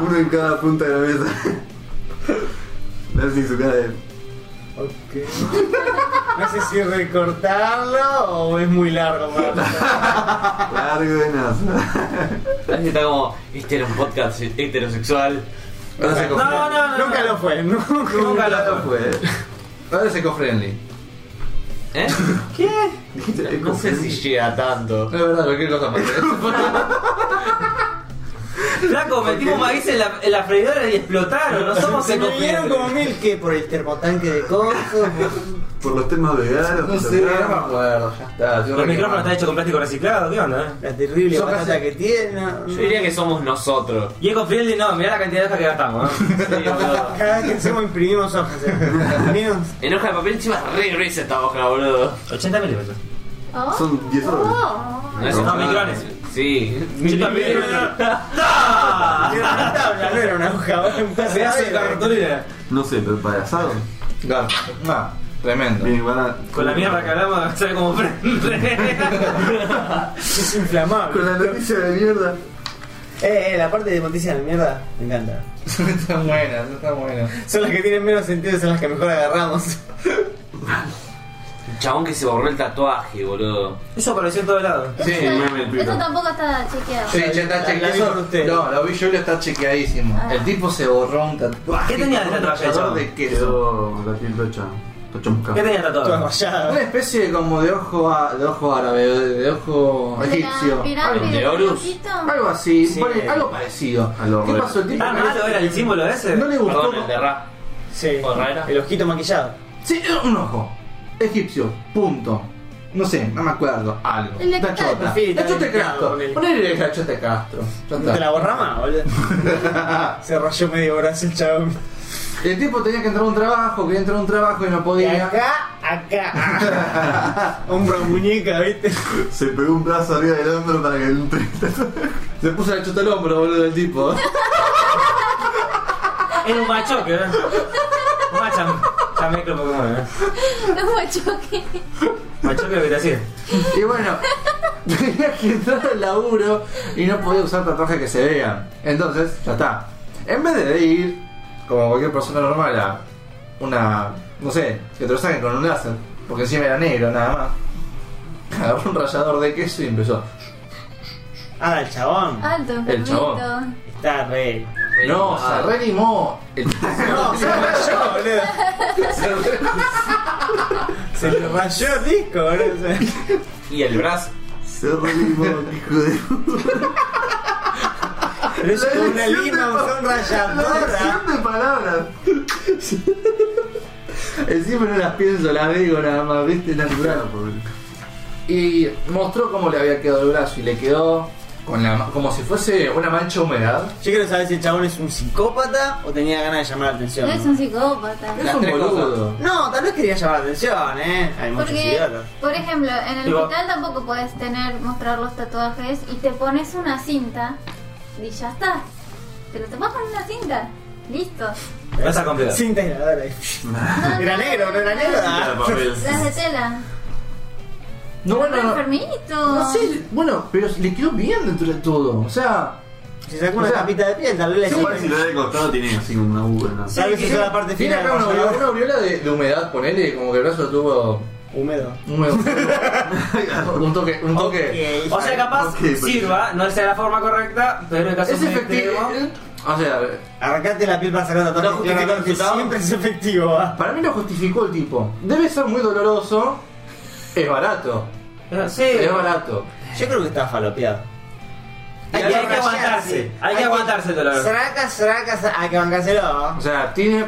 Speaker 3: Uno en cada punta de la mesa. Nancy su cara de.
Speaker 4: Ok. No sé si recortarlo o es muy largo para
Speaker 3: Largo de nada.
Speaker 15: Así está como, este era un podcast heterosexual.
Speaker 6: Ahora se
Speaker 2: No, no, no, no.
Speaker 4: Nunca lo fue, nunca.
Speaker 2: Nunca lo
Speaker 3: No fue.
Speaker 6: eh. Ahora es eco-friendly.
Speaker 15: ¿Eh?
Speaker 3: Dijiste, es
Speaker 15: No sé
Speaker 3: como-
Speaker 15: si llega tanto.
Speaker 6: No es verdad, cualquier cosa más.
Speaker 2: Flaco, metimos maíz en la, en la freidora y explotaron. No somos
Speaker 4: Se me vinieron como
Speaker 2: ecofiestas.
Speaker 4: mil que por el termotanque de cosas.
Speaker 3: Por los temas veganos.
Speaker 6: No
Speaker 3: por
Speaker 6: sé,
Speaker 3: los
Speaker 6: no me
Speaker 3: dramas.
Speaker 6: acuerdo, ya está.
Speaker 2: El micrófono está hecho con plástico reciclado, ¿qué onda? eh?
Speaker 4: La terrible
Speaker 6: Yo
Speaker 4: batalla
Speaker 6: casi-
Speaker 4: que tiene.
Speaker 15: Yo diría que somos nosotros.
Speaker 2: Y eco-friendly no, mirá la cantidad de hojas que gastamos. ¿eh?
Speaker 4: Cada vez que hacemos imprimimos hojas. eh. Imprimimos.
Speaker 15: En hoja de papel encima es re gruesa esta hoja, boludo.
Speaker 2: 80 milímetros.
Speaker 7: Oh.
Speaker 3: Son 10 horas.
Speaker 7: Oh.
Speaker 15: es
Speaker 2: No,
Speaker 15: una-
Speaker 2: micrones.
Speaker 15: Sí.
Speaker 2: Yo también.
Speaker 4: Era una tabla, no era una hoja. era un pedazo de aire.
Speaker 2: cartulina.
Speaker 3: No sé, pero para asado.
Speaker 6: Garpa. Ah, tremendo.
Speaker 3: Bien, igual a-
Speaker 2: Con la mierda que hablamos, sale como frente.
Speaker 4: Es inflamable.
Speaker 3: Con la noticia de mierda.
Speaker 4: Eh, eh, la parte de noticias de mierda me encanta.
Speaker 6: Están buenas, están buenas.
Speaker 4: Son las que tienen menos sentido, son las que mejor agarramos.
Speaker 15: El chabón que se borró el tatuaje, boludo.
Speaker 2: Eso apareció en todos lados.
Speaker 6: Sí,
Speaker 3: meme en Twitter.
Speaker 7: Eso tampoco está chequeado.
Speaker 6: sí, ya está
Speaker 4: La- la vi por
Speaker 6: chequeado.
Speaker 4: ustedes.
Speaker 6: No, lo vi yo y lo está chequeadísimo.
Speaker 7: Ah.
Speaker 6: El tipo se borró un tatuaje.
Speaker 2: ¿Qué tenía
Speaker 6: con
Speaker 2: de
Speaker 6: un
Speaker 2: tatuaje,
Speaker 6: rallador
Speaker 2: chabón?
Speaker 6: de queso.
Speaker 3: Quedó la piel tocha. Tocha
Speaker 2: ¿Qué
Speaker 3: moscada.
Speaker 2: tenía
Speaker 15: Ah.
Speaker 4: Toda
Speaker 2: tatuado?
Speaker 6: Una
Speaker 4: rayada.
Speaker 6: especie de como de ojo, a- de ojo árabe, de, de ojo
Speaker 7: De la
Speaker 6: egipcio.
Speaker 7: pirámide
Speaker 15: ¿De
Speaker 7: del
Speaker 15: Horus?
Speaker 7: Egipto.
Speaker 6: Algo así,
Speaker 2: Sí.
Speaker 6: bueno, algo parecido.
Speaker 3: A lo
Speaker 6: ¿Qué
Speaker 3: re-
Speaker 6: pasó? El tipo
Speaker 2: ¿Tan malo Ah, era el símbolo ese?
Speaker 6: no le gustó.
Speaker 15: Perdón, el de Ra.
Speaker 4: Sí.
Speaker 15: Rara.
Speaker 4: El ojito maquillado.
Speaker 6: Sí, era un ojo. Egipcio, punto. No sé, no me acuerdo. Algo.
Speaker 7: El de
Speaker 6: La
Speaker 7: Castro.
Speaker 6: chota.
Speaker 4: Sí,
Speaker 6: La
Speaker 4: está
Speaker 6: chota de
Speaker 4: bien,
Speaker 6: Castro.
Speaker 4: ponele.
Speaker 6: Ponele la chota de Castro. Ya
Speaker 4: ¿No te
Speaker 6: está.
Speaker 4: la borrama, boludo? Se rayó medio brazo el chabón.
Speaker 6: El tipo tenía que entrar a un trabajo, quería entrar a un trabajo y no podía.
Speaker 4: acá, acá. Hombro muñeca, ¿viste?
Speaker 3: Se pegó un brazo arriba del hombro para que entre.
Speaker 6: Se puso la chota al hombro, boludo, del tipo.
Speaker 2: Era un machoque, ¿eh? Un macham. Ya mezclo Pokémon, ¿eh?
Speaker 7: No machoque.
Speaker 2: Machoque lo que te hacía.
Speaker 6: Y bueno, tenía que entrar al laburo y no podía usar tatuajes que se vean. Entonces, ya está. En vez de ir, como cualquier persona normal, a una. no sé, que te lo saquen con un láser, porque encima era negro nada más, agarró un rallador de queso y empezó.
Speaker 4: Ah, el chabón.
Speaker 7: Alto,
Speaker 6: El chabón.
Speaker 7: enfermito.
Speaker 4: Está re.
Speaker 6: No, se reanimó. El-
Speaker 4: No, se rayó, boludo. Se le rayó el disco, boludo.
Speaker 15: Y el brazo.
Speaker 3: Se reanimó, hijo de.
Speaker 4: Pero eso es una
Speaker 3: elección de
Speaker 4: lima,
Speaker 3: pa-
Speaker 4: usó un ralladora.
Speaker 3: de palabras.
Speaker 6: Encima no las pienso, las digo nada más, viste, natural. Y mostró cómo le había quedado el brazo y le quedó con la, ma- como si fuese una mancha húmeda.
Speaker 4: Yo quiero saber si el chabón es un psicópata o tenía ganas de llamar la atención.
Speaker 7: No es un psicópata.
Speaker 6: Es Las un tres boludo.
Speaker 4: No, tal vez quería llamar la atención, eh. Hay muchos
Speaker 7: Porque,
Speaker 4: idiotas.
Speaker 7: por ejemplo, en el
Speaker 2: Digo-
Speaker 7: hospital tampoco puedes tener, mostrar los tatuajes y te pones una cinta y ya está. Te lo tomas con una cinta. Listo.
Speaker 2: Vas a completar.
Speaker 4: Cinta aisladora. Era negro, no era negro.
Speaker 3: Era
Speaker 4: Ah.
Speaker 3: papel.
Speaker 7: Las de tela.
Speaker 6: No, bueno,
Speaker 7: Pero
Speaker 6: no,
Speaker 7: enfermito.
Speaker 6: no sé, bueno, pero le quedó bien dentro de todo. O sea,
Speaker 4: Si sacó una
Speaker 6: O sea,
Speaker 4: tapita de piel, tal vez le
Speaker 3: Igual si
Speaker 4: sirve.
Speaker 3: lo de costado tiene así como una U, ¿no?
Speaker 4: Tal vez hizo la parte
Speaker 6: tiene
Speaker 4: final.
Speaker 6: acá una,
Speaker 4: ¿no?
Speaker 6: una aureola de, de humedad, ponele, como que el brazo tuvo
Speaker 4: Húmedo.
Speaker 6: húmedo. un toque, un toque.
Speaker 4: Ok.
Speaker 2: O sea, capaz
Speaker 3: Ok, pero-
Speaker 2: sirva, no sea la forma correcta, pero en caso
Speaker 6: pues Es
Speaker 2: muy
Speaker 6: efectivo.
Speaker 2: extremo-
Speaker 6: O sea,
Speaker 4: Arrancate la piel para sacar la
Speaker 15: No justifica el
Speaker 4: que
Speaker 15: resultado.
Speaker 4: siempre es efectivo. ah.
Speaker 6: para mí lo justificó el tipo. Debe ser muy doloroso. Es barato.
Speaker 2: Pero Sí,
Speaker 6: Es barato.
Speaker 4: Yo creo que está falopeado.
Speaker 2: Y hay que aguantarse, hay que aguantarse el dolor.
Speaker 4: Sraca, sraca, sraca, hay que bancárselo.
Speaker 6: O sea, tiene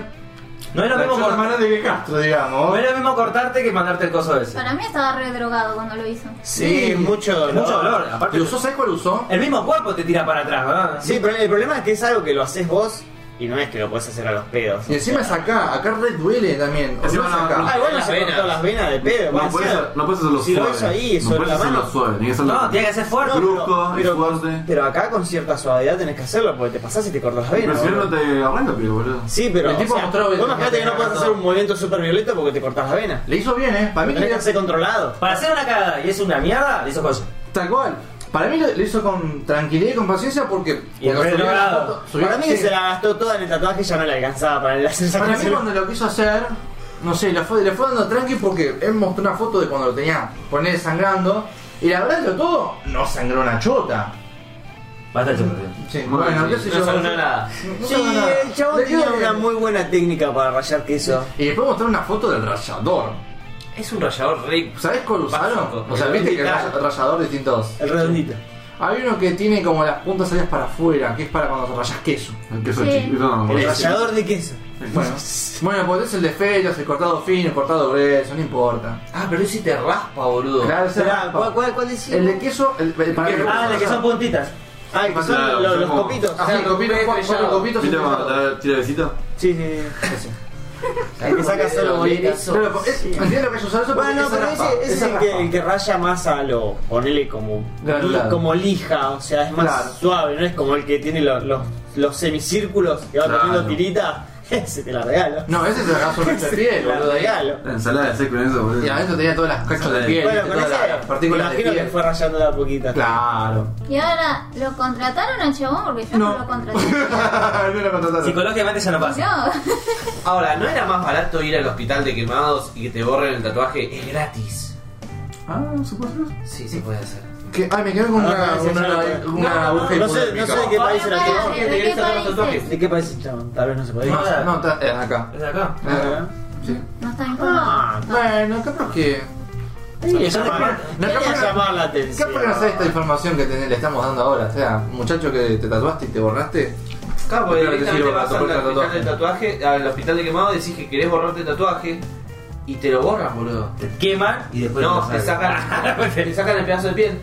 Speaker 2: No es lo
Speaker 6: la
Speaker 2: mismo
Speaker 6: chota más
Speaker 2: cortarte.
Speaker 6: grande que Castro, digamos.
Speaker 2: No es lo mismo cortarte que mandarte el coso ese.
Speaker 7: Para mí estaba redrogado cuando lo hizo.
Speaker 4: Sí, mucho dolor.
Speaker 2: Mucho dolor, aparte.
Speaker 6: ¿Lo usó? ¿Sabes cuál usó?
Speaker 2: El mismo cuerpo te tira para atrás, ¿verdad?
Speaker 4: Sí, pero el problema es que es algo que lo haces vos y no es que lo podés hacer a los pedos.
Speaker 6: Y encima es acá. Acá Red duele también. O
Speaker 3: Encima
Speaker 6: no es
Speaker 3: no-
Speaker 6: acá.
Speaker 4: Ah, igual no
Speaker 15: Las
Speaker 4: se
Speaker 15: venas.
Speaker 4: cortó las venas de pedo, va a
Speaker 3: No puedes,
Speaker 4: ser.
Speaker 3: no puedes hacerlo
Speaker 4: Si lo
Speaker 3: suave.
Speaker 4: hizo ahí,
Speaker 3: no
Speaker 4: sobre
Speaker 3: puedes
Speaker 4: la
Speaker 3: hacerlo
Speaker 4: mano.
Speaker 3: suave. Tiene que hacerlo
Speaker 2: No, tiene que ser fuerte.
Speaker 3: brusco y
Speaker 4: pero-
Speaker 3: fuerte.
Speaker 4: Pero acá con cierta suavidad tenés que hacerlo porque te pasás y te cortas las
Speaker 3: Pero
Speaker 4: venas.
Speaker 3: si no,
Speaker 4: boludo.
Speaker 3: no te arranca, pero boludo.
Speaker 4: Sí, pero.
Speaker 6: El tipo
Speaker 4: o sea,
Speaker 6: mostró-
Speaker 4: vos imagínate que no
Speaker 6: que
Speaker 4: podés hacer un movimiento súper violento porque te cortas las venas.
Speaker 6: Le hizo bien, ¿eh? Para mí
Speaker 4: Tenés
Speaker 6: le
Speaker 4: que ser controlado.
Speaker 2: Para hacer una cagada y es una mierda, le hizo cosa.
Speaker 6: Tal cual. Para mí lo, lo hizo con tranquilidad y con paciencia porque.
Speaker 2: Y el
Speaker 6: cuando
Speaker 2: reloj
Speaker 6: subió la
Speaker 2: dorado.
Speaker 6: foto- subió-
Speaker 4: Para mí
Speaker 6: sí.
Speaker 4: que se la gastó toda en el tatuaje ya no le alcanzaba para el láser.
Speaker 6: Para mí cuando lo quiso hacer, no sé, le fue, le fue dando tranqui porque él mostró una foto de cuando lo tenía poner sangrando. Y la verdad de todo, no sangró una chota.
Speaker 2: Basta chico.
Speaker 6: Sí,
Speaker 3: Bueno,
Speaker 6: bueno,
Speaker 3: sí,
Speaker 6: qué sé
Speaker 15: No
Speaker 6: yo.
Speaker 15: salió nada.
Speaker 6: No
Speaker 4: Sí,
Speaker 6: sangró nada.
Speaker 4: el chabón
Speaker 6: Le quedó
Speaker 4: tenía una
Speaker 6: bien.
Speaker 4: muy buena técnica para rayar queso.
Speaker 6: Y después mostró una foto del rallador.
Speaker 15: Es un rallador rico.
Speaker 6: ¿Sabés cuál usaron?
Speaker 15: Básico.
Speaker 6: O sea, viste que el
Speaker 15: Claro.
Speaker 6: rall- rallador distintos.
Speaker 4: El redondito.
Speaker 6: Hay uno que tiene como las puntas salidas para afuera, que es para cuando rayas queso.
Speaker 3: El queso
Speaker 7: Sí.
Speaker 3: chiquito no
Speaker 4: El
Speaker 3: boludo.
Speaker 4: rallador de queso.
Speaker 6: Bueno, bueno, pues es el de ferias, el cortado fino, el cortado grueso, no importa.
Speaker 15: Ah, pero ese te raspa, boludo.
Speaker 6: Claro, ese
Speaker 4: Esperá,
Speaker 6: era-
Speaker 4: ¿Cuál, cuál, cuál es?
Speaker 6: El de queso, el, el- para mí-
Speaker 2: Ah, de que son puntitas.
Speaker 4: Ah, el que son
Speaker 3: Claro,
Speaker 4: los, los
Speaker 3: son como-
Speaker 4: copitos.
Speaker 6: Ajá, el copito,
Speaker 15: Pepe,
Speaker 6: cuatro
Speaker 15: ya.
Speaker 6: copitos y
Speaker 3: ¿Viste
Speaker 6: un
Speaker 3: cuando te
Speaker 6: rallador.
Speaker 3: da- tira besito?
Speaker 4: Sí, sí,
Speaker 6: Ese.
Speaker 4: sí. El que saca solo bolitas.
Speaker 6: Claro, pues, es- entiendo lo que es usar eso porque
Speaker 4: Bueno,
Speaker 6: esa
Speaker 4: pero
Speaker 6: raspa,
Speaker 4: ese, ese es
Speaker 6: esa
Speaker 4: el que,
Speaker 6: raspa.
Speaker 4: el que raya más a lo. ponele como.
Speaker 6: Granulado.
Speaker 4: como lija, o sea, es más
Speaker 6: Claro.
Speaker 4: suave, no es como el que tiene los, los, los semicírculos que va
Speaker 3: Claro.
Speaker 4: poniendo tirita. Ese te la regalo.
Speaker 6: No, ese se agarró sobre el
Speaker 4: Te
Speaker 6: piel,
Speaker 4: la
Speaker 6: boludo. ahí.
Speaker 4: regalo.
Speaker 3: La ensalada de seco en eso, boludo.
Speaker 6: Y adentro tenía todas las cachas de piel, viste,
Speaker 4: Bueno, con
Speaker 6: todas las
Speaker 4: ese. Me
Speaker 6: partículas de
Speaker 4: imagino que
Speaker 6: piel.
Speaker 4: fue rayando de a poquita.
Speaker 6: Claro.
Speaker 7: Y ahora, ¿lo contrataron al chabón? Porque yo no,
Speaker 6: No.
Speaker 4: Ah,
Speaker 7: lo contraté.
Speaker 6: mí lo contrataron.
Speaker 2: Psicológicamente eso no pasa.
Speaker 7: No,
Speaker 8: Ahora, ¿no era más barato ir al hospital de quemados y que te borren el tatuaje? Es gratis.
Speaker 16: Ah, supuesto.
Speaker 8: Sí, se puede hacer.
Speaker 6: Que- ay, me quedé con
Speaker 4: Ah,
Speaker 6: una,
Speaker 4: sí,
Speaker 6: una,
Speaker 4: sí,
Speaker 6: una, aguja
Speaker 4: No sé, no sé de qué país era
Speaker 7: Pará,
Speaker 4: todo.
Speaker 7: ¿de qué país es?
Speaker 4: ¿De qué país es, chabón? Tal vez no se puede ir.
Speaker 6: No, no, está, eh, acá.
Speaker 17: ¿Es de acá?
Speaker 4: Ah.
Speaker 6: Eh,
Speaker 7: No está informado.
Speaker 6: Ah, bueno, capaz que.
Speaker 4: Sí,
Speaker 6: No,
Speaker 4: llamar-
Speaker 6: no,
Speaker 4: quería
Speaker 6: capaz-
Speaker 4: llamar la
Speaker 6: ¿Qué
Speaker 4: atención.
Speaker 6: pasa esta información que tenés- le estamos dando ahora? O sea, muchacho que te tatuaste y te borraste.
Speaker 8: Claro, porque
Speaker 6: Claro, te
Speaker 8: directamente
Speaker 6: sirve
Speaker 8: vas
Speaker 6: para
Speaker 8: eh, al
Speaker 6: tapar el
Speaker 8: hospital del tatuaje, al hospital de quemado, decís que querés borrarte el tatuaje y te lo borran, boludo.
Speaker 2: Te queman y después
Speaker 8: No,
Speaker 2: te
Speaker 8: te
Speaker 2: lo sacan.
Speaker 8: sacan, te sacan el pedazo de piel.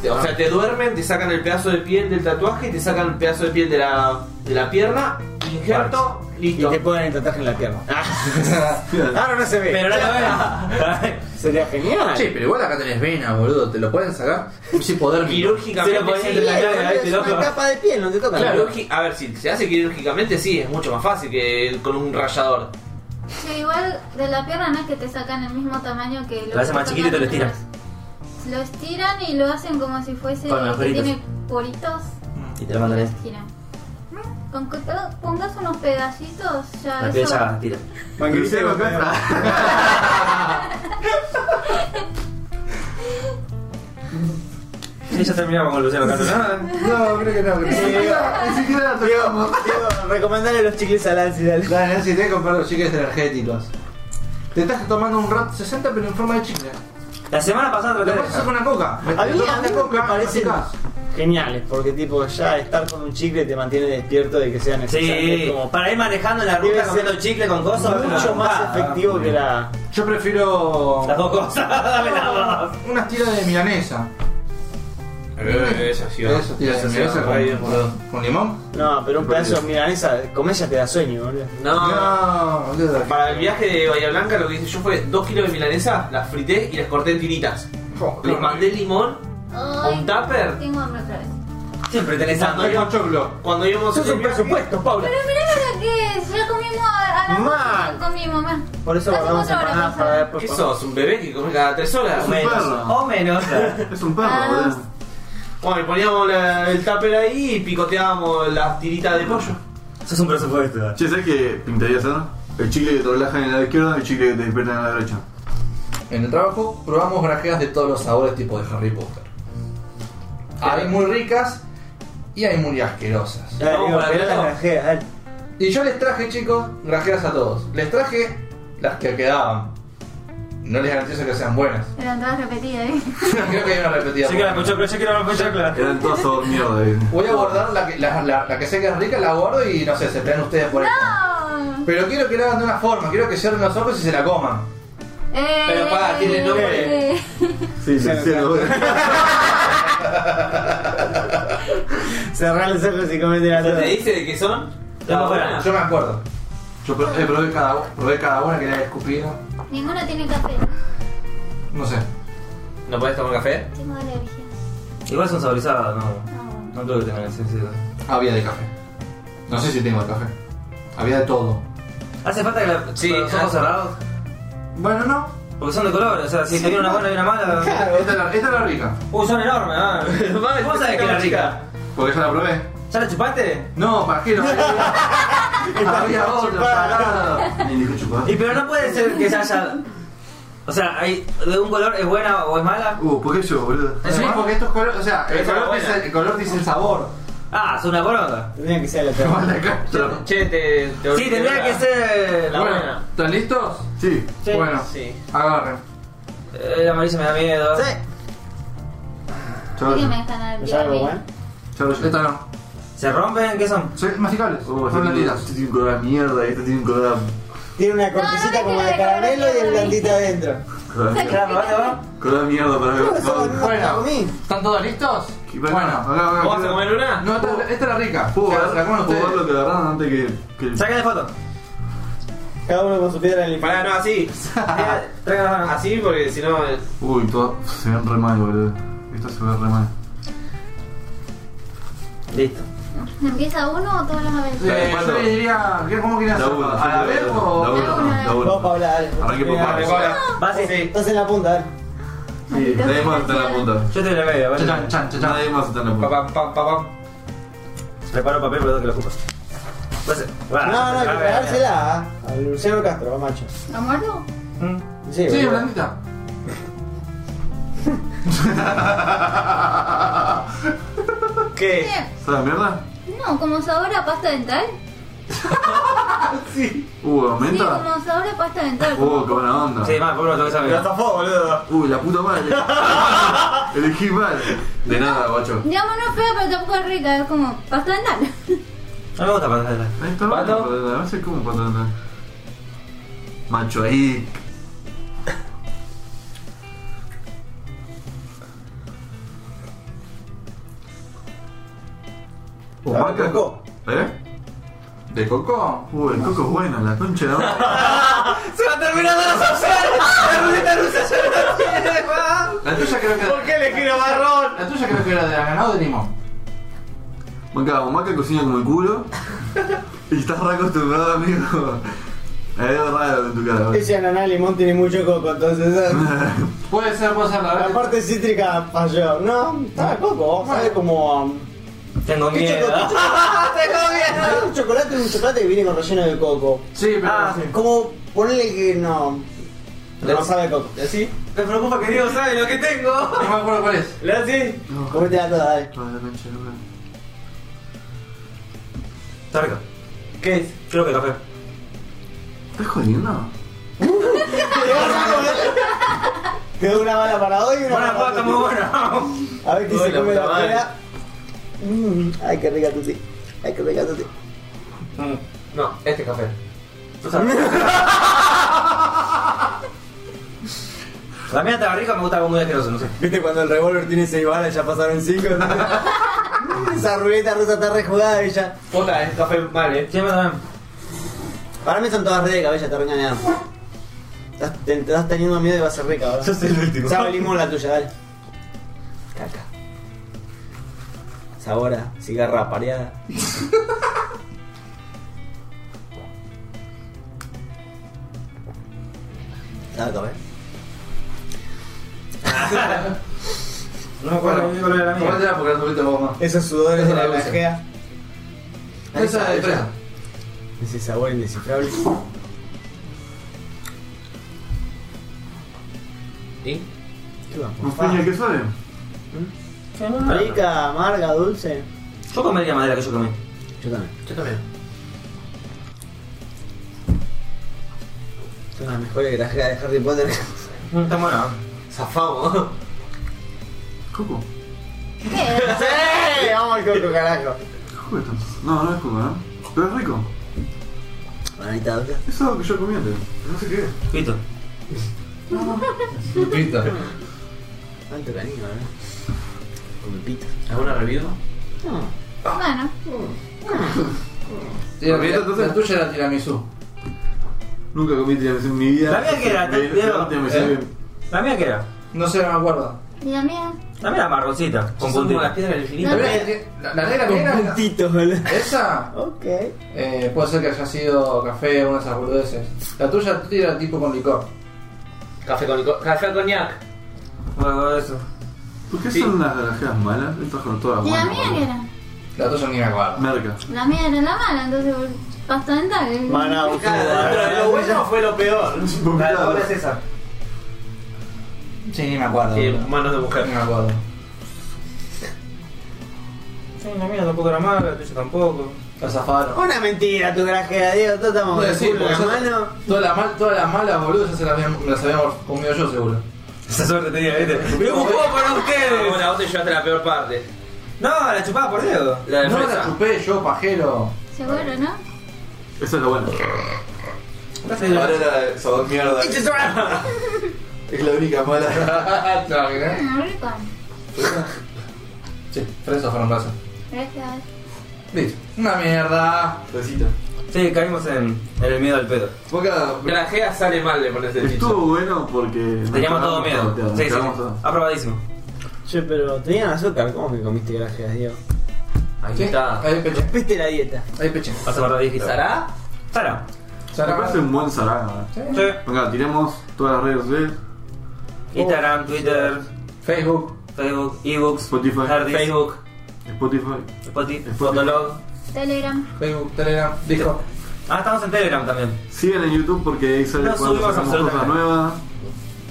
Speaker 8: Te-
Speaker 2: Ah.
Speaker 8: O sea, te duermen, te sacan el pedazo de piel del tatuaje, te sacan el pedazo de piel de la, de la pierna, injerto,
Speaker 4: Y
Speaker 8: listo.
Speaker 4: te ponen el tatuaje en la pierna.
Speaker 3: Claro.
Speaker 4: Ahora no se ve.
Speaker 2: Pero no lo ven.
Speaker 4: Sería genial.
Speaker 6: Che, pero igual acá tenés vena, boludo. ¿Te lo pueden sacar? Sí, poder.
Speaker 2: Se lo
Speaker 8: Quirúrgicamente
Speaker 2: pones
Speaker 8: sí.
Speaker 2: en la cara,
Speaker 4: Es
Speaker 2: ¿viste,
Speaker 4: una
Speaker 2: loco?
Speaker 4: capa de piel, no te toca.
Speaker 8: Claro. Quirúrgi- A ver, si se hace quirúrgicamente sí, es mucho más fácil que con un rallador.
Speaker 7: Che, igual de la pierna no es que te sacan el mismo tamaño que lo
Speaker 2: Lo hacen más chiquito y te lo estiran.
Speaker 7: estiran. Lo estiran y lo hacen como si fuese
Speaker 2: Con los
Speaker 7: que
Speaker 2: poritos.
Speaker 7: tiene poritos.
Speaker 2: Y te lo mandan
Speaker 7: y
Speaker 2: ahí.
Speaker 7: lo este. estiran. Mm, Con que te pongas unos pedacitos, ya
Speaker 2: La piel
Speaker 7: Ah, eso-
Speaker 2: ya tira.
Speaker 3: Banquerita de vaca.
Speaker 2: Sí, ya terminamos con Luciano Cano, ¿no?
Speaker 6: No, creo que no. Creo que
Speaker 3: Ni siquiera la tocamos.
Speaker 4: Recomendale los chicles a Lancy, dale.
Speaker 6: no. Dale, si te que comprar los chiques energéticos. Te estás tomando un rat 60 pero en forma de chicle.
Speaker 2: La semana pasada
Speaker 6: Lo
Speaker 2: traté
Speaker 6: puedes hacer
Speaker 2: de...
Speaker 6: con una coca. Me-
Speaker 4: A mí-
Speaker 6: te tomas
Speaker 4: a mí
Speaker 6: una
Speaker 4: me
Speaker 6: coca,
Speaker 4: parece-
Speaker 6: masticás.
Speaker 4: Geniales, porque tipo ya estar con un chicle te mantiene despierto de que sea necesario.
Speaker 2: Sí,
Speaker 4: como
Speaker 2: para ir manejando en la
Speaker 4: Debe
Speaker 2: ruta,
Speaker 4: ser
Speaker 2: comiendo chicle con cosas.
Speaker 4: mucho
Speaker 2: pero-
Speaker 4: más efectivo que la.
Speaker 6: Yo prefiero.
Speaker 2: Las dos cosas, dame las dos.
Speaker 6: Unas tiras de milanesa.
Speaker 8: Eso sí, va.
Speaker 6: Eso, tiras de
Speaker 8: Eso sí,
Speaker 6: milanesa
Speaker 8: va,
Speaker 6: con,
Speaker 8: ahí, boludo.
Speaker 6: con limón.
Speaker 4: No, pero un pedazo de milanesa, comés ya te da sueño, boludo.
Speaker 8: No,
Speaker 6: No, boludo.
Speaker 8: para el viaje de Bahía Blanca lo que hice yo fue dos kilos de milanesa, las frité y las corté en tiritas. Les mandé limón,
Speaker 7: Ay,
Speaker 8: ¿Un tupper?
Speaker 7: Tengo hambre otra vez.
Speaker 2: Siempre tenés
Speaker 8: cuando
Speaker 2: hambre.
Speaker 8: íbamos, cuando íbamos en el viaje-
Speaker 4: Paula.
Speaker 7: Pero mirá lo que es, ya comimos a, a la
Speaker 4: Mal.
Speaker 7: con mi mamá.
Speaker 4: Por eso
Speaker 7: Casi
Speaker 4: guardamos
Speaker 7: cuatro horas
Speaker 4: empanadas para
Speaker 7: pasadas.
Speaker 4: después.
Speaker 8: ¿Qué sos? ¿Un bebé que come cada tres horas?
Speaker 2: O menos.
Speaker 3: perro.
Speaker 2: O menos.
Speaker 3: Es un perro, boludo.
Speaker 8: Bueno, y poníamos la- el tupper ahí y picoteábamos las tiritas de pollo.
Speaker 2: Eso es un presupuesto.
Speaker 3: Che, ¿sabes qué pintaría hacer? El chicle que te relaja en la izquierda y el chicle que te despierta en la derecha.
Speaker 16: En el trabajo probamos brajeas de todos los sabores tipo de Harry Potter. Hay muy ricas y hay muy asquerosas.
Speaker 4: Ya,
Speaker 8: Vamos
Speaker 4: digo,
Speaker 8: para
Speaker 4: pero
Speaker 8: el otro.
Speaker 4: las grajeas, dale.
Speaker 16: Y yo les traje, chicos, grajeas a todos. Les traje las que quedaban. No les garantizo que sean buenas.
Speaker 7: Eran todas repetidas, ¿eh?
Speaker 16: Creo que hay una repetida.
Speaker 2: Yo quiero la
Speaker 16: por ahí.
Speaker 2: escuchar, pero yo quiero la escuchar, claro.
Speaker 3: Eran todas sabor mierda, eh. ¿viste?
Speaker 16: Voy a guardar la que, la, la- la que sé que es rica, la guardo y no sé, se pelean ustedes por ella.
Speaker 7: No.
Speaker 16: Pero quiero que la hagan de una forma, quiero que cierren los ojos y se la coman.
Speaker 7: Eh,
Speaker 8: Pero pará, tiene nombre.
Speaker 7: eh,
Speaker 3: Sí, sí, sí, lo veo.
Speaker 4: Cerrar los ojos y comete la
Speaker 8: ¿Te
Speaker 4: torta.
Speaker 8: dice de qué son?
Speaker 2: Vamos para
Speaker 8: buena.
Speaker 16: Yo me acuerdo.
Speaker 6: Yo pro- eh, probé cada, probé cada una que era escupida.
Speaker 7: Ninguno tiene café.
Speaker 6: No sé.
Speaker 8: ¿No podés tomar café?
Speaker 7: Tengo alergia.
Speaker 2: Igual son saborizadas, no.
Speaker 7: No.
Speaker 2: No creo que tengan ese sentido.
Speaker 6: Había de café. No sé si tengo de café. Había de todo.
Speaker 2: ¿Hace falta que la,
Speaker 8: Sí,
Speaker 2: los ojos
Speaker 8: hace-
Speaker 2: cerrados?
Speaker 6: Bueno, no.
Speaker 2: Porque son de color, o sea, si te viene una buena y una mala.
Speaker 6: Esta es la, esta es la rica.
Speaker 2: Uy, son enormes, ah. ¿Cómo sabes que la rica?
Speaker 6: Porque ya la probé.
Speaker 2: ¿Ya la chupaste?
Speaker 6: No, ¿para qué? No, había otra, parada.
Speaker 3: Ni dijo chupar.
Speaker 2: Y pero no puede ser que se haya. O sea, hay de un color es buena o es mala.
Speaker 3: Uh, ¿por qué yo, boludo?
Speaker 6: Sí, porque estos colores, o sea, el
Speaker 8: Esa es
Speaker 6: color,
Speaker 8: buena.
Speaker 6: dice, el color dice el sabor.
Speaker 2: Ah, es una poronga.
Speaker 4: Tendría que ser la torta.
Speaker 8: Che, te. te
Speaker 2: Sí, tendría que ser
Speaker 8: La
Speaker 2: la
Speaker 8: buena.
Speaker 2: buena.
Speaker 6: ¿Están listos?
Speaker 3: Sí.
Speaker 6: Bueno,
Speaker 8: Sí.
Speaker 6: agarren.
Speaker 2: Eh, El amarillo me da miedo.
Speaker 4: Sí.
Speaker 3: Chao.
Speaker 7: Sí que me dejan alergia
Speaker 4: ¿Es
Speaker 7: a
Speaker 4: algo
Speaker 7: mí.
Speaker 4: bueno?
Speaker 3: Chao.
Speaker 6: Esta no.
Speaker 2: ¿Se rompen? ¿Qué son?
Speaker 6: Son masticables.
Speaker 3: Oh,
Speaker 6: son
Speaker 3: este tiene,
Speaker 6: blanditas.
Speaker 3: este tiene un color a mierda y este tiene un color
Speaker 4: Tiene una
Speaker 7: no,
Speaker 4: cortecita
Speaker 7: no,
Speaker 4: como
Speaker 7: no,
Speaker 4: de
Speaker 7: no,
Speaker 4: caramelo y
Speaker 7: no,
Speaker 4: el
Speaker 7: no,
Speaker 4: blandito adentro.
Speaker 3: a... Color a mierda.
Speaker 2: Claro, ¿vale, va?
Speaker 3: Color a mierda para ver.
Speaker 4: Eso
Speaker 6: bueno.
Speaker 4: no comí.
Speaker 6: ¿Están todos listos?
Speaker 3: Y para-
Speaker 6: Bueno.
Speaker 3: acá, acá,
Speaker 8: ¿Vos vas a
Speaker 3: acá.
Speaker 8: comer una?
Speaker 6: No, esta, esta es la rica.
Speaker 3: ¿Puedo
Speaker 6: Se la- se la
Speaker 3: ver,
Speaker 6: comen
Speaker 3: puedo ver
Speaker 6: ustedes.
Speaker 3: lo que agarraron antes que... que...
Speaker 2: Sáquenle foto.
Speaker 4: Cada uno con su piedra en el
Speaker 8: Pará, no, así.
Speaker 2: Eh, Traigan la mano.
Speaker 8: Así porque si no. eh,
Speaker 3: Uy, todas se ven re mal, boludo. Esto se ve re mal.
Speaker 2: Listo.
Speaker 7: ¿Empieza uno o todos los aventuras?
Speaker 6: Eh,
Speaker 3: Bueno.
Speaker 6: yo le diría, ¿qué- ¿cómo quieren
Speaker 3: La
Speaker 6: hacerlo?
Speaker 3: uno,
Speaker 6: ¿A la vez
Speaker 3: La
Speaker 6: o...?
Speaker 3: uno, no, la
Speaker 4: Vos,
Speaker 3: uno.
Speaker 4: Paula, dale.
Speaker 3: Arranque por
Speaker 4: Mira,
Speaker 3: Paula.
Speaker 8: Paula.
Speaker 2: Base.
Speaker 4: Estás en la punta, a ver.
Speaker 3: Sí, nadie más está en la punta.
Speaker 2: Yo estoy en la media, ¿vale?
Speaker 6: Chan, chan, chan, chan.
Speaker 3: Nadie más está en la punta.
Speaker 8: Pam, pam, pam, pam.
Speaker 2: Preparo papel para que lo ocupas. Pues, va,
Speaker 4: No, no, hay
Speaker 2: a
Speaker 4: que
Speaker 2: ver,
Speaker 4: pegársela a- a Luciano Castro, a macho.
Speaker 7: ¿Lo muerdo?
Speaker 2: ¿Mm?
Speaker 4: Sí,
Speaker 14: Sí,
Speaker 4: boludo.
Speaker 14: blandita.
Speaker 4: ¿Qué?
Speaker 7: Bien.
Speaker 3: ¿Sabe la mierda?
Speaker 7: No, como sabor a pasta dental.
Speaker 3: Uh,
Speaker 7: Sí,
Speaker 3: ¿aumenta?
Speaker 7: como sabor a pasta dental.
Speaker 3: Uh, qué buena onda.
Speaker 2: Sí, más, por lo que
Speaker 4: Lo
Speaker 2: sabes.
Speaker 4: estafó, boludo.
Speaker 3: Uh, la puta madre. Elegí mal. De nada, guacho.
Speaker 7: Digamos, no es fea, pero tampoco es rica, es como pasta dental.
Speaker 2: No me gusta pasarla.
Speaker 3: Ahí está
Speaker 2: ¿Pato?
Speaker 3: bueno, A veces como pato no. Macho ahí. ¿O marca?
Speaker 4: Coco.
Speaker 3: ¿Eh?
Speaker 6: ¿De Coco?
Speaker 3: Uh, el coco es bueno, la concha de la madre.
Speaker 15: ¡Se va terminando las opciones! ¡La ruleta rusa ya no tiene más!
Speaker 6: La tuya creo que.
Speaker 4: ¿Por qué le gira marrón?
Speaker 6: La tuya creo que era de la ganado de limón.
Speaker 3: Manca, Manca cocina como el culo. Y estás re acostumbrado, amigo. Es algo raro en tu cara. boludo.
Speaker 4: Ese ananá de limón tiene mucho coco, entonces. eh,
Speaker 3: Ah,
Speaker 6: Puede ser, puede ser, la
Speaker 4: La
Speaker 6: verdad.
Speaker 4: parte cítrica falló. No, estaba coco, sabe como. um,
Speaker 2: Tengo
Speaker 4: ¿Qué
Speaker 2: miedo.
Speaker 4: chocolate? Hay un chocolate, un chocolate que viene con relleno de coco.
Speaker 6: Sí, pero.
Speaker 4: Ah, como ponerle que no.
Speaker 2: Le-
Speaker 4: No sabe a coco. ¿Así?
Speaker 15: Me preocupa que Diego sabe lo que tengo.
Speaker 6: No me acuerdo cuál es.
Speaker 4: ¿Le así? Comete la toda, dale.
Speaker 3: Toda la concha de la madre.
Speaker 2: Está rico.
Speaker 4: ¿Qué es?
Speaker 2: Creo que café.
Speaker 3: ¿Estás jodiendo?
Speaker 4: Te doy una bala para hoy y una
Speaker 2: Buena
Speaker 4: bala para
Speaker 2: pata, muy
Speaker 4: tu
Speaker 2: bueno.
Speaker 4: tío. A ver quién
Speaker 15: Uy,
Speaker 4: se
Speaker 15: la
Speaker 4: come
Speaker 15: puta
Speaker 4: la
Speaker 15: madre.
Speaker 4: pera. Mm, ay, qué rica tu sí. Ay, qué rica tu sí.
Speaker 15: No, este café.
Speaker 2: La mía estaba rica, me gusta con muy asqueroso, no sé.
Speaker 4: ¿Viste cuando el revólver tiene 6 balas? Ya pasaron 5. Esa ruleta rusa está rejugada y ya.
Speaker 15: Puta, es café mal, eh.
Speaker 2: Sí, me también.
Speaker 4: Para mí son todas re de cabeza, te regañaron. Estás, te, te estás teniendo miedo y va a ser rica, ¿verdad?
Speaker 2: el último.
Speaker 4: Sabe limón la tuya, dale. Caca. Sabor a cigarra pareada. Dale, café.
Speaker 2: No me acuerdo qué color era la mía.
Speaker 6: Comátela porque la tuviste vos más.
Speaker 4: Esos sudores
Speaker 6: Esa
Speaker 4: de la
Speaker 6: la dulce.
Speaker 4: energía.
Speaker 6: Esa de fresa.
Speaker 4: Ese sabor indescifrable.
Speaker 15: ¿Y?
Speaker 4: ¿Qué va?
Speaker 3: ¿No fue ni el que sabe?
Speaker 4: Rica, amarga, dulce.
Speaker 2: Yo comería madera que yo comí.
Speaker 4: Yo también.
Speaker 15: Yo también.
Speaker 4: Son las mejores grajeas de Harry Potter.
Speaker 2: Mm, Está buena.
Speaker 15: Zafamos.
Speaker 3: ¿Coco?
Speaker 7: ¿Qué?
Speaker 4: ¡Sí! Eh, Vamos al coco, carajo.
Speaker 3: ¿Coco es tan- No, no es coco, ¿no? Pero es rico.
Speaker 4: Bananita dulce.
Speaker 3: Es algo que yo comí antes. No sé qué es.
Speaker 2: Pito.
Speaker 6: Pito.
Speaker 4: Tanto cariño, ¿eh? Con pita.
Speaker 15: ¿Alguna review?
Speaker 7: Bueno,
Speaker 6: Sí, la, la tuya era tiramisú.
Speaker 3: Nunca comí tiramisú en mi vida.
Speaker 2: La mía que era,
Speaker 3: Me-
Speaker 2: te-
Speaker 3: no, tiramisú
Speaker 2: ¿Eh?
Speaker 3: bien.
Speaker 2: La mía que era.
Speaker 6: No sé, no me acuerdo.
Speaker 7: y la mía.
Speaker 2: La mía era marroncita, con
Speaker 15: Son como las
Speaker 2: puntita.
Speaker 15: piedras del infinito.
Speaker 6: La, la, la negra, negra,
Speaker 4: Con puntitos, boludo.
Speaker 6: esa
Speaker 4: Ok.
Speaker 6: eh, puede ser que haya sido café o unas hamburguesas. La tuya era tipo con licor.
Speaker 15: Café con licor. Café al coñac.
Speaker 2: Bueno, eso.
Speaker 3: ¿Por qué son las garajeas malas? Estas con todas
Speaker 7: ¿Y la
Speaker 3: buenas.
Speaker 7: mía
Speaker 3: boludo.
Speaker 7: qué era?
Speaker 6: La tuya ni me acuerdo.
Speaker 3: Merca.
Speaker 7: La mía era la mala, entonces pasta dental.
Speaker 4: Maná, un
Speaker 15: Ah, Pero lo bueno fue lo peor.
Speaker 3: Vomitado.
Speaker 15: La peor es esa.
Speaker 6: Sí, ni me acuerdo.
Speaker 15: Sí,
Speaker 2: Ah.
Speaker 6: boludo.
Speaker 15: manos de
Speaker 6: ni
Speaker 15: mujer.
Speaker 6: me acuerdo.
Speaker 2: Sí, la mía tampoco era mala, la tuya tampoco.
Speaker 6: La zafaron.
Speaker 4: Una mentira, tu grajea, Diego. Todos estamos
Speaker 6: Voy a
Speaker 4: de
Speaker 6: decir,
Speaker 4: culo,
Speaker 6: porque yo-
Speaker 4: hermano.
Speaker 6: Todas las mal, todas las malas, boludo, ya se las, habían- me las habíamos comido yo seguro.
Speaker 2: Esa suerte tenía, ¿viste? ¡Me chupó para
Speaker 15: Ah, Bueno,
Speaker 2: ustedes!
Speaker 15: la otra llevaste la peor parte.
Speaker 2: No, la chupaba por Diego.
Speaker 15: La de
Speaker 6: No la
Speaker 15: fresa.
Speaker 6: chupé yo, pajero.
Speaker 7: Seguro, ¿no?
Speaker 3: Esa es la buena.
Speaker 2: Gracias,
Speaker 14: era de sabor mierda. Es la única mala.
Speaker 6: ¿Te la imaginas?
Speaker 7: Mm, rico.
Speaker 6: Sí, fresa fueron brasa.
Speaker 7: Gracias.
Speaker 6: Listo. Una mierda.
Speaker 14: Recita.
Speaker 2: Sí, caímos en, en el miedo al pedo.
Speaker 6: ah,
Speaker 14: Boca.
Speaker 15: Grajea sale mal de ponerse el chicho.
Speaker 3: Estuvo bueno porque. nos
Speaker 2: Teníamos todo
Speaker 3: cagamos
Speaker 2: miedo.
Speaker 3: todos, nos
Speaker 2: Sí, sí,
Speaker 3: cagamos
Speaker 2: sí.
Speaker 3: todos.
Speaker 2: Aprobadísimo.
Speaker 4: Che, pero tenían azúcar. ¿Cómo que comiste grajeas, Diego?
Speaker 15: Ahí
Speaker 6: ¿Sí?
Speaker 15: está.
Speaker 6: Ahí peche.
Speaker 4: Rompiste la dieta.
Speaker 6: Ahí peche.
Speaker 2: Pasa por Diego.
Speaker 15: ¿Sará?
Speaker 2: Sara.
Speaker 3: Me parece un buen salado. eh.
Speaker 6: Sí.
Speaker 2: Sí.
Speaker 3: Venga, tiremos todas las redes sociales.
Speaker 2: Instagram, Twitter,
Speaker 6: Facebook.
Speaker 2: Facebook, ebooks,
Speaker 3: Spotify.
Speaker 2: Hardis, Facebook,
Speaker 3: Spotify.
Speaker 2: Spotify, Fotolog.
Speaker 7: Telegram.
Speaker 6: Facebook, Telegram, Discord.
Speaker 2: Ah, estamos en Telegram también.
Speaker 3: Sigan en YouTube porque ahí sale
Speaker 2: No
Speaker 3: cuando
Speaker 2: subimos
Speaker 3: sacamos cosas
Speaker 2: absolutamente.
Speaker 3: nuevas.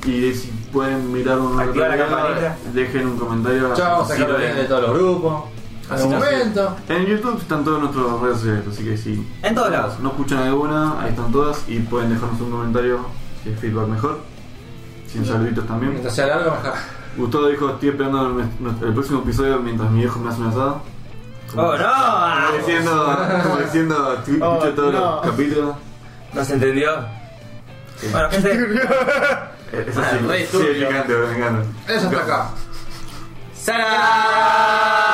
Speaker 3: Y si pueden mirar un
Speaker 2: Activar la
Speaker 3: otro video,
Speaker 2: campanita.
Speaker 3: dejen un comentario.
Speaker 6: Ya vamos a
Speaker 3: Sí,
Speaker 6: sacar
Speaker 3: lo
Speaker 6: bien de
Speaker 3: leen.
Speaker 6: todos los grupos. Hace un
Speaker 3: que sí.
Speaker 6: momento.
Speaker 3: En YouTube están todas nuestras redes sociales, así que si
Speaker 2: En todos lados.
Speaker 3: no escuchan alguna, ahí están todas y pueden dejarnos un comentario si es feedback mejor. Sin saluditos también.
Speaker 6: Mientras sea largo, mejor.
Speaker 3: Gustavo dijo, estoy esperando el, mes- el próximo episodio mientras mi viejo me hace un asado.
Speaker 2: ¡Oh,
Speaker 3: Como
Speaker 2: no!
Speaker 3: diciendo, como diciendo, "Escu- escucho
Speaker 4: Oh,
Speaker 3: todos
Speaker 4: no.
Speaker 3: los capítulos.
Speaker 2: ¿No se entendió? Bueno, gente,
Speaker 3: Eh, Eso
Speaker 2: Ah,
Speaker 3: sí,
Speaker 2: re
Speaker 3: sí, me encanta, me encanta.
Speaker 6: Eso hasta acá.
Speaker 2: ¡Sara!
Speaker 4: Ah.